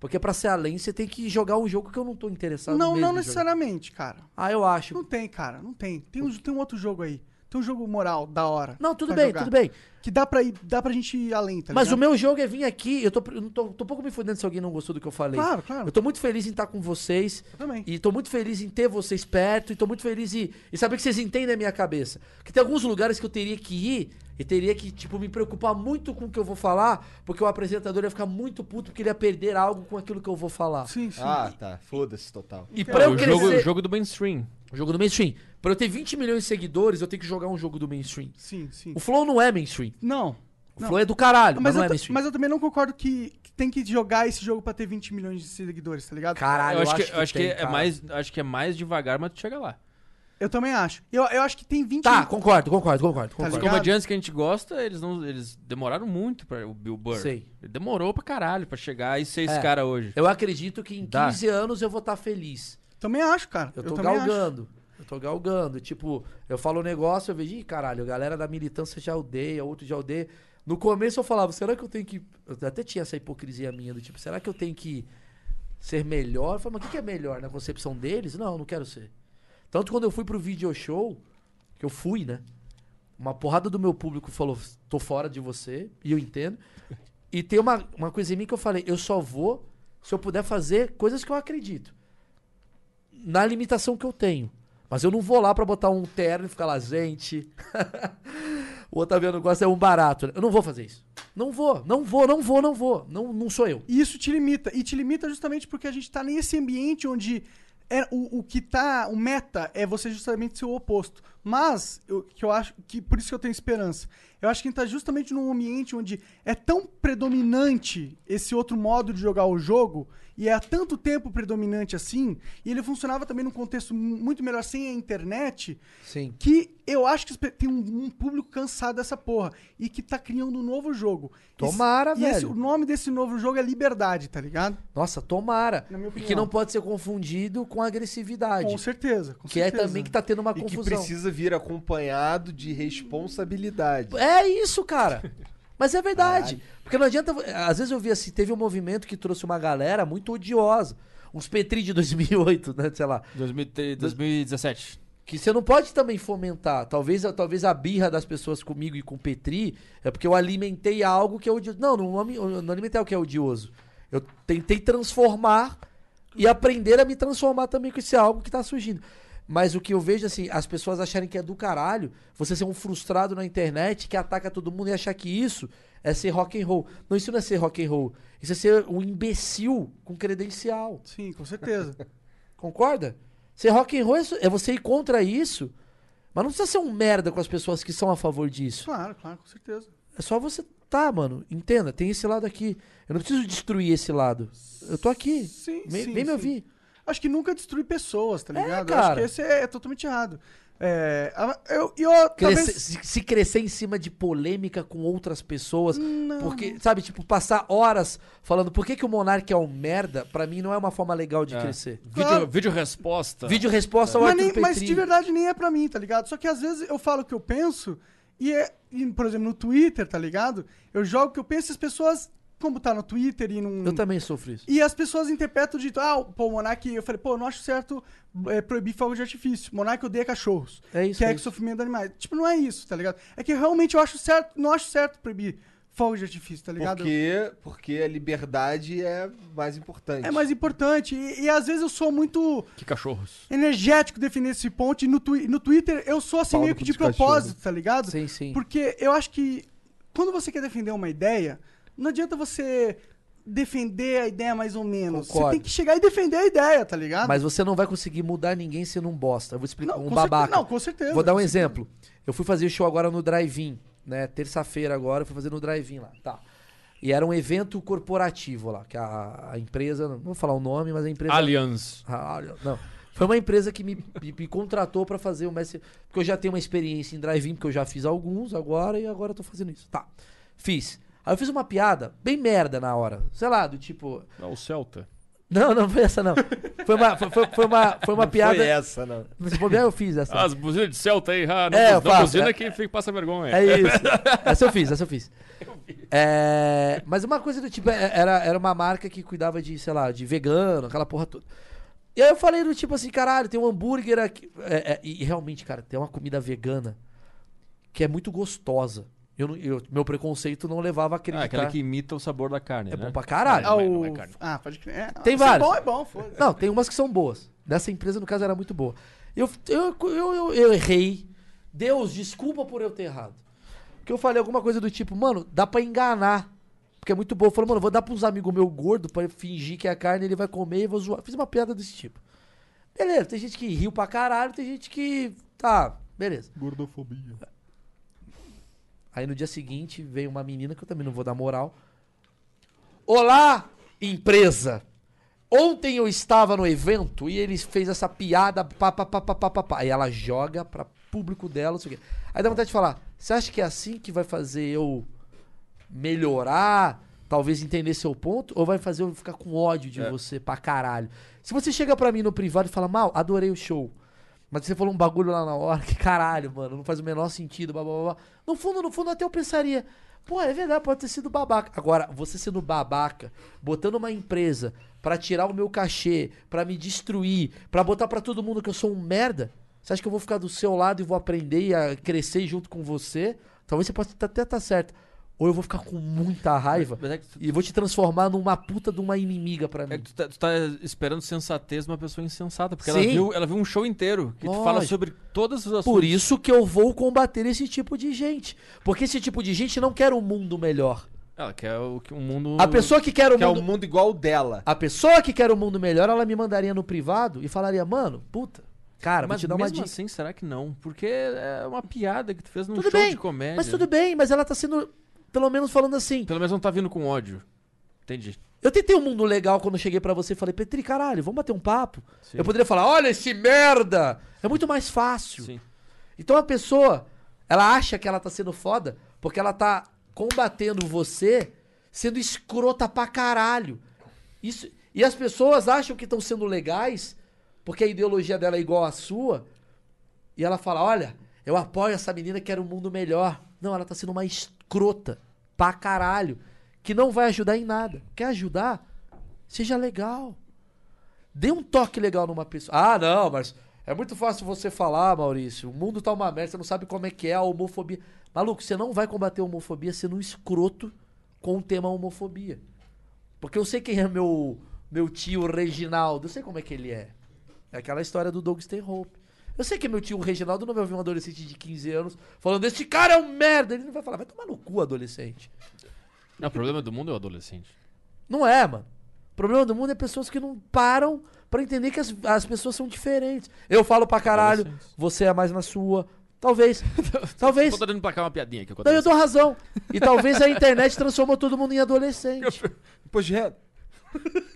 S4: Porque pra ser além, você tem que jogar um jogo que eu não tô interessado
S3: Não,
S4: mesmo
S3: não
S4: em jogar.
S3: necessariamente, cara.
S4: Ah, eu acho.
S3: Não tem, cara, não tem. Tem um, tem um outro jogo aí. Tem um jogo moral da hora.
S4: Não, tudo
S3: pra
S4: bem,
S3: jogar.
S4: tudo bem.
S3: Que dá pra, ir, dá pra gente ir além, tá
S4: Mas o
S3: ligado?
S4: meu jogo é vir aqui. Eu tô, eu não tô, tô pouco me fodendo se alguém não gostou do que eu falei.
S3: Claro, claro.
S4: Eu tô muito feliz em estar com vocês.
S3: Também.
S4: E tô muito feliz em ter vocês perto. E tô muito feliz em, em saber que vocês entendem a minha cabeça. Que tem alguns lugares que eu teria que ir e teria que, tipo, me preocupar muito com o que eu vou falar. Porque o apresentador ia ficar muito puto porque ele ia perder algo com aquilo que eu vou falar.
S3: Sim, sim.
S12: Ah, tá. Foda-se total.
S4: E pra
S5: É
S4: eu
S5: o jogo,
S4: crescer.
S5: o jogo do mainstream.
S4: Jogo do mainstream. Pra eu ter 20 milhões de seguidores, eu tenho que jogar um jogo do mainstream.
S3: Sim, sim.
S4: O Flow não é mainstream.
S3: Não.
S4: O
S3: Não.
S4: Flow é do caralho,
S3: Mas,
S4: mas, não
S3: eu
S4: é
S3: ta-
S4: mainstream.
S3: mas eu também não concordo que, que tem que jogar esse jogo pra ter 20 milhões de seguidores, tá ligado?
S4: Caralho,
S5: eu acho que, eu acho que
S4: tem,
S5: é
S4: cara.
S5: mais, acho que é mais devagar, mas tu chega lá.
S3: Eu também acho. Eu, eu acho que tem 20
S4: Tá, concordo, concordo, concordo.
S3: Tá
S5: Os
S4: concordo.
S3: ligado?
S5: comediantes que a gente gosta, eles não, eles demoraram muito para o Bill Burr.
S4: Sei.
S5: Ele demorou pra caralho pra chegar e ser
S4: É.
S5: esse cara hoje.
S4: Eu acredito que em
S5: Dá.
S4: 15 anos eu vou estar feliz.
S3: Também acho, cara.
S4: Eu tô
S3: também acho.
S4: galgando. Eu tô galgando. Tipo, eu falo um negócio, eu vejo, ih, caralho, a galera da militância já odeia, outro já odeia. No começo eu falava, será que eu tenho que. Eu até tinha essa hipocrisia minha do tipo, será que eu tenho que ser melhor? Eu falava, mas o que que é melhor? Na concepção deles? Não, eu não quero ser. Tanto quando eu fui pro video show, que eu fui, né? Uma porrada do meu público falou, tô fora de você, e eu entendo. E tem uma, uma coisa em mim que eu falei, eu só vou se eu puder fazer coisas que eu acredito. Na limitação que eu tenho. Mas eu não vou lá pra botar um terno e ficar lá, gente. o Otaviano gosta é um barato. né? Eu não vou fazer isso. Não vou, não vou, não vou, não vou. Não, não sou eu.
S3: E isso te limita. E te limita justamente porque a gente tá nesse ambiente onde é, o, o que tá. O meta é você justamente ser o oposto. Mas, eu, que eu acho que. Por isso que eu tenho esperança. Eu acho que a gente tá justamente num ambiente onde é tão predominante esse outro modo de jogar o jogo. E é há tanto tempo predominante assim. E ele funcionava também num contexto mu- muito melhor sem a internet.
S4: Sim.
S3: Que eu acho que espe- tem um, um público cansado dessa porra. E que tá criando um novo jogo. E se-
S4: Tomara,
S3: e esse-
S4: velho.
S3: o nome desse novo jogo é Liberdade, tá ligado?
S4: Nossa, tomara.
S3: Na minha
S4: E
S3: opinião.
S4: que não pode ser confundido com agressividade.
S3: Com certeza. com
S4: que é
S3: certeza.
S4: também que tá tendo uma
S12: E que
S4: confusão.
S12: precisa vir acompanhado de responsabilidade.
S4: É isso, cara. Mas é verdade. Porque não adianta. Às vezes eu vi assim, teve um movimento que trouxe uma galera muito odiosa. Uns Petri de 2008, né? Sei lá.
S5: 2003, 2017.
S4: Que você não pode também fomentar. Talvez, a- talvez a birra das pessoas comigo e com o Petri é porque eu alimentei algo que é odioso. Não, não, ami- eu não alimentei algo que é odioso. Eu tentei transformar e aprender a me transformar também com esse algo que tá surgindo. Mas o que eu vejo, assim, as pessoas acharem que é do caralho, você ser um frustrado na internet que ataca todo mundo e achar que isso é ser rock and roll. Não, isso não é ser rock and roll. Isso é ser um imbecil com credencial.
S3: Sim, com certeza.
S4: Concorda? Ser rock and roll é so- é você ir contra isso, mas não precisa ser um merda com as pessoas que são a favor disso.
S3: claro, claro, com certeza.
S4: É só você tá, mano. Entenda, tem esse lado aqui. Eu não preciso destruir esse lado. Eu tô aqui.
S3: Sim,
S4: vem
S3: sim,
S4: vem me
S3: sim.
S4: ouvir.
S3: Acho que nunca destrui pessoas, tá
S4: É,
S3: ligado? Eu
S4: cara.
S3: Acho que esse é, totalmente errado. É, a- eu, e eu
S4: Crescer-
S3: talvez...
S4: se, se crescer em cima de polêmica com outras pessoas,
S3: Não.
S4: porque, sabe, tipo, passar horas falando por que, que o Monark é um merda, pra mim não é uma forma legal de
S5: É. Tá.
S4: crescer.
S5: Vídeo,
S3: Claro.
S5: vídeo resposta.
S4: Vídeo resposta ao
S3: Mas,
S4: Arthur
S3: nem- mas
S4: Petri.
S3: de verdade nem é pra mim, tá ligado? Só que às vezes eu falo o que eu penso E, é- e, por exemplo, no Twitter, tá ligado? Eu jogo o que eu penso e as pessoas, como tá no Twitter e num.
S4: Eu também sofri isso.
S3: E as pessoas interpretam de. Ah, pô, o Monark. Eu falei, pô, eu não acho certo é, proibir fogo de artifício. Monark odeia cachorros.
S4: É isso,
S3: Quer
S4: é
S3: que
S4: isso.
S3: sofrimento de animais. Tipo, não é isso, tá ligado? É que realmente eu acho certo. Não acho certo proibir fogo de artifício, tá ligado?
S12: Porque, porque a liberdade é mais importante.
S3: É mais importante. E, e às vezes eu sou muito
S5: Que cachorros.
S3: energético defender esse ponto. E no, twi- no Twitter eu sou assim
S5: Pau
S3: meio
S5: no
S3: que
S5: cu
S3: de
S5: dos cachorros.
S3: propósito, tá ligado?
S4: Sim, sim.
S3: Porque eu acho que quando você quer defender uma ideia, não adianta você defender a ideia mais ou menos.
S4: Concordo.
S3: Você tem que chegar e defender a ideia, tá ligado?
S4: Mas você não vai conseguir mudar ninguém sendo um bosta. Eu vou explicar,
S3: Não,
S4: um
S3: com
S4: babaca.
S3: certeza- não, com certeza,
S4: Vou dar um
S3: com
S4: exemplo. Eu fui fazer show agora no Drive-In, né? Terça-feira agora, eu fui fazer no Drive-In lá, tá. E era um evento corporativo lá, que a, a empresa, não vou falar o nome, mas a empresa...
S5: Allianz.
S4: Ah, Allianz, não. Foi uma empresa que me, me- me contratou pra fazer o Messi... Porque eu já tenho uma experiência em Drive-In, porque eu já fiz alguns agora, e agora eu tô fazendo isso. Tá, fiz. Aí eu fiz uma piada bem merda na hora. Sei lá, do tipo...
S5: Não, É o Celta.
S4: Não, não foi essa, não. Foi uma, foi, foi- foi uma, foi uma
S5: Não foi
S4: piada.
S5: essa,
S2: né?
S5: não.
S4: Se bobear, eu fiz essa.
S5: Ah, As buzinas de Celta aí, ah, não,
S4: É, eu
S5: não
S4: faço,
S5: buzina
S4: é.
S5: que fica, passa vergonha.
S4: É isso. Essa eu fiz, essa eu fiz. É, mas uma coisa do tipo, é- era, era uma marca que cuidava de, sei lá, de vegano, aquela porra toda. E aí eu falei do tipo assim, caralho, tem um hambúrguer aqui. É, é, e realmente, cara, tem uma comida vegana que é muito gostosa. Eu, não- eu- meu preconceito não levava a
S5: Ah,
S4: acreditar.
S5: aquela que imita o sabor da carne,
S4: tá. É
S5: né?
S4: bom pra caralho.
S5: Ah, o-
S3: Ah, pode crer. É,
S4: né, Tem
S3: se é
S4: várias.
S3: bom, é bom, foda-se.
S4: Não, tem umas que são boas. Dessa empresa, no caso, era muito boa. Eu, eu, eu, eu, eu errei. Deus, desculpa por eu ter errado. Porque eu falei alguma coisa do tipo, mano, dá pra enganar. Porque é muito bom. Eu falei, mano, vou dar pros amigos meu gordo pra ele fingir que é carne, ele vai comer e vou zoar. Fiz uma piada desse tipo. Beleza, tem gente que riu pra caralho, tem gente que. Tá, beleza.
S12: Gordofobia.
S4: Aí no dia seguinte veio uma menina que eu também não vou dar moral. Olá, empresa! Ontem eu estava no evento e eles fez essa piada, pá, pá, pá, pá, pá, pá, pá. E ela joga pra público dela, não sei o quê. Aí dá vontade de falar, você acha que é assim que vai fazer eu melhorar, talvez entender seu ponto, ou vai fazer eu ficar com ódio de você pra caralho? Se você chega pra mim no privado e fala, mal, adorei o show, mas você falou um bagulho lá na hora que caralho, mano, não faz o menor sentido, blá, blá, blá. blá. No fundo, no fundo, até eu pensaria, pô, é verdade, pode ter sido babaca. Agora, você sendo babaca, botando uma empresa pra tirar o meu cachê, pra me destruir, pra botar pra todo mundo que eu sou um merda, você acha que eu vou ficar do seu lado e vou aprender e a crescer junto com você? Talvez você possa até estar certo. Ou eu vou ficar com muita raiva
S5: Mas é que tu-
S4: e vou te transformar numa puta de uma inimiga pra mim.
S5: É que tu tá, tu tá esperando sensatez de uma pessoa insensata, porque ela
S4: Sim.
S5: viu, ela viu um show inteiro que tu fala
S4: Lógico.
S5: sobre todas as assuntos.
S4: Por isso que eu vou combater esse tipo de gente. Porque esse tipo de gente não quer um mundo melhor.
S5: Ela quer o, que- um mundo.
S4: A pessoa que quer o
S2: é
S5: Quer
S4: mundo.
S12: mundo igual o dela.
S4: A pessoa que quer o mundo melhor, ela me mandaria no privado e falaria, mano, puta, cara, vou
S5: Mas
S4: te dar uma
S5: mesmo
S4: dica.
S5: assim, será que não? Porque é uma piada que tu fez num
S4: tudo
S5: show
S4: bem,
S5: de comédia.
S4: mas tudo bem, mas ela tá sendo, pelo menos falando assim.
S5: Pelo menos não tá vindo com ódio. Entendi.
S4: Eu tentei um mundo legal quando eu cheguei pra você e falei, Petri, caralho, vamos bater um papo. Eu poderia falar, olha esse merda! É muito mais fácil. Então a pessoa, ela acha que ela tá sendo foda porque ela tá combatendo você sendo escrota pra caralho. Isso, e as pessoas acham que estão sendo legais porque a ideologia dela é igual à sua. E ela fala: Olha, eu apoio essa menina que quer um mundo melhor. Não, ela tá sendo uma escrota pra caralho. Que não vai ajudar em nada. Quer ajudar? Seja legal. Dê um toque legal numa pessoa. Ah, não, mas é muito fácil você falar, Maurício. O mundo tá uma merda, você não sabe como é que é a homofobia. Maluco, você não vai combater a homofobia sendo um escroto com o tema homofobia. Porque eu sei quem é meu, meu tio Reginaldo, eu sei como é que ele é. É aquela história do Doug Stanhope. Eu sei que é meu tio Reginaldo não vai ouvir um adolescente de 15 anos falando, esse cara é um merda. Ele não vai falar, vai tomar no cu, adolescente.
S5: Não, o problema do mundo é o adolescente.
S4: Não é, mano. O problema do mundo é pessoas que não param pra entender que as, as pessoas são diferentes. Eu falo pra caralho, você é mais na sua. Talvez. talvez.
S5: Eu tô dando pra cá uma piadinha que
S4: Não, eu dou razão. E talvez a internet transformou todo mundo em adolescente.
S12: Projeto.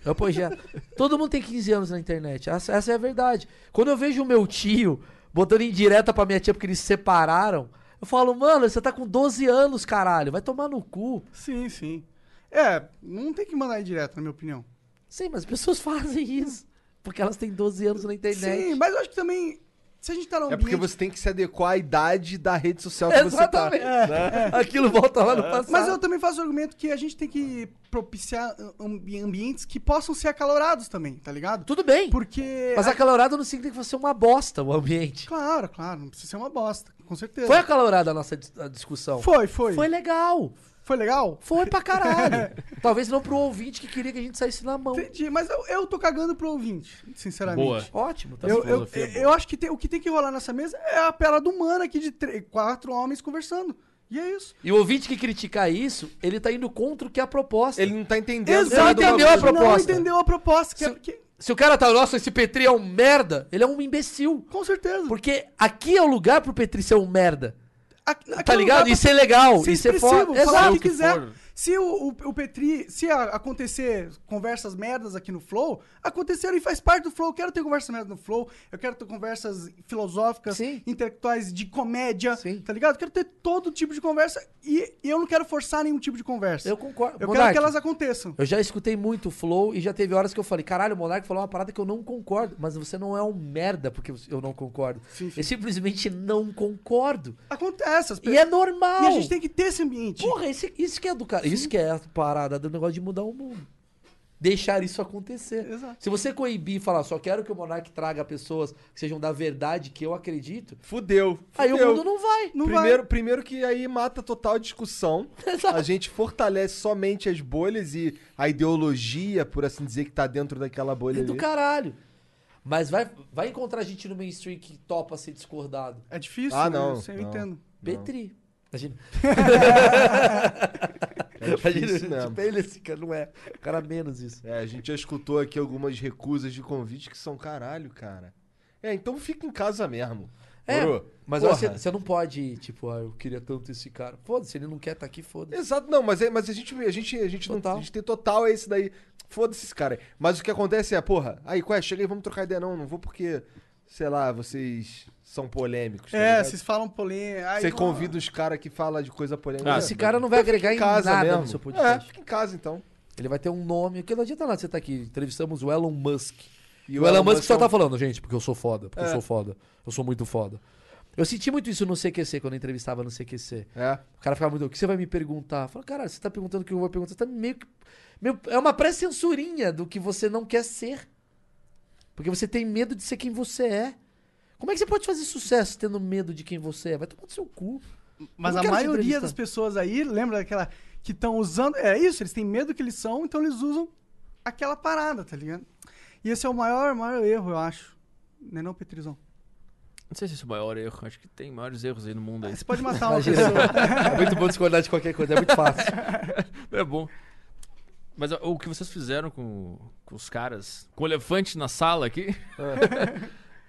S4: Eu, pois já. Todo mundo tem 15 anos na internet. Essa, essa é a verdade. Quando eu vejo o meu tio botando em direta pra minha tia porque eles se separaram, eu falo, mano, você tá com 12 anos, caralho. Vai tomar no cu.
S3: Sim, sim. É, não tem que mandar em direto, na minha opinião.
S4: Sim, mas as pessoas fazem isso. Porque elas têm 12 anos na internet.
S3: Sim, mas eu acho que também Se a gente tá num
S2: É porque
S3: ambiente-
S2: você tem que se adequar à idade da rede social que você tá.
S3: Exatamente. É, é.
S4: Aquilo volta lá no
S3: É.
S4: passado.
S3: Mas eu também faço o argumento que a gente tem que propiciar ambi- ambientes que possam ser acalorados também, tá ligado?
S4: Tudo bem.
S3: Porque.
S4: Mas acalorado não significa que você é uma bosta o ambiente.
S3: Claro, claro, não precisa ser uma bosta, com certeza.
S4: Foi acalorada a nossa dis- a discussão.
S3: Foi, foi.
S4: Foi legal.
S3: Foi legal?
S4: Foi pra caralho. Talvez não pro ouvinte que queria que a gente saísse na mão.
S3: É. Entendi, mas eu, eu tô cagando pro ouvinte, sinceramente.
S4: Boa. Ótimo, tá?
S3: eu,
S4: Essa
S3: eu,
S4: filosofia é boa.
S3: eu acho que tem- o que tem que rolar nessa mesa é a pelada humana aqui de tre- quatro homens conversando. E é isso.
S4: E o ouvinte que criticar isso, ele tá indo contra o que é a proposta.
S2: Ele não tá entendendo.
S4: Ele não entendeu a
S3: Não
S4: proposta.
S3: entendeu a proposta. Que é porque-
S4: Se o cara tá, nossa, esse Petri é um merda, ele é um imbecil.
S3: Com certeza.
S4: Porque aqui é o lugar pro Petri ser um merda.
S3: Aqui
S4: tá
S3: é um lugar
S4: ligado?
S3: pra
S4: Isso é legal,
S3: ser
S4: isso é
S3: expressivo,
S4: foda.
S3: falar o
S4: Exato.
S3: que quiser. Se o, o- o Petri, se a- acontecer conversas merdas aqui no Flow, aconteceram e faz parte do Flow. Eu quero ter conversas merdas no Flow, eu quero ter conversas filosóficas, intelectuais, de comédia, tá ligado? Eu quero ter todo tipo de conversa e, e eu não quero forçar nenhum tipo de conversa. Eu
S4: concordo.
S3: Eu quero
S4: Monark.
S3: que elas aconteçam.
S4: Eu já escutei muito o Flow e já teve horas que eu falei, caralho, o Monark falou uma parada que eu não concordo. Mas você não é um merda porque eu não concordo. Eu simplesmente não concordo.
S3: Acontece.
S4: E é normal.
S3: E a gente tem que ter esse ambiente.
S4: Porra, esse- isso que é do cara. Isso que é a parada do negócio de mudar o mundo. Deixar isso acontecer. Se você coibir e falar, só quero que o Monark traga pessoas que sejam da verdade que eu acredito.
S2: Fudeu.
S4: Aí o
S2: fudeu.
S4: mundo não vai. Não
S2: primeiro,
S4: vai.
S2: primeiro que aí mata total a discussão. a gente fortalece somente as bolhas e a ideologia, por assim dizer, que tá dentro daquela bolha
S4: É do
S2: ali.
S4: caralho. Mas vai, vai encontrar gente no mainstream que topa ser discordado.
S3: É difícil,
S2: Ah, né? não, Eu sei, eu
S4: eu
S2: não, entendo.
S4: Petri. Imagina.
S2: É difícil mesmo.
S4: tipo, ele esse cara não é. O cara menos isso.
S2: É, a gente já escutou aqui algumas recusas de convite que são caralho, cara. É, então fica em casa mesmo.
S4: É,
S2: Moro?
S4: mas
S2: Porra.
S4: você, você não pode, tipo, ah, eu queria tanto esse cara. Foda-se, ele não quer estar aqui, foda-se.
S2: Exato, não, mas, é, mas a gente, a gente, a gente, não,
S4: Total.
S2: a gente tem total é esse daí. Foda-se esse cara. aí. Mas o que acontece é, porra, aí, qual é? Chega aí, vamos trocar ideia. Não, não vou porque, sei lá, vocês são polêmicos. tá
S3: É,
S2: ligado?
S3: vocês falam polêmica. ai,
S2: Você
S3: não.
S2: convida os caras que falam de coisa polêmica.
S4: Ah, esse cara não vai
S2: Então fica
S4: agregar em nada no seu podcast.
S2: É, fica em casa então.
S4: Ele vai ter um nome, que não adianta nada você tá aqui. Entrevistamos o Elon Musk.
S2: E
S4: E
S2: o
S4: o, Elon,
S2: Elon
S4: Musk,
S2: Musk
S4: só
S2: é um-
S4: tá falando, gente, porque eu sou foda, porque
S2: É.
S4: eu sou foda, eu sou muito foda. Eu senti muito isso no CQC, quando eu entrevistava no CQC.
S2: É.
S4: O cara ficava muito, o que você vai me perguntar? Eu falava, cara, você tá perguntando o que eu vou perguntar, você tá meio que... meio- é uma pré-censurinha do que você não quer ser. Porque você tem medo de ser quem você é. Como é que você pode fazer sucesso tendo medo de quem você é? Vai tomar no seu cu. Eu
S3: Mas
S4: não
S3: a
S4: quero te
S3: maioria
S4: entrevistar.
S3: das pessoas aí, lembra daquela que estão usando. É isso, eles têm medo que eles são, então eles usam aquela parada, tá ligado? E esse é o maior, maior erro, eu acho. Não é não, Petrizão?
S5: Não sei se esse é o maior erro. Acho que tem maiores erros aí no mundo. Aí.
S3: você pode matar uma
S5: Imagina.
S3: pessoa.
S4: É muito bom discordar de qualquer coisa, é muito fácil.
S5: é bom. Mas ó, o que vocês fizeram com, com os caras, com o elefante na sala aqui,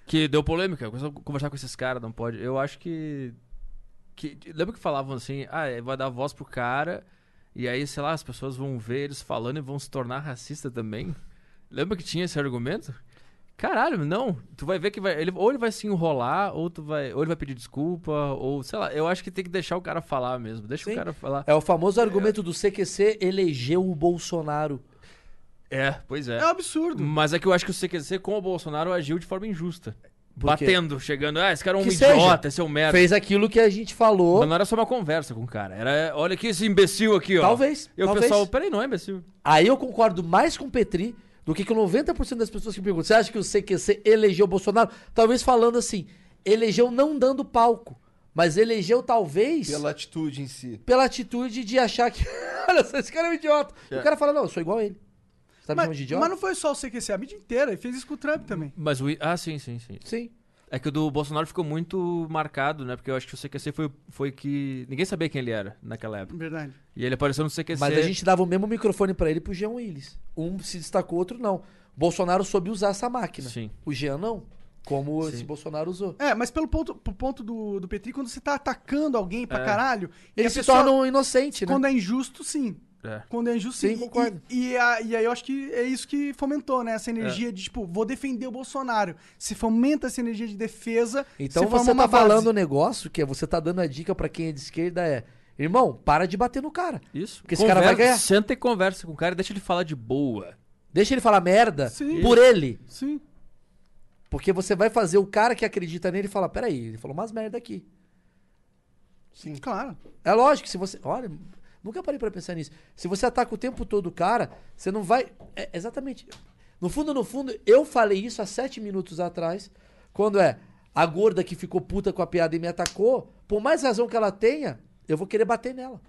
S5: que deu polêmica. Começou a conversar com esses caras, não pode. Eu acho que, que. Lembra que falavam assim, ah, é, vai dar voz pro cara, e aí, sei lá, as pessoas vão ver eles falando e vão se tornar racista também? Lembra que tinha esse argumento? Caralho, não. Tu vai ver que vai. Ele, ou ele vai se enrolar, ou tu vai. Ou ele vai pedir desculpa, ou, sei lá, eu acho que tem que deixar o cara falar mesmo. Deixa o
S4: Sim.
S5: cara falar.
S4: É o famoso argumento do CQC elegeu o Bolsonaro.
S5: É, pois é.
S3: É um absurdo.
S5: Mas é que eu acho que o CQC com o Bolsonaro agiu de forma injusta.
S4: Por quê?
S5: Batendo, chegando, ah, esse cara é um
S4: Que
S5: idiota,
S4: seja.
S5: esse é um merda.
S4: Fez aquilo que a gente falou.
S5: Mas não era só uma conversa com o cara. Era, olha aqui esse imbecil aqui, ó.
S4: Talvez,
S5: E o
S4: talvez.
S5: pessoal, peraí, não é imbecil.
S4: Aí eu concordo mais com o Petri do que com 90% das pessoas que me perguntam. Você acha que o CQC elegeu o Bolsonaro? Talvez falando assim, elegeu não dando palco, mas elegeu talvez
S2: Pela
S4: pela,
S2: atitude em si.
S4: atitude de achar que, olha só, esse cara é um idiota. E o cara fala, não, eu sou igual a ele. Você tá me chamando
S3: mas,
S4: de idiota?
S3: mas não foi só o CQC, é, a mídia inteira, e fez isso com o Trump também.
S5: Mas o. I- Ah, sim, sim, sim.
S4: Sim.
S5: É que o do Bolsonaro ficou muito marcado, né? Porque eu acho que o CQC foi, foi que. Ninguém sabia quem ele era naquela
S4: Hum.
S5: época.
S3: Verdade.
S5: E ele apareceu no CQC.
S4: Mas a gente dava o mesmo microfone pra ele e pro Jean Willis. Um se destacou, outro não. Bolsonaro soube usar essa máquina.
S5: Sim.
S4: O Jean não. Como
S5: Sim.
S4: esse Bolsonaro usou.
S3: É, mas pelo ponto, pro ponto do, do Petri, quando você tá atacando alguém pra
S4: É.
S3: caralho.
S4: Ele
S3: e a
S4: se
S3: pessoa-
S4: torna um inocente, né?
S3: Quando é injusto, sim.
S5: É.
S3: Quando é injusto,
S4: Sim,
S3: e-
S4: concordo.
S3: E, e, a- e aí eu acho que é isso que fomentou, né? Essa energia de, tipo, vou defender o Bolsonaro. Se fomenta essa energia de defesa.
S4: Então
S3: se forma
S4: você
S3: uma
S4: tá
S3: base.
S4: falando um negócio que é você tá dando a dica pra quem é de esquerda é, irmão, para de bater no cara.
S5: Isso.
S4: Porque esse cara vai
S5: Conversa-
S4: ganhar.
S5: Senta e conversa com o cara e deixa ele falar de boa.
S4: Deixa ele falar merda
S3: Sim.
S4: por ele.
S3: Sim.
S4: Porque você vai fazer o cara que acredita nele falar, peraí, ele falou umas merda aqui.
S3: Sim. Claro.
S4: É lógico, se você. Olha, nunca parei pra pensar nisso. Se você ataca o tempo todo o cara, você não vai. é, exatamente. No fundo, no fundo, eu falei isso há sete minutos atrás, quando é a gorda que ficou puta com a piada e me atacou, por mais razão que ela tenha, eu vou querer bater nela.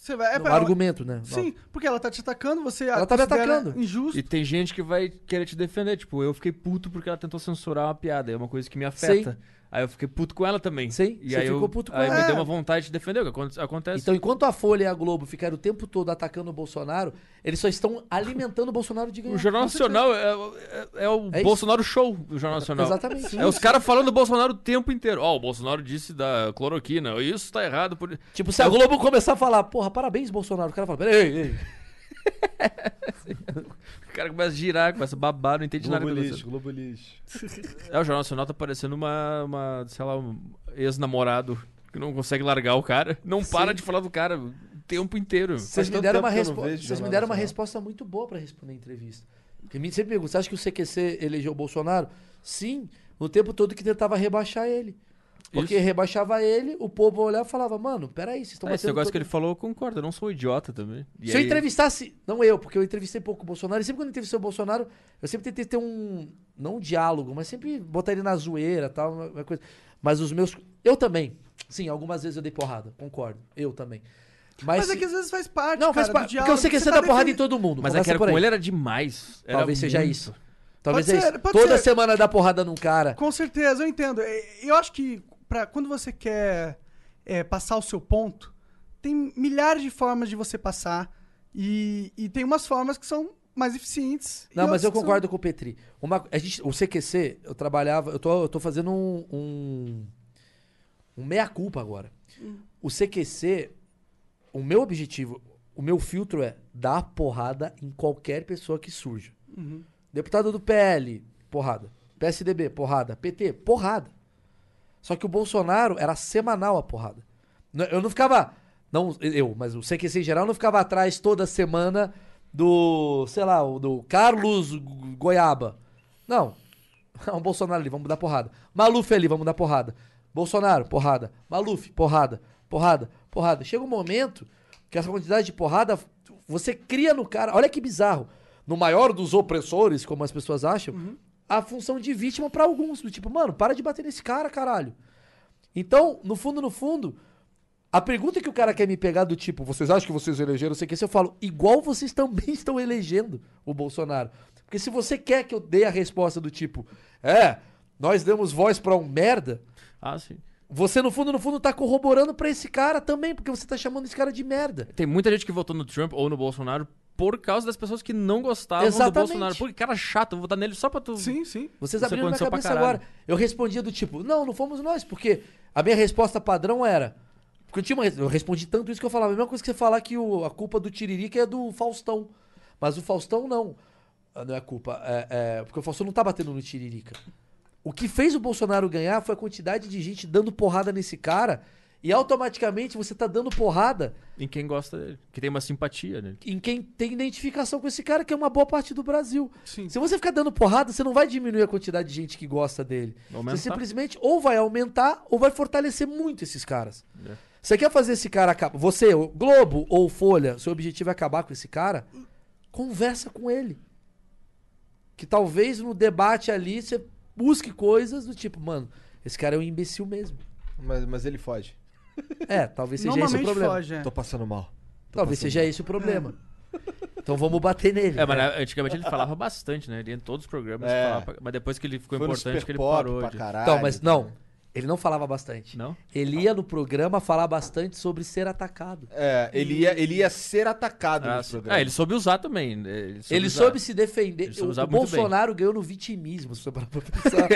S3: Você vai, é
S4: No
S3: pra-
S4: argumento, né?
S3: Sim, porque ela tá te atacando, você
S4: Ela tá me
S3: considera
S4: atacando.
S3: Injusto.
S5: E tem gente que vai querer te defender. Tipo, eu fiquei puto porque ela tentou censurar uma piada. É uma coisa que me afeta.
S4: Sim.
S5: Aí eu fiquei puto com ela também.
S4: Sim,
S5: e
S4: você
S5: aí eu,
S4: ficou puto com
S5: aí
S4: ela.
S5: me
S4: É.
S5: deu uma vontade de defender. O que aconte- acontece?
S4: Então, enquanto a Folha e a Globo ficaram o tempo todo atacando o Bolsonaro, eles só estão alimentando o Bolsonaro de ganhar.
S5: o Jornal
S4: Com certeza.
S5: Nacional é, é- é o
S4: É isso.
S5: Bolsonaro Show do Jornal Nacional.
S4: Exatamente.
S5: É os caras falando do Bolsonaro o tempo inteiro. Ó, o Bolsonaro disse da cloroquina. Isso tá errado. Por...
S4: Tipo, se a Globo começar a falar, porra, parabéns, Bolsonaro, o cara fala, peraí, ei, ei.
S5: O cara começa a girar, começa a babar, não entende nada.
S12: Globo
S5: do que tá
S12: lixo,
S5: acontecendo.
S12: Globo lixo.
S5: É, o Jornal Nacional tá parecendo uma, uma sei lá, um ex-namorado que não consegue largar o cara. Não para de falar do cara o tempo inteiro.
S4: Vocês me deram, uma,
S12: tempo que eu não
S4: respo-
S12: vejo
S4: vocês me
S12: Jornal
S4: deram uma
S12: Nacional.
S4: resposta muito boa pra responder a entrevista. Porque me sempre perguntam, você acha que o CQC elegeu o Bolsonaro? Sim, o tempo todo que tentava rebaixar ele. Porque
S5: Isso.
S4: rebaixava ele, o povo olhava e falava, mano, peraí, vocês estão
S5: É, esse negócio que
S4: todo
S5: ele falou, eu concordo. Eu não sou um idiota também. E
S4: Se eu
S5: aí-
S4: entrevistasse. Não eu, porque eu entrevistei pouco o Bolsonaro. E sempre quando eu entrevistei o Bolsonaro, eu sempre tentei ter um. Não um diálogo, mas sempre botar ele na zoeira e tal, uma- uma coisa. Mas os meus. Eu também. Sim, algumas vezes eu dei porrada, concordo. Eu também. Mas.
S3: Mas é que às vezes faz parte, cara,
S4: Não, faz
S3: do
S4: parte. Porque eu
S3: diálogo,
S4: sei que
S3: você
S4: você
S3: tá
S4: dá porrada em
S3: defendendo-
S4: todo mundo.
S5: Mas
S4: começa
S5: é que era
S4: por aí.
S5: com ele era demais. Era
S4: Talvez seja
S5: muito.
S4: isso. Talvez
S3: um Pode
S4: é
S3: ser,
S4: isso.
S3: pode
S4: Toda
S3: ser.
S4: semana dá porrada num cara.
S3: Com certeza, eu entendo. E- Eu acho que pra, quando você quer é, passar o seu ponto, tem milhares de formas de você passar. E, e tem umas formas que são mais eficientes. e
S4: Não, mas eu
S3: outras que
S4: concordo com o Petri. Uma, a gente, o CQC, eu trabalhava, eu tô, eu tô fazendo um, um, um meia-culpa agora.
S3: Hum.
S4: O CQC, o meu objetivo, o meu filtro é dar porrada em qualquer pessoa que surja.
S3: são- Uhum.
S4: Deputado do PL, porrada. PSDB, porrada. PT, porrada. Só que o Bolsonaro era semanal a porrada. Não- Eu não ficava. Não eu, mas o CQC em geral não ficava atrás toda semana do, sei lá, o do Carlos Go- Goiaba. Não. O Bolsonaro ali, vamos dar porrada. Maluf ali, vamos dar porrada. Bolsonaro, porrada. Maluf, porrada. Porrada, porrada. Chega um momento que essa quantidade de porrada você cria no cara. Olha que bizarro. No maior dos opressores, como as pessoas acham, a função de vítima pra alguns. Do tipo, mano, para de bater nesse cara, caralho. Então, no fundo, no fundo, a pergunta que o cara quer me pegar do tipo, vocês acham que vocês elegeram, sei que se eu falo, igual vocês também estão elegendo o Bolsonaro. Porque se você quer que eu dê a resposta do tipo, é, nós demos voz pra um merda,
S5: Ah, sim.
S4: você no fundo, no fundo, tá corroborando pra esse cara também, porque você tá chamando esse cara de merda.
S5: Tem muita gente que votou no Trump ou no Bolsonaro por causa das pessoas que não gostavam
S4: Exatamente.
S5: do Bolsonaro. Pô, que cara chato, eu vou votar nele só pra tu.
S3: Sim, sim.
S4: Vocês
S5: Isso
S4: abriram minha
S5: aconteceu pra
S4: cabeça
S5: caralho.
S4: agora. Eu respondia do tipo, não, não fomos nós, porque a minha resposta padrão era. Porque eu, tinha uma, res- eu respondi tanto isso que eu falava, a mesma coisa que você falar que o- a culpa do Tiririca é do Faustão. Mas o Faustão não. Ah, Não é culpa. é- é- porque o Faustão não tá batendo no Tiririca. O que fez o Bolsonaro ganhar foi a quantidade de gente dando porrada nesse cara. E automaticamente você tá dando porrada
S5: Em quem gosta dele, que tem uma simpatia, né?
S4: em quem tem identificação com esse cara, que é uma boa parte do Brasil.
S3: Sim.
S4: Se você ficar dando porrada, você não vai diminuir a quantidade de gente que gosta dele.
S5: Vai aumentar.
S4: Você simplesmente ou vai aumentar ou vai fortalecer muito esses caras.
S5: É.
S4: Você quer fazer esse cara acabar. Você, o Globo ou Folha, seu objetivo é acabar com esse cara? Conversa com ele. Que talvez no debate ali você busque coisas do tipo, mano, esse cara é um imbecil mesmo.
S12: Mas, mas ele foge.
S4: É, talvez seja esse o
S3: Normalmente
S4: problema.
S3: foge, é.
S12: Tô passando mal.
S4: Talvez seja esse o problema. Então vamos bater nele.
S5: É, mas né, antigamente ele falava bastante, né? Ele ia em todos os programas
S12: É.
S5: falava, pra- mas depois que ele ficou
S12: Foi no
S5: importante,
S12: Super
S5: que ele
S12: Pop
S5: parou.
S12: pra
S5: de-
S12: caralho.
S4: Então, mas não. Ele não falava bastante.
S5: Não?
S4: Ele ia no programa falar bastante sobre ser atacado.
S12: É, ele ia, ele ia ser atacado
S5: Ah,
S12: nesse
S5: sim.
S12: programa.
S5: é, ele soube usar também. né? Ele soube,
S4: ele
S5: usar.
S4: soube se defender.
S5: Ele soube
S4: o
S5: usar
S4: o
S5: muito bem.
S4: Bolsonaro ganhou no vitimismo, se você parar pra pensar.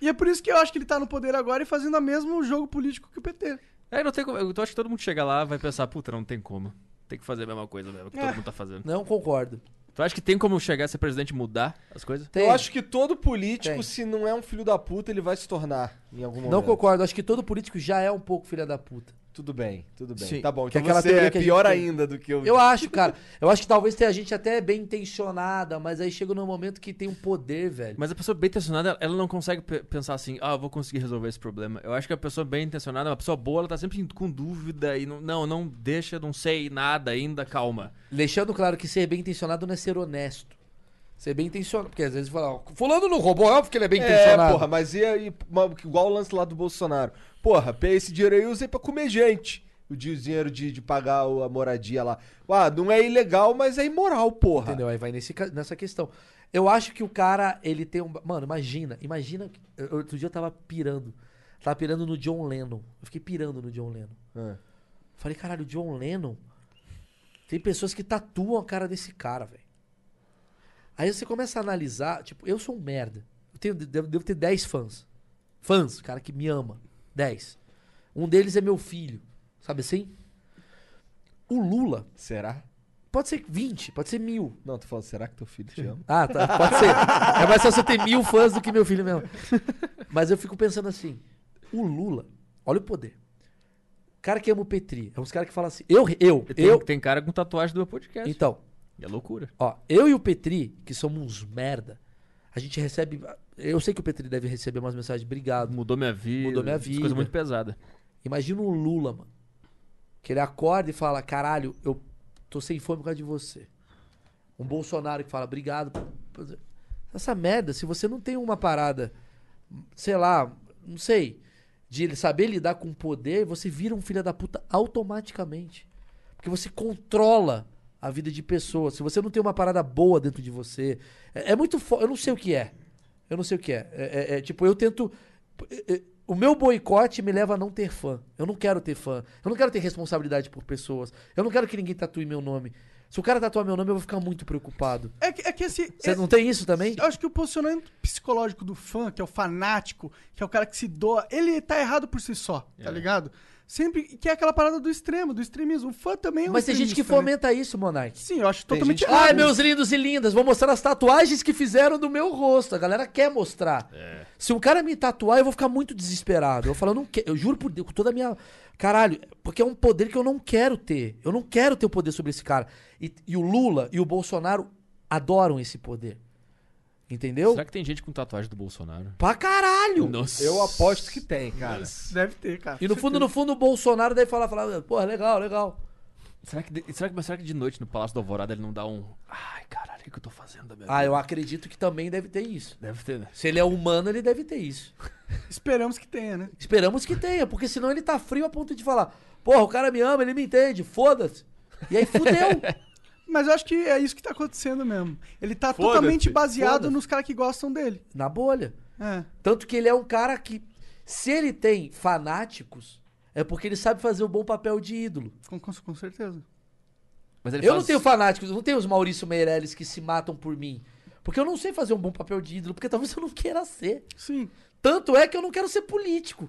S3: E é por isso que eu acho que ele tá no poder agora e fazendo o mesmo jogo político que o PT.
S5: É, não tem como. Eu acho que todo mundo chega lá e vai pensar, puta, não tem como. Tem que fazer a mesma coisa mesmo que
S4: É.
S5: todo mundo tá fazendo.
S4: não concordo.
S5: Tu acha que tem como chegar a ser presidente e mudar as coisas?
S4: Tem.
S12: Eu acho que todo político,
S4: Tem.
S12: se não é um filho da puta, ele vai se tornar em algum momento.
S4: Não concordo. Acho que todo político já é um pouco filha da puta.
S12: Tudo bem, tudo bem.
S4: Sim,
S12: Tá bom,
S4: que é
S12: então
S4: aquela
S12: você
S4: teoria
S12: é
S4: que a gente
S12: pior
S4: tem.
S12: ainda do que eu...
S4: Eu acho, cara. Eu acho que talvez tenha gente até bem intencionada, mas aí chega num momento que tem um poder, velho.
S5: Mas a pessoa bem intencionada, ela não consegue pe- pensar assim, ah, eu vou conseguir resolver esse problema. Eu acho que a pessoa bem intencionada, uma pessoa boa, ela tá sempre com dúvida e não, não, não deixa, não sei nada ainda, calma.
S4: Deixando claro que ser bem intencionado não é ser honesto. Ser bem intencionado. Porque às vezes fala, ó, fulano não roubou, é óbvio que ele é bem
S12: É,
S4: intencionado.
S12: porra, mas e aí, ma- igual o lance lá do Bolsonaro. Porra, pe- esse dinheiro aí eu usei pra comer gente. O di- o dinheiro de, de pagar o- a moradia lá. Ah, não é ilegal, mas é imoral, porra.
S4: Entendeu? Aí vai nesse, ca- nessa questão. Eu acho que o cara, ele tem um. Mano, imagina, imagina. eu- Outro dia eu tava pirando. Tava pirando no John Lennon. Eu fiquei pirando no John Lennon.
S12: É.
S4: Falei, caralho, o John Lennon. Tem pessoas que tatuam a cara desse cara, velho. Aí você começa a analisar, tipo, eu sou um merda. Eu tenho, devo, devo ter 10 fãs. Fãs, cara que me ama. 10. Um deles é meu filho. Sabe assim? O Lula.
S12: Será?
S4: Pode ser 20, pode ser mil.
S12: Não, tu falando, será que teu filho te ama?
S4: Ah, tá. Pode ser. É mais fácil eu ter mil fãs do que meu filho mesmo. Mas eu fico pensando assim: o Lula, olha o poder. O cara que ama o Petri, é uns caras que falam assim. Eu, eu,
S5: E Tem,
S4: eu.
S5: tem cara com tatuagem do meu podcast.
S4: Então,
S5: É loucura.
S4: ó, eu e o Petri, que somos uns merda, a gente recebe. Eu sei que o Petri deve receber umas mensagens, obrigado.
S5: Mudou minha vida.
S4: Mudou minha vida.
S5: Coisa muito pesada.
S4: Imagina o Lula, mano. Que ele acorda e fala: caralho, eu tô sem fome por causa de você. Um Bolsonaro que fala: obrigado. por- Essa merda, se você não tem uma parada, sei lá, não sei, de ele saber lidar com o poder, você vira um filho da puta automaticamente. Porque você controla a vida de pessoas. Se você não tem uma parada boa dentro de você. É, é muito fo... Eu não sei o que é. Eu não sei o que é. É, é- é, tipo, eu tento. é, é, o meu boicote me leva a não ter fã. Eu não quero ter fã. Eu não quero ter responsabilidade por pessoas. Eu não quero que ninguém tatue meu nome. Se o cara tatuar meu nome, eu vou ficar muito preocupado.
S3: É que, é que esse.
S4: Você
S3: é-
S4: não tem isso também?
S3: Eu acho que o posicionamento psicológico do fã, que é o fanático, que é o cara que se doa, ele tá errado por si só, tá ligado? Sempre que é aquela parada do extremo, do extremismo. O fã também é um
S4: Mas tem gente que
S3: extremista, né?
S4: fomenta isso, Monark.
S3: Sim, eu acho totalmente
S12: gente que-
S3: errado.
S4: Ai, meus lindos e lindas, vou mostrar as tatuagens que fizeram do meu rosto. A galera quer mostrar.
S5: É.
S4: Se um cara me tatuar, eu vou ficar muito desesperado. Eu falo, eu não quero. Eu juro por Deus, com toda a minha. Caralho, porque é um poder que eu não quero ter. Eu não quero ter o poder sobre esse cara. E, e o Lula e o Bolsonaro adoram esse poder. Entendeu?
S5: Será que tem gente com tatuagem do Bolsonaro?
S4: Pra caralho!
S5: Nossa.
S12: Eu aposto que tem, cara.
S3: Deve ter, cara.
S4: E no fundo, no fundo, o Bolsonaro deve falar, falar, porra, legal, legal.
S5: Será que, de- será, que, mas será que de noite no Palácio do Alvorada ele não dá um. Ai, caralho, o que que eu tô fazendo da minha
S4: Ah,
S5: vida?
S4: eu acredito que também deve ter isso.
S5: Deve ter, né?
S4: Se ele é humano, ele deve ter isso.
S3: Esperamos que tenha, né?
S4: Esperamos que tenha, porque senão ele tá frio a ponto de falar: Porra, o cara me ama, ele me entende, foda-se. E aí fudeu.
S3: Mas eu acho que é isso que tá acontecendo mesmo. Ele tá totalmente baseado
S4: Foda-se.
S3: nos caras que gostam dele.
S4: Na bolha.
S3: É.
S4: Tanto que ele é um cara que, se ele tem fanáticos, é porque ele sabe fazer o bom papel de ídolo.
S3: Com, com- com certeza.
S5: Mas ele
S4: eu
S5: faz-
S4: não tenho fanáticos, eu não tenho os Maurício Meirelles que se matam por mim. Porque eu não sei fazer um bom papel de ídolo, porque talvez eu não queira ser.
S3: Sim.
S4: Tanto é que eu não quero ser político.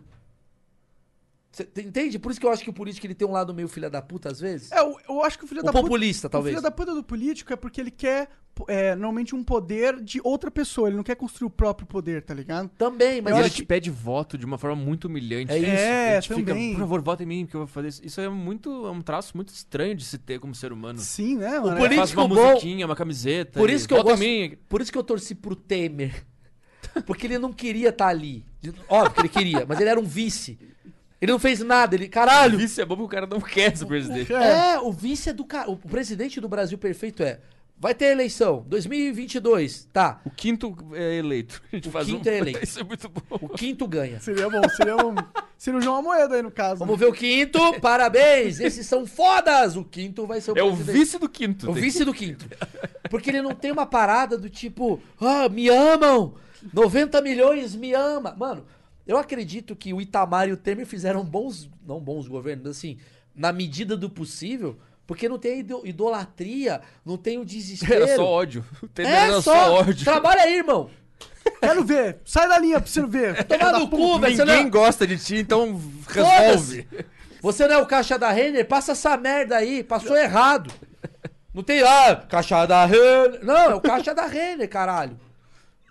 S4: Cê t- entende? Por isso que eu acho que o político ele tem um lado meio filha da puta às vezes.
S3: É, eu, eu acho que o filho
S4: O
S3: da
S4: populista,
S3: puta,
S4: talvez.
S3: O filho da puta do político é porque ele quer é, normalmente um poder de outra pessoa. Ele não quer construir o próprio poder, tá ligado?
S4: Também, mas
S5: E
S4: eu
S5: ele
S4: acho
S5: te
S4: que-
S5: pede voto de uma forma muito humilhante.
S4: É isso.
S3: É,
S5: Ele te fica,
S3: também.
S5: por favor, vota em mim, porque eu vou fazer isso. Isso é muito. É um traço muito estranho de se ter como ser humano.
S3: Sim, né, mano?
S4: poli-
S5: Faz uma
S4: Político bom.
S5: musiquinha, uma camiseta.
S4: Por
S5: e
S4: isso que eu
S5: vota
S4: gosto,
S5: em mim.
S4: por isso que eu torci pro Temer. Porque ele não queria estar ali. Óbvio que ele queria, mas ele era um vice. Ele não fez nada, ele, caralho.
S5: Isso é bom porque o cara não quer ser presidente.
S4: É, o vice é do cara, o presidente do Brasil perfeito é. Vai ter eleição, 2022, tá?
S5: O quinto é eleito. A gente
S4: O
S5: faz
S4: quinto
S5: um...
S4: é eleito.
S5: Isso é muito bom.
S4: O quinto ganha.
S3: Seria bom, seria um. Seria o João Amoedo aí, no caso. né?
S4: Vamos ver o quinto, parabéns, esses são fodas. O quinto vai ser o
S5: É o
S4: presidente.
S5: vice do quinto.
S4: O
S5: Tem-
S4: vice do quinto. Porque ele não tem uma parada do tipo, ah, me amam! 90 milhões me ama. Mano, eu acredito que o Itamar e o Temer fizeram bons, não bons governos, mas assim, na medida do possível, porque não tem a ido- idolatria, não tem o desespero.
S5: Era só ódio. O Temer
S4: É
S5: era
S4: só,
S5: só ódio.
S4: Trabalha aí, irmão.
S3: Quero ver. Sai da linha, preciso ver.
S4: Tomar no cu, velho. Você não,
S9: Ninguém
S4: é,
S9: gosta de ti, então resolve.
S4: você não é o caixa da Renner? Passa essa merda aí. Passou errado. Não tem, ah, caixa da Renner. Não, é o caixa da Renner, caralho.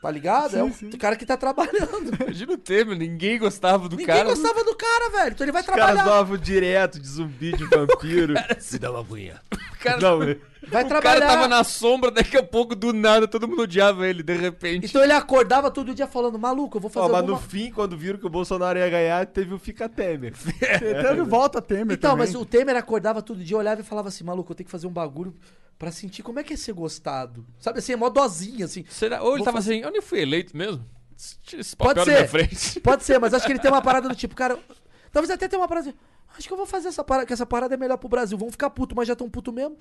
S4: Tá ligado? é o cara que tá trabalhando.
S11: Imagina o Temer, ninguém gostava do
S4: Ninguém
S11: cara.
S4: gostava do cara, velho. Então ele vai
S11: Os caras
S4: trabalhar.
S11: davam direto de zumbi, de vampiro.
S4: Se dá uma punha.
S11: cara,
S4: Não,
S11: vai o
S4: trabalhar.
S11: cara tava na sombra, daqui a pouco, do nada, todo mundo odiava ele, de repente.
S4: Então ele acordava todo dia falando, maluco, eu vou fazer
S12: Ó, mas
S4: alguma...
S12: no fim, quando viram que o Bolsonaro ia ganhar, teve o Fica Temer.
S3: Teve volta Temer
S4: Então,
S3: também.
S4: mas o Temer acordava todo dia, olhava e falava assim, maluco, eu tenho que fazer um bagulho pra sentir como é que é ser gostado. Sabe assim, é mó dozinha, assim.
S11: Será? Ou ele
S4: Vou
S11: tava
S4: fazer-
S11: assim, eu nem fui eleito mesmo? Tira Esse papel
S4: Pode
S11: da minha
S4: ser.
S11: frente.
S4: Pode ser, mas acho que ele tem uma parada do tipo, cara. Talvez até tenha uma parada assim. Acho que eu vou fazer essa parada, que essa parada é melhor pro Brasil. Vão ficar puto, mas já tão puto mesmo.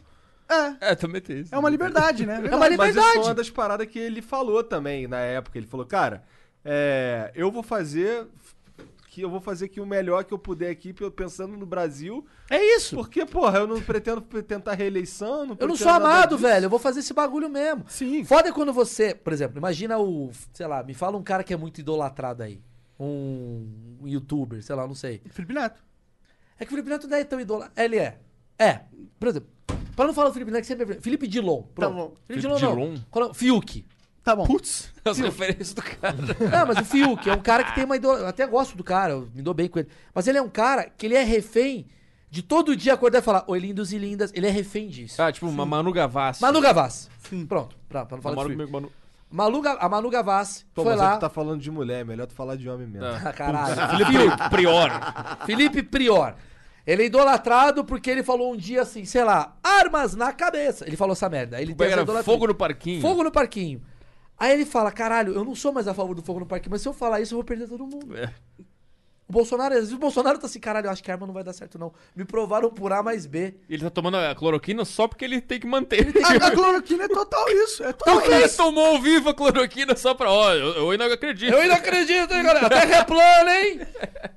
S3: É,
S11: É, também tem
S4: um
S11: isso.
S3: é uma liberdade, né?
S4: É uma
S12: Mas isso foi uma
S4: liberdade.
S12: das paradas que ele falou também na época. Ele falou, cara, é, eu vou fazer que eu vou fazer aqui o melhor que eu puder aqui pe- pensando no Brasil.
S4: É isso.
S12: Porque, porra, eu não pretendo p- tentar reeleição, não
S4: Eu não
S12: pretendo
S4: sou
S12: nada
S4: amado,
S12: disso.
S4: velho. Eu vou fazer esse bagulho mesmo.
S12: Sim.
S4: Foda é quando você, por exemplo, imagina o. Sei lá, me fala um cara que é muito idolatrado aí. Um, um youtuber, sei lá, não sei.
S3: Felipe Neto.
S4: É que o Felipe Neto não é tão idolatrado. Ele é. É. Por exemplo, pra não falar o Felipe Neto, que sempre é. Felipe Dilon.
S12: Tá
S4: Pronto.
S3: bom.
S4: Felipe,
S11: Felipe
S4: Dilon,
S11: Dilon?
S4: não. Qual é o- Fiuk.
S3: Tá bom.
S11: Putz, as referências do cara.
S4: Não, mas o Fiuk é um cara que tem uma idol... Eu até gosto do cara, eu me dou bem com ele. Mas ele é um cara que ele é refém de todo dia acordar e falar, oi lindos e lindas. Ele é refém disso.
S11: Ah, tipo, uma Manu Gavassi.
S4: Manu Gavassi. Pronto, pra, pra não falar
S11: Manu,
S4: do
S11: Manu,
S4: Fiuk.
S11: Manu.
S4: Manu Ga- a Manu Gavassi
S12: Pô,
S4: foi
S12: mas é
S4: lá.
S12: que tá falando de mulher, é melhor tu falar de homem mesmo.
S4: Ah, caralho.
S11: Felipe Prior.
S4: Felipe Prior. Ele é idolatrado porque ele falou um dia assim, sei lá, armas na cabeça. Ele falou essa merda. Aí Ele tem essa
S11: Era
S4: idolatria.
S11: fogo no parquinho.
S4: Fogo no parquinho. Aí ele fala, caralho, eu não sou mais a favor do fogo no parquinho, mas se eu falar isso, eu vou perder todo mundo.
S11: É.
S4: O Bolsonaro, às vezes o Bolsonaro tá assim, caralho, eu acho que a arma não vai dar certo, não. Me provaram por A mais B.
S11: Ele tá tomando a cloroquina só porque ele tem que manter.
S3: A, a cloroquina é total isso. É total
S11: Ele
S3: isso.
S11: tomou ao vivo a cloroquina só pra. Ó, eu, eu ainda acredito.
S4: Eu ainda acredito, hein, galera? A Terra é plana, hein?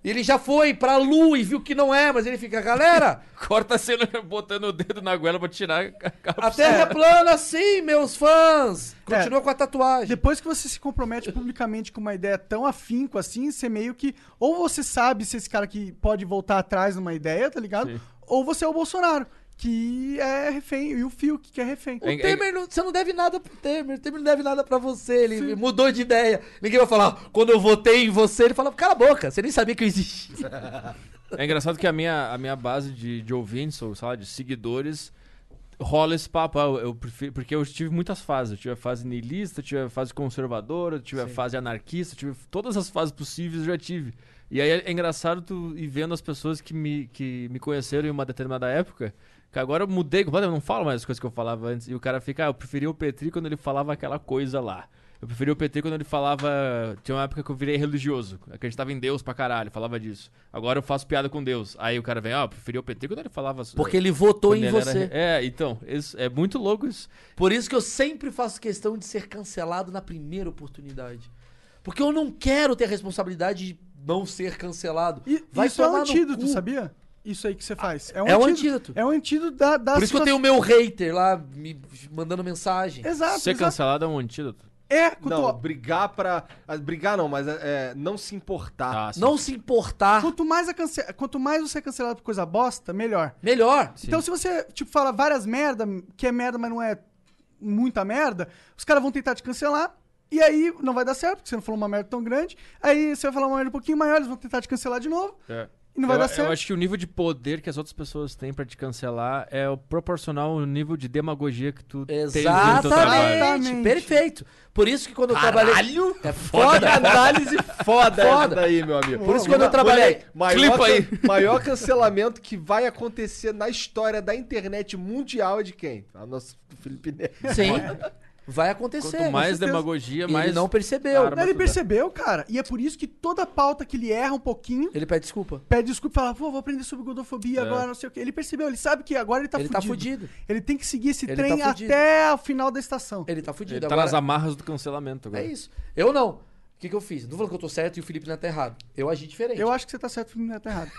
S4: Ele já foi pra lua e viu que não é, mas ele fica, galera,
S11: Corta a cena botando o dedo na goela pra tirar a capa.
S4: a Terra é plana sim, meus fãs. Continua com a tatuagem.
S3: Depois que você se compromete publicamente com uma ideia tão afinco assim, você meio que. Ou você sabe se esse cara que pode voltar atrás numa ideia, tá ligado? Ou você é o Bolsonaro, que é refém, e o Fiuk, que é refém.
S4: O
S11: É-
S4: Temer, não- você não deve nada pro Temer. O Temer não deve nada pra você. Ele mudou de ideia. Ninguém vai falar, quando eu votei em você, ele fala, cala a boca, você nem sabia que eu existia.
S5: É engraçado que a minha, a minha base de, de ouvintes, ou sei lá, de seguidores, rola esse papo. Ah, eu, eu prefiro- porque eu tive muitas fases. Eu tive a fase niilista, eu tive a fase conservadora, eu tive a fase anarquista, eu tive todas as fases possíveis eu já tive. E aí é engraçado tu ir vendo as pessoas que me, que me conheceram em uma determinada época. Que agora eu mudei completamente, eu não falo mais as coisas que eu falava antes. E o cara fica, ah, eu preferia o Petri quando ele falava aquela coisa lá. Eu preferia o PT quando ele falava. Tinha uma época que eu virei religioso. Acreditava em Deus pra caralho, falava disso. Agora eu faço piada com Deus. Aí o cara vem, ó, eu preferia o PT quando ele falava.
S4: Porque ele votou
S5: quando
S4: em
S5: ele era-
S4: você.
S5: É, então, isso- é muito louco isso.
S4: Por isso que eu sempre faço questão de ser cancelado na primeira oportunidade. Porque eu não quero ter a responsabilidade de não ser cancelado.
S3: E
S4: Vai
S3: isso é um
S4: tomar no
S3: antídoto,
S4: cu.
S3: sabia? Isso aí que você faz.
S4: é um antídoto.
S3: É um antídoto da, da
S4: Por isso que eu tenho o meu hater lá me mandando mensagem.
S3: Exato,
S5: Ser
S3: exato.
S5: cancelado é um antídoto.
S3: É, quando
S12: Não,
S3: tu-
S12: brigar pra. ah, Brigar não, mas é, não se importar.
S5: Ah, sim.
S4: Não se importar.
S3: quanto, mais a cance... quanto mais você é cancelado por coisa bosta, melhor.
S4: Melhor.
S3: Então, se você, tipo, fala várias merda, que é merda, mas não é muita merda, os caras vão tentar te cancelar. E aí não vai dar certo, porque você não falou uma merda tão grande. Aí você vai falar uma merda um pouquinho maior, eles vão tentar te cancelar de novo.
S4: Tá,
S5: É.
S3: E não vai
S5: eu,
S3: dar
S5: eu
S3: certo.
S5: acho que o nível de poder que as outras pessoas têm pra te cancelar é o proporcional ao nível de demagogia que tu tem no teu trabalho.
S4: Exatamente. Perfeito. Por isso que quando eu trabalhei. É foda.
S12: Análise foda,
S4: Foda.
S12: foda. daí, meu amigo.
S4: Por isso que quando eu trabalhei.
S12: Maior,
S11: Clipa aí.
S12: can- maior cancelamento que vai acontecer na história da internet mundial é de quem? A nossa do Felipe Neto.
S4: Sim. Vai acontecer.
S5: Quanto mais
S4: com certeza.
S5: demagogia,
S4: Ele
S5: mais.
S4: não percebeu.
S5: arma
S3: Daí ele
S5: tu dá.
S3: percebeu, cara. E é por isso que toda pauta que ele erra um pouquinho,
S4: Ele pede desculpa.
S3: pede desculpa e fala, pô, vou aprender sobre gordofobia agora, não sei o quê. Ele percebeu, ele sabe que agora ele tá
S4: É. ele
S3: fudido.
S4: tá fudido.
S3: Ele tem que seguir esse
S4: Ele
S3: trem
S4: tá fudido.
S3: até o final da estação.
S4: Ele tá fudido.
S5: Ele tá
S4: Agora,
S5: nas amarras do cancelamento agora.
S4: É isso. Eu não. O que, que eu fiz? Não falando que eu tô certo e o Felipe não tá errado. Eu agi diferente.
S3: Eu acho que você tá certo, Felipe, tá errado.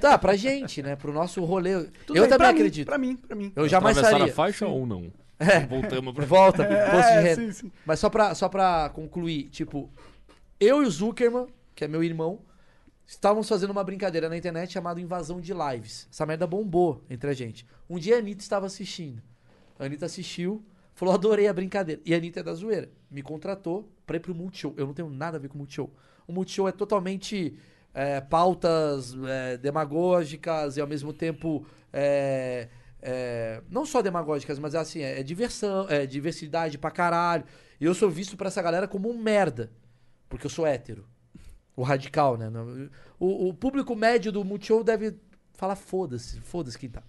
S4: Tá, pra gente, né? Pro nosso rolê.
S3: Tudo bem,
S4: eu também
S3: pra mim,
S4: acredito.
S3: pra mim, pra mim.
S4: eu jamais
S5: Atravessaram
S4: faria.
S5: a faixa ou não? Então
S4: É.
S5: Voltamos pra
S4: Volta, posto de
S3: É,
S4: renda.
S3: sim, sim.
S4: Mas só pra, só pra concluir, tipo, eu e o Zuckerman, que é meu irmão, estávamos fazendo uma brincadeira na internet chamada Invasão de Lives. Essa merda bombou entre a gente. Um dia a Anitta estava assistindo. A Anitta assistiu, Falou, adorei a brincadeira. E a Anitta é da zoeira. Me contratou pra ir pro Multishow. Eu não tenho nada a ver com o Multishow. O Multishow é totalmente é, pautas é, demagógicas e ao mesmo tempo. é, é, não só demagógicas, mas assim, é, é diversão, é diversidade pra caralho. E eu sou visto pra essa galera como um merda. Porque eu sou hétero. O radical, né? Não- O, o público médio do Multishow deve falar foda-se, foda-se quem tá.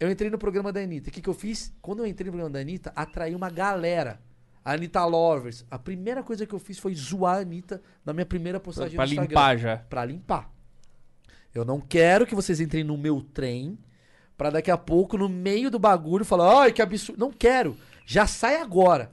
S4: Eu entrei no programa da Anitta. O que, que eu fiz? Quando eu entrei no programa da Anitta, atraí uma galera. A Anitta Lovers. A primeira coisa que eu fiz foi zoar a Anitta na minha primeira postagem
S5: Pra
S4: no Instagram.
S5: limpar já.
S4: Pra limpar. Eu não quero que vocês entrem no meu trem pra daqui a pouco, no meio do bagulho, falar, ai, que absurdo. Não quero. Já sai agora.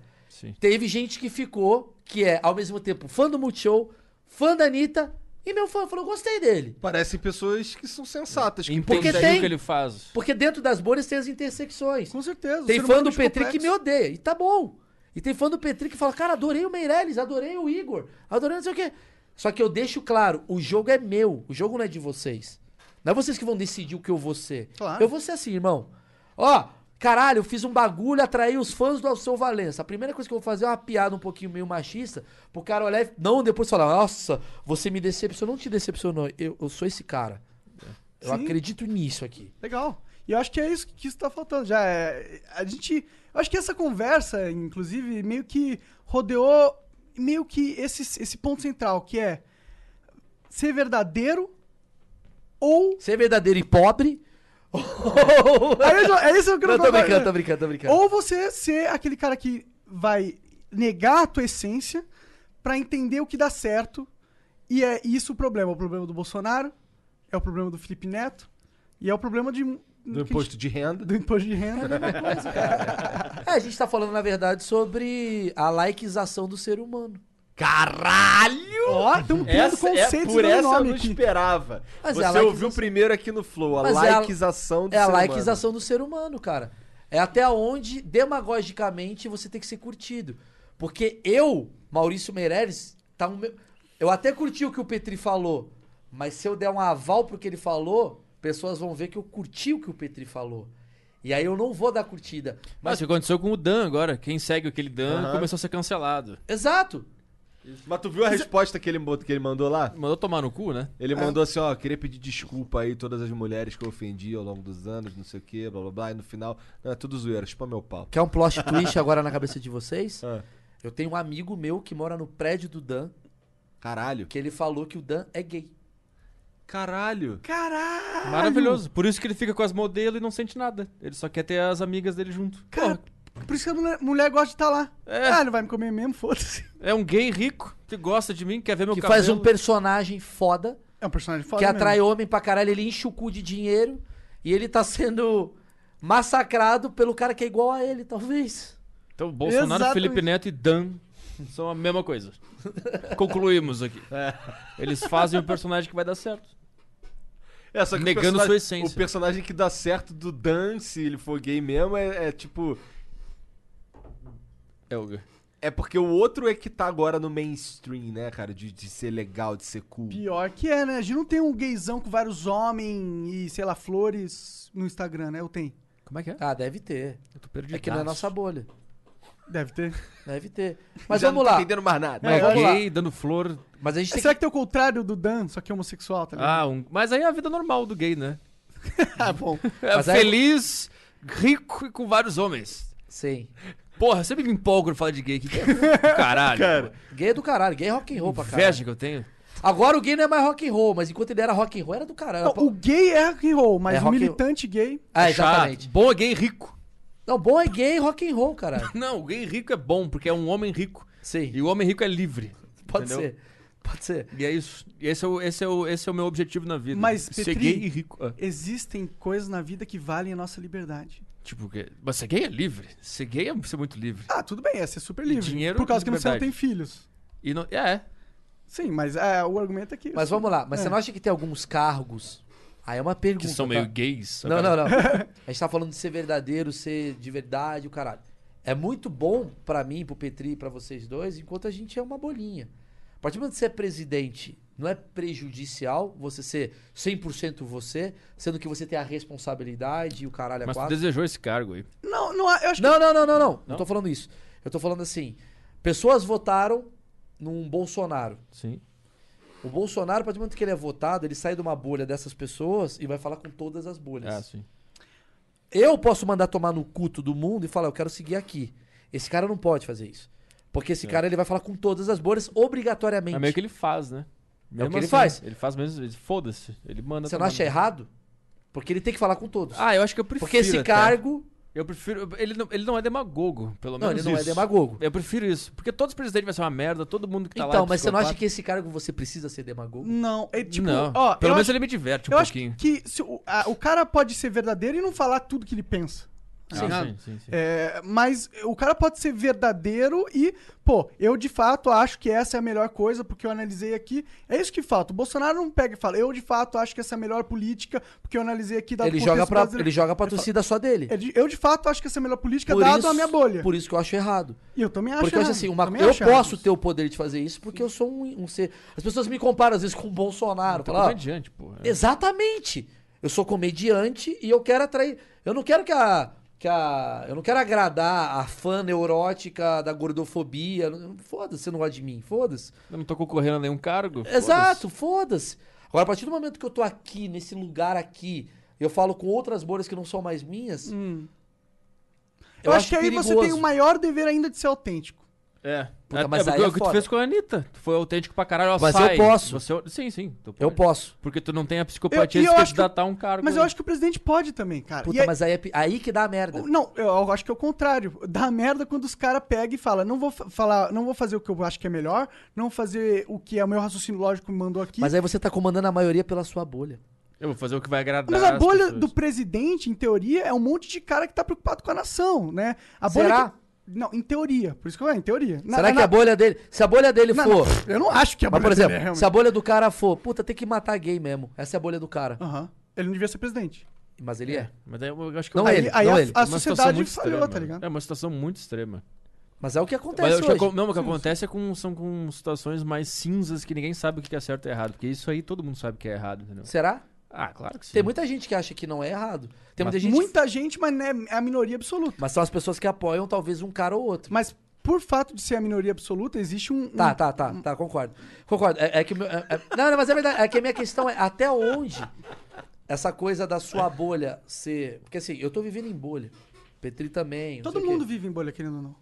S4: Teve gente que ficou, que é, ao mesmo tempo, fã do Multishow, fã da Anitta, e meu fã falou, gostei dele.
S2: Parecem pessoas que são sensatas. Que
S4: Porque
S2: entendem
S4: tem-
S5: o que ele faz.
S4: Porque dentro das bolhas tem as intersecções.
S3: Com certeza.
S4: Tem
S3: o ser
S4: fã
S3: humano
S4: do
S3: é
S4: Petri
S3: complexo.
S4: que me odeia. E tá bom. E tem fã do Petri que fala, cara, adorei o Meirelles, adorei o Igor, adorei não sei o quê. Só que eu deixo claro, o jogo é meu, o jogo não é de vocês. Não é vocês que vão decidir o que eu vou ser.
S3: Claro.
S4: Eu vou ser assim, irmão. Ó, caralho, eu fiz um bagulho, atraí os fãs do Alceu Valença. A primeira coisa que eu vou fazer é uma piada um pouquinho meio machista, pro cara olhar e não depois falar, nossa, você me decepcionou. Não te decepcionou, eu, eu sou esse cara. Eu
S3: Sim.
S4: acredito nisso aqui.
S3: Legal. E eu acho que é isso que está faltando. Já é- a gente, eu acho que essa conversa, inclusive, meio que rodeou meio que esse, esse ponto central, que é ser verdadeiro ou
S4: Ser verdadeiro e pobre?
S3: Aí eu já- é isso que eu
S4: Não,
S3: não
S4: tô brincando, tô brincando, tô brincando.
S3: Ou você ser aquele cara que vai negar a tua essência pra entender o que dá certo. E é isso o problema. É o problema do Bolsonaro, é o problema do Felipe Neto, e é o problema de.
S2: Do imposto de renda.
S3: Do imposto de renda. é a mesma coisa, cara.
S4: É, a gente tá falando, na verdade, sobre a laiquização do ser humano.
S2: Caralho!
S3: Ó, estamos criando
S2: Essa,
S3: conceitos
S2: é, por
S3: no
S2: essa eu
S3: nome
S2: não
S3: aqui.
S2: esperava.
S4: Mas é
S2: Você
S4: a
S2: ouviu
S4: laiquização.
S2: primeiro aqui no Flow, a
S4: Mas é a-
S2: laiquização do
S4: é a
S2: ser
S4: laiquização do ser humano, cara. É até onde, demagogicamente, você tem que ser curtido. Porque eu, Maurício Meirelles, tá um meu... eu até curti o que o Petri falou, mas se eu der um aval pro que ele falou, pessoas vão ver que eu curti o que o Petri falou. E aí eu não vou dar curtida.
S5: Mas o
S4: Mas,
S5: que aconteceu com o Dan agora? Quem segue aquele Dan
S2: Aham.
S5: começou a ser cancelado.
S4: exato.
S2: humano. Mas tu viu
S4: é-
S2: a resposta que ele, bot- que ele mandou lá?
S5: Mandou tomar no cu, né?
S2: Ele mandou assim, ó, queria pedir desculpa aí todas as mulheres que eu ofendi ao longo dos anos, não sei o que, blá blá blá, e no final, não, é tudo zoeira, chupa meu pau.
S4: Quer um plot twist agora na cabeça de vocês?
S2: Ah.
S4: Eu tenho um amigo meu que mora no prédio do Dan,
S2: Caralho.
S4: que ele falou que o Dan é gay.
S2: Caralho.
S4: Ah,
S3: Caralho!
S5: Maravilhoso. Por isso que ele fica com as modelos e não sente nada. Ele só quer ter as amigas dele junto.
S3: Cara,
S5: Porra,
S3: por isso que a mulher, mulher gosta de estar lá.
S5: É.
S3: Ah, não vai me comer mesmo, foda-se.
S5: é um gay rico que gosta de mim, quer ver meu
S4: que
S5: cabelo.
S4: faz um personagem foda,
S3: É um personagem foda.
S4: que
S3: mesmo.
S4: atrai homem pra caralho, ele enche o cu de dinheiro e ele tá sendo massacrado pelo cara que é igual a ele, talvez.
S5: Então, Bolsonaro,
S3: Exatamente.
S5: Felipe Neto e Dan são a mesma coisa. Concluímos aqui.
S4: É.
S5: Eles fazem o personagem que vai dar certo.
S2: É, só que o
S5: Negando
S2: personagem-
S5: sua essência.
S2: O personagem que dá certo do Dan, se ele for gay mesmo, é, é tipo.
S5: É o
S2: É porque o outro é que tá agora no mainstream, né, cara? De, de ser legal, de ser cool.
S3: Pior que é, né? A gente não tem um gaysão com vários homens e, sei lá, flores no Instagram, né? Eu tenho.
S5: Como é que é?
S4: Ah, deve ter.
S5: Eu tô perdido. Ah,
S4: É que não é nossa bolha.
S3: Deve ter.
S4: Deve ter. Mas
S2: Já
S4: vamos
S2: não tô
S4: lá.
S2: entendendo mais nada. É,
S4: Mas vamos lá.
S5: gay, dando flor.
S4: Mas a gente tem
S3: Será que tem o contrário do Dan, só que é homossexual, tá ligado?
S5: Ah, um... mas aí é a vida normal do gay, né?
S3: Ah, bom.
S5: É
S4: Mas aí-
S5: feliz, rico e com vários homens.
S4: que... Sim.
S5: Porra, eu sempre me empolgo quando falo de gay. Que que é? do caralho. Cara,
S4: Gay é do caralho. Gay é rock and roll pra
S5: inveja
S4: caralho.
S5: que eu tenho.
S4: Agora o gay não é mais rock and roll, mas enquanto ele era rock and roll, era do caralho.
S3: Não, o gay é rock and roll, mas
S4: É
S3: o
S4: rock and-
S3: militante gay.
S4: Ah,
S5: Chato.
S4: exatamente.
S5: Bom é gay rico.
S4: Não, bom é gay e rock and roll, caralho.
S5: Não, o gay rico é bom, porque é um homem rico.
S4: Sim.
S5: E o homem rico é livre.
S4: Pode
S5: Entendeu?
S4: ser. Pode ser.
S5: E é isso. E esse é o, esse é o, esse é o meu objetivo na vida.
S3: Mas,
S5: ser
S3: Petri-
S5: gay e rico. Ah,
S3: Existem coisas na vida que valem a nossa liberdade.
S5: tipo, que- mas ser gay é livre. Ser gay é ser muito livre.
S3: Ah, tudo bem, é ser super livre.
S5: dinheiro é
S3: por causa que você não tem
S5: liberdade.
S3: filhos.
S5: E não, é.
S3: Sim, mas é, o argumento é que.
S4: Mas vamos lá. Mas
S3: É.
S4: você não acha que tem alguns cargos? Aí é uma pergunta.
S5: Que são
S4: tá?
S5: meio né, gays.
S4: Não, não, não. A gente tá falando de ser verdadeiro, ser de verdade, o caralho. É muito bom pra mim, pro Petri e pra vocês dois, enquanto a gente é uma bolinha. A partir do momento que você é presidente, não é prejudicial você ser 100% você, sendo que você tem a responsabilidade e o caralho a
S5: Mas tu
S4: quatro.
S5: desejou esse cargo aí.
S3: Não, Não, não, eu acho que-
S4: não, não, não, não, não. Não tô falando isso. Eu tô falando assim: pessoas votaram num Bolsonaro.
S5: Sim.
S4: O Bolsonaro, a partir do momento que ele é votado, ele sai de uma bolha dessas pessoas e vai falar com todas as bolhas.
S5: Ah, sim.
S4: Eu posso mandar tomar no cu todo mundo e falar, eu quero seguir aqui. Esse cara não pode fazer isso. Porque esse cara ele vai falar com todas as bolhas obrigatoriamente.
S5: É meio que ele faz, né?
S4: É o
S5: Mesmo
S4: que ele
S5: assim,
S4: faz.
S5: Ele faz mesmo, ele- foda-se. Ele manda.
S4: Você não
S5: tomar
S4: acha
S5: no-
S4: errado? Porque ele tem que falar com todos.
S5: Ah, eu acho que eu prefiro.
S4: Porque esse
S5: até.
S4: cargo.
S5: Eu prefiro. Ele não, ele não é demagogo, pelo
S4: Não,
S5: menos.
S4: ele não é
S5: isso.
S4: demagogo.
S5: Eu prefiro isso. Porque todos os presidentes vai ser uma merda, todo mundo que tá lá.
S4: então,
S5: é
S4: mas você não acha
S5: psicopata.
S4: que esse cargo você precisa ser demagogo?
S3: Não, é tipo.
S5: Não.
S3: Ó,
S5: Pelo
S3: eu
S5: menos
S3: acho-
S5: ele me diverte um
S3: eu
S5: pouquinho.
S3: acho que se o, a- o cara pode ser verdadeiro e não falar tudo que ele pensa. tá
S5: Sim,
S3: ligado?
S5: Ah, sim, sim, sim.
S3: É, mas o cara pode ser verdadeiro e, pô, eu de fato acho que essa é a melhor coisa, porque eu analisei aqui. É isso que falta. O Bolsonaro não pega e fala, eu de fato acho que essa é a melhor política, porque eu analisei aqui dado
S4: Ele
S3: o
S4: joga,
S3: contexto
S4: pra,
S3: brasileiro."
S4: ele joga pra torcida só dele.
S3: É de- Eu de fato acho que essa é a melhor política, dado a minha bolha.
S4: Por isso que eu acho errado.
S3: E eu também acho
S4: Porque eu acho
S3: errado,
S4: assim, uma-
S3: Tá também
S4: eu
S3: acho errado.
S4: posso ter o poder de fazer isso porque eu sou um, um ser. As pessoas me comparam às vezes com o Bolsonaro.
S5: Então,
S4: falam, ó,
S5: comediante, pô. É.
S4: Exatamente. Eu sou comediante e eu quero atrair. Eu não quero que a. Que a eu não quero agradar a fã neurótica da gordofobia. Foda-se, você não gosta de mim. Foda-se.
S5: Eu não tô concorrendo a nenhum cargo.
S4: Exato, foda-se. Agora, a partir do momento que eu tô aqui, nesse lugar aqui, eu falo com outras bolhas que não são mais minhas.
S3: Hum. Eu, acho, que aí você tem
S4: perigoso.
S3: o maior dever ainda de ser autêntico.
S5: É.
S4: Puta,
S5: é,
S4: mas
S5: mas é,
S4: aí
S5: porque
S4: é
S5: o que
S4: foda.
S5: tu fez com a Anitta. Tu foi autêntico pra caralho. ó,
S4: Mas eu
S5: sai.
S4: posso.
S5: Você- é sim, sim. tu
S4: Eu
S5: pode.
S4: posso.
S5: Porque tu não tem a
S3: Eu-
S5: psicopatia
S3: e
S5: de
S3: eu acho que-
S5: candidatar a um cargo.
S3: Mas eu acho que o presidente pode também, cara.
S4: Puta,
S3: E aí-
S4: mas aí, é pi- aí que dá a merda.
S3: Não, eu acho que é o contrário. Dá merda quando os caras pegam e falam, não vou fa- falar, não vou fazer o que eu acho que é melhor, não vou fazer o que é o meu raciocínio lógico me mandou aqui.
S4: Mas aí você tá comandando a maioria pela sua bolha.
S5: Eu vou fazer o que vai agradar.
S3: Mas a
S5: as
S3: bolha
S5: pessoas.
S3: do presidente, em teoria, é um monte de cara que tá preocupado com a nação, né? A bolha
S4: Será?
S3: que- Não, em teoria. Por isso que eu em teoria. Na-
S4: Será
S3: na-
S4: que é a bolha dele. Se a bolha dele
S3: na-
S4: for.
S3: na- Eu não acho que a
S4: Mas,
S3: bolha
S4: por exemplo,
S3: dele é
S4: se a
S3: realmente-
S4: bolha do cara for, puta, tem que matar gay mesmo. Essa é a bolha do cara.
S3: Aham. Ele não devia ser presidente.
S4: Mas ele é.
S5: Mas aí eu acho que
S4: Não
S5: é uma-
S3: aí
S4: ele,
S3: aí
S4: não
S3: a,
S4: ele.
S3: a
S5: é uma situação
S3: sociedade falhou,
S5: muito extrema.
S4: né?
S3: tá ligado?
S5: É uma situação muito extrema.
S4: Mas é o que
S5: Mas
S4: acontece
S5: eu acho que
S4: hoje.
S5: acon- não, o que acontece é com, são com situações mais cinzas que ninguém sabe o que é certo e errado. Porque isso aí todo mundo sabe que é errado, entendeu?
S4: Será?
S5: Ah, claro que sim.
S4: Tem muita gente que acha que não é errado. Tem muita
S3: Mas
S4: gente.
S3: Muita gente, mas né, é a minoria absoluta.
S4: Mas são as pessoas que apoiam talvez um cara ou outro.
S3: Mas por fato de ser a minoria absoluta, existe um. um-
S4: Tá, tá, tá, tá, concordo. Concordo. É, é que. o meu- é- é- não, não, mas é verdade. É que a minha questão é até onde essa coisa da sua bolha ser. Porque assim, eu tô vivendo em bolha. Petri também. não
S3: Todo
S4: sei o quê.
S3: mundo vive em bolha, querendo ou não.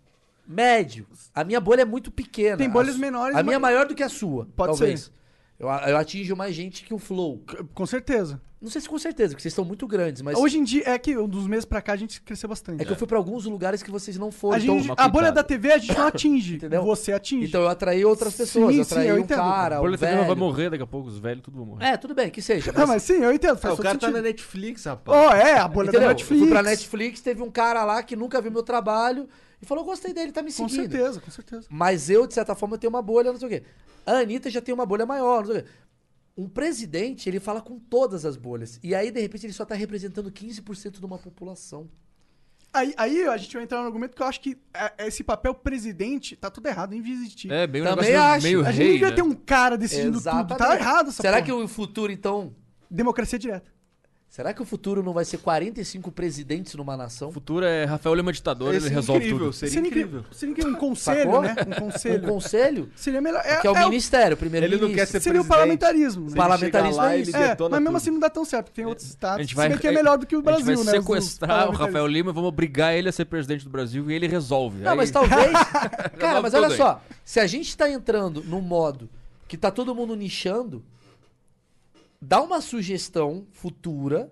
S4: Médio. A minha bolha é muito pequena.
S3: Tem bolhas
S4: A su-
S3: menores,
S4: A minha é
S3: mas-
S4: maior do que a sua.
S3: Pode
S4: talvez.
S3: ser.
S4: Eu, a- eu atinjo mais gente que o Flow.
S3: C- Com certeza.
S4: Não sei se com certeza, porque vocês estão muito grandes, mas.
S3: Hoje em dia, é que um dos meses pra cá a gente cresceu bastante.
S4: É que eu fui pra alguns lugares que vocês não foram.
S3: a,
S4: então-
S3: gente-
S5: toma
S3: a bolha
S5: cuidado.
S3: da TV a gente não atinge.
S4: Entendeu?
S3: Você atinge.
S4: Então eu atraí outras
S3: Sim,
S4: pessoas. eu
S3: sim,
S4: atraí
S3: eu
S4: um
S3: entendo.
S4: cara,
S5: A
S4: um
S5: bolha também vai
S4: velho.
S5: morrer daqui a pouco, os velhos tudo vão morrer.
S4: É, tudo bem, que seja.
S3: não, mas sim, eu entendo.
S12: Ah,
S2: é,
S3: Faz
S12: o
S3: todo
S12: cara tá
S3: sentido.
S12: na Netflix, rapaz.
S3: Oh, é, a bolha
S4: Entendeu?
S3: da
S4: Eu
S3: Netflix.
S4: fui pra Netflix, teve um cara lá que nunca viu meu trabalho e falou: gostei dele, tá me
S3: Com
S4: seguindo.
S3: certeza, com certeza.
S4: Mas eu, de certa forma, eu tenho uma bolha, não sei o quê. A Anitta já tem uma bolha maior, não sei o quê. Um presidente, ele fala com todas as bolhas. E aí, de repente, ele só tá representando 15% de uma população.
S3: Aí, aí a gente vai entrar num argumento que eu acho que é, esse papel presidente tá tudo errado, em vez de existir.
S5: É, bem um
S4: Também
S5: negócio
S4: acho.
S5: meio
S3: a gente
S5: rei,
S3: devia
S5: né?
S3: ter um cara decidindo tudo. Tá errado essa
S4: Será
S3: porra.
S4: que o futuro, então.
S3: Democracia direta.
S4: Será que o futuro não vai ser 45 presidentes numa nação?
S5: O futuro é Rafael Lima ditador,
S12: Esse
S2: é
S5: ele resolve
S12: incrível,
S5: tudo.
S12: Seria,
S3: Seria
S12: incrível.
S3: é incrível. Seria incrível um conselho,
S4: Sacou?
S3: né? Um
S4: Um
S3: conselho.
S4: conselho?
S3: Seria melhor. É,
S4: Que é o
S3: é o-
S4: ministério, o
S12: Ele
S4: primeiro-ministro.
S12: não quer ser
S3: Seria o
S12: presidente.
S3: parlamentarismo, né?
S12: Se ele
S4: Parlamentarismo
S12: chegar lá,
S4: é
S12: ele
S4: isso.
S3: É, mas
S12: detona
S3: mesmo
S12: tudo.
S3: assim não dá tão certo, porque tem outros estados.
S5: A gente
S3: se
S5: vai,
S3: bem que é melhor do que o Brasil,
S5: a gente vai
S3: né? os- os
S5: sequestrar o
S3: parlamentaristas.
S5: Rafael Lima e vamos obrigar ele a ser presidente do Brasil e ele resolve.
S4: Não,
S5: Aí-
S4: mas tá- talvez. cara,
S5: Resolve
S4: mas olha
S5: tudo aí.
S4: só. Se a gente tá entrando num modo que tá todo mundo nichando, dá uma sugestão futura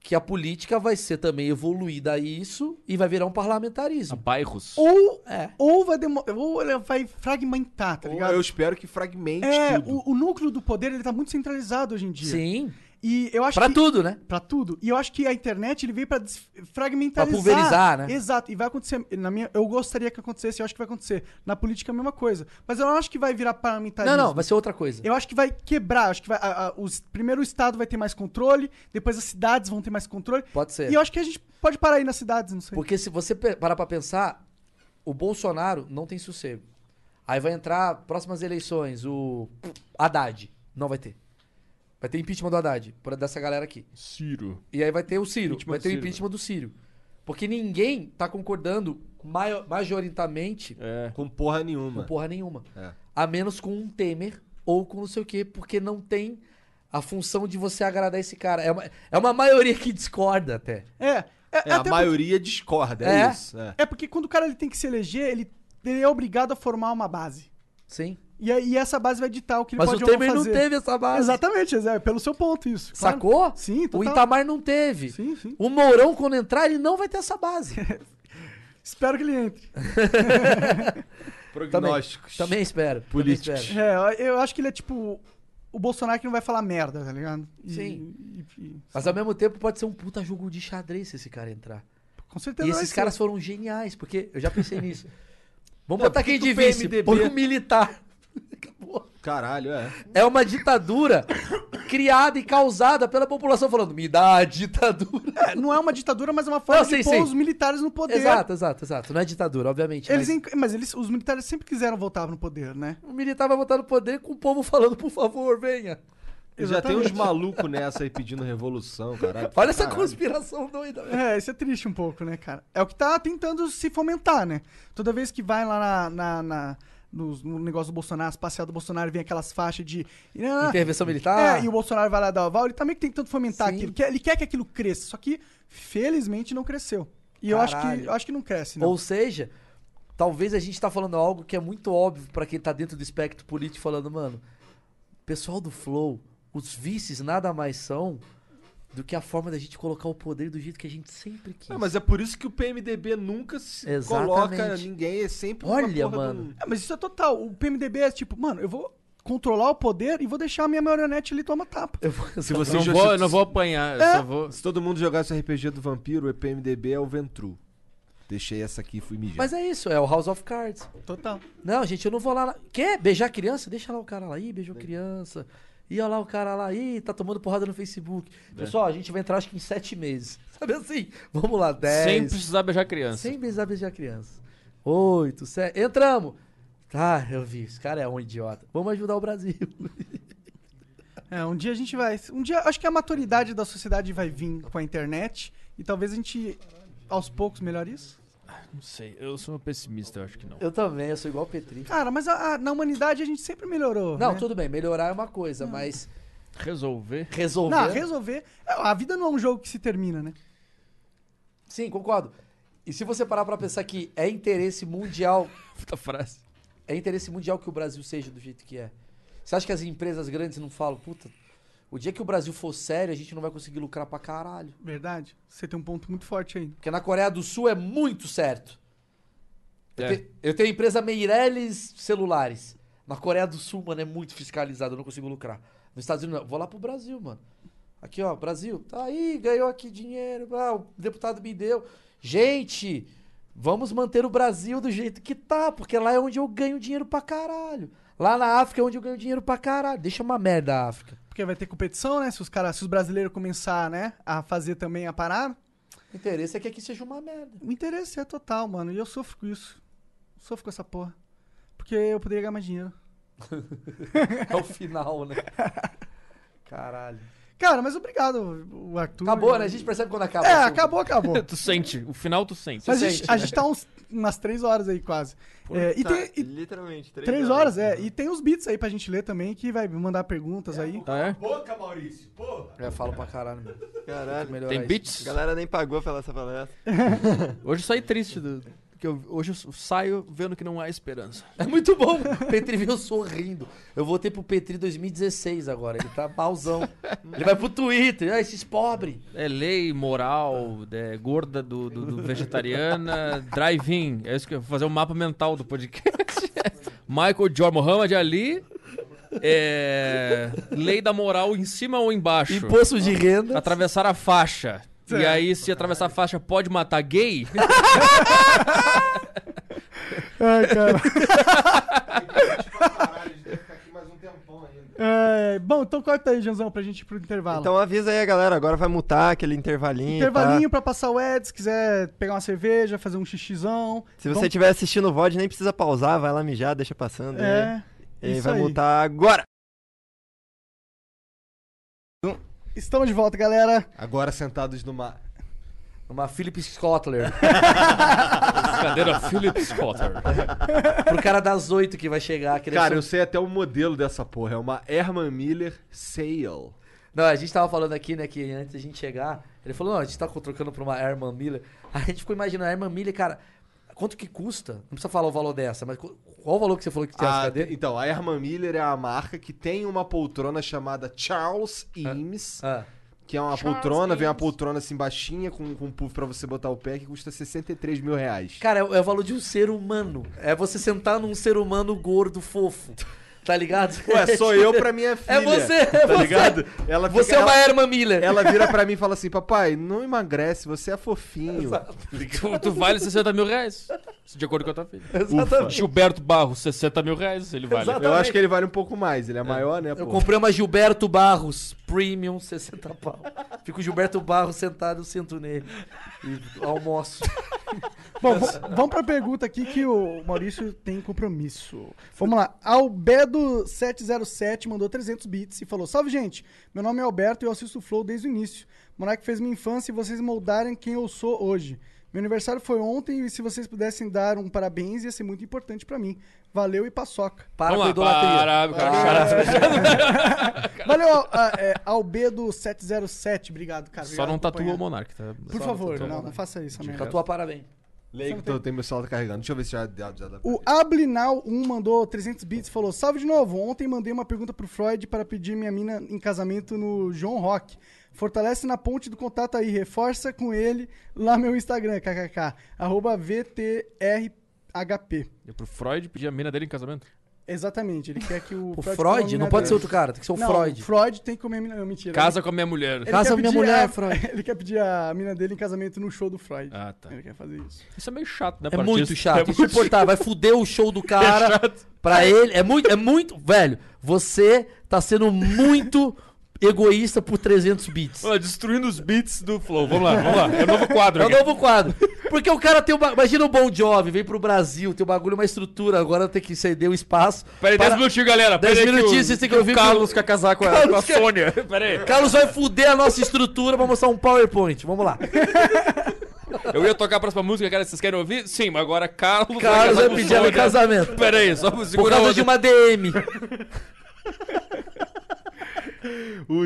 S4: que a política vai ser também evoluída a isso e vai virar um parlamentarismo.
S5: Bairros.
S3: Ou,
S4: É.
S3: ou, vai demo- ou ele vai fragmentar, tá ligado?
S12: Eu espero que fragmente
S3: É,
S12: tudo.
S3: o, o núcleo do poder ele tá muito centralizado hoje em dia.
S4: Sim.
S3: E eu acho
S4: Pra
S3: que-
S4: tudo, né?
S3: Pra tudo. E eu acho que a internet ele veio pra desf- fragmentarizar.
S4: Pra pulverizar, né?
S3: Exato. E vai acontecer. Na minha, eu gostaria que acontecesse, eu acho que vai acontecer. Na política é a mesma coisa. Mas eu não acho que vai virar
S4: Não,
S3: parlamentarismo.
S4: não, vai ser outra coisa.
S3: Eu acho que vai quebrar. Acho que vai, a- a- os- primeiro o Estado vai ter mais controle, depois as cidades vão ter mais controle.
S4: Pode ser.
S3: E eu acho que a gente pode parar aí nas cidades, não sei.
S4: Porque se você pe- parar pra pensar, o Bolsonaro não tem sossego. Aí vai entrar próximas eleições, o Haddad. Não vai ter. Vai ter impeachment do Haddad, por dessa galera aqui.
S5: Ciro.
S4: E aí vai ter o Ciro,
S5: Impeachment
S4: vai
S5: do
S4: ter o
S5: Ciro,
S4: impeachment do Ciro. Porque ninguém tá concordando maio- majoritariamente
S5: É.
S2: Com porra nenhuma.
S4: com porra nenhuma.
S2: É.
S4: A menos com um Temer ou com não sei o quê, porque não tem a função de você agradar esse cara. É uma, é uma maioria que discorda até.
S3: É,
S2: É, a maioria discorda, é,
S4: É.
S2: isso. É.
S3: É porque quando o cara ele tem que se eleger, ele, ele é obrigado a formar uma base.
S4: Sim.
S3: E, aí- e essa base vai ditar o que ele
S4: Mas
S3: pode
S4: o
S3: ou não
S4: Temer não
S3: fazer.
S4: teve essa base.
S3: Exatamente, Zé, pelo seu ponto, isso. claro.
S4: Sacou?
S3: Sim, total.
S4: O Itamar não teve.
S3: Sim, sim.
S4: O Mourão, quando entrar, ele não vai ter essa base.
S3: Espero que ele entre.
S2: Prognósticos.
S4: Também, também espero. também
S2: Políticos.
S4: espero.
S3: É, eu acho que ele é tipo o Bolsonaro que não vai falar merda, tá ligado? E-
S4: Sim.
S3: e- e-
S4: Mas ao mesmo tempo pode ser um puta jogo de xadrez se esse cara entrar.
S3: com
S2: Então,
S3: certeza
S4: E
S3: vai
S4: esses
S2: é
S3: ser.
S4: caras foram geniais, porque eu já pensei nisso. Vamos
S2: Não,
S4: botar
S2: por que
S4: quem
S2: que
S4: de
S2: o
S4: vice,
S2: PMDB?
S4: põe um militar.
S2: Caralho, é.
S4: É uma ditadura criada e causada pela população falando, me dá a ditadura.
S3: É, não é uma ditadura, mas é uma forma
S4: Não, sim,
S3: de pôr
S4: sim.
S3: os militares no
S2: É,
S3: poder.
S4: Exato, exato, exato. Não é ditadura, obviamente.
S3: Eles,
S4: mas
S3: enc- mas eles, os militares sempre quiseram voltar no poder, né?
S4: O militar vai votar no poder com o povo falando, por favor, venha.
S2: Já tem
S3: Exatamente.
S2: uns malucos nessa aí pedindo revolução, caralho.
S4: Olha essa
S2: Caralho.
S4: conspiração doida. velho.
S3: É, isso é triste um pouco, né, cara? É o que tá tentando se fomentar, né? Toda vez que vai lá na, na- na- nos- no, negócio do Bolsonaro, as passeadas do Bolsonaro, vem aquelas faixas de.
S4: Intervenção militar.
S3: É, e o Bolsonaro vai lá dar o aval, ele também que tentando fomentar
S4: Ah. Sim.
S3: aquilo. Quer- Ele quer que aquilo cresça, só que felizmente não cresceu. E eu acho, que,
S4: Caralho.
S3: eu acho que não cresce, não.
S4: Ou seja, talvez a gente tá falando algo que é muito óbvio pra quem tá dentro do espectro político falando, mano, pessoal do Flow, os vices nada mais são do que a forma da gente colocar o poder do jeito que a gente sempre quis.
S2: Não, mas é por isso que o PMDB nunca se
S4: Exatamente.
S2: coloca ninguém, é sempre uma
S4: Olha,
S2: porra de
S4: mano.
S2: um-
S3: É, mas isso é total. O PMDB é tipo, mano, eu vou controlar o poder e vou deixar a minha marionete ali tomar tapa.
S4: Eu vou-
S2: Se você
S5: não
S2: jo-
S5: vou,
S2: se-
S5: eu não vou apanhar, eu
S3: É.
S5: só vou.
S2: Se todo mundo jogasse o RPG do vampiro, o PMDB é o Ventru. Deixei essa aqui e fui mijar.
S4: Mas é isso, é o House of Cards.
S3: Total.
S4: Não, gente, eu não vou lá. lá. Quê? Beijar criança? Deixa lá o cara lá. Ih, beijou criança. E olha lá o cara lá. Ih, tá tomando porrada no Facebook. Pessoal, a gente vai entrar acho que em sete meses. Sabe assim? Vamos lá, dez.
S5: Sem precisar beijar criança.
S4: Sem beijar, beijar criança. Oito, sete. Entramos! Tá, eu vi. Esse cara é um idiota. Vamos ajudar o Brasil.
S3: É, um dia a gente vai. Um dia, acho que a maturidade da sociedade vai vir com a internet e talvez a gente, aos poucos, melhore isso.
S5: Não sei, eu sou um pessimista, eu acho que não.
S4: Eu também, eu sou igual o Petri.
S3: Cara, mas a- a- na humanidade a gente sempre melhorou.
S4: Não,
S3: né?
S4: tudo bem, melhorar é uma coisa, mas
S5: Resolver.
S4: resolver.
S3: Não, resolver. A vida não é um jogo que se termina, né?
S4: Sim, concordo. E se você parar pra pensar que é interesse mundial
S5: Puta frase.
S4: É interesse mundial que o Brasil seja do jeito que é. Você acha que as empresas grandes não falam, puta, o dia que o Brasil for sério, a gente não vai conseguir lucrar pra caralho.
S3: Verdade. Você tem um ponto muito forte aí.
S4: Porque na Coreia do Sul é muito certo. Eu,
S5: É.
S4: te- eu tenho a empresa Meirelles Celulares. Na Coreia do Sul, mano, é muito fiscalizado, eu não consigo lucrar. Nos Estados Unidos, não. Vou lá pro Brasil, mano. Aqui, ó, Brasil, tá aí, ganhou aqui dinheiro, ah, o deputado me deu. Gente, vamos manter o Brasil do jeito que tá, porque lá é onde eu ganho dinheiro pra caralho. Lá na África é onde eu ganho dinheiro pra caralho. Deixa uma merda a África.
S3: Porque vai ter competição, né? Se os caras, se os brasileiros começar, né, a fazer também a parada,
S4: O interesse é que aqui seja uma merda.
S3: o interesse é total, mano. E eu sofro com isso. Sofro com essa porra. Porque eu poderia ganhar mais dinheiro.
S4: É o final, né? Caralho.
S3: Cara, mas obrigado, o Arthur.
S4: Acabou, né? A gente percebe quando acaba.
S3: É,
S4: assim, o-
S3: acabou, acabou.
S5: Tu sente, o final tu sente.
S3: Mas a
S4: sente,
S3: gente,
S11: né?
S3: a gente tá uns, umas três horas aí, quase. É,
S2: Tá,
S3: e tem, e-
S11: Literalmente, três,
S3: três horas,
S11: Uhum.
S3: é. E tem os beats aí pra gente ler também, que vai mandar perguntas aí.
S5: Ah, é?
S12: Boca, Maurício, porra!
S4: Eu falo pra caralho, é mano.
S3: é.
S11: Caralho.
S4: melhorar
S5: Tem
S4: isso.
S5: beats?
S11: A galera nem pagou pela essa palestra.
S5: Hoje eu saí triste. Do, que eu- hoje eu saio vendo que não há esperança.
S4: É muito bom. Petri veio sorrindo. Eu voltei pro Petri 2016 agora. Ele tá malzão. Ele vai pro Twitter. Ah, esses pobres.
S5: É lei, moral, é, gorda do, do- do vegetariana, drive-in. É isso que eu vou fazer um mapa mental do podcast. Michael Jordan, Muhammad Ali. é, lei da moral em cima ou embaixo?
S4: Imposto de renda.
S5: Atravessar a faixa. E aí, se atravessar a faixa, pode matar gay?
S3: Ai, cara.
S2: Caralho, a gente deve ficar aqui mais um tempão ainda.
S3: É, bom, então corta aí, Janzão, pra gente ir pro intervalo.
S11: Então tá. avisa aí a galera, agora vai mutar aquele intervalinho.
S3: Intervalinho pra passar o Eds, quiser pegar uma cerveja, fazer um xixizão.
S11: Tá? Se você estiver assistindo o VOD, nem precisa pausar, vai lá mijar, deixa passando.
S3: É,
S11: e aí
S3: isso
S11: vai
S3: aí.
S11: mutar agora.
S3: estamos de volta, galera.
S2: Agora sentados numa
S4: Uma Philips Scottler.
S5: Cadeira Philips Scottler.
S4: Pro cara das oito que vai chegar. que ele
S2: Cara,
S4: é
S2: eu
S4: só-
S2: sei até o modelo dessa porra. É uma Herman Miller Sale.
S4: Não, a gente tava falando aqui, né, que antes da gente chegar, ele falou, não, a gente tá trocando pra uma Herman Miller. A gente ficou imaginando, a Herman Miller, cara, quanto que custa? Não precisa falar o valor dessa, mas qu- qual o valor que você falou que é tem
S2: Ah,
S4: as cadeiras?
S2: tem- então, a Herman Miller é a marca que tem uma poltrona chamada Charles Eames.
S4: Ah.
S2: Que é uma poltrona, vem uma poltrona assim baixinha com, com um puff pra você botar o pé que custa 63 mil reais.
S4: Cara, é, é o valor de um ser humano. É você sentar num ser humano gordo, fofo. Tá ligado?
S2: Ué, sou eu pra minha filha.
S4: É você, é
S2: tá
S4: você.
S2: ligado? Ela
S4: Você é uma Herman Miller.
S2: Ela vira pra mim e fala assim: papai, não emagrece, você é fofinho.
S5: Tu, tu vale 60 mil reais. De acordo com a tua filha.
S4: Exatamente.
S5: Gilberto Barros, 60 mil reais ele vale.
S4: é
S2: Eu acho que ele vale um pouco mais, ele é, maior, né?
S4: Eu
S2: pô?
S4: comprei uma Gilberto Barros Premium 60 pau. Fico o Gilberto Barros sentado, eu sento nele. E almoço.
S3: Bom, v- vamos pra pergunta aqui que o Maurício tem compromisso. Vamos lá. Albedo707 mandou 300 bits e falou: Salve, gente. Meu nome é Alberto e eu assisto o Flow desde o início. Monark fez minha infância e vocês moldaram quem eu sou hoje. Meu aniversário foi ontem e se vocês pudessem dar um parabéns ia ser muito importante pra mim. Valeu e paçoca.
S4: Para
S5: Vamos
S4: com
S5: lá,
S4: idolatria.
S5: para, cara,
S3: Valeu, ah, é, Albedo707. Obrigado, cara.
S5: Só
S3: Obrigado
S5: não
S3: por acompanhar.
S5: tatua o Monark, tá?
S3: Por favor, não, não faça isso. amigo.
S4: Tatua parabéns. um
S2: Leio que eu tenho meu celular carregando. Deixa eu ver se já, já, já dá pra-
S3: O Ablinal1 mandou 300 bits e falou: Salve de novo. Ontem mandei uma pergunta pro Freud para pedir minha mina em casamento no João Rock. Fortalece na ponte do contato aí. Reforça com ele lá meu Instagram, kkk. Arroba VTRHP.
S5: E pro Freud pedir a mina dele em casamento?
S3: Exatamente, ele quer que o.
S4: O
S3: coma a
S4: Freud?
S3: mina
S4: Não pode
S3: dele.
S4: ser outro cara, tem que ser o
S3: Não,
S4: Freud.
S3: Freud tem que comer a mina. Não, mentira.
S5: Casa com a minha mulher.
S3: Ele
S4: Casa
S3: quer
S4: com minha
S3: pedir
S4: mulher,
S3: a-
S4: Freud.
S3: Ele quer pedir a mina dele em casamento no show do Freud.
S5: Ah, tá.
S3: Ele quer fazer isso.
S5: Isso é meio chato, né,
S4: É
S5: pra
S4: muito
S5: artista?
S4: chato,
S5: É muito
S4: insuportável. Vai fuder o show do cara. pra ele. É muito, é muito. Velho, você tá sendo muito egoísta por 300 bits.
S11: Olha, destruindo os beats do Flow. Vamos lá, vamos lá. É o novo quadro.
S4: É o
S11: aqui.
S4: novo quadro. Porque o cara tem uma. Imagina o Bon Jovi, vem pro Brasil, tem um bagulho, uma estrutura, agora tem que ceder o espaço.
S11: Peraí, 10 minutinhos, galera.
S4: 10
S11: Peraí que
S4: minutinhos,
S11: o-
S4: vocês têm que ouvir.
S11: O Carlos quer casar com a, com a
S4: Carlos quer-
S11: Sônia. Peraí.
S4: Carlos vai fuder a nossa estrutura pra mostrar um PowerPoint. Vamos lá.
S11: Eu ia tocar a próxima música, cara. Vocês querem ouvir? Sim, mas agora Carlos.
S4: Carlos
S5: tá
S4: vai
S11: casar com
S4: pedir ela
S11: Sônia.
S4: em casamento.
S11: Peraí, só pra
S4: Por
S11: segurar
S4: causa
S11: o
S4: de uma DM.
S2: O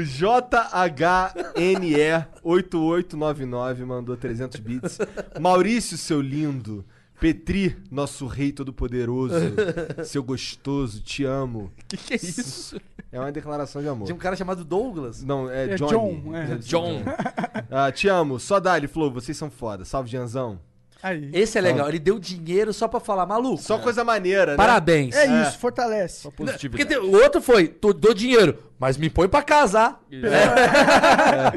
S2: JHNE8899 mandou 300 bits. Maurício, seu lindo. Petri, nosso rei todo-poderoso. Seu gostoso, te amo.
S4: que, que é isso?
S2: É uma declaração de
S4: De um
S2: amor.
S4: cara chamado Douglas.
S2: Não, é,
S3: É
S2: Johnny.
S3: John, é.
S5: John.
S2: Ah, te amo. Só dá-lhe, Flow. Vocês são foda. Salve, Janzão.
S3: Aí.
S4: Esse é legal, ele deu dinheiro só pra falar, maluco.
S2: Só coisa maneira, né?
S4: Parabéns.
S3: É isso, fortalece.
S4: Porque
S5: Positividade.
S4: tem- o outro foi, tô- dou dinheiro, mas me põe pra casar. É.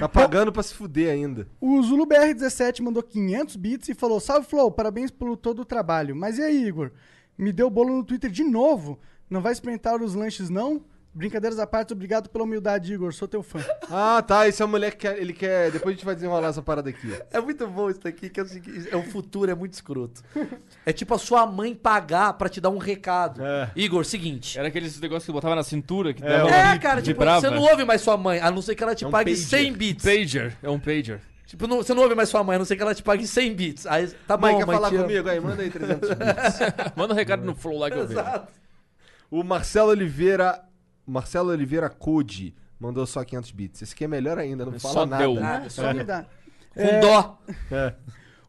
S2: Tá pagando pra se fuder ainda.
S3: O ZuluBR17 mandou 500 bits e falou: Salve Flow, parabéns pelo todo o trabalho. Mas e aí, Igor? Me deu bolo no Twitter de novo. Não vai experimentar os lanches, não? Brincadeiras à parte, obrigado pela humildade, Igor. Sou teu fã.
S2: Ah, tá. Esse é o moleque que ele quer. Depois a gente vai desenrolar essa parada aqui.
S4: É muito bom isso daqui, que é o seguinte, é o futuro, é muito escroto. É tipo a sua mãe pagar pra te dar um recado. Igor, seguinte.
S5: Era aqueles negócios que botava na cintura que
S4: É,
S5: dava um
S4: cara, tipo,
S5: vibrava.
S4: você não ouve mais sua mãe, a não ser que ela te
S2: É um
S4: pague
S2: pager.
S4: 100 bits.
S5: Pager. É um pager.
S4: Tipo, não- você não ouve mais sua mãe, a não ser que ela te pague 100 bits. Aí, tá
S2: mãe,
S4: bom,
S2: quer
S4: mãe,
S2: falar
S4: te amo.
S2: comigo? Aí, manda aí 300 bits.
S5: Manda um recado no flow lá que eu vejo.
S4: Exato.
S2: O Marcelo Oliveira. Marcelo Oliveira Code mandou só 500 bits. Esse aqui é melhor ainda, não fala
S5: Só
S2: nada.
S5: deu. um.
S3: Ah,
S2: É.
S3: só me dá.
S4: Com dó.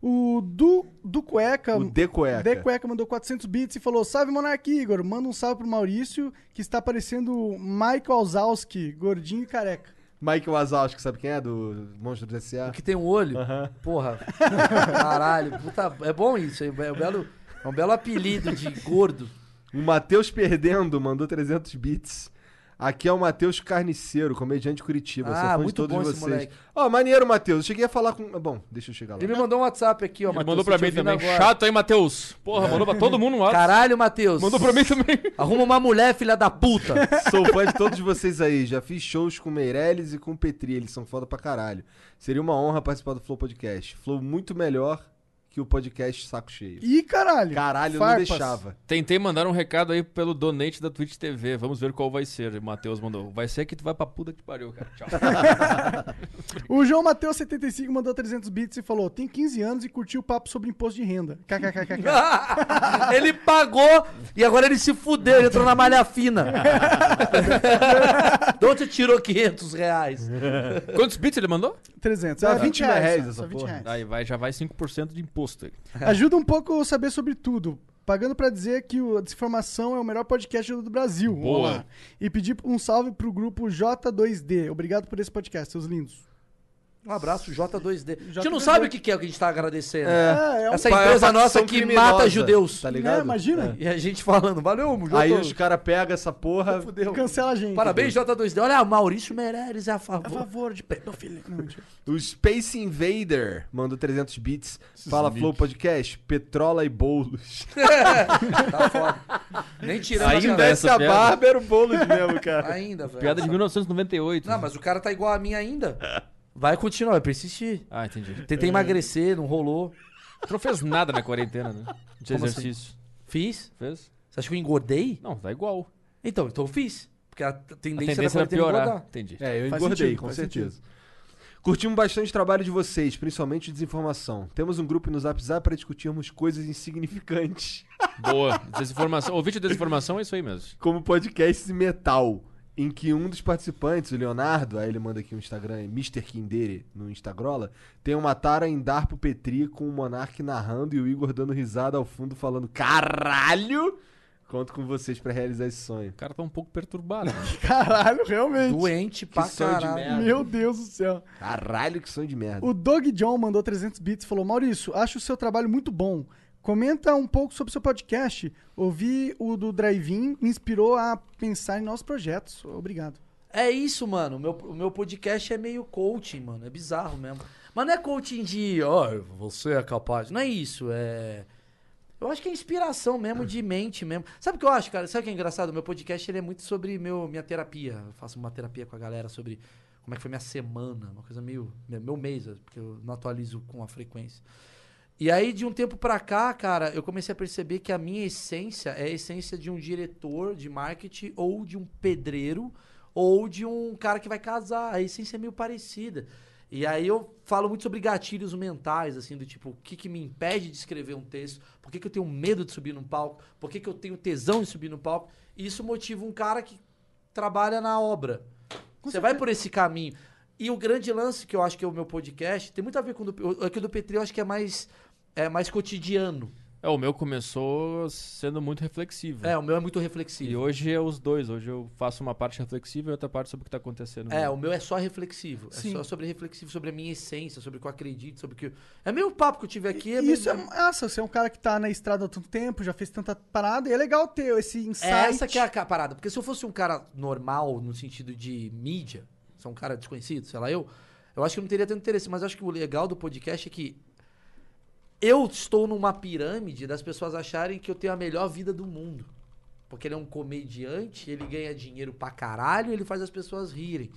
S3: O Du, du Cueca.
S2: O D cueca.
S3: De Cueca mandou 400 bits e falou: Salve Monark Igor, manda um salve pro Maurício, que está parecendo o Michael Alzowski, gordinho e careca.
S2: Mike Wazowski, sabe quem é? Do Monstro do S.A.
S4: O que tem um olho. Porra. Caralho. Puta, é bom isso. É um belo, é um belo apelido de gordo.
S2: O Matheus Perdendo mandou 300 bits. Aqui é o Matheus Carniceiro, comediante de Curitiba.
S4: Ah,
S2: Sou fã de
S4: muito
S2: todos
S4: bom esse
S2: vocês.
S4: moleque.
S2: Ó, maneiro, Matheus. Eu cheguei a falar com. Bom, deixa eu chegar lá.
S4: Ele me mandou um WhatsApp aqui, ó,
S5: Ele
S4: Matheus,
S5: mandou
S4: tô
S5: pra
S4: te
S5: mim
S4: ouvindo
S5: também.
S4: agora.
S5: Chato, hein, Matheus? Porra, mandou pra todo mundo no WhatsApp.
S4: Caralho, Matheus.
S5: Mandou pra mim também.
S4: Arruma uma mulher, filha da puta.
S2: Sou fã de todos vocês aí. Já fiz shows com o Meirelles e com o Petri. Eles são foda pra caralho. Seria uma honra participar do Flow Podcast. Flow muito melhor que o podcast Saco Cheio.
S3: Ih, caralho.
S2: Caralho, eu não
S3: Farpas.
S2: deixava.
S5: Tentei mandar um recado aí pelo donate da Twitch TV. Vamos ver qual vai ser. O Matheus mandou. Vai ser que tu vai pra puta que pariu, cara. Tchau.
S3: O João Mateus 75 mandou 300 bits e falou: tem 15 anos e curtiu o papo sobre imposto de renda. KKKKK.
S4: ele pagou e agora ele se fudeu, ele entrou na malha fina. de onde você tirou 500 reais?
S5: Quantos bits ele mandou?
S3: 300.
S2: Dá
S3: É, 20 reais. só, só 20 reais.
S5: Aí vai, já vai 5% de imposto. aí.
S3: Ajuda um pouco eu saber sobre tudo. Pagando pra dizer que o Desinformação é o melhor podcast do Brasil.
S5: Boa.
S3: Olá. E pedir um salve pro grupo J2D. Obrigado por esse podcast, seus lindos.
S4: Um abraço, J2D. A gente não
S3: J2D.
S4: sabe o que que é o que a gente tá agradecendo.
S3: É, é um-
S4: Essa
S2: Pa-
S4: empresa
S2: facção
S4: nossa que
S2: criminosa,
S4: mata judeus.
S2: Tá ligado?
S3: É, imagina.
S4: E a gente falando, valeu, J2D.
S2: Aí os caras pegam essa porra.
S3: É. Cancela a gente.
S4: Parabéns, J2D. Olha, Maurício Meirelles é a favor.
S3: A favor de pedofilia. Não, mentira.
S2: O Space Invader mandou 300 bits. Fala Flow Podcast, Petrola e Boulos.
S4: tá foda. Nem tirando
S5: Ainda
S4: a
S5: essa
S2: a
S5: piada.
S2: barba era o Boulos mesmo, cara.
S4: Ainda, velho.
S5: Piada de 1998.
S4: Não, mas o cara tá igual a mim ainda. Vai continuar, vai persistir.
S5: Ah, entendi.
S4: Tentei emagrecer, não rolou.
S5: Tu não fez nada na quarentena, né? De
S4: Como assim?
S5: exercício.
S4: Fiz.
S5: Fez?
S4: Você acha que eu engordei?
S5: Não, tá igual.
S4: Então, então eu fiz. Porque a t-
S5: A tendência
S4: tendência, da
S5: era
S4: quarentena é
S5: piorar.
S4: engordar.
S5: Entendi.
S2: É, eu
S3: Faz
S2: engordei,
S3: sentido,
S2: com
S3: faz
S2: certeza. Curtimos bastante o trabalho de vocês, principalmente o Desinformação. Temos um grupo no Zap Zap para discutirmos coisas insignificantes,
S5: Boa. Desinformação. Ouvinte de desinformação é isso aí mesmo.
S2: como podcasts de metal, em que um dos participantes, o Leonardo, aí ele manda aqui um Instagram, Mr. Kindere, no Instagrola, tem uma tara em dar pro Petri com o Monark narrando e o Igor dando risada ao fundo falando Caralho! Conto com vocês para realizar esse sonho.
S5: O cara tá um pouco perturbado. né?
S3: Caralho, realmente.
S4: Doente pra
S2: sonho de
S4: caralho.
S2: merda.
S3: Meu Deus do céu.
S2: Caralho, que sonho de merda.
S3: O Doug John mandou 300 bits e falou: Maurício, acho o seu trabalho muito bom. Comenta um pouco sobre o seu podcast. Ouvi o do Drive-In, me inspirou a pensar em novos projetos. Obrigado.
S4: É isso, mano. O meu, o meu podcast é meio coaching, mano. É bizarro mesmo. Mas não é coaching de, ó, você é capaz. Não é isso. É. Eu acho que é inspiração mesmo, de mente mesmo. Sabe o que eu acho, cara? Sabe o que é engraçado? Meu podcast ele é muito sobre meu, minha terapia. Eu faço uma terapia com a galera sobre como é que foi minha semana. Uma coisa meio. Meu meu mês, porque eu não atualizo com a frequência. E aí, de um tempo pra cá, cara, eu comecei a perceber que a minha essência é a essência de um diretor de marketing ou de um pedreiro ou de um cara que vai casar. A essência é meio parecida. E aí eu falo muito sobre gatilhos mentais, assim, do tipo, o que, que me impede de escrever um texto? Por que, que eu tenho medo de subir num palco? Por que, que eu tenho tesão de subir no palco? E isso motiva um cara que trabalha na obra. Você vai por esse caminho. E o grande lance que eu acho que é o meu podcast tem muito a ver com o do, é que o do Petri, eu acho que é mais, é mais cotidiano.
S5: É, o meu começou sendo muito reflexivo.
S4: É, o meu é muito
S5: E
S4: reflexivo.
S5: hoje é os dois. Hoje eu faço uma parte reflexiva e outra parte sobre o que tá acontecendo.
S4: É,
S3: Uhum.
S4: o meu é só reflexivo. É só sobre reflexivo, sobre a minha essência, sobre o que eu acredito, sobre o que. eu- É meio papo que eu tive aqui. É meio-
S3: Isso é massa, você é um cara que tá na estrada há tanto tempo, já fez tanta parada, e é legal ter esse insight.
S4: É essa que é a ca- parada. Porque se eu fosse um cara normal, no sentido de mídia, sou um cara desconhecido, sei lá, eu, eu acho que eu não teria tanto interesse. Mas eu acho que o legal do podcast é que eu estou numa pirâmide das pessoas acharem que eu tenho a melhor vida do mundo. Porque ele é um comediante, ele ganha dinheiro pra caralho, ele faz as pessoas rirem.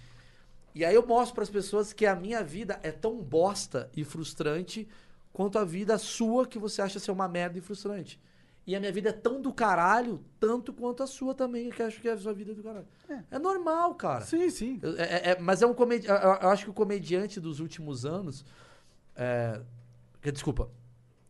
S4: E aí eu mostro pras pessoas que a minha vida é tão bosta e frustrante quanto a vida sua que você acha ser uma merda e frustrante. E a minha vida é tão do caralho, tanto quanto a sua também, que eu acho que a sua vida é do caralho. É, normal, cara.
S3: Sim, sim.
S4: Eu- é- é- mas é um comediante. Eu, eu acho que o comediante dos últimos anos. é, que- desculpa.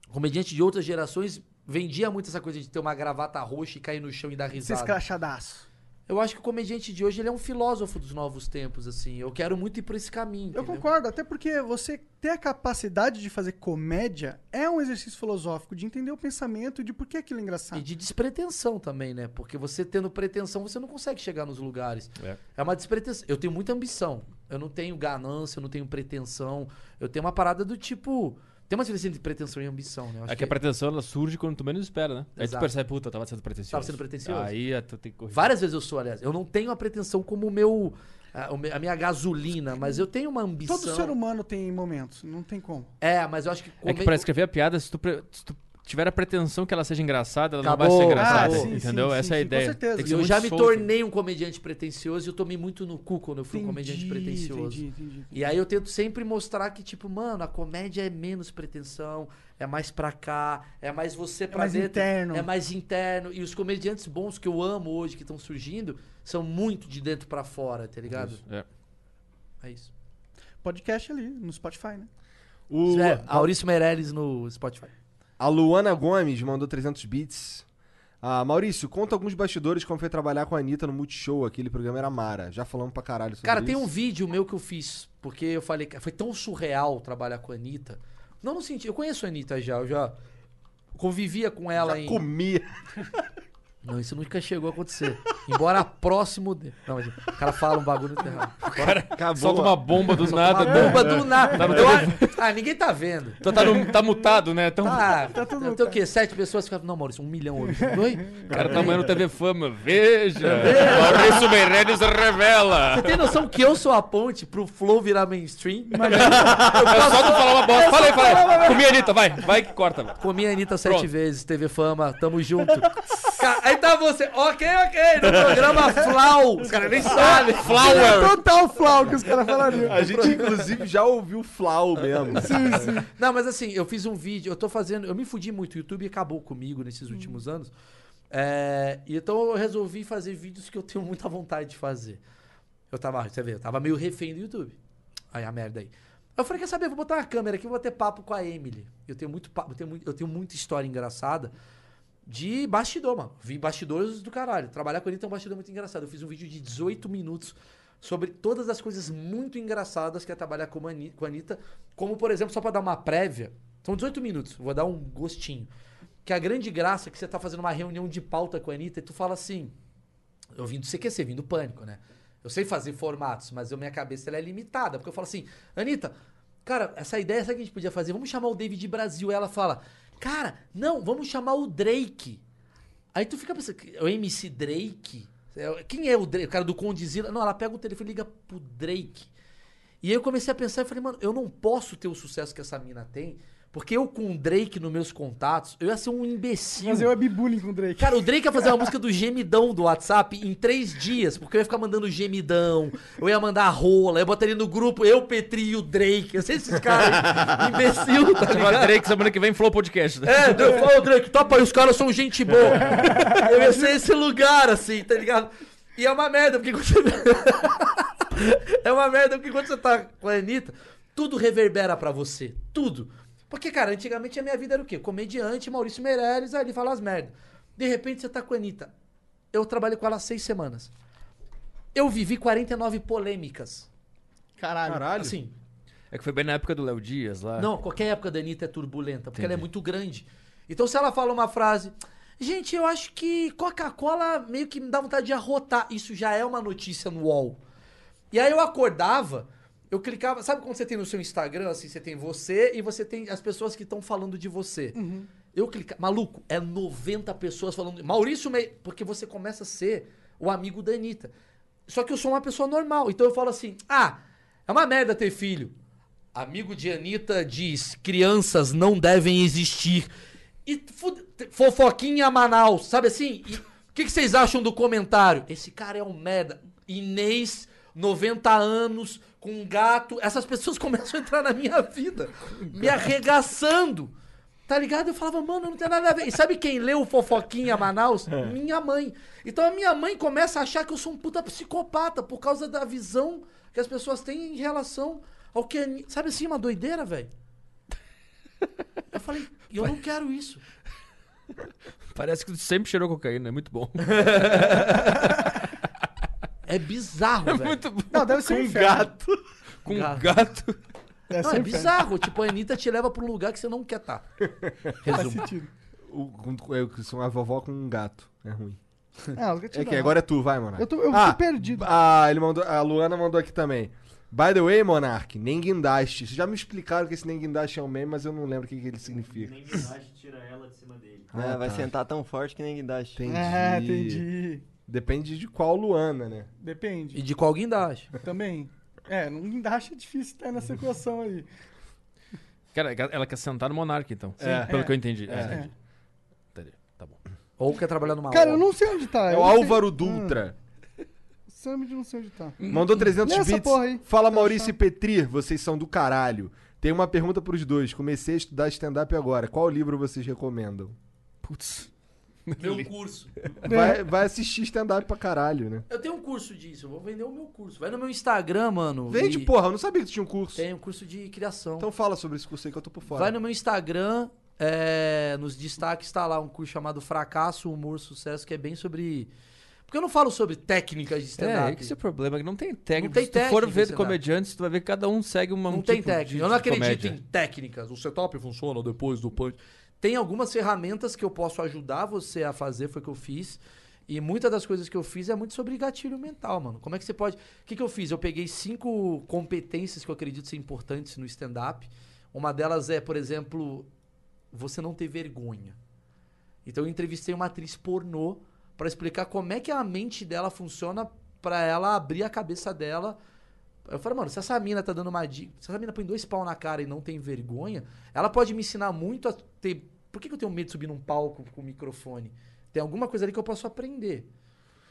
S4: Comediante de outras gerações vendia muito essa coisa de ter uma gravata roxa e cair no chão e dar
S3: Esse
S4: risada.
S3: escrachadaço.
S4: Eu acho que o comediante de hoje ele é um filósofo dos novos tempos, assim. Eu quero muito ir por esse caminho.
S3: Eu
S4: entendeu?
S3: concordo, até porque você ter a capacidade de fazer comédia é um exercício filosófico, de entender o pensamento e de por que aquilo é engraçado.
S4: E de despretensão também, né? Porque você tendo pretensão, você não consegue chegar nos lugares.
S5: É.
S4: uma despretensão. Eu tenho muita ambição. Eu não tenho ganância, eu não tenho pretensão. Eu tenho uma parada do tipo. Tem uma diferença entre pretensão e ambição, né? Eu acho
S5: É que a pretensão ela surge quando tu menos espera, né? Aí tu
S4: Exato.
S5: percebe, puta, eu tava sendo pretencioso.
S4: Tava sendo pretencioso.
S5: Aí é, tu tem que corrigir.
S4: Várias vezes eu sou, aliás. Eu não tenho a pretensão como o meu. A, o me- a minha gasolina, mas eu tenho uma ambição.
S3: hum-, Todo ser humano tem momentos, não tem como.
S4: É, mas eu acho que.
S5: É que pra escrever a piada, se tu, pre- se tu tiver a pretensão que ela seja engraçada, ela
S2: Acabou.
S5: não vai ser
S2: Ah,
S5: engraçada.
S2: sim,
S5: entendeu?
S2: sim,
S5: Essa
S2: sim,
S5: é a
S2: sim,
S5: ideia.
S2: com certeza.
S5: Tem que ser
S4: Eu
S5: muito
S4: já me
S5: solto.
S4: tornei um comediante pretencioso e eu tomei muito no cu quando eu fui um comediante pretencioso. E aí eu tento sempre mostrar que, tipo, mano, a comédia é menos pretensão, é mais pra cá, é mais você pra
S3: mais
S4: dentro.
S3: interno.
S4: É mais interno. E os comediantes bons que eu amo hoje, que estão surgindo, são muito de dentro pra fora, tá ligado?
S5: É.
S4: É isso.
S3: Podcast ali, no Spotify, né?
S2: O...
S4: É, Maurício Meirelles no Spotify.
S2: A Luana Gomes mandou 300 bits. Ah, Maurício, conta alguns bastidores como foi trabalhar com a Anitta no Multishow. Aquele programa era Mara. Já falamos pra caralho sobre
S4: Cara,
S2: isso.
S4: tem um vídeo meu que eu fiz, porque eu falei, cara, foi tão surreal trabalhar com a Anitta. Não no sentido, eu conheço a Anitta já, eu já convivia com ela em.
S2: Comia.
S4: Não, isso nunca chegou a acontecer. Embora próximo. De... Não, mas o cara fala um bagulho no terreno. Embora...
S2: Acabou.
S5: Ah, Solta uma bomba do nada.
S4: Uma bomba do nada.
S5: Tá no
S4: Eu
S5: telefone.
S4: acho- Ah, ninguém tá vendo.
S5: Tá, tá no- tá mutado, né? Tão...
S4: Tá, tá Tem o quê? Sete pessoas ficaram. Não, Maurício, um milhão hoje. Oi?
S5: O cara tá amanhã no TV Fama. Veja! Maurício Meirelles revela!
S4: Você tem noção que eu sou a ponte pro Flow virar mainstream?
S11: É só tu falar uma bosta. Fala aí, fala aí. Comi a Anitta, vai. Vai que corta. vai.
S4: Comi a Anitta sete
S11: Pronto.
S4: vezes, TV Fama, tamo junto. Ca- aí tá você, ok, ok, no programa Flau. Os caras nem sabem.
S11: Flower.
S3: Total flau que os caras falariam.
S2: A gente, inclusive, já ouviu Flau mesmo.
S4: Não, mas assim, eu fiz um vídeo, eu tô fazendo, eu me fudi muito, o YouTube acabou comigo nesses últimos anos. É, e então eu resolvi fazer vídeos que eu tenho muita vontade de fazer. Eu tava, você vê, eu tava meio refém do YouTube. Aí a merda aí. Eu falei, quer saber, vou botar uma câmera aqui, vou ter papo com a Emily. Eu tenho muito papo, eu tenho, muito- eu tenho muita história engraçada de bastidor, mano. Vi bastidores do caralho. Trabalhar com ele tem um bastidor muito engraçado. Eu fiz um vídeo de 18 minutos sobre todas as coisas muito engraçadas que é trabalhar com a Ani- com a Anitta. Como, por exemplo, só pra dar uma prévia. São 18 minutos, vou dar um gostinho. Que a grande graça é que você tá fazendo uma reunião de pauta com a Anitta e tu fala assim... Eu vim do CQC, vim do Pânico, né? Eu sei fazer formatos, mas eu, minha cabeça ela é limitada. Porque eu falo assim, Anitta, cara, essa ideia, sabe o que a gente podia fazer? Vamos chamar o David Brasil. Ela fala, cara, não, vamos chamar o Drake. Aí tu fica pensando, é o MC Drake? É, Quem é o Drake? O cara do Condizila? Não, ela pega o telefone e liga pro Drake. E aí eu comecei a pensar e falei, mano, eu não posso ter o sucesso que essa mina tem, porque eu com o Drake nos meus contatos, eu ia ser um imbecil.
S3: Fazer webbullying com o Drake.
S4: Cara, o Drake ia fazer uma música do gemidão do WhatsApp em três dias, porque eu ia ficar mandando gemidão, eu ia mandar rola, eu botaria no grupo eu, Petri e o Drake. Eu sei esses caras imbecil, tá
S5: Agora,
S4: ligado?
S5: Drake, semana que vem, Flow Podcast. né?
S4: É, Drake, fala, Drake, topa aí, os caras são gente boa. Eu ia ser esse lugar, assim, tá ligado? E é uma merda, porque quando você... é uma merda, porque quando você tá com a Anitta, tudo reverbera pra você, tudo. Porque, cara, antigamente a minha vida era o quê? Comediante, Maurício Meirelles, ali fala as merdas. De repente você tá com a Anitta. Eu trabalhei com ela há seis semanas. Eu vivi 49 polêmicas.
S3: Caralho.
S2: Caralho.
S4: Assim,
S5: É que foi bem na época do Léo Dias lá.
S4: não, qualquer época da Anitta é turbulenta, porque ela é muito grande. Então, se ela fala uma frase. Gente, eu acho que Coca-Cola meio que me dá vontade de arrotar. Isso já é uma notícia no UOL. E aí eu acordava, eu clicava. Sabe quando você tem no seu Instagram, assim, você tem você e você tem as pessoas que estão falando de você. Eu clicava. Maluco, é 90 pessoas falando. Maurício Mei. Porque você começa a ser o amigo da Anitta. Só que eu sou uma pessoa normal. Então eu falo assim: ah, é uma merda ter filho. Amigo de Anitta diz: crianças não devem existir. E fu- fofoquinha Manaus, sabe assim? E O que, que vocês acham do comentário? Esse cara é um merda. Inês, 90 anos, com um gato. Essas pessoas começam a entrar na minha vida, me arregaçando. Tá ligado? Eu falava, mano, não tem nada a ver. E sabe quem leu o Fofoquinha Manaus? Minha mãe. Então a minha mãe começa a achar que eu sou um puta psicopata por causa da visão que as pessoas têm em relação ao que. a Ani- Sabe assim, uma doideira, velho? Eu falei, eu não quero isso.
S5: Parece que tu sempre cheirou cocaína, é muito bom.
S4: É bizarro, velho.
S5: muito bom.
S3: Não, deve ser um gato.
S5: Com
S4: Gato.
S5: gato.
S3: Deve
S4: Não,
S3: ser
S4: é
S3: um inferno.
S4: bizarro. Tipo, a Anitta te leva pra um lugar que você não quer estar.
S3: Faz
S4: Resumo.
S3: sentido.
S2: O, com- é, que são a vovó com um gato. É ruim.
S3: Ah, os gatinhos
S2: É que
S3: da-
S2: agora é tu, vai, Monark.
S3: Eu tô, eu
S2: Ah,
S3: tô perdido.
S2: Ah, ele mandou, a Luana mandou aqui também. By the way, Monark, nem guindaste. Vocês já me explicaram que esse nem guindaste é um meme, mas eu não lembro o que, que ele significa.
S7: Nem guindaste tira ela de cima dele.
S11: Né,
S6: Ah, vai
S2: tá.
S6: sentar tão forte que nem guindaste.
S2: Entendi.
S3: Ah, entendi.
S2: Depende de qual Luana, né?
S4: E
S3: Depende.
S4: de qual guindaste. Uhum. Tá
S3: Também. É, não acha difícil estar nessa equação aí.
S5: Cara, ela quer sentar no Monark, então.
S2: É.
S5: Pelo
S2: É.
S5: que eu entendi. É,
S2: É.
S5: entendi. Entendi. Tá bom.
S4: Ou quer trabalhar numa
S3: Cara, eu não sei onde tá.
S2: É
S3: eu
S2: o
S3: não sei-
S2: Álvaro Dutra.
S3: Ah, sinceramente, eu não sei onde tá.
S4: Hum,
S2: Mandou 300
S3: Lê essa
S2: bits.
S3: porra aí.
S2: Fala Maurício e Petri, vocês são do caralho. Tem uma pergunta pros dois. Comecei a estudar stand-up agora. Qual livro vocês recomendam?
S5: Putz.
S4: Meu curso.
S2: Vai, vai assistir stand-up pra caralho, né?
S4: Eu tenho um curso disso, eu vou vender o meu curso. Vai no meu Instagram, mano.
S2: Vende,
S4: e-
S2: porra. Eu não sabia que tu tinha um curso.
S4: Tem um curso de criação.
S2: Então fala sobre esse curso aí que eu tô por fora.
S4: Vai no meu Instagram, é, nos destaques tá lá um curso chamado Fracasso, Humor, Sucesso, que é bem sobre. Porque eu não falo sobre técnicas de
S5: É,
S4: stand-up.
S5: é que esse é o problema, que não tem técnica.
S4: Não tem
S5: Se tu for
S4: técnica,
S5: ver
S4: stand-up.
S5: comediantes, tu vai ver que cada um segue uma
S4: Não
S5: um
S4: tem
S5: tipo
S4: técnica.
S5: de-
S4: eu não
S5: de
S4: acredito
S5: comédia.
S4: em técnicas. O setup funciona depois do punch. Tem algumas ferramentas que eu posso ajudar você a fazer, foi o que eu fiz. E muitas das coisas que eu fiz é muito sobre gatilho mental, mano. Como é que você pode. O que, que eu fiz? Eu peguei cinco competências que eu acredito ser importantes no stand-up. Uma delas é, por exemplo, você não ter vergonha. Então eu entrevistei uma atriz pornô pra explicar como é que a mente dela funciona pra ela abrir a cabeça dela. Eu falei, mano, se essa mina tá dando uma dica, se essa mina põe dois pau na cara e não tem vergonha, ela pode me ensinar muito a ter. Por que, que eu tenho medo de subir num palco com o microfone? Tem alguma coisa ali que eu posso aprender.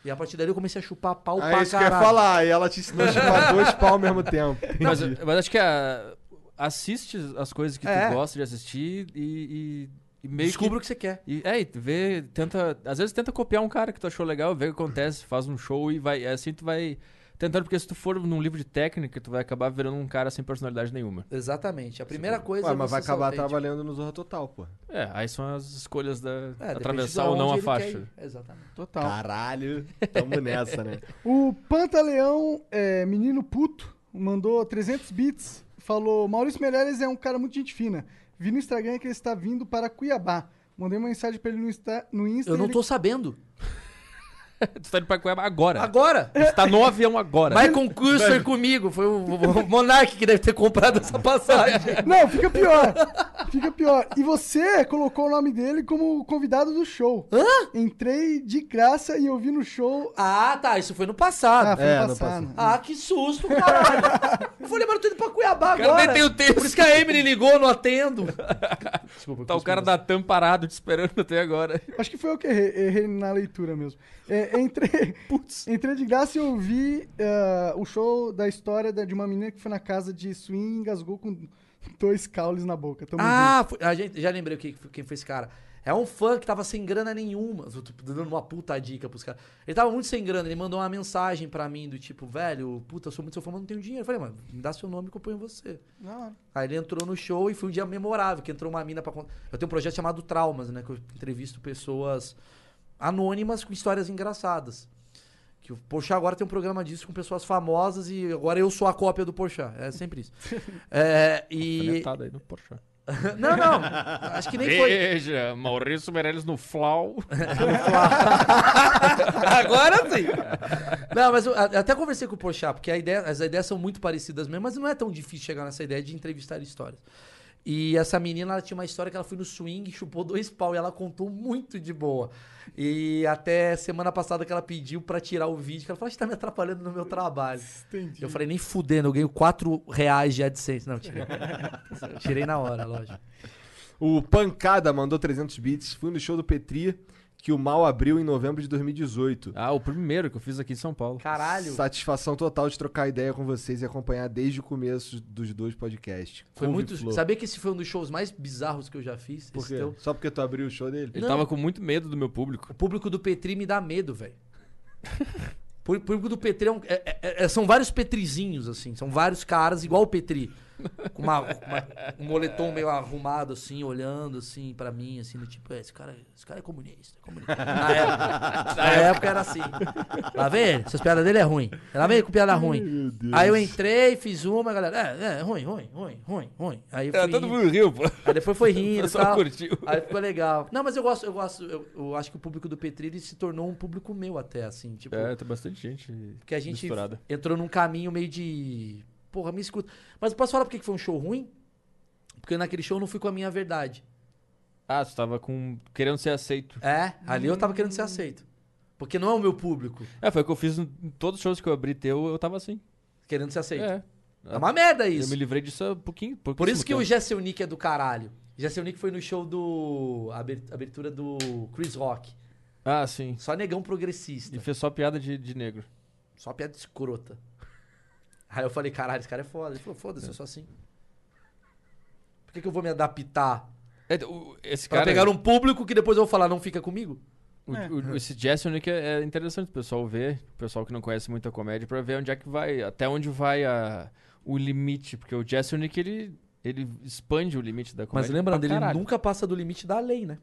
S4: E a partir dali eu comecei a chupar pau
S2: Ah,
S4: pra
S2: isso que eu ia
S4: caralho.
S2: falar. E ela te ensinou a chupar dois pau ao mesmo tempo.
S5: Mas,
S2: Entendi.
S5: mas acho que a- assiste as coisas que
S4: É.
S5: tu gosta de assistir e, e- e meio
S4: Descubra o
S5: que...
S4: que você quer.
S5: E, é, e vê, tenta... Às vezes tenta copiar um cara que tu achou legal, vê o que acontece, faz um show e vai... Assim tu vai tentando, porque se tu for num livro de técnica, tu vai acabar virando um cara sem personalidade nenhuma.
S4: Exatamente. A primeira coisa
S2: Tipo, Ué,
S4: é
S2: mas
S4: você
S2: vai
S4: ser
S2: acabar
S4: autêntico.
S2: trabalhando no Zorra Total, pô.
S5: É, aí são as escolhas da...
S4: É, depende
S5: atravessar
S4: de
S5: ou não
S4: aonde
S5: a
S4: ele quer
S5: faixa.
S4: ir. Exatamente.
S2: Tá.
S3: Total.
S2: Caralho. Tamo nessa, né?
S3: O Pantaleão, é, menino puto, mandou 300 bits. Falou: Maurício Meirelles é um cara muito gente fina. Vi no Instagram que ele está vindo para Cuiabá. Mandei uma mensagem para ele no Insta. No Insta
S4: Eu não
S3: ele-
S4: tô sabendo.
S5: tu tá indo pra Cuiabá agora.
S4: Agora!
S5: Tu tá no avião agora.
S4: Vai concurso aí comigo. Foi o, o Monark que deve ter comprado essa passagem.
S3: Não, fica pior. Fica pior. E você colocou o nome dele como convidado do show.
S4: Hã?
S3: Entrei de graça e eu vi no show.
S4: Ah, tá. Isso foi no passado.
S3: Ah, foi
S2: É,
S3: no
S2: no
S3: passado.
S4: Ah, que susto, caralho. Eu falei, mano, eu tô indo pra Cuiabá
S5: Cara,
S4: agora.
S5: nem tem o texto.
S4: Por isso que a Emily ligou, não atendo.
S5: Tá o cara da TAM parado te esperando até agora.
S3: Ah, Acho que foi eu que errei, errei na leitura mesmo. É, entrei, entrei de graça e eu vi ah, o show da história da- de uma menina que foi na casa de swing e engasgou com dois caules na boca. Tamo junto.
S4: Ah, foi- a gente, já lembrei o que- quem foi esse cara. É um fã que tava sem grana nenhuma. Eu tô tipo, dando uma puta dica pros caras. Ele tava muito sem grana, ele mandou uma mensagem pra mim do tipo, velho, puta, eu sou muito seu fã, mas não tenho dinheiro. Eu falei, mano, me dá seu nome que eu ponho você.
S3: Da hora.
S4: Aí ele entrou no show e foi um dia memorável, que entrou uma mina pra contar. Eu tenho um projeto chamado Traumas, né? Que eu entrevisto pessoas anônimas com histórias engraçadas. Que o Porchat agora tem um programa disso com pessoas famosas e agora eu sou a cópia do Porchat. É sempre isso. É, e...
S5: Tá Conectado aí no Porsche.
S4: Não, não. Acho que nem foi.
S5: Veja, Maurício Meirelles no Flau.
S4: Agora sim. Não, mas eu a- até conversei com o Porchat, porque a ideia- as ideias são muito parecidas mesmo, mas não é tão difícil chegar nessa ideia de entrevistar histórias. E essa menina, ela tinha uma história que ela foi no swing, chupou dois pau e ela contou muito de boa. E até semana passada que ela pediu pra tirar o vídeo, que ela falou, você tá me atrapalhando no meu trabalho.
S3: Entendi.
S4: Eu falei, nem fudendo, eu ganho 4 reais de AdSense. Não, tirei. tirei na hora, lógico.
S2: O Pancada mandou 300 bits. Fui no show do Petri, que o mal abriu em novembro de 2018.
S5: Ah, o primeiro que eu fiz aqui em São Paulo.
S4: Caralho.
S2: Satisfação total de trocar ideia com vocês e acompanhar desde o começo dos dois podcasts.
S4: Foi
S2: Couve
S4: muito...
S2: Flor.
S4: Sabia que esse foi um dos shows mais bizarros que eu já fiz?
S2: Por
S4: esse
S2: quê?
S4: teu?
S2: Só porque tu abriu o show dele?
S5: Ele
S4: Não.
S5: tava com muito medo do meu público.
S4: O público do Petri me dá medo, velho. O público do Petri é um- é- é- é- são vários Petrizinhos, assim. São vários caras igual o Petri. Com uma- uma- um moletom meio arrumado, assim, olhando, assim, pra mim, assim, do tipo, "É, esse cara, esse cara é comunista. é comunista." Na época, na época era assim. Lá vem ele, essas piadas dele é ruim. Lá vem ele com piada ruim. Aí eu entrei, fiz uma, a galera, é, é, ruim, ruim, ruim, ruim, ruim. Aí eu fui indo.
S5: riu, pô.
S4: Aí depois foi rindo e
S5: pessoal
S4: tal.
S5: curtiu.
S4: Aí ficou legal. Não, mas eu gosto, eu gosto, eu, eu acho que o público do Petri ele se tornou um público meu até, assim, tipo.
S5: É, tem bastante gente
S4: porque a gente
S5: misturada.
S4: entrou num caminho meio de. Porra, me escuta. Mas eu posso falar porque que foi um show ruim? Porque naquele show eu não fui com a minha verdade.
S5: Ah, tu tava com... querendo ser aceito.
S4: É, ali eu tava querendo ser aceito. Porque não é o meu público
S5: É, foi o que eu fiz em todos os shows que eu abri teu, eu tava assim.
S4: querendo ser aceito.
S5: É.
S4: É uma merda isso.
S5: Eu me livrei disso há pouquinho.
S4: Por isso que o Jessel Nick é do caralho. Jessel Nick foi no show do. abert- abertura do Chris Rock.
S5: Ah, sim.
S4: Só negão progressista.
S5: E fez só piada de, de negro.
S4: Só piada escrota. Aí eu falei, caralho, esse cara é foda. Ele falou, foda-se, eu sou assim. Por que, que eu vou me adaptar?
S5: esse
S4: pra
S5: cara-
S4: pegar um público que depois eu vou falar, não fica comigo?
S5: O,
S4: É.
S5: o- esse Jason Nick é é interessante o pessoal ver, o pessoal que não conhece muito a comédia, pra ver onde é que vai, até onde vai a- o limite. Porque o Jason Nick, ele, ele expande o limite da comédia.
S4: Mas lembrando,
S5: pra
S4: ele
S5: caralho.
S4: nunca passa do limite da lei, né?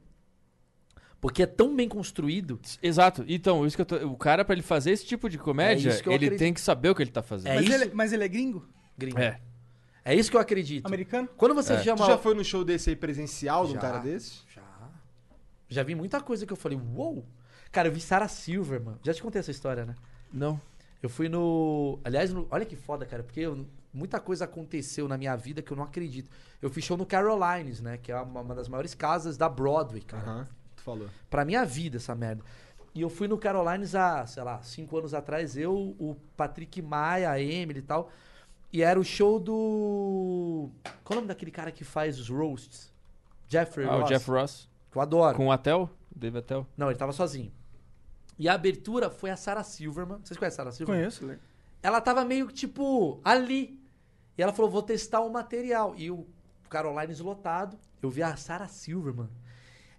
S4: Porque é tão bem construído.
S5: Exato. Então, isso que eu tô- o cara, pra ele fazer esse tipo de comédia,
S4: É isso que eu
S5: ele
S4: acredito.
S5: tem que saber o que ele tá fazendo.
S3: mas, ele, mas ele é gringo?
S4: Gringo.
S5: É.
S4: É isso que eu acredito.
S3: Americano?
S4: Quando você
S5: É.
S4: chama.
S2: Tu já foi num show desse aí presencial de um
S4: Já.
S2: cara desse?
S4: Já. Já vi muita coisa que eu falei, uou! Cara, eu vi Sarah Silver, mano. Já te contei essa história, né?
S5: Não.
S4: Eu fui no. Aliás, no- olha que foda, cara, porque eu- muita coisa aconteceu na minha vida que eu não acredito. Eu fiz show no Carolines, né? Que é uma, uma das maiores casas da Broadway, cara.
S2: Tu falou.
S4: Pra minha vida, essa merda. E eu fui no Carolines há, sei lá, cinco anos atrás, eu, o Patrick Maia, a Emily e tal. E era o show do. Qual é o nome daquele cara que faz os roasts? Jeffrey
S5: Ah,
S4: Ross.
S5: o Jeff Ross.
S4: Que eu adoro.
S5: Com o Atel, Dave Atel.
S4: Não, ele tava sozinho. E a abertura foi a Sarah Silverman. Vocês conhecem a Sarah Silverman?
S3: Conheço, né?
S4: Ela tava meio que, tipo, ali. E ela falou: vou testar o material. E o Carolines lotado. Eu vi a Sarah Silverman.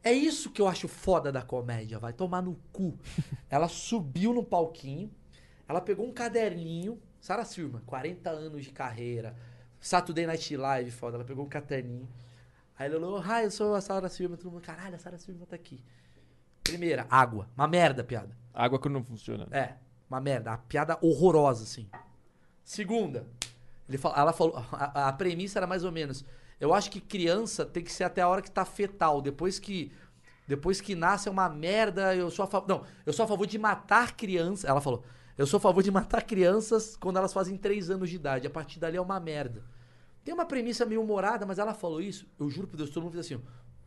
S4: É isso que eu acho foda da comédia, vai tomar no cu. ela subiu no palquinho, ela pegou um caderninho, Sarah Silverman, 40 anos de carreira, Saturday Night Live, foda, ela pegou um caderninho. Aí ela falou: "Hi, eu sou a Sarah Silverman", todo mundo, caralho, a Sarah Silverman tá aqui. Primeira, água, uma merda, a piada.
S5: Água que não funciona.
S4: É, uma merda. A piada horrorosa, assim. Segunda. Ele fala, ela falou. A, a premissa era mais ou menos. Eu acho que criança tem que ser até a hora que tá fetal. Depois que. Depois que nasce é uma merda. Eu sou a favor. Não, eu sou a favor de matar crianças. Ela falou. Eu sou a favor de matar crianças quando elas fazem 3 anos de idade. A partir dali é uma merda. Tem uma premissa meio humorada, mas ela falou isso. Eu juro por Deus, todo mundo fez assim.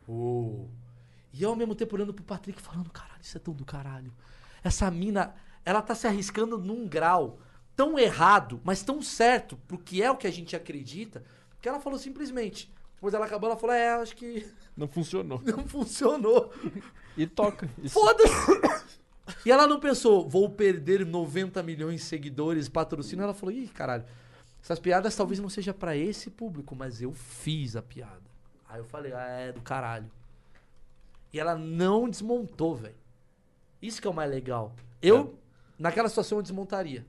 S4: ó. Uou. E eu ao mesmo tempo olhando pro Patrick falando, caralho, isso é tão do caralho. Essa mina, ela tá se arriscando num grau tão errado, mas tão certo, pro que é o que a gente acredita, que ela falou simplesmente. Depois ela acabou, ela falou, é, acho que
S5: Não funcionou.
S4: não funcionou.
S5: E toca. Isso.
S4: Foda-se! E ela não pensou, vou perder 90 milhões de seguidores, patrocínio. Ela falou, ih, caralho, essas piadas talvez não seja pra esse público, mas eu fiz a piada. Aí eu falei, ah, é do caralho. E ela não desmontou, velho. Isso que é o mais legal. Eu, naquela situação, eu desmontaria.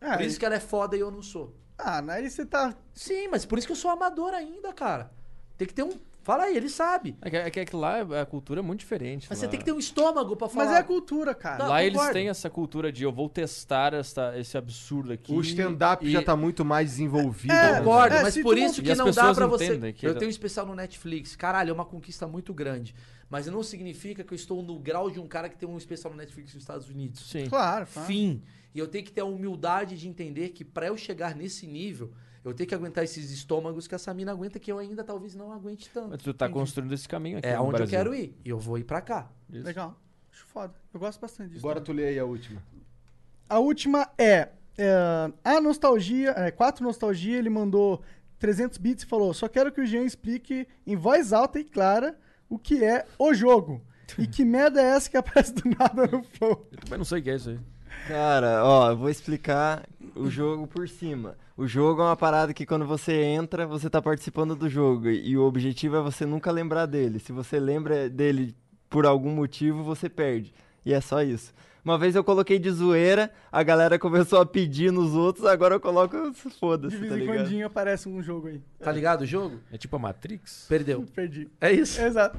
S3: Ah,
S4: por isso que ela é foda e eu não sou.
S3: Ah, na ele você tá.
S4: Sim, mas por isso que eu sou amador ainda, cara. Tem que ter um. Fala aí, ele sabe.
S5: É que, é que- é que lá a cultura é muito diferente.
S4: Mas
S5: lá.
S4: você tem que ter um estômago pra falar.
S3: Mas é a cultura, cara.
S4: Não,
S5: Lá eles
S4: Tá, concordo.
S5: têm essa cultura de eu vou testar esta, esse absurdo aqui.
S2: O stand-up
S5: e-
S2: já tá muito mais desenvolvido.
S3: É,
S2: né?
S4: Concordo,
S3: É,
S4: mas
S3: se
S4: por
S3: tu-
S4: isso
S5: E
S4: que
S5: as
S4: não dá
S5: pessoas
S4: pra você.
S5: entendem que-
S4: Eu tenho um especial no Netflix. Caralho, é uma conquista muito grande. Mas não significa que eu estou no grau de um cara que tem um especial no Netflix nos Estados Unidos.
S5: Sim. é
S3: Claro, claro.
S4: Fim. E eu tenho que ter a humildade de entender que pra eu chegar nesse nível, eu tenho que aguentar esses estômagos que essa mina aguenta, que eu ainda talvez não aguente tanto.
S5: Mas tu tá construindo esse caminho aqui.
S4: É
S5: no
S4: onde eu
S5: Brasil.
S4: quero ir. E eu vou ir pra cá.
S5: Isso.
S3: Legal. Acho foda. Eu gosto bastante disso.
S2: Agora tu lê aí a última.
S3: A última é, é, a nostalgia, é, quatro nostalgia, ele mandou 300 bits e falou: "Só quero que o Jean explique em voz alta e clara o que é o jogo e que merda é essa que aparece do nada no flow".
S5: Eu também não sei o que é isso aí.
S6: Cara, ó, eu vou explicar o jogo por cima. O jogo é uma parada que quando você entra, você tá participando do jogo. E o objetivo é você nunca lembrar dele. Se você lembra dele por algum motivo, você perde. E é só isso. Uma vez eu coloquei de zoeira, a galera começou a pedir nos outros, agora eu coloco.
S3: De
S6: Foda-se,
S3: vez
S6: tá
S3: em
S6: ligado?
S3: quando aparece um jogo aí.
S4: Tá ligado o jogo?
S5: É tipo a Matrix?
S4: Perdeu.
S3: Perdi.
S4: É isso.
S3: Exato.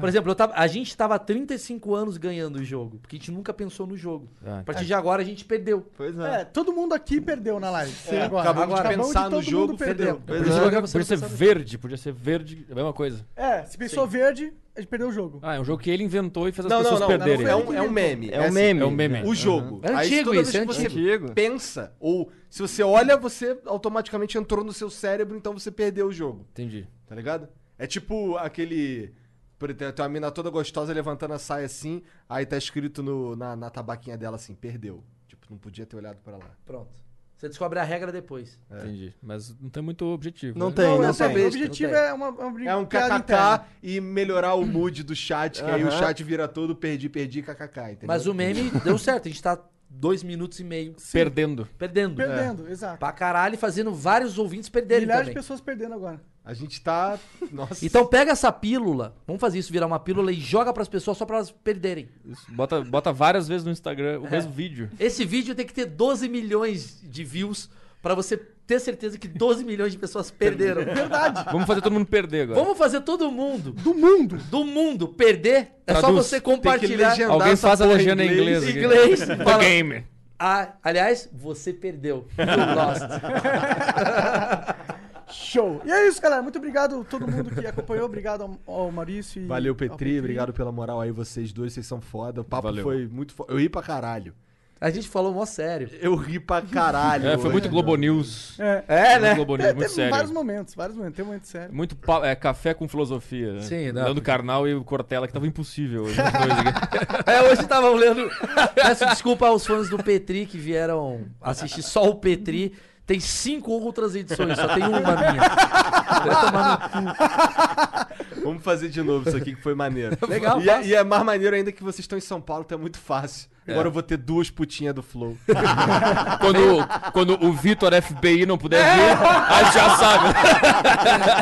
S4: Por exemplo, eu tava- a gente tava há 35 anos ganhando o jogo, porque a gente nunca pensou no jogo.
S5: Ah,
S4: A partir de agora a gente perdeu.
S6: Pois
S3: É,
S6: é.
S3: todo mundo aqui perdeu na live.
S2: É,
S3: agora.
S2: acabamos Ah. de
S3: Acabamos
S2: pensar no
S3: todo
S2: jogo,
S3: mundo
S2: perdeu.
S5: Por
S6: Pois
S5: isso
S6: é.
S5: que podia ser verde, podia ser verde, é a mesma coisa.
S3: É, se pensou verde, a gente perdeu o jogo.
S5: Ah, é um jogo que ele inventou e fez as
S2: Não, não,
S5: pessoas
S2: não.
S5: perderem.
S2: É, um, é um meme.
S6: É um meme.
S5: É um meme.
S2: O jogo.
S4: É
S2: Aí
S4: antigo
S2: toda
S4: isso,
S2: vez que
S4: é
S2: você
S6: antigo.
S2: pensa, ou se você olha, você automaticamente entrou no seu cérebro, então você perdeu o jogo.
S5: Entendi.
S2: Tá ligado? É tipo aquele. por- Tem tem uma mina toda gostosa levantando a saia assim, aí tá escrito no- na, na tabaquinha dela assim, perdeu. Tipo, não podia ter olhado pra lá.
S4: Pronto. Você descobre a regra depois.
S2: É.
S13: Entendi. Mas não tem muito objetivo.
S6: Não
S13: né?
S6: tem, não
S13: é
S6: tem.
S13: besta.
S3: O objetivo
S4: não tem.
S3: é uma, uma brin-
S2: É um
S3: piada
S2: kkk
S3: interna.
S2: e melhorar o mood do chat, que aí o
S6: Aham.
S2: chat vira todo perdi, perdi, kkk, entendeu?
S4: Mas o meme deu certo. A gente tá dois minutos e meio
S5: Perdendo.
S4: perdendo. É.
S3: Perdendo,
S2: É.
S3: exato.
S4: Pra caralho, e fazendo vários ouvintes perderem
S3: Milhares de
S4: também.
S3: pessoas perdendo agora.
S2: A gente tá... Nossa.
S4: Então pega essa pílula, vamos fazer isso virar uma pílula e joga pras pessoas só pra elas perderem.
S5: Isso, Bota, bota várias vezes no
S2: É.
S5: Instagram o mesmo vídeo.
S4: Esse vídeo tem que ter 12 milhões de views pra você ter certeza que 12 milhões de pessoas perderam. Verdade.
S5: Vamos fazer todo mundo perder agora.
S4: Vamos fazer todo mundo
S3: Do mundo!
S4: do mundo perder. É só
S5: Traduz.
S2: tem
S4: você
S2: que
S4: compartilhar
S2: legendar
S5: Alguém
S2: essa
S5: faz a
S2: porra em
S5: legenda em inglês.
S4: em
S5: aqui.
S4: inglês.
S5: The
S4: Fala,
S5: Game.
S4: ah, aliás, você perdeu. You lost.
S3: Show! E é isso, galera. Muito obrigado a todo mundo que acompanhou. Obrigado ao- ao Maurício. E
S2: Valeu, Petri,
S3: ao
S2: Obrigado pela moral aí, vocês dois. Vocês são foda. O papo
S5: Valeu.
S2: foi muito foda. Eu ri pra caralho.
S4: A gente falou mó sério.
S2: Eu ri pra caralho. né?
S5: É, foi
S2: hoje,
S5: muito
S2: mano.
S5: Globo News.
S3: É.
S5: É, né? Globo
S3: Teve
S5: News, muito sério.
S3: vários momentos, vários momentos. Tem um momento sério.
S5: Muito pa- é, café com filosofia. Né?
S4: Sim, dá.
S5: Leandro Carnal e o Cortella, que tava impossível hoje. os dois aqui.
S4: É, hoje estavam lendo. Peço desculpa aos fãs do Petri que vieram assistir só o Petri. Tem cinco outras edições, só tem uma minha. Vai tomar no cu.
S2: Vamos fazer de novo isso aqui que foi maneiro.
S4: Legal,
S2: E é, e é mais maneiro ainda que vocês estão em São Paulo, então é muito fácil. Agora eu vou ter duas putinhas do Flow.
S5: quando, quando o Vitor FBI não puder vir, a gente já sabe.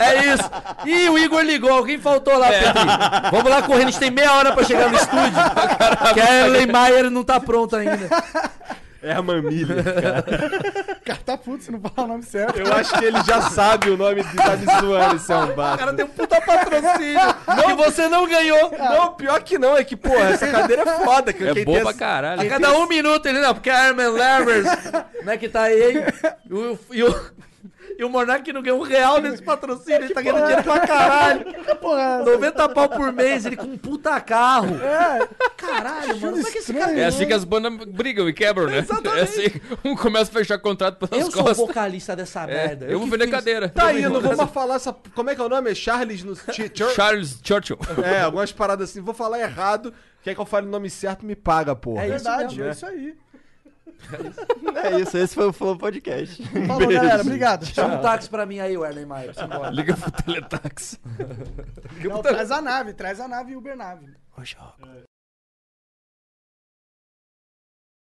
S4: É isso. Ih, o Igor ligou, alguém faltou lá, Petri. Vamos lá correndo, a gente tem meia hora pra chegar no estúdio. que a Ellen Mayer não tá pronta ainda.
S2: É a Mamília.
S3: O cara tá puto se não falar o nome certo.
S2: Eu acho que ele já sabe o nome de tá me zoando, esse arrombado.
S4: Cara, tem um puta patrocínio. Não, você não ganhou.
S2: Não, pior que não, é que, porra, essa cadeira é foda. Que
S5: É
S2: quem
S5: boa
S2: tem
S5: pra
S2: essa-
S5: caralho.
S4: A cada um minuto ele, não, porque a Herman Levers, né, que tá aí, e o, e o, e o Monark não ganhou um real nesse patrocínio, ele tá ganhando dinheiro pra caralho.
S3: Porra, é essa?
S4: 90 pau por mês, ele com um puta carro. Caralho, mano, como é que esse cara...
S5: É assim que as bandas brigam e quebram, né? É assim, um começa a fechar contrato pelas
S4: Eu sou o
S5: costas. É,
S4: vocalista dessa merda.
S5: eu, vou
S4: que
S5: vender
S4: fiz.
S5: cadeira.
S2: Tá aí, eu não vou mais falar essa. Como é que é o nome? É Charles no. Ch- Chur-
S5: Charles Churchill.
S2: É, algumas paradas assim. Vou falar errado. Quer que eu fale o nome certo, me paga, porra.
S4: É isso
S3: Verdade,
S4: mesmo.
S3: é isso aí.
S6: É isso, esse foi o Flow Podcast.
S3: Falou, galera. Obrigado.
S4: Chama um táxi pra mim aí, o Erlen Maia, simbora.
S5: Liga pro Teletax.
S3: é Não, traz a nave, traz a nave e Ubernave.